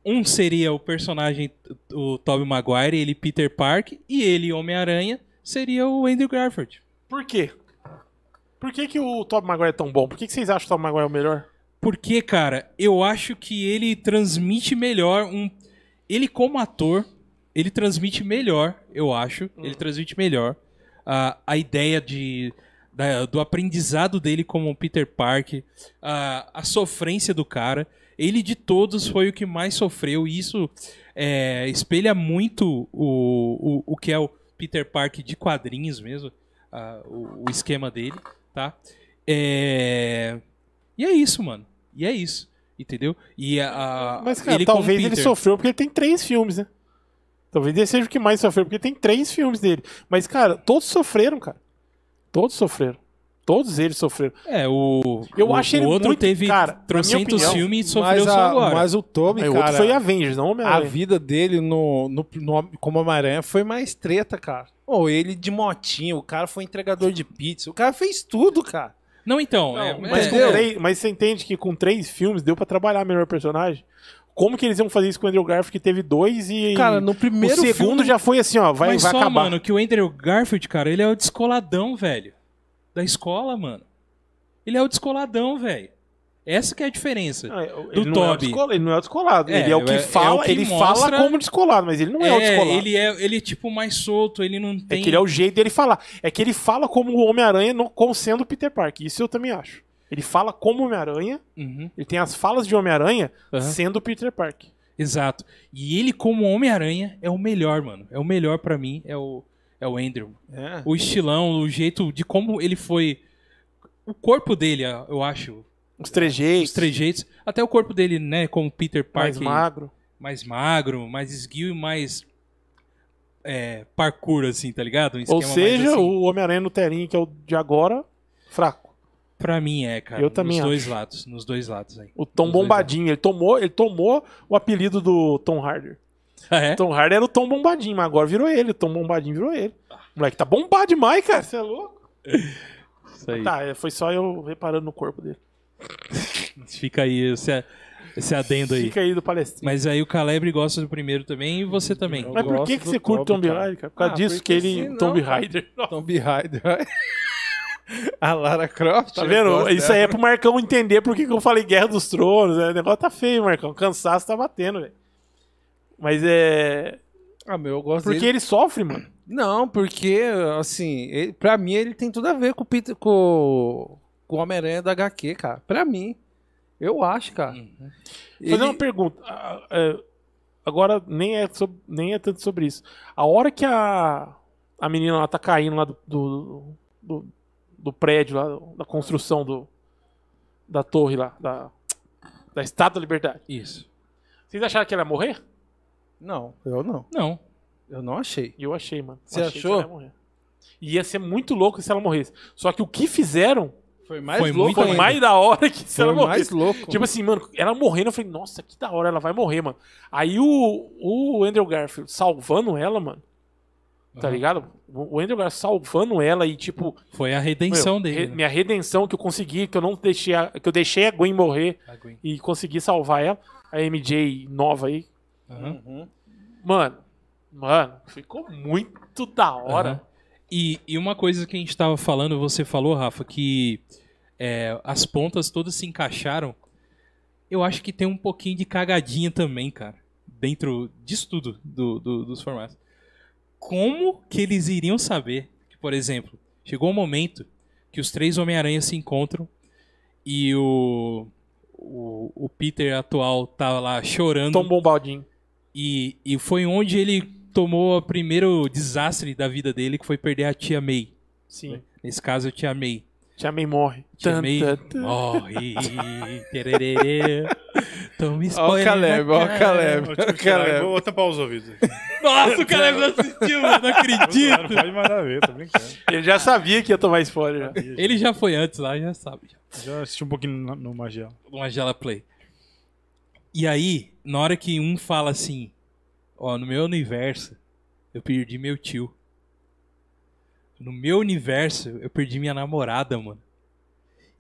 Speaker 1: Um seria o personagem, o Tobey Maguire, ele Peter Park, e ele, Homem-Aranha, seria o Andrew Garfield.
Speaker 2: Por quê? Por que, que o Tobey Maguire é tão bom? Por que, que vocês acham que o Tobey Maguire é o melhor?
Speaker 1: Porque, cara, eu acho que ele transmite melhor um. Ele, como ator, ele transmite melhor, eu acho. Ele transmite melhor a, a ideia de, da- do aprendizado dele como Peter Park, a, a sofrência do cara. Ele de todos foi o que mais sofreu, e isso é, espelha muito o, o, o que é o Peter Park de quadrinhos mesmo, ah, o, o esquema dele, tá? É, E é isso, mano. E é isso, entendeu? E a, a-
Speaker 2: Mas, cara,
Speaker 1: ele como
Speaker 2: talvez ele
Speaker 1: Peter-
Speaker 2: sofreu porque ele tem três filmes, né? Talvez ele seja o que mais sofreu, porque tem três filmes dele. Mas, cara, todos sofreram, cara. Todos sofreram. Todos eles sofreram.
Speaker 1: É, o,
Speaker 2: Eu
Speaker 1: o,
Speaker 2: acho ele
Speaker 1: o outro
Speaker 2: muito-
Speaker 1: teve
Speaker 2: cara, na minha
Speaker 1: trocentos
Speaker 2: opinião,
Speaker 1: filmes e sofreu
Speaker 5: mas,
Speaker 1: só
Speaker 5: a-
Speaker 1: agora.
Speaker 5: mas o Toby,
Speaker 2: Aí o
Speaker 5: cara,
Speaker 2: outro foi Avengers, não
Speaker 5: a
Speaker 2: Homem-Aranha.
Speaker 5: vida dele no, no, no- como Homem-Aranha foi mais treta, cara. Ou ele de motinho, o cara foi entregador de pizza, o cara fez tudo, cara.
Speaker 1: Não, então.
Speaker 2: Não,
Speaker 1: é-
Speaker 2: mas,
Speaker 1: é-
Speaker 2: com
Speaker 5: entendeu?
Speaker 2: três- mas você entende que com três filmes deu pra trabalhar melhor personagem? Como que eles iam fazer isso com o Andrew Garfield, que teve dois e.
Speaker 5: Cara, no
Speaker 2: o
Speaker 5: primeiro
Speaker 2: segundo
Speaker 5: filme-
Speaker 2: já foi assim, ó, vai,
Speaker 1: Mas
Speaker 2: vai
Speaker 1: só,
Speaker 2: acabar.
Speaker 1: mano, que o Andrew Garfield, cara, ele é o descoladão, velho. Da escola, mano. Ele é o descoladão, velho. Essa que é a diferença.
Speaker 2: Ah, ele
Speaker 1: do
Speaker 2: não é o
Speaker 1: Toby.
Speaker 2: descola- ele não é o descolado.
Speaker 1: É,
Speaker 2: ele é o
Speaker 1: é-
Speaker 2: que
Speaker 1: é o
Speaker 2: fala,
Speaker 1: que
Speaker 2: ele
Speaker 1: mostra-
Speaker 2: fala como descolado, mas ele não é, o descolado.
Speaker 1: ele é ele é tipo mais solto, ele não
Speaker 2: É
Speaker 1: tem
Speaker 2: que ele é o jeito dele falar. É que ele fala como o Homem-Aranha, não- como sendo o Peter Parker. Isso eu também acho. Ele fala como Homem-Aranha,
Speaker 1: Uhum,
Speaker 2: ele tem as falas de Homem-Aranha
Speaker 1: Aham.
Speaker 2: sendo o Peter Parker.
Speaker 1: exato. E ele como Homem-Aranha é o melhor, mano. É o melhor pra mim, é o é o Andrew.
Speaker 2: É.
Speaker 1: O estilão, o jeito de como ele foi o corpo dele, eu acho,
Speaker 2: Os trejeitos,
Speaker 1: os trejeitos, até o corpo dele, né, como Peter
Speaker 2: mais
Speaker 1: Parker,
Speaker 2: magro.
Speaker 1: mais magro, mais esguio e mais é, parkour assim, tá ligado? Um
Speaker 2: Ou
Speaker 1: esquema mais
Speaker 2: seja,
Speaker 1: assim.
Speaker 2: o Homem-Aranha no telinho, que é o de agora, fraco.
Speaker 1: Pra mim é, cara.
Speaker 2: Eu também
Speaker 1: Nos dois lados, nos dois lados aí. <laughs>
Speaker 2: O Tom
Speaker 1: Os dois né?
Speaker 2: Bombadinho. Ele tomou, ele tomou o apelido do Tom Harder.
Speaker 1: Ah, é?
Speaker 2: <laughs> Tom Harder era o Tom Bombadinho, mas agora virou ele. O Tom Bombadinho virou ele. O moleque tá bombado demais, cara. Você é louco?
Speaker 1: Isso aí.
Speaker 2: Tá, é, foi só eu reparando no corpo dele.
Speaker 1: Fica aí esse, esse adendo aí.
Speaker 2: Fica aí do palestrinho.
Speaker 1: Mas aí o Calebre gosta do primeiro também e você também.
Speaker 2: Mas por que,
Speaker 5: gosto
Speaker 2: que
Speaker 5: do
Speaker 2: você curte
Speaker 5: Tomb
Speaker 2: Tomb
Speaker 5: Raider.
Speaker 2: Raider, cara? Por causa
Speaker 5: Ah,
Speaker 2: disso
Speaker 5: porque
Speaker 2: que ele.
Speaker 5: senão-
Speaker 2: Tomb Raider.
Speaker 5: Tomb Raider. <laughs> a Lara Croft.
Speaker 2: Tá
Speaker 5: eu
Speaker 2: vendo?
Speaker 5: gosto
Speaker 2: Isso aí
Speaker 5: dela.
Speaker 2: é pro Marcão entender por que que eu falei Guerra dos Tronos. Né? O negócio tá feio, Marcão. O cansaço tá batendo, velho. Mas é.
Speaker 5: Ah, meu, eu gosto
Speaker 2: Porque
Speaker 5: dele.
Speaker 2: ele sofre, mano.
Speaker 5: Não, porque, assim, ele, pra mim ele tem tudo a ver com o Peter, com, com o Homem-Aranha da HQ, cara. Pra mim. Eu acho, cara.
Speaker 1: Uhum.
Speaker 2: Vou Hum. Fazer
Speaker 5: Ele-
Speaker 2: uma pergunta. Ah, é, Agora nem é, sob- nem é tanto sobre isso. A hora que a, a menina lá tá caindo lá do. do, do- do prédio lá, da construção do. Da torre lá, da. Da Estátua da Liberdade.
Speaker 1: Isso.
Speaker 2: Vocês acharam que ela ia morrer?
Speaker 5: Não, eu não.
Speaker 1: Não.
Speaker 5: Eu não achei.
Speaker 2: E eu achei, mano.
Speaker 5: Você
Speaker 2: Achei que
Speaker 5: achou?
Speaker 2: ela ia morrer. E ia ser muito louco se ela morresse. Só que o que fizeram
Speaker 5: Foi mais
Speaker 1: Foi
Speaker 5: louco
Speaker 1: muito
Speaker 2: foi
Speaker 5: Então ainda.
Speaker 2: mais da hora que se
Speaker 5: Foi
Speaker 2: ela morresse.
Speaker 5: mais louco.
Speaker 2: Tipo assim, mano, ela morrendo, eu falei, nossa, que da hora, ela vai morrer, mano. Aí o, o Andrew Garfield salvando ela, mano. Tá
Speaker 1: Uhum.
Speaker 2: ligado? O o Andrew Garfield salvando ela e, tipo,
Speaker 1: Foi a redenção
Speaker 2: meu,
Speaker 1: dele.
Speaker 2: re-
Speaker 1: né?
Speaker 2: minha redenção que eu consegui, que eu não deixei, a, que eu deixei a Gwen morrer
Speaker 1: A Gwen.
Speaker 2: e consegui salvar ela, a MJ nova aí.
Speaker 1: Aham.
Speaker 2: Mano, mano, ficou muito da hora.
Speaker 1: Aham. E, e uma coisa que a gente tava falando, você falou, Rafa, que é, as pontas todas se encaixaram. Eu acho que tem um pouquinho de cagadinha também, cara. Dentro disso tudo, do- do- dos formatos. Como que eles iriam saber que, por exemplo, chegou um momento que os três Homem-Aranha se encontram e o, o, o Peter atual tá lá chorando.
Speaker 2: Tom Bombadinho.
Speaker 1: E, e foi onde ele tomou o primeiro desastre da vida dele, que foi perder a tia May.
Speaker 2: Sim.
Speaker 1: Nesse caso, eu te amei.
Speaker 2: Tia May morre.
Speaker 1: Te amei.
Speaker 2: Tan, tan, tan.
Speaker 1: Morre. tererê. Toma
Speaker 5: Ó o
Speaker 1: spoiler. né?
Speaker 5: Caleb, ó o
Speaker 1: na
Speaker 2: É.
Speaker 5: Caleb.
Speaker 4: Ó,
Speaker 5: ó
Speaker 2: <laughs>
Speaker 4: tipo,
Speaker 5: o
Speaker 4: caralho,
Speaker 5: Caleb.
Speaker 4: Vou tapar os ouvidos. aqui.
Speaker 1: cara. Nossa, o Caleb não assistiu, mano. Não
Speaker 4: Claro,
Speaker 1: acredito.
Speaker 4: Pode mandar ver,
Speaker 2: <laughs>
Speaker 4: tá brincando.
Speaker 2: Ele já sabia que ia tomar spoiler. Já.
Speaker 1: Ele já foi antes lá, já sabe. já.
Speaker 4: Já assisti um pouquinho no, no Magela.
Speaker 1: Magela Play. E aí, na hora que um fala assim, ó, no meu universo, eu perdi meu tio. No meu universo, eu perdi minha namorada, mano.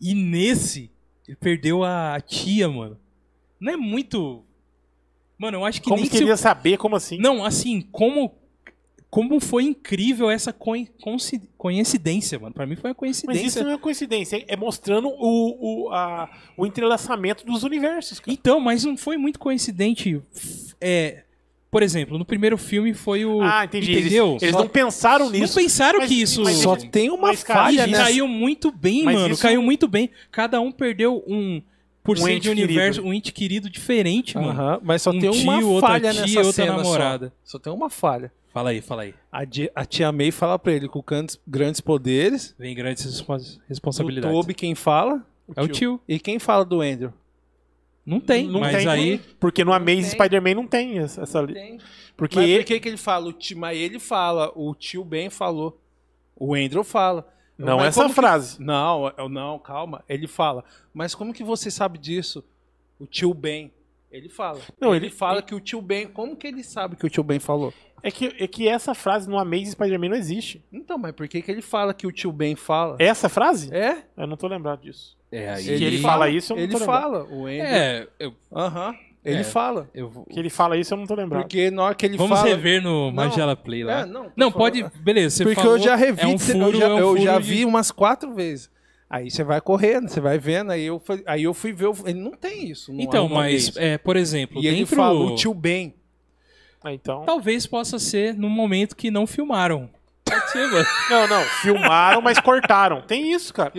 Speaker 1: E nesse, ele perdeu a tia, mano. Não é muito. Mano, eu acho que
Speaker 2: Como
Speaker 1: nem
Speaker 2: que
Speaker 1: se
Speaker 2: ele
Speaker 1: eu-
Speaker 2: ia saber? Como assim?
Speaker 1: Não, assim, como. Como foi incrível essa coi- conci- coincidência, mano. Pra mim foi uma
Speaker 2: Mas
Speaker 1: coincidência.
Speaker 2: isso não é coincidência, é- é mostrando o, o, a- o entrelaçamento dos universos. cara.
Speaker 1: Então, mas não foi muito coincidente. F- É, por exemplo, no primeiro filme foi o.
Speaker 2: Ah, entendi. Eles-
Speaker 1: Entendeu?
Speaker 2: Eles,
Speaker 1: Só-
Speaker 2: não pensaram
Speaker 1: não
Speaker 2: nisso.
Speaker 1: pensaram
Speaker 2: mas-
Speaker 1: que isso.
Speaker 2: mas
Speaker 5: Só
Speaker 2: gente,
Speaker 5: tem uma
Speaker 2: mas, cara,
Speaker 5: falha
Speaker 1: Ih,
Speaker 5: nessa.
Speaker 1: caiu muito bem,
Speaker 2: Mas
Speaker 1: mano.
Speaker 2: isso-
Speaker 1: Caiu muito bem. Cada um perdeu um por
Speaker 2: Um
Speaker 1: cento
Speaker 2: ente
Speaker 1: de universo, um ente querido diferente, mano.
Speaker 5: Aham, Mas só
Speaker 1: Um
Speaker 5: tem uma
Speaker 1: tio, outra
Speaker 5: falha
Speaker 1: tia,
Speaker 5: nessa
Speaker 1: outra
Speaker 5: cena só.
Speaker 1: namorada.
Speaker 5: Só. tem uma falha.
Speaker 1: Fala aí, fala aí.
Speaker 5: A, di- a tia May fala pra ele com grandes, grandes poderes.
Speaker 1: Vem grandes respons-
Speaker 5: O
Speaker 1: responsabilidades.
Speaker 5: Toby quem fala.
Speaker 1: É o tio.
Speaker 5: E quem fala do Andrew?
Speaker 1: Não tem,
Speaker 2: Não
Speaker 1: mas
Speaker 2: tem,
Speaker 1: aí.
Speaker 2: Porque no Amazing
Speaker 5: tem.
Speaker 2: Spider-Man não tem essa, essa li-
Speaker 5: Tem.
Speaker 2: Porque
Speaker 5: Mas
Speaker 2: ele-
Speaker 5: por que, que ele fala? O tio, mas ele fala, o tio Ben falou. O Andrew fala.
Speaker 2: não
Speaker 5: Mas
Speaker 2: essa
Speaker 5: como que-
Speaker 2: frase.
Speaker 5: Não, eu- não, calma. Ele fala. Mas como que você sabe disso? O tio Ben. Ele fala.
Speaker 2: Não,
Speaker 5: ele,
Speaker 2: ele-
Speaker 5: fala que o tio Ben. Como que ele sabe que o tio Ben falou?
Speaker 2: É que, é que essa frase no Amazing Spider-Man não existe.
Speaker 5: Então, mas por que, que ele fala que o tio Ben fala?
Speaker 2: Essa frase?
Speaker 5: É?
Speaker 2: Eu não tô lembrado disso.
Speaker 1: É, aí.
Speaker 2: Que ele fala isso, eu não
Speaker 5: Ele
Speaker 2: tô lembrado.
Speaker 5: fala, o Andrew.
Speaker 1: É, eu.
Speaker 5: Aham. Ele
Speaker 1: É.
Speaker 5: fala.
Speaker 1: eu vou-
Speaker 2: Que ele fala isso, eu não tô lembrado.
Speaker 5: Porque na hora que ele
Speaker 1: Vamos
Speaker 5: fala.
Speaker 1: rever no Magela Play lá.
Speaker 5: É, não, tô
Speaker 1: Não,
Speaker 5: falando.
Speaker 1: pode. Beleza, você
Speaker 5: Porque
Speaker 1: falou,
Speaker 5: eu já revi,
Speaker 1: é um
Speaker 5: eu
Speaker 1: furo,
Speaker 5: já-
Speaker 1: é um
Speaker 5: eu já
Speaker 1: furo de-
Speaker 5: vi umas quatro vezes. Aí você vai correndo, você vai vendo. Aí eu fui, aí eu fui ver. o- Ele não tem isso. no
Speaker 1: Então,
Speaker 5: holandês.
Speaker 1: mas, é, por exemplo,
Speaker 5: E ele
Speaker 1: dentro-
Speaker 5: fala o tio Ben.
Speaker 2: Ah, então.
Speaker 1: Talvez possa ser num momento que não filmaram. Pode ser, mano.
Speaker 2: Não, não. Filmaram, mas cortaram. Tem isso, cara.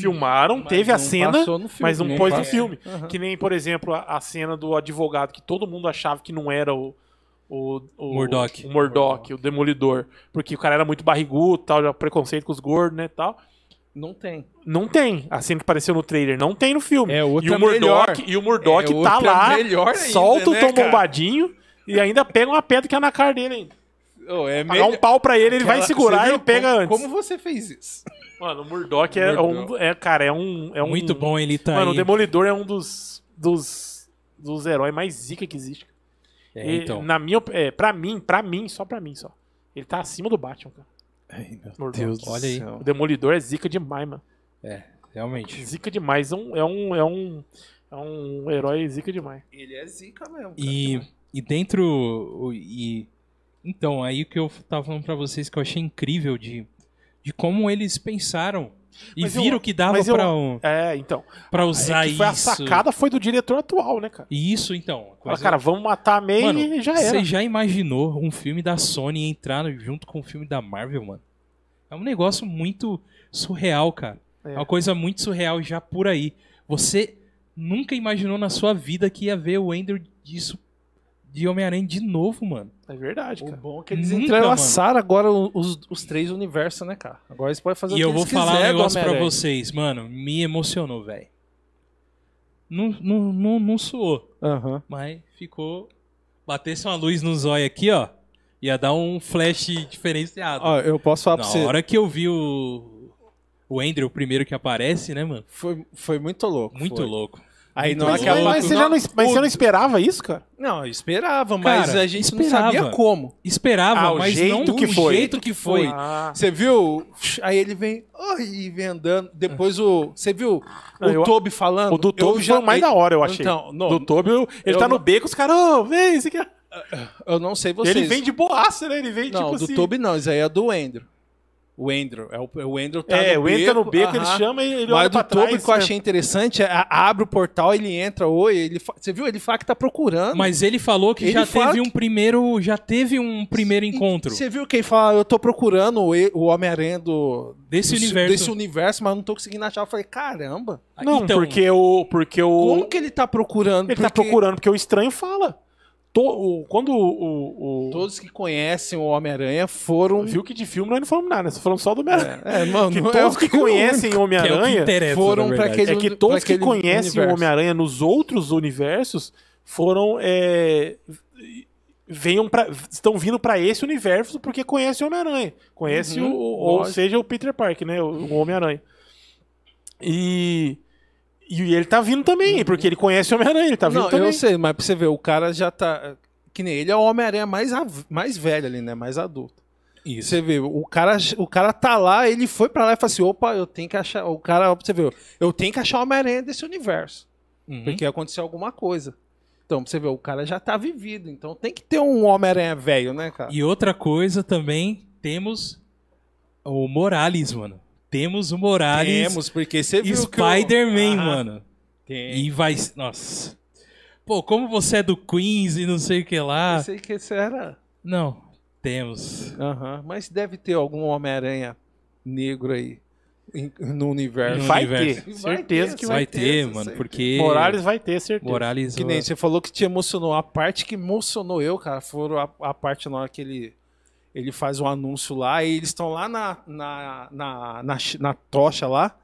Speaker 2: Filmaram, teve a
Speaker 5: não
Speaker 2: cena,
Speaker 5: passou no filme,
Speaker 2: mas não
Speaker 5: não
Speaker 2: pôs no
Speaker 5: passou.
Speaker 2: filme.
Speaker 5: Aham.
Speaker 2: Que nem, por exemplo, a, a cena do advogado, que todo mundo achava que não era o. O, o
Speaker 1: Murdock.
Speaker 2: O Murdock, o Demolidor. Porque o cara era muito barrigudo, tal, já preconceito com os gordos, né, tal.
Speaker 5: Não tem.
Speaker 2: Não tem. A cena que apareceu no trailer, não tem no filme.
Speaker 5: É outra
Speaker 2: e o Murdock,
Speaker 5: melhor.
Speaker 2: e o Murdock
Speaker 5: É
Speaker 2: tá
Speaker 5: outra
Speaker 2: lá,
Speaker 5: melhor ainda,
Speaker 2: solta
Speaker 5: né,
Speaker 2: o Tom
Speaker 5: cara?
Speaker 2: Bombadinho e ainda pega uma pedra que é na cara dele ainda.
Speaker 5: Oh, é
Speaker 2: Pagar um pau pra ele, ele vai segurar e pega
Speaker 5: como,
Speaker 2: antes.
Speaker 5: Como você fez isso?
Speaker 2: Mano, o Murdock é,
Speaker 5: Murdock.
Speaker 2: um. É, cara, é um. É um
Speaker 1: Muito bom ele tá
Speaker 2: Mano, o
Speaker 1: aí.
Speaker 2: Demolidor é um dos. dos dos heróis mais zica que existe.
Speaker 1: É,
Speaker 2: Ele,
Speaker 1: então.
Speaker 2: Na minha, op- é, pra mim, pra mim, só pra mim, só. Ele tá acima do Batman, cara.
Speaker 5: Meu
Speaker 2: Murdock. Deus
Speaker 1: do Olha aí.
Speaker 2: O Demolidor é zica demais, mano.
Speaker 1: Realmente.
Speaker 2: Zica demais. É um, é um, é um, é um herói zica demais.
Speaker 5: Ele é zica mesmo.
Speaker 1: E, e dentro. o- E, então, aí o que eu tava falando pra vocês que eu achei incrível de, de como eles pensaram e
Speaker 2: Mas eu-
Speaker 1: viram que dava
Speaker 2: mas eu-
Speaker 1: pra, um-
Speaker 2: É, então.
Speaker 1: pra
Speaker 2: É
Speaker 1: usar
Speaker 2: que foi a
Speaker 1: isso.
Speaker 2: sacada foi do diretor atual, né, cara?
Speaker 1: E isso, então. a
Speaker 2: Fala,
Speaker 1: coisa-
Speaker 2: cara, vamos matar a May
Speaker 1: Mano,
Speaker 2: e já era.
Speaker 1: Você já imaginou um filme da Sony entrar no- junto com o filme da Marvel, mano? É um negócio muito surreal, cara. É,
Speaker 2: É.
Speaker 1: uma coisa muito surreal já por aí. Você nunca imaginou na sua vida que ia ver o Andrew disso de Homem-Aranha de novo, mano.
Speaker 2: É verdade,
Speaker 5: O
Speaker 2: cara.
Speaker 5: bom é que eles
Speaker 1: Nunca,
Speaker 5: entrelaçaram agora o- os, os três universos, né, cara? Agora eles podem fazer o
Speaker 1: E
Speaker 5: que
Speaker 1: eu vou
Speaker 5: eles
Speaker 1: falar um
Speaker 5: quiserem do
Speaker 1: negócio pra
Speaker 5: Homem-Aranha.
Speaker 1: vocês, mano. Me emocionou, velho. Não, não, não, não suou,
Speaker 5: Aham.
Speaker 1: mas ficou. Batesse uma luz no zóio aqui, ó. Ia dar um flash diferenciado.
Speaker 5: Ó, eu posso falar
Speaker 1: Na
Speaker 5: pra você.
Speaker 1: hora que eu vi o. O Andrew, o primeiro que aparece, né, mano?
Speaker 5: Foi, foi muito louco.
Speaker 1: Muito
Speaker 5: foi.
Speaker 1: louco.
Speaker 5: Aí
Speaker 1: Muito
Speaker 5: não
Speaker 1: louco.
Speaker 2: Mas,
Speaker 5: aquela.
Speaker 1: Aquela-
Speaker 2: mas você, já não, es- mas você não esperava isso, cara?
Speaker 5: Não, eu esperava, mas
Speaker 1: Cara,
Speaker 5: a gente
Speaker 1: esperava.
Speaker 5: não sabia como.
Speaker 1: Esperava,
Speaker 2: Ah, o
Speaker 1: mas
Speaker 2: jeito
Speaker 1: não
Speaker 2: que
Speaker 1: o
Speaker 2: foi.
Speaker 1: jeito que foi.
Speaker 2: Ah,
Speaker 5: Você viu? Aí ele vem. Ai, e vem andando. Depois o. Você viu
Speaker 2: Não,
Speaker 5: o
Speaker 2: eu-
Speaker 5: Toby falando?
Speaker 2: o do
Speaker 5: Eu
Speaker 2: Toby
Speaker 5: já-
Speaker 2: foi o mais da hora, eu achei.
Speaker 5: Então, não,
Speaker 2: do Toby, eu- ele
Speaker 5: eu
Speaker 2: tá no
Speaker 5: não-
Speaker 2: beco, os caras, ô, vem, isso aqui. é-"
Speaker 5: Eu não sei vocês.
Speaker 2: Ele vem de boaça, né? Ele vem,
Speaker 5: Não,
Speaker 2: tipo
Speaker 5: do
Speaker 2: assim...
Speaker 5: Toby não, isso aí é do Andrew. O Andrew. É o, é o Andrew tá
Speaker 2: é,
Speaker 5: no
Speaker 2: o entra no beco, ele
Speaker 5: aham.
Speaker 2: chama e ele
Speaker 5: Mas
Speaker 2: olha
Speaker 5: do
Speaker 2: pra
Speaker 5: Toby
Speaker 2: trás.
Speaker 5: que eu
Speaker 2: né?
Speaker 5: achei interessante, é, abre o portal, ele entra, oi, ele fa- você viu? Ele fala que tá procurando.
Speaker 1: Mas ele falou que
Speaker 5: Ele
Speaker 1: já
Speaker 5: fala
Speaker 1: teve
Speaker 5: que- é
Speaker 1: um primeiro. Já teve um primeiro encontro
Speaker 5: Você viu que ele fala, eu tô procurando o, e- o Homem-Aranha do...
Speaker 1: desse
Speaker 5: do-
Speaker 1: universo.
Speaker 5: desse universo, mas não tô conseguindo achar. Eu falei, caramba,
Speaker 1: Ah,
Speaker 2: Não,
Speaker 1: então,
Speaker 2: porque o... Porque o...
Speaker 5: como que ele tá procurando?
Speaker 2: Ele tá
Speaker 5: Porque
Speaker 2: procurando, porque o estranho fala. To- o- quando o... o-
Speaker 5: Todos que conhecem o Homem-Aranha foram...
Speaker 2: Viu que de filme nós não falamos nada, né? Só falamos só do Homem-Aranha.
Speaker 5: É, mano,
Speaker 2: Que
Speaker 5: é
Speaker 2: todos
Speaker 5: o
Speaker 2: que
Speaker 5: eu- <laughs>
Speaker 2: conhecem
Speaker 1: que é o que
Speaker 2: Homem-Aranha...
Speaker 1: interessa,
Speaker 5: Foram
Speaker 1: na
Speaker 5: pra
Speaker 1: verdade.
Speaker 5: aquele-
Speaker 2: É que todos que
Speaker 5: daquele
Speaker 2: conhecem o
Speaker 5: universo.
Speaker 2: Homem-Aranha nos outros universos foram. é, venham pra, estão vindo pra esse universo porque conhecem o Homem-Aranha. Conhece
Speaker 5: Uhum,
Speaker 2: o. Ou
Speaker 5: lógico.
Speaker 2: seja, o Peter Park, né? O, o Homem-Aranha. E. E ele tá vindo também, porque ele conhece o Homem-Aranha, ele tá vindo
Speaker 5: Uhum. Não,
Speaker 2: também.
Speaker 5: eu sei, mas pra você ver, o cara já tá... Que nem ele é o Homem-Aranha mais, av- mais velho ali, né? Mais adulto.
Speaker 1: Isso.
Speaker 5: Você vê, o cara, o cara tá lá, ele foi pra lá e falou assim: opa, eu tenho que achar. O cara, você vê, eu tenho que achar o Homem-Aranha desse universo.
Speaker 1: Uhum.
Speaker 5: Porque aconteceu alguma coisa. Então, pra você ver, o cara já tá vivido. Então tem que ter um Homem-Aranha velho, né, cara?
Speaker 1: E outra coisa também, temos o Morales, mano. Temos o Morales
Speaker 5: Temos, porque você
Speaker 1: e
Speaker 5: viu. que o-
Speaker 1: Spider-Man,
Speaker 5: Ah,
Speaker 1: mano.
Speaker 5: Tem.
Speaker 1: E vai. Nossa. Pô, como você é do Queens e não sei o que lá.
Speaker 5: Eu sei que esse era.
Speaker 1: Não, temos.
Speaker 5: Aham. Mas deve ter algum Homem-Aranha negro aí em- no
Speaker 1: No
Speaker 5: universo.
Speaker 2: Vai
Speaker 1: universo.
Speaker 2: ter, certeza que vai
Speaker 1: Vai ter,
Speaker 5: essa
Speaker 1: mano,
Speaker 5: aí.
Speaker 1: porque.
Speaker 2: ter. Morales vai ter, certeza.
Speaker 1: Morales.
Speaker 5: Que nem você falou que te emocionou. A parte que emocionou eu, cara, foram a, a parte na hora que ele, ele faz um anúncio lá e eles estão lá na, na, na, na, chi- na tocha lá,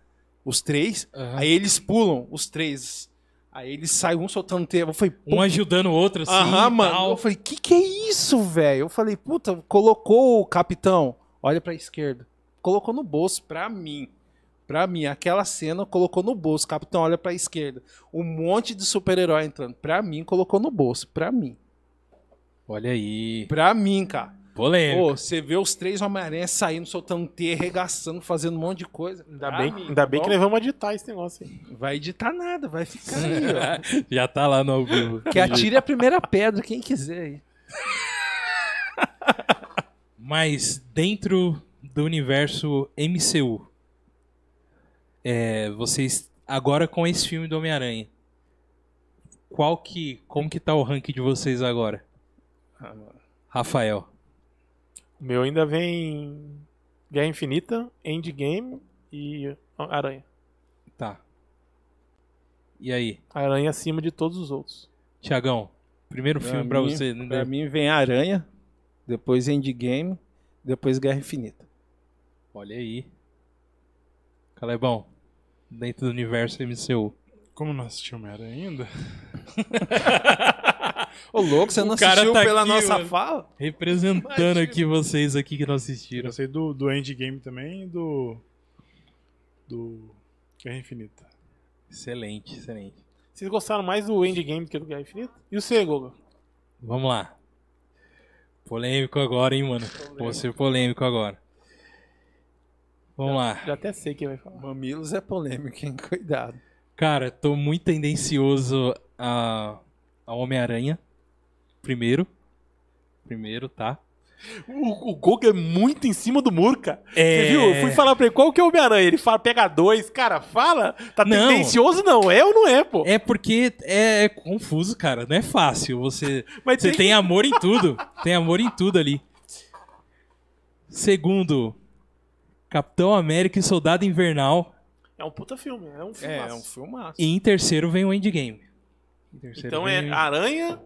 Speaker 5: os três.
Speaker 1: Aham.
Speaker 5: Ah. Aí eles pulam, os três. Aí eles saem um soltando teia. Eu falei, pô,
Speaker 1: Um ajudando o outro, assim.
Speaker 5: aham,
Speaker 1: e
Speaker 5: mano.
Speaker 1: tal.
Speaker 5: Eu falei, que que é isso, velho? Eu falei, puta, colocou o capitão, olha pra esquerda. Colocou no bolso, pra mim. Pra mim, aquela cena colocou no bolso. Capitão, olha pra esquerda. Um monte de super-herói entrando. Pra mim, colocou no bolso. Pra mim.
Speaker 1: Olha aí.
Speaker 5: Pra mim, cara.
Speaker 1: Polêmico.
Speaker 5: Pô, você vê os três Homem-Aranha saindo, soltando T, arregaçando, fazendo um monte de coisa.
Speaker 2: Ainda
Speaker 5: Pra
Speaker 2: bem,
Speaker 5: mim,
Speaker 2: ainda
Speaker 5: tá
Speaker 2: bem que
Speaker 5: bom?
Speaker 2: nós vamos editar esse negócio aí.
Speaker 5: Vai editar nada, vai ficar
Speaker 1: <laughs>
Speaker 5: aí,
Speaker 1: Já tá lá no ao vivo.
Speaker 5: ó. Que atire a primeira pedra, quem quiser aí.
Speaker 1: Mas dentro do universo MCU. é, vocês agora com esse filme do Homem-Aranha, qual que, como que tá o ranking de vocês agora?
Speaker 5: Ah,
Speaker 1: Rafael.
Speaker 2: O meu ainda vem Guerra Infinita, Endgame e Aranha.
Speaker 1: Tá. E aí,
Speaker 2: Aranha acima de todos os outros.
Speaker 1: Tiagão? Primeiro
Speaker 3: Pra
Speaker 1: filme pra
Speaker 3: mim-
Speaker 1: você. né? não
Speaker 3: Pra
Speaker 1: deu?
Speaker 3: mim vem Aranha, depois Endgame, depois Guerra Infinita.
Speaker 1: Olha aí. Calebão. Dentro do universo MCU.
Speaker 4: Como não assisti Homem-Aranha ainda?
Speaker 5: Ô, louco, você não
Speaker 1: cara
Speaker 5: assistiu
Speaker 1: tá
Speaker 5: pela
Speaker 1: aqui,
Speaker 5: nossa
Speaker 1: mano.
Speaker 5: fala?
Speaker 1: Representando aqui vocês aqui que não assistiram.
Speaker 4: Eu sei do, do Endgame também e do. Do. Guerra Infinita.
Speaker 1: Excelente, excelente.
Speaker 2: Vocês gostaram mais do Endgame do que do Guerra Infinita? E o C, Goga?
Speaker 1: Vamos lá. Polêmico agora, hein, mano? Vou ser polêmico agora. Vamos lá.
Speaker 2: Já até sei quem vai falar.
Speaker 5: Mamilos é polêmico, hein? <laughs> Cuidado.
Speaker 1: Cara, tô muito tendencioso a, a Homem-Aranha. Primeiro. Primeiro, tá?
Speaker 2: O, o Goga é muito em cima do muro, cara.
Speaker 1: É.
Speaker 2: Você viu? Eu fui falar pra ele qual que é o Homem-Aranha. Ele fala, pega dois. Cara, fala. Tá
Speaker 1: Não.
Speaker 2: tendencioso, não. É ou não é, pô?
Speaker 1: É porque é, é confuso, cara. Não é fácil.
Speaker 2: <laughs>
Speaker 1: Você,
Speaker 2: Mas
Speaker 1: você
Speaker 2: tem-
Speaker 1: tem amor em tudo. Tem amor em tudo ali. Segundo, Capitão América e Soldado Invernal.
Speaker 2: É um puta filme. É um filme.
Speaker 5: É, é um filmaço.
Speaker 1: E em terceiro vem o Endgame. Em terceiro
Speaker 2: Então
Speaker 1: vem
Speaker 2: é
Speaker 1: o Endgame.
Speaker 2: Aranha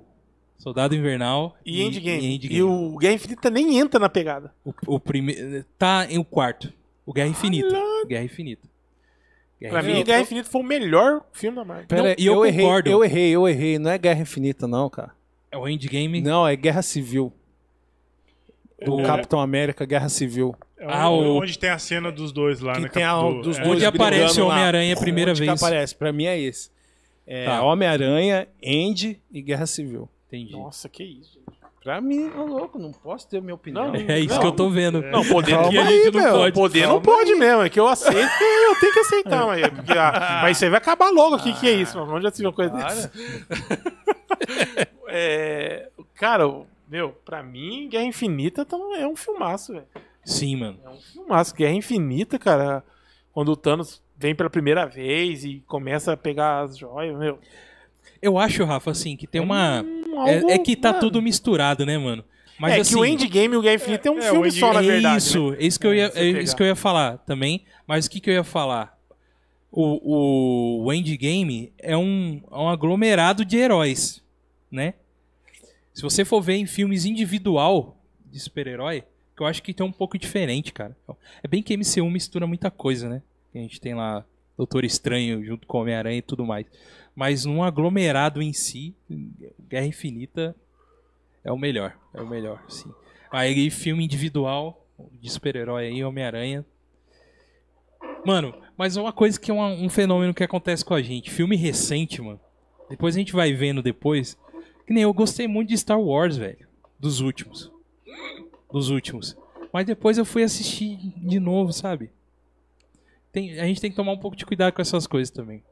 Speaker 1: Soldado Invernal
Speaker 2: e, Endgame.
Speaker 1: E,
Speaker 2: E,
Speaker 1: Endgame. o...
Speaker 2: o Guerra Infinita nem entra na pegada.
Speaker 1: o prime- Tá em o quarto. O Guerra Infinita. Guerra Infinita. Guerra
Speaker 2: Pra mim,
Speaker 1: Infinita.
Speaker 2: Guerra Infinita foi o melhor filme da Marvel.
Speaker 5: Pera,
Speaker 1: Não,
Speaker 5: aí,
Speaker 1: e eu
Speaker 5: errei,
Speaker 1: concordo.
Speaker 5: eu errei, eu errei. Não é Guerra Infinita, não, cara.
Speaker 1: é o Endgame.
Speaker 5: Não, é Guerra Civil. Do
Speaker 4: É.
Speaker 5: Capitão América, Guerra Civil.
Speaker 4: É
Speaker 1: Ah,
Speaker 4: onde,
Speaker 1: o-
Speaker 4: onde tem a cena dos dois lá,
Speaker 5: Que
Speaker 4: né?
Speaker 5: tem a-
Speaker 4: Capitão?
Speaker 5: dos
Speaker 4: É.
Speaker 5: dois
Speaker 1: Onde aparece
Speaker 5: brigando
Speaker 1: o
Speaker 5: lá.
Speaker 1: Homem-Aranha É a primeira
Speaker 5: Onde que
Speaker 1: vez.
Speaker 5: aparece? Pra mim é esse. É
Speaker 1: Tá.
Speaker 5: Homem-Aranha, Andy e Guerra Civil.
Speaker 1: Entendi.
Speaker 2: Nossa, que isso. gente.
Speaker 5: Pra mim, ô louco, não posso ter minha opinião.
Speaker 2: Não.
Speaker 1: É isso
Speaker 2: Não.
Speaker 1: que eu tô vendo.
Speaker 2: Não, poder
Speaker 1: Aqui
Speaker 2: não
Speaker 1: a gente não
Speaker 2: meu.
Speaker 1: pode.
Speaker 2: Poder não pode mesmo. É que eu
Speaker 1: Tá.
Speaker 2: aceito e eu tenho que aceitar, mas, é porque, ah, mas isso aí vai acabar logo. O que, que é
Speaker 4: Ah,
Speaker 2: isso, mano? Onde já se viu uma coisa
Speaker 4: <laughs>
Speaker 2: dessa? É, cara, o- meu, pra mim, Guerra Infinita tá- é um filmaço, velho.
Speaker 1: Sim, mano.
Speaker 2: É um filmaço. Guerra Infinita, cara. Quando o Thanos vem pela primeira vez e começa a pegar as joias, meu.
Speaker 1: Eu acho, Rafa, assim, que tem uma.
Speaker 2: Um
Speaker 1: É,
Speaker 2: álbum,
Speaker 1: é que tá
Speaker 2: mano.
Speaker 1: tudo misturado, né, mano? Mas
Speaker 2: é
Speaker 1: assim.
Speaker 2: que o Endgame e o Guerra Infinita é, um
Speaker 4: é,
Speaker 2: filme
Speaker 4: o
Speaker 2: só, na
Speaker 1: é
Speaker 2: verdade. né?
Speaker 1: Isso, é isso que, eu ia,
Speaker 2: se
Speaker 1: é
Speaker 2: pegar.
Speaker 1: isso que eu ia falar também. Mas o que, que eu ia falar? O, o, o Endgame é um, é um aglomerado de heróis, né? Se você for ver em filmes individual de super-herói, que eu acho que tem um pouco diferente, cara. É bem que MCU mistura muita coisa, né? A gente tem lá Doutor Estranho junto com Homem-Aranha e tudo mais. Mas num aglomerado em si, Guerra Infinita é o melhor. É o melhor, sim. Aí filme individual de super-herói aí, Homem-Aranha. Mano, mas uma coisa que é uma- um fenômeno que acontece com a gente. Filme recente, mano. Depois a gente vai vendo depois. Que nem eu gostei muito de Star Wars, velho. Dos últimos. Dos últimos. Mas depois eu fui assistir de novo, sabe? Tem- a gente tem que tomar um pouco de cuidado com essas coisas também.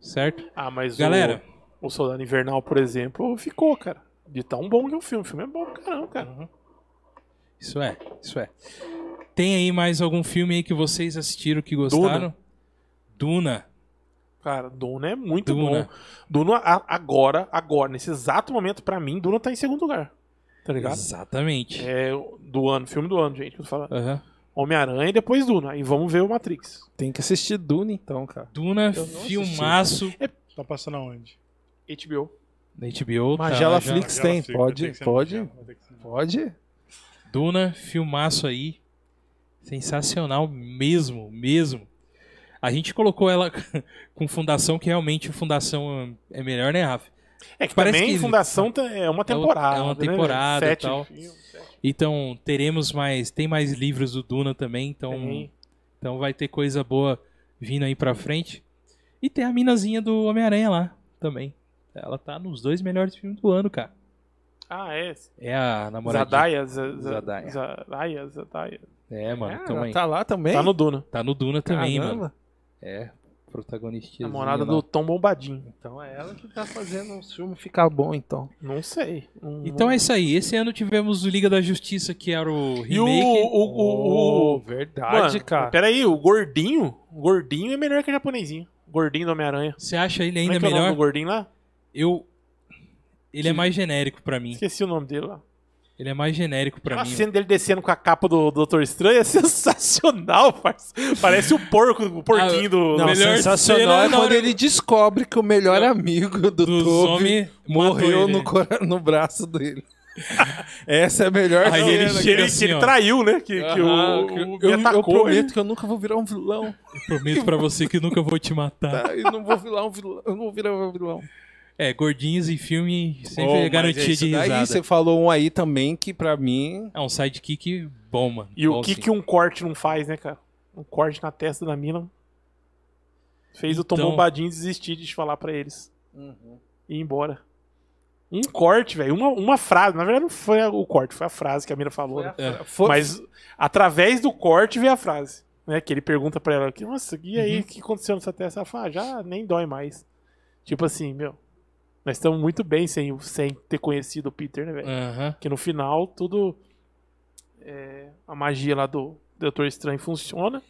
Speaker 1: Certo?
Speaker 2: Ah, mas o-
Speaker 1: Galera.
Speaker 2: O Soldado Invernal, por exemplo, ficou, cara. De tão bom que é o filme. O filme é bom pra caramba, cara.
Speaker 4: Uhum.
Speaker 1: Isso é, isso é. Tem aí mais algum filme aí que vocês assistiram que gostaram? Duna.
Speaker 2: Cara, Duna é muito
Speaker 1: Duna.
Speaker 2: bom. Duna, a- agora, agora, nesse exato momento, pra mim, Duna tá em segundo lugar. Tá ligado?
Speaker 1: Exatamente.
Speaker 2: É do ano, filme do ano, gente, que eu tô falando.
Speaker 1: Aham.
Speaker 2: Homem-Aranha e depois Duna. E vamos ver o Matrix.
Speaker 5: Tem que assistir Dune, então, cara.
Speaker 1: Duna,
Speaker 5: não assisti.
Speaker 1: filmaço.
Speaker 4: Tá passando aonde?
Speaker 2: HBO.
Speaker 1: Da HBO. tá
Speaker 5: Magela
Speaker 1: já.
Speaker 5: Flix
Speaker 4: Magela
Speaker 5: tem,
Speaker 4: Flix,
Speaker 5: pode,
Speaker 4: tem que ser
Speaker 5: pode,
Speaker 4: Magela, tem que ser Magela.
Speaker 5: pode.
Speaker 1: Duna, filmaço aí. Sensacional mesmo, mesmo. A gente colocou ela <laughs> com fundação, que realmente fundação é melhor, né, Rafa?
Speaker 2: É que
Speaker 1: Parece
Speaker 2: também
Speaker 1: que-
Speaker 2: Fundação tá- é uma temporada.
Speaker 1: é uma
Speaker 2: né, velho?
Speaker 1: temporada e
Speaker 2: sete
Speaker 1: tal.
Speaker 2: filmes, sete.
Speaker 1: Então, teremos mais. Tem mais livros do Duna também, então.
Speaker 2: Tem.
Speaker 1: Então vai ter coisa boa vindo aí pra frente. E tem a minazinha do Homem-Aranha lá também. Ela tá nos dois melhores filmes do ano, cara.
Speaker 2: Ah, é.
Speaker 1: É a namoradinha.
Speaker 2: Zadaia. Z- Z-
Speaker 1: Zadaia.
Speaker 2: Zadaia. Zadaia.
Speaker 1: É, mano,
Speaker 5: Ah,
Speaker 1: também. Tá...
Speaker 5: tá lá também?
Speaker 2: Tá no Duna.
Speaker 1: no Duna também,
Speaker 5: Caramba.
Speaker 1: mano. É, protagonista.
Speaker 2: Namorada do Tom Bombadinho.
Speaker 5: Então é ela que tá fazendo o filme ficar bom, então.
Speaker 2: Não sei. Não-
Speaker 1: Então é isso aí. Esse ano tivemos o Liga da Justiça, que era o remake. Oh.
Speaker 2: E o, o, o, o-
Speaker 5: Oh, verdade,
Speaker 2: Mano, Peraí, o gordinho, Gordinho é melhor que o japonesinho. Gordinho do Homem-Aranha.
Speaker 1: Você acha ele
Speaker 2: Como
Speaker 1: ainda
Speaker 2: é que é o nome do
Speaker 1: melhor?
Speaker 2: gordinho lá?
Speaker 1: Eu. Ele é mais genérico pra mim.
Speaker 2: Esqueci o nome dele lá.
Speaker 1: Ele é mais genérico pra
Speaker 2: A
Speaker 1: mim.
Speaker 2: cena dele descendo com a capa do Doutor Estranho é <laughs> sensacional, parceiro. Parece o porco, o
Speaker 1: Ah,
Speaker 2: porquinho do...
Speaker 1: não, Melhor
Speaker 5: sensacional
Speaker 1: cena
Speaker 5: é
Speaker 1: na
Speaker 5: quando
Speaker 1: hora-
Speaker 5: ele descobre que o melhor amigo do,
Speaker 1: Dos
Speaker 5: Toby
Speaker 1: homens
Speaker 5: morreu
Speaker 1: matou ele.
Speaker 5: no, cora- no braço dele. <laughs> Essa é a melhor
Speaker 1: Aí
Speaker 5: cena.
Speaker 1: ele
Speaker 2: que
Speaker 1: chega
Speaker 2: ele,
Speaker 1: assim,
Speaker 2: que ele
Speaker 1: ó.
Speaker 2: traiu, né? Que, que
Speaker 5: Ah,
Speaker 2: o,
Speaker 5: que eu-
Speaker 2: o,
Speaker 5: eu,
Speaker 2: me
Speaker 5: eu
Speaker 2: atacou.
Speaker 5: prometo que eu nunca vou virar um vilão.
Speaker 1: Prometo pra você que nunca vou te
Speaker 2: <laughs>
Speaker 1: matar.
Speaker 5: tá? Eu não vou virar um vilão. Eu não vou virar um vilão.
Speaker 1: É, gordinhos em filme
Speaker 5: Oh,
Speaker 1: sempre é
Speaker 5: mas
Speaker 1: garantia
Speaker 5: isso
Speaker 1: de
Speaker 5: daí,
Speaker 1: risada.
Speaker 5: você falou um aí também que pra mim.
Speaker 1: É um sidekick bom, mano.
Speaker 2: E o
Speaker 1: Bom,
Speaker 2: que,
Speaker 1: sim.
Speaker 2: que um corte não faz, né, cara? Um corte na testa da mina fez o Tom
Speaker 1: Então-
Speaker 2: Bombadinho desistir de falar pra eles.
Speaker 5: Uhum.
Speaker 2: E ir embora. Um corte, velho. Uma, uma frase. Na verdade, não foi o corte, foi a frase que a mina falou. né?
Speaker 1: É.
Speaker 5: Foi-
Speaker 2: Mas através do corte veio a frase. Né, que ele pergunta pra ela, que, nossa, e
Speaker 5: Uhum.
Speaker 2: aí, o que aconteceu nessa testa? Ela fala, ah, já nem dói mais. Tipo assim, meu, nós estamos muito bem sem, o- sem ter conhecido o Peter, né,
Speaker 5: É.
Speaker 2: velho?
Speaker 1: Aham.
Speaker 2: Porque no final, tudo. é, a magia lá do Doutor Estranho funciona.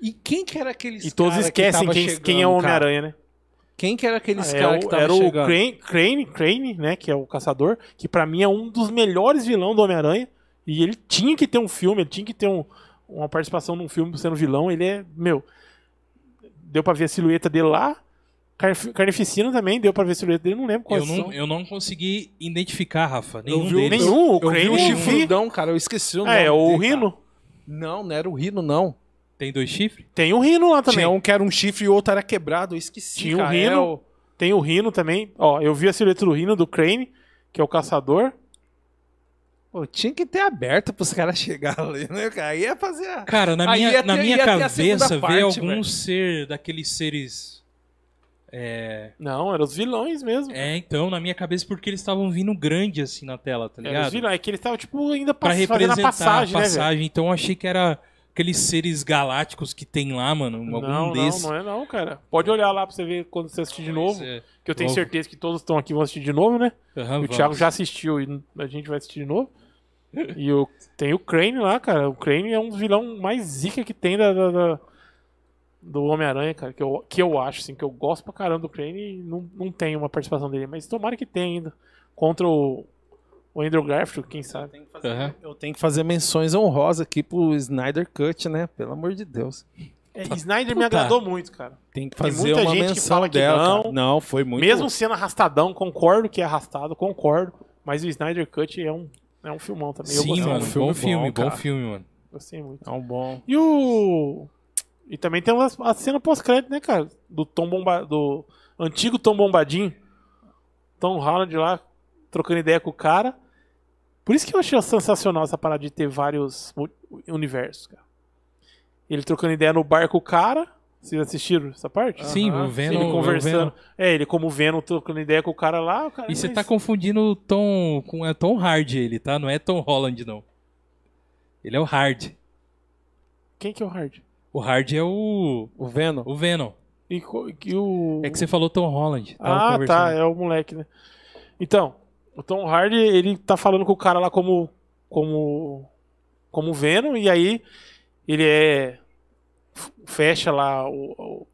Speaker 5: E quem que era aqueles
Speaker 2: e todos
Speaker 5: cara que
Speaker 2: esquecem
Speaker 5: tava
Speaker 2: quem,
Speaker 5: chegando,
Speaker 2: quem é o
Speaker 5: cara?
Speaker 2: Homem-Aranha, né?
Speaker 5: Quem que era aqueles
Speaker 2: É,
Speaker 5: cara
Speaker 2: o-
Speaker 5: que tava
Speaker 2: era o
Speaker 5: chegando?
Speaker 2: Crane, Crane, Crane, né? Que é o caçador. Que pra mim é um dos melhores vilões do Homem-Aranha. E ele tinha que ter um filme, ele tinha que ter um- uma participação num filme sendo vilão. Ele é, meu. Deu pra ver a silhueta dele lá. Carnif- Carnificina também, deu pra ver a silhueta dele, não lembro qual
Speaker 1: Eu, não, eu não consegui identificar, Rafa. Nenhum
Speaker 5: vi o-
Speaker 1: deles.
Speaker 2: Nenhum, o
Speaker 5: Eu vi
Speaker 2: Crane.
Speaker 5: o
Speaker 2: eu vi.
Speaker 5: chifrudão, cara. Eu esqueci o nome.
Speaker 2: É, o
Speaker 5: dele, cara.
Speaker 2: Rino.
Speaker 5: Não, não era o Rino, não.
Speaker 1: Tem dois chifres?
Speaker 2: Tem o Rino lá também.
Speaker 5: Tinha um que era um chifre e o outro era quebrado. Eu esqueci.
Speaker 2: Tinha um
Speaker 5: cara.
Speaker 2: Rhino.
Speaker 5: É o-
Speaker 2: Tem o Rino também. Ó, eu vi a silhueta do Rino, do Crane, que é o caçador.
Speaker 5: Pô, tinha que ter aberto pros caras chegarem ali, né, cara? Aí ia fazer. a-
Speaker 1: Cara, na
Speaker 5: Aí
Speaker 1: minha,
Speaker 5: ia
Speaker 1: na
Speaker 5: ter-
Speaker 1: minha
Speaker 5: ia ter a
Speaker 1: cabeça
Speaker 5: segunda
Speaker 1: veio
Speaker 5: parte,
Speaker 1: algum
Speaker 5: velho.
Speaker 1: ser daqueles seres. É...
Speaker 2: Não, eram os vilões mesmo.
Speaker 1: é, então, na minha cabeça, porque eles estavam vindo grande assim na tela, tá
Speaker 2: Eram os
Speaker 1: ligado?
Speaker 2: vilões. É que eles estavam, tipo, ainda
Speaker 1: Pra
Speaker 2: pass... fazendo
Speaker 1: representar
Speaker 2: a passagem,
Speaker 1: a
Speaker 2: né, velho?
Speaker 1: passagem. Então eu achei que era aqueles seres galácticos que tem lá, mano. Algum
Speaker 2: Não, não,
Speaker 1: desses.
Speaker 2: não é não, cara. Pode olhar lá pra você ver quando você assistir de novo.
Speaker 1: Mas, é,
Speaker 2: Que eu tenho
Speaker 1: novo.
Speaker 2: certeza que todos estão aqui vão assistir de novo, né?
Speaker 1: aham,
Speaker 2: o
Speaker 1: vamos.
Speaker 2: Thiago já assistiu e a gente vai assistir de novo. E o... tem o Crane lá, cara. O Crane é um dos vilão mais zica que tem da... da- da- Do Homem-Aranha, cara, que eu, que eu acho, assim, que eu gosto pra caramba do Crane e não, não tem uma participação dele, mas tomara que tenha ainda. Contra o, o Andrew Garfield, quem sabe.
Speaker 1: Aham.
Speaker 5: Eu tenho que fazer menções honrosas aqui pro Snyder Cut, né? Pelo amor de Deus.
Speaker 2: É, Snyder me
Speaker 1: Tá.
Speaker 2: agradou muito, cara.
Speaker 5: Tem que
Speaker 2: Tem
Speaker 5: fazer
Speaker 2: muita
Speaker 5: uma
Speaker 2: gente que
Speaker 5: menção
Speaker 2: fala que
Speaker 5: dela.
Speaker 2: não.
Speaker 5: cara. não, foi muito.
Speaker 2: Mesmo sendo arrastadão, concordo que é arrastado, concordo. Mas o Snyder Cut é um, é um filmão também. eu
Speaker 1: Sim,
Speaker 2: gostei
Speaker 1: mano.
Speaker 2: muito.
Speaker 1: bom
Speaker 5: Filme
Speaker 1: filme, é
Speaker 5: bom,
Speaker 1: bom
Speaker 5: cara.
Speaker 1: filme, mano.
Speaker 2: Gostei muito.
Speaker 5: É um bom.
Speaker 2: E o. E também tem umas- a cena pós-crédito, né, cara? Do Tom Bomba... Do antigo Tom Bombadinho. Tom Holland lá, trocando ideia com o cara. Por isso que eu achei sensacional essa parada de ter vários mu- universos, cara. Ele trocando ideia no bar com o cara. Vocês assistiram essa parte?
Speaker 1: Sim, o Venom.
Speaker 2: ele
Speaker 1: o
Speaker 2: conversando.
Speaker 1: Venom.
Speaker 2: É, ele como o Venom trocando ideia com o cara lá. o cara, é
Speaker 1: E você
Speaker 2: "Mas
Speaker 1: tá confundindo o Tom com é Tom Hard ele, tá? Não é Tom Holland não. Ele é o Hard.
Speaker 2: Quem que é o Hard?
Speaker 1: O Hard é o
Speaker 5: O Venom.
Speaker 1: o Venom.
Speaker 2: E, co- que o...
Speaker 1: É que você falou Tom Holland. Tava
Speaker 2: Ah, tá,
Speaker 1: conversando.
Speaker 2: é o moleque, né? Então, o Tom Hardy, ele tá falando com o cara lá como como como Venom e aí ele é f- fecha lá o,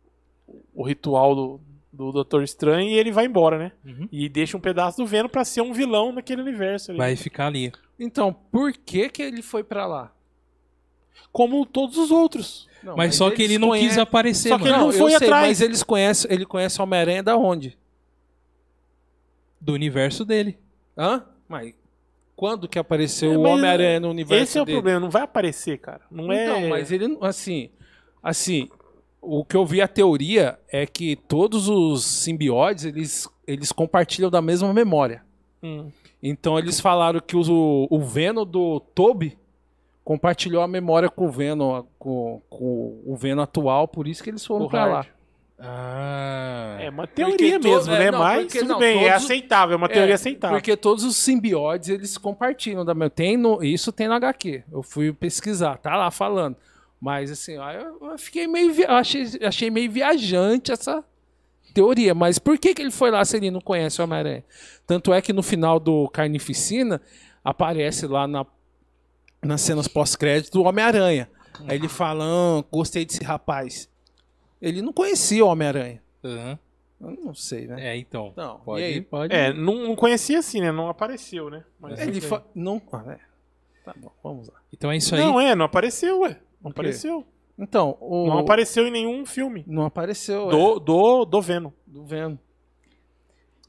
Speaker 2: o, o ritual do do Doutor Estranho e ele vai embora, né?
Speaker 1: Uhum.
Speaker 2: E deixa um pedaço do Venom pra ser um vilão naquele universo ali.
Speaker 1: Vai ficar ali.
Speaker 5: Então, por que que ele foi pra lá?
Speaker 2: Como todos os outros.
Speaker 5: Não,
Speaker 1: mas, só que
Speaker 5: eles
Speaker 1: ele não
Speaker 5: conhe-
Speaker 1: quis aparecer,
Speaker 2: Só que
Speaker 1: mano.
Speaker 2: ele não
Speaker 5: eu
Speaker 2: foi
Speaker 5: sei,
Speaker 2: atrás.
Speaker 5: Mas eles conhecem, ele conhece o Homem-Aranha da onde?
Speaker 1: Do universo dele.
Speaker 5: Hã? Mas quando que apareceu
Speaker 2: É,
Speaker 5: o
Speaker 2: mas
Speaker 5: Homem-Aranha no universo
Speaker 2: Esse é o
Speaker 5: dele?
Speaker 2: problema, não vai aparecer, cara. Não é
Speaker 5: Então, mas ele não- assim, assim, o que eu vi a teoria é que todos os simbiotes, eles eles compartilham da mesma memória.
Speaker 2: Hum.
Speaker 5: Então eles falaram que o, o Venom do Toby compartilhou a memória com o Venom com, com o Venom atual, por isso que eles foram
Speaker 2: O
Speaker 5: pra lá.
Speaker 2: Hard.
Speaker 1: Ah.
Speaker 2: É uma teoria
Speaker 5: to-
Speaker 2: mesmo,
Speaker 5: é,
Speaker 2: né?
Speaker 5: não,
Speaker 2: mas
Speaker 5: porque
Speaker 2: tudo
Speaker 5: não,
Speaker 2: bem, é
Speaker 5: todos-
Speaker 2: aceitável, é uma
Speaker 5: É,
Speaker 2: teoria aceitável.
Speaker 5: Porque todos os simbiotes eles compartilham da mesma. Tem no, isso tem no HQ. Eu fui pesquisar, tá lá falando. Mas assim, ó, eu, eu fiquei meio vi- eu achei, achei meio viajante essa teoria. Mas por que, que ele foi lá se ele não conhece o Homem-Aranha? Tanto é que no final do Carnificina aparece lá na, nas cenas pós-crédito o Homem-Aranha. Aí ele fala: "Ah, gostei desse rapaz. Ele não conhecia o Homem-Aranha.
Speaker 1: Aham.
Speaker 5: Eu não sei, né?
Speaker 1: Ah, É, então.
Speaker 5: Não,
Speaker 1: Pode,
Speaker 5: e aí?
Speaker 1: pode.
Speaker 2: É, não, não conhecia assim, né? Não apareceu, né? Mas
Speaker 5: Ele
Speaker 2: tudo
Speaker 5: É, fa... não. ah, é. Tá bom, vamos lá.
Speaker 1: Então é isso
Speaker 2: bem.
Speaker 1: aí.
Speaker 2: Não, é, não apareceu, ué. Não
Speaker 5: O quê?
Speaker 2: apareceu.
Speaker 5: Então, o...
Speaker 2: Não apareceu em nenhum filme.
Speaker 5: não apareceu. é,
Speaker 2: Do, do, do Venom.
Speaker 5: do Venom.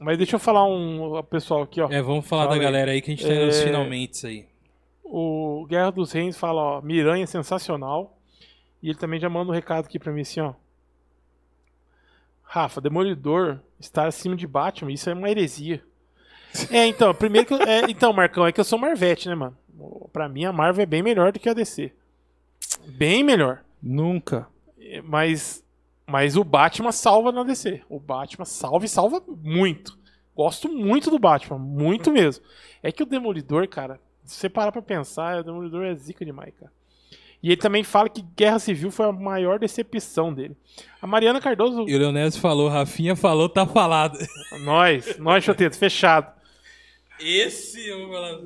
Speaker 2: Mas deixa eu falar um pessoal aqui, ó.
Speaker 1: É, vamos falar
Speaker 2: Fala
Speaker 1: da
Speaker 2: aí.
Speaker 1: galera aí que a gente tá
Speaker 2: É.
Speaker 1: nos finalmente aí.
Speaker 2: O Guerra dos Reis fala, ó, Miranha é sensacional. E ele também já manda um recado aqui pra mim assim, ó. Rafa, Demolidor estar acima de Batman, isso é
Speaker 5: <laughs>
Speaker 2: uma heresia. É, então, primeiro que eu, é, então, Marcão, é que eu sou Marvete, né, mano? Pra mim a Marvel é bem melhor do que a DC. Bem melhor.
Speaker 5: Nunca.
Speaker 2: É, Mas mas o Batman salva na DC. O Batman salva e salva muito. Gosto muito do Batman, muito mesmo. É que o Demolidor, cara, se você parar pra pensar, o Demolidor é zica demais, cara. E ele também fala que Guerra Civil foi a maior decepção dele. A Mariana Cardoso.
Speaker 1: E o Leonésio falou, Rafinha falou, tá falado.
Speaker 2: Nós, nós, Choteto, fechado.
Speaker 1: Esse eu vou falar.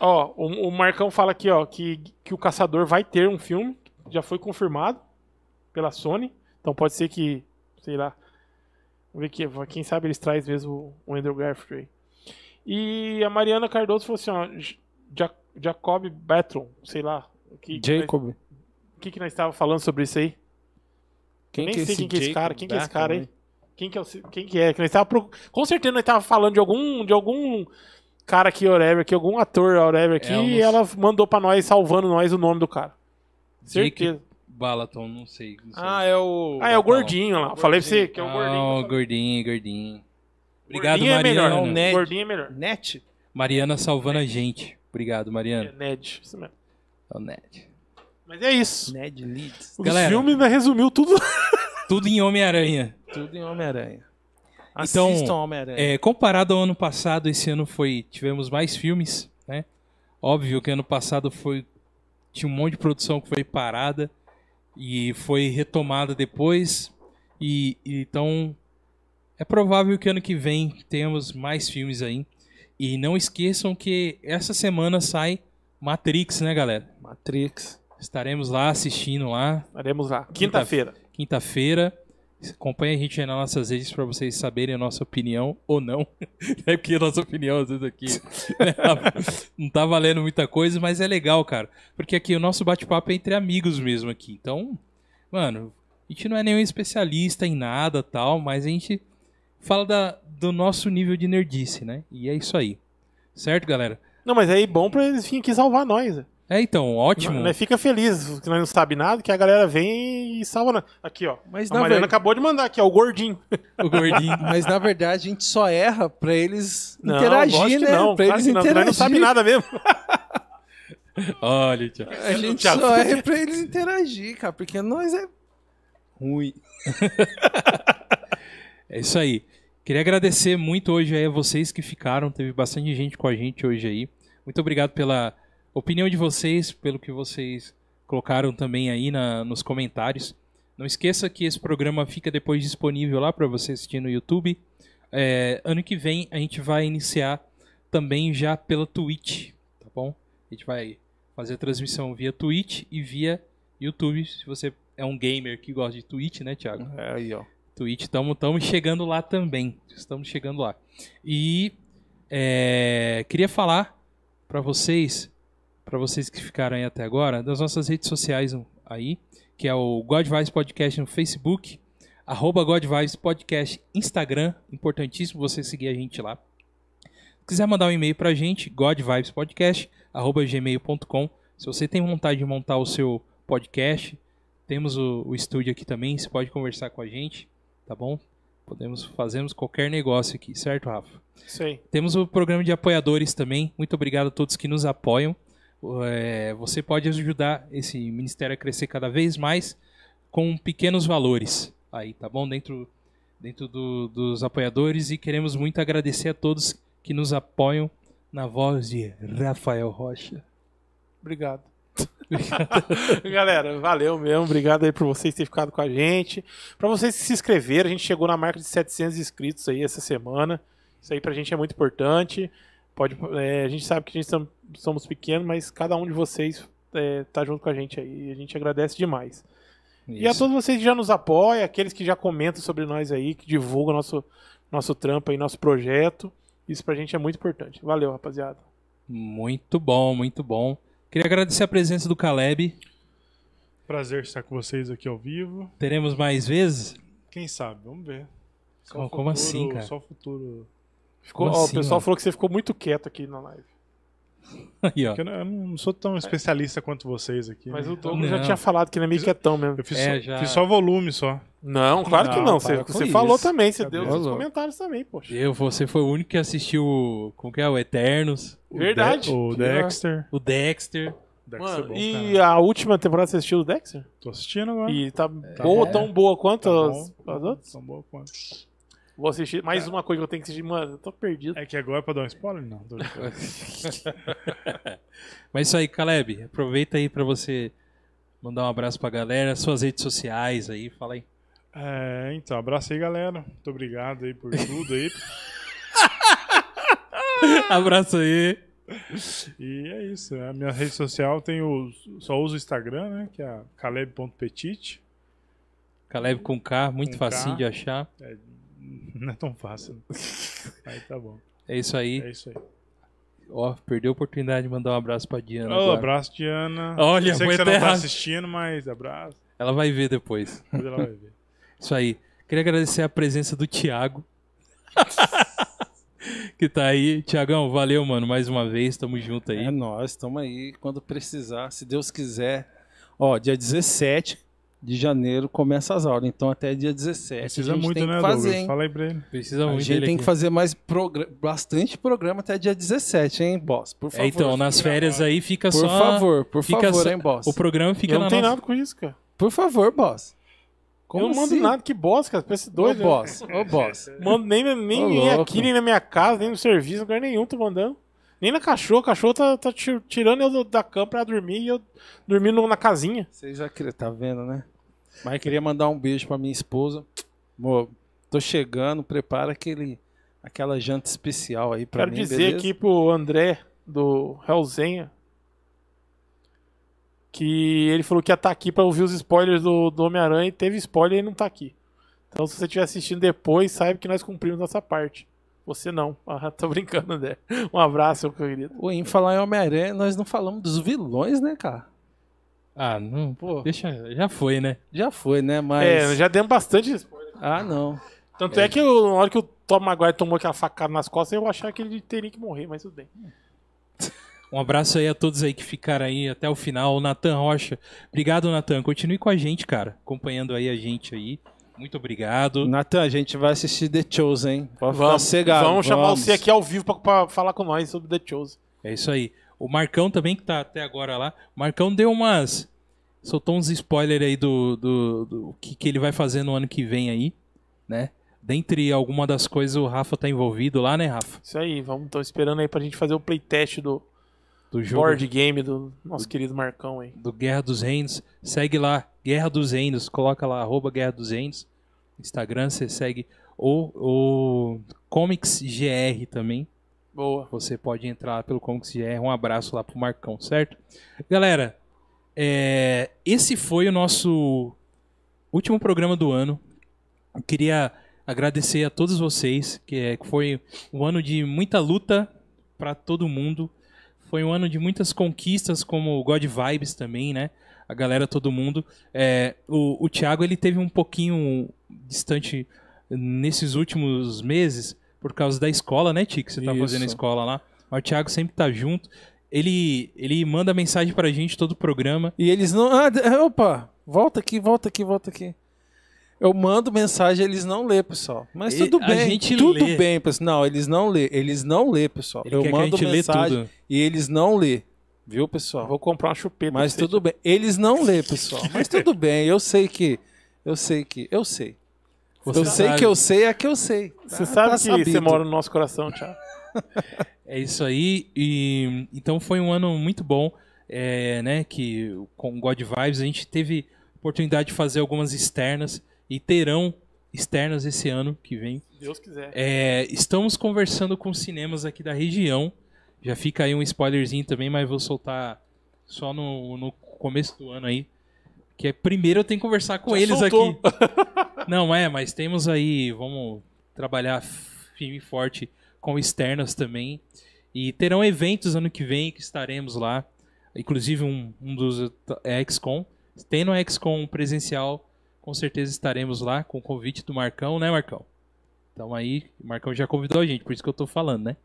Speaker 2: Ó, o, o Marcão fala aqui, ó, que, que o Caçador vai ter um filme. Já foi confirmado pela Sony. Então pode ser que, sei lá. Vamos ver que, quem sabe eles trazem mesmo o Andrew Garfield aí. E a Mariana Cardoso falou assim, ó. Ja- Jacob Batron, sei lá. O que,
Speaker 5: Jacob.
Speaker 2: O que, que nós estávamos falando sobre isso aí?
Speaker 5: Quem
Speaker 2: Nem
Speaker 5: que é
Speaker 2: sei
Speaker 5: esse
Speaker 2: quem que é esse
Speaker 5: Jacob
Speaker 2: cara. Quem que é esse
Speaker 5: Batman,
Speaker 2: cara aí?
Speaker 5: né?
Speaker 2: Quem que é? o ci- Quem que é? Que nós tava pro- Com certeza nós tava falando de algum, de algum cara aqui, whatever, aqui, algum ator, whatever, aqui,
Speaker 1: É, eu não
Speaker 2: e
Speaker 1: sei.
Speaker 2: ela mandou pra nós, salvando nós o nome do cara.
Speaker 1: Jake
Speaker 2: Certeza.
Speaker 1: Balaton, não sei. Não sei.
Speaker 5: Ah, é o.
Speaker 2: Ah, é o gordinho lá. Falei pra você que é o
Speaker 1: Ah,
Speaker 2: gordinho.
Speaker 1: o gordinho, gordinho. Obrigado,
Speaker 2: Gordinho é melhor,
Speaker 1: Mariana.
Speaker 5: não, né? Ned.
Speaker 2: Gordinho é melhor.
Speaker 5: Net?
Speaker 1: Mariana salvando a gente. Obrigado,
Speaker 2: É
Speaker 1: Mariana.
Speaker 2: Ned, isso mesmo.
Speaker 1: É o Ned.
Speaker 2: Mas é isso.
Speaker 5: Ned Leeds.
Speaker 2: Os
Speaker 1: Galera.
Speaker 2: filmes né, resumiu tudo.
Speaker 1: Tudo em Homem-Aranha.
Speaker 5: Tudo em Homem-Aranha.
Speaker 1: Então,
Speaker 5: Assistam Homem-Aranha.
Speaker 1: É, comparado ao ano passado, esse ano foi tivemos mais filmes, né? Óbvio que ano passado foi tinha um monte de produção que foi parada e foi retomada depois e, e então é provável que ano que vem tenhamos mais filmes aí. E não esqueçam que essa semana sai Matrix, né, galera?
Speaker 2: é
Speaker 5: Matrix.
Speaker 1: Estaremos lá assistindo lá
Speaker 2: Faremos lá. Quinta-feira.
Speaker 1: quinta-feira. Acompanhe a gente aí nas nossas redes para vocês saberem a nossa opinião ou não. <laughs> É porque a nossa opinião às vezes aqui <laughs> né, não tá valendo muita coisa, mas é legal, cara. Porque aqui o nosso bate-papo é entre amigos mesmo aqui. Então, mano, a gente não é nenhum especialista em nada tal, mas a gente fala da- do nosso nível de nerdice, né? E é isso aí. Certo, galera?
Speaker 2: Não, mas aí é bom pra eles virem aqui salvar nós. né?
Speaker 1: É, então, ótimo.
Speaker 2: Nós fica feliz que nós não sabe nada, que a galera vem e salva nós. Aqui, ó.
Speaker 5: Mas
Speaker 2: A
Speaker 5: na,
Speaker 2: Mariana
Speaker 5: ver...
Speaker 2: acabou de mandar aqui, ó, o gordinho.
Speaker 1: O
Speaker 5: <laughs>
Speaker 1: gordinho.
Speaker 5: Mas na verdade a gente só erra pra eles
Speaker 2: Não, lógico
Speaker 5: interagir,
Speaker 2: que
Speaker 5: né?
Speaker 2: Não,
Speaker 5: pra
Speaker 2: claro
Speaker 5: eles
Speaker 2: que não, nós
Speaker 5: interagirem.
Speaker 2: não sabe nada mesmo.
Speaker 1: Olha, tchau.
Speaker 5: A gente
Speaker 2: Thiago.
Speaker 5: só erra pra eles interagir, cara, porque nós é ruim.
Speaker 1: <laughs> É isso aí. Queria agradecer muito hoje aí a vocês que ficaram. Teve bastante gente com a gente hoje aí. Muito obrigado pela opinião de vocês, pelo que vocês colocaram também aí na- nos comentários. Não esqueça que esse programa fica depois disponível lá para você assistir no YouTube. É, ano que vem a gente vai iniciar também já pela Twitch, tá bom? A gente vai fazer a transmissão via Twitch e via YouTube. Se você é um gamer que gosta de Twitch, né, Thiago?
Speaker 5: Aí, ó.
Speaker 1: Twitch, estamos chegando lá também. Estamos chegando lá. E é, queria falar para vocês, para vocês que ficaram aí até agora, das nossas redes sociais um, aí, que é o God Vibes Podcast no Facebook, arroba God Vibes Podcast Instagram, importantíssimo você seguir a gente lá. Se quiser mandar um e-mail pra gente, godvibespodcast@gmail.com. Se você tem vontade de montar o seu podcast, temos o, o estúdio aqui também, você pode conversar com a gente, tá bom? Podemos fazermos qualquer negócio aqui, certo, Rafa?
Speaker 2: Isso aí.
Speaker 1: Temos o programa de apoiadores também. Muito obrigado a todos que nos apoiam. É, você pode ajudar esse ministério a crescer cada vez mais com pequenos valores aí, tá bom? Dentro, dentro do- dos apoiadores. E queremos muito agradecer a todos que nos apoiam na voz de Rafael Rocha.
Speaker 2: Obrigado. <laughs> Galera, valeu mesmo. Obrigado aí por vocês terem ficado com a gente. Pra vocês que se inscreveram, a gente chegou na marca de 700 inscritos aí essa semana. Isso aí pra gente é muito importante. Pode, é, a gente sabe que a gente tam- somos pequenos, mas cada um de vocês é, tá junto com a gente aí. A gente agradece demais. E a todos vocês que já nos apoiam, aqueles que já comentam sobre nós aí, que divulgam nosso, nosso trampo aí, nosso projeto. Isso pra gente é muito importante. Valeu, rapaziada.
Speaker 1: Muito bom, muito bom. Queria agradecer a presença do Caleb.
Speaker 4: Prazer estar com vocês aqui ao vivo.
Speaker 1: Teremos mais vezes? <laughs>
Speaker 4: Quem sabe? Vamos ver. Só
Speaker 1: Como-
Speaker 4: o
Speaker 1: como assim,
Speaker 4: futuro-
Speaker 1: cara?
Speaker 4: Só o futuro.
Speaker 2: Ficou,
Speaker 1: Como
Speaker 2: ó,
Speaker 1: assim,
Speaker 2: o pessoal
Speaker 1: mano?
Speaker 2: falou que você ficou muito quieto aqui na live.
Speaker 1: Aí, ó.
Speaker 4: Porque Eu não, eu não sou tão especialista quanto vocês aqui.
Speaker 2: Mas
Speaker 4: né?
Speaker 2: o Douglas
Speaker 1: Não.
Speaker 2: já tinha falado que ele é meio quietão mesmo.
Speaker 4: Eu fiz,
Speaker 1: É,
Speaker 4: só,
Speaker 1: já-
Speaker 4: fiz só volume só.
Speaker 2: Não, claro que
Speaker 5: Não,
Speaker 2: não.
Speaker 5: para
Speaker 2: Você,
Speaker 5: com
Speaker 2: você
Speaker 5: isso.
Speaker 2: falou também, você
Speaker 4: Tá
Speaker 2: deu
Speaker 4: bem.
Speaker 2: seus
Speaker 5: Alô.
Speaker 2: comentário também, poxa.
Speaker 1: Eu, você foi o único que assistiu. o- Como que é? O Eternos,
Speaker 4: O
Speaker 2: Verdade.
Speaker 4: De- O Dexter.
Speaker 1: o Dexter.
Speaker 4: Dexter
Speaker 2: Mano,
Speaker 4: é bom,
Speaker 2: e
Speaker 4: cara.
Speaker 2: a última temporada você assistiu do Dexter?
Speaker 4: Tô assistindo agora.
Speaker 2: E tá boa, tão boa quanto
Speaker 4: Tá bom.
Speaker 2: as, as outras?
Speaker 4: Tão boa quanto.
Speaker 2: Vou assistir. Mais uma coisa que eu tenho que assistir. Mano, eu tô perdido.
Speaker 4: É que agora é pra dar um spoiler? Não. tô brincando. <laughs>
Speaker 1: Mas isso aí, Caleb, aproveita aí pra você mandar um abraço pra galera, suas redes sociais aí, fala aí. <laughs>
Speaker 4: é, então, abraço aí, galera. Muito obrigado aí por tudo aí.
Speaker 1: abraço aí.
Speaker 4: E é isso. A minha rede social tem o. Só uso o Instagram, né? Que é caleb.petit.
Speaker 1: Caleb com K, muito
Speaker 4: Com
Speaker 1: facinho
Speaker 4: K.
Speaker 1: de achar.
Speaker 4: <laughs> Não é tão fácil.
Speaker 5: <laughs>
Speaker 4: né? Aí tá bom.
Speaker 1: É isso aí.
Speaker 4: É isso aí.
Speaker 1: Ó, perdeu a oportunidade de mandar um abraço pra Diana.
Speaker 4: Ô,
Speaker 1: agora.
Speaker 4: abraço, Diana.
Speaker 1: Olha,
Speaker 4: é. Eu sei
Speaker 1: foi
Speaker 4: que você
Speaker 1: até
Speaker 4: não tá
Speaker 1: errado.
Speaker 4: assistindo, mas abraço.
Speaker 1: Ela vai ver depois.
Speaker 4: Depois ela vai
Speaker 5: <laughs>
Speaker 4: ver.
Speaker 1: Isso aí. Queria agradecer a presença do Thiago. <laughs> que tá aí. Tiagão, valeu, mano, mais uma vez. Tamo junto aí.
Speaker 5: É nós, estamos aí quando precisar, se Deus quiser. Ó, dia 17 de janeiro começa as aulas, então até dia 17
Speaker 4: Precisa
Speaker 5: a gente
Speaker 4: muito,
Speaker 5: tem
Speaker 4: né,
Speaker 5: que fazer,
Speaker 4: Douglas?
Speaker 5: hein?
Speaker 4: Fala aí pra ele.
Speaker 1: Precisa
Speaker 5: A
Speaker 1: muito
Speaker 5: gente
Speaker 1: um dele
Speaker 5: tem
Speaker 1: aqui.
Speaker 5: que fazer mais progra- bastante programa até dia 17, hein, boss? Por favor.
Speaker 1: É, então, nas férias aí fica
Speaker 5: por
Speaker 1: só.
Speaker 5: favor, por
Speaker 1: fica
Speaker 5: favor,
Speaker 1: só-
Speaker 5: hein, boss?
Speaker 1: O programa fica
Speaker 2: eu
Speaker 1: na
Speaker 2: não tenho
Speaker 1: nossa-
Speaker 2: nada com isso, cara.
Speaker 5: Por favor, boss.
Speaker 2: eu não mando
Speaker 5: assim?
Speaker 2: nada, que bosta, cara. Parece
Speaker 5: Ô,
Speaker 2: doido. né?
Speaker 5: boss, ô, boss.
Speaker 2: Mando nem, nem,
Speaker 5: Ô,
Speaker 2: nem
Speaker 5: louco.
Speaker 2: aqui, nem na minha casa, nem no serviço, lugar nenhum tô mandando. Nem na cachorro, o cachorro tá, tá ti- tirando eu do- da cama pra dormir e eu dormindo na casinha.
Speaker 5: Você já queria, tá vendo, né? Mas queria mandar um beijo pra minha esposa. Amor, tô chegando, prepara aquele, aquela janta especial aí pra
Speaker 2: Quero
Speaker 5: mim,
Speaker 2: dizer
Speaker 5: beleza?
Speaker 2: aqui pro André do Hellzenha que ele falou que ia estar aqui pra ouvir os spoilers do, do Homem-Aranha e teve spoiler e não tá aqui. Então se você estiver assistindo depois, saiba que nós cumprimos nossa parte. Você não. <laughs> Ah, tô brincando, André. Um abraço, meu querido.
Speaker 5: Ô, em falar em Homem-Aranha, nós não falamos dos vilões, né, cara?
Speaker 1: Ah, não.
Speaker 5: Pô,
Speaker 1: Deixa. Já foi, né?
Speaker 5: já foi, né? Mas.
Speaker 2: É, já demos bastante
Speaker 5: Ah, não.
Speaker 2: Tanto é, que eu- na hora que o Tom Maguire tomou aquela facada nas costas, eu achava que ele teria que morrer, mas tudo bem.
Speaker 1: Um abraço aí a todos aí que ficaram aí até o final. O Natan Rocha. Obrigado, Natan. Continue com a gente, cara. Acompanhando aí a gente aí. Muito obrigado.
Speaker 5: Natan, a gente vai assistir The Chosen, hein? Pode ficar
Speaker 2: Vamos,
Speaker 5: cegado.
Speaker 2: vamos chamar você aqui ao vivo pra, pra falar com nós sobre The Chose.
Speaker 1: É isso aí. O Marcão também, que tá até agora lá. O Marcão deu umas. Soltou uns spoilers aí do, do, do que, que ele vai fazer no ano que vem aí, né? Dentre alguma das coisas, o Rafa tá envolvido lá, né, Rafa?
Speaker 2: Isso aí, vamos, tô esperando aí pra gente fazer o playtest do
Speaker 1: Do jogo.
Speaker 2: board game do nosso querido Marcão aí.
Speaker 1: do Guerra dos Reinos. Segue lá, Guerra dos Reinos. Coloca lá, arroba Guerra dos Reinos. Instagram, você segue o, o Comics GR também.
Speaker 2: Boa.
Speaker 1: Você pode entrar lá pelo Comics GR. Um abraço lá pro Marcão, certo? Galera, é, esse foi o nosso último programa do ano. Eu queria agradecer a todos vocês, que é- que foi um ano de muita luta para todo mundo. Foi um ano de muitas conquistas, como o God Vibes também, né? A galera, todo mundo. É, o, o Thiago, ele teve um pouquinho distante nesses últimos meses, por causa da escola, né, Tico? Você tá fazendo a
Speaker 5: Isso.
Speaker 1: escola lá. Mas o Thiago sempre tá junto. Ele, ele manda mensagem pra gente todo o programa.
Speaker 5: E eles não. Ah, de- opa! Volta aqui, volta aqui, volta aqui. Eu mando mensagem, eles não lê, pessoal. Mas
Speaker 1: E-
Speaker 5: tudo
Speaker 1: a
Speaker 5: bem.
Speaker 1: gente
Speaker 5: tudo
Speaker 1: lê.
Speaker 5: bem, pessoal. Não, eles não lê, eles não lê, pessoal.
Speaker 1: Ele
Speaker 5: Eu
Speaker 1: quer
Speaker 5: mando
Speaker 1: que a gente
Speaker 5: mensagem
Speaker 1: lê tudo.
Speaker 5: e eles não lê, viu, pessoal?
Speaker 2: Vou comprar uma chupeta.
Speaker 5: Mas
Speaker 2: pra você.
Speaker 5: tudo bem. Eles não lê, pessoal. Mas tudo bem. Eu sei que eu sei que eu sei.
Speaker 1: Você
Speaker 5: eu sei
Speaker 1: sabe.
Speaker 5: que eu sei é que eu sei.
Speaker 2: Você
Speaker 5: Ah,
Speaker 2: sabe
Speaker 5: tá
Speaker 2: que
Speaker 5: sabido.
Speaker 2: você mora no nosso coração, Thiago.
Speaker 1: É isso aí. E então foi um ano muito bom, é, né? Que com o God Vibes a gente teve oportunidade de fazer algumas externas e terão externas esse ano que vem.
Speaker 2: Se Deus quiser.
Speaker 1: É, estamos conversando com cinemas aqui da região. Já fica aí um spoilerzinho também, mas vou soltar só no, no começo do ano aí. Que é primeiro eu tenho que conversar com
Speaker 2: Já
Speaker 1: eles
Speaker 2: soltou.
Speaker 1: aqui. <laughs> Não, é, mas temos aí, vamos trabalhar firme e forte com externas também. E terão eventos ano que vem que estaremos lá. Inclusive um, um dos é XCOM. Tendo a XCOM presencial, com certeza estaremos lá com o convite do Marcão, né, Marcão? Então aí, o Marcão já convidou a gente, por isso que eu tô falando,
Speaker 2: <laughs>
Speaker 1: né?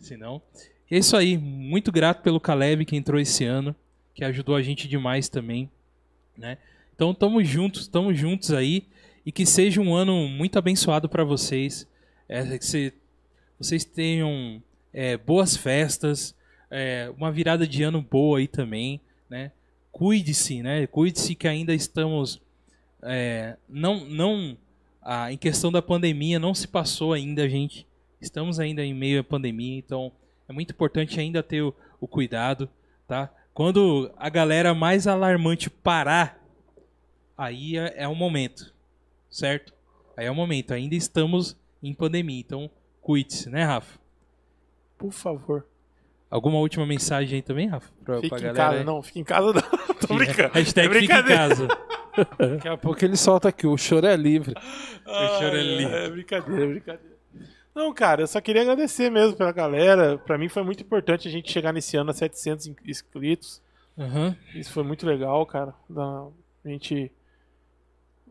Speaker 1: Senão. É isso aí, muito grato pelo Caleb que entrou esse ano, que ajudou a gente demais também, né? Então tamo juntos, tamo juntos aí e que seja um ano muito abençoado para vocês. É, que cê- vocês tenham é, boas festas, é, uma virada de ano boa aí também, né? Cuide-se, né? Cuide-se que ainda estamos é, não não ah, em questão da pandemia não se passou ainda, gente. Estamos ainda em meio à pandemia, então é muito importante ainda ter o, o cuidado, tá? Quando a galera mais alarmante parar, aí é, é o momento, certo? Aí é o momento. Ainda estamos em pandemia, então cuide-se, né, Rafa?
Speaker 2: Por favor.
Speaker 1: Alguma última mensagem aí também, Rafa? Pra,
Speaker 2: Fique
Speaker 1: pra
Speaker 2: em
Speaker 1: galera
Speaker 2: casa.
Speaker 1: aí?
Speaker 2: Não, fique em casa não. <laughs> Tô brincando.
Speaker 1: Hashtag
Speaker 2: É
Speaker 1: fica em
Speaker 2: brincadeira.
Speaker 1: casa.
Speaker 5: Daqui a pouco ele solta aqui, o choro é livre.
Speaker 1: Eu choro ali.
Speaker 2: É brincadeira, é brincadeira. Não, cara, eu só queria agradecer mesmo pela galera. Pra mim foi muito importante a gente chegar nesse ano a 700 inscritos.
Speaker 1: Aham.
Speaker 2: Isso foi muito legal, cara. Da- A gente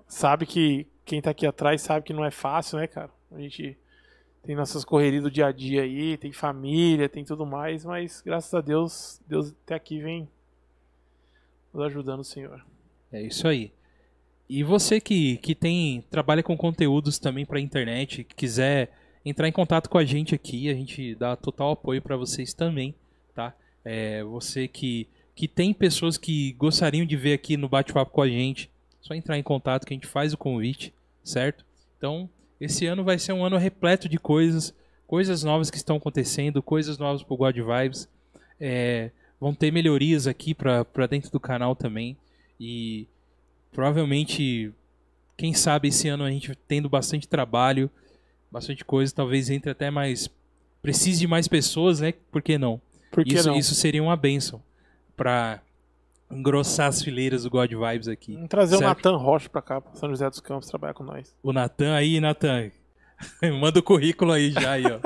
Speaker 2: sabe que quem tá aqui atrás sabe que não é fácil, né, cara? A gente tem nossas correrias do dia a dia aí, tem família, tem tudo mais, mas graças a Deus, Deus até aqui vem nos ajudando, Senhor.
Speaker 1: É isso aí. E você que, que tem trabalha com conteúdos também para internet, que quiser entrar em contato com a gente aqui, a gente dá total apoio para vocês também, tá? É, você que, que tem pessoas que gostariam de ver aqui no bate-papo com a gente, só entrar em contato que a gente faz o convite, certo? Então, esse ano vai ser um ano repleto de coisas, coisas novas que estão acontecendo, coisas novas pro God Vibes. É, vão ter melhorias aqui para dentro do canal também. E provavelmente, quem sabe esse ano a gente tendo bastante trabalho, bastante coisa, talvez entre até mais. Precise de mais pessoas, né? Por que não?
Speaker 2: Por que
Speaker 1: isso,
Speaker 2: não?
Speaker 1: isso seria uma bênção pra engrossar as fileiras do God Vibes aqui.
Speaker 2: Vamos Trazer o
Speaker 1: Certo.
Speaker 2: Natan Rocha pra cá, pra São José dos Campos, trabalhar com nós.
Speaker 1: O Natan aí, Natan. <laughs> Manda o currículo aí já aí, ó.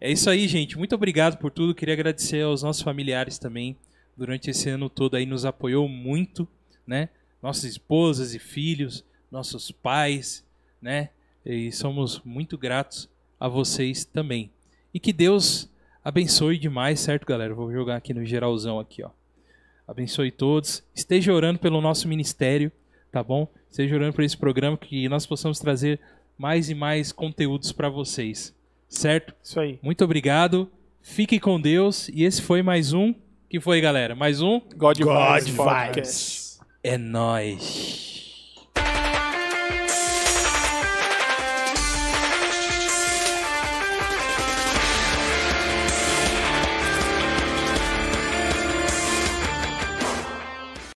Speaker 1: é isso aí, gente. Muito obrigado por tudo. Queria agradecer aos nossos familiares também durante esse ano todo aí nos apoiou muito, né? Nossas esposas e filhos, nossos pais, né? E somos muito gratos a vocês também. E que Deus abençoe demais, certo, galera? Vou jogar aqui no geralzão aqui, ó. Abençoe todos. Esteja orando pelo nosso ministério tá bom? Seja orando por esse programa que nós possamos trazer mais e mais conteúdos para vocês, certo?
Speaker 2: Isso aí.
Speaker 1: Muito obrigado, fique com Deus e esse foi mais um. Que foi, galera? Mais um
Speaker 2: God,
Speaker 4: God
Speaker 2: Podcast.
Speaker 4: vibes.
Speaker 1: é nós.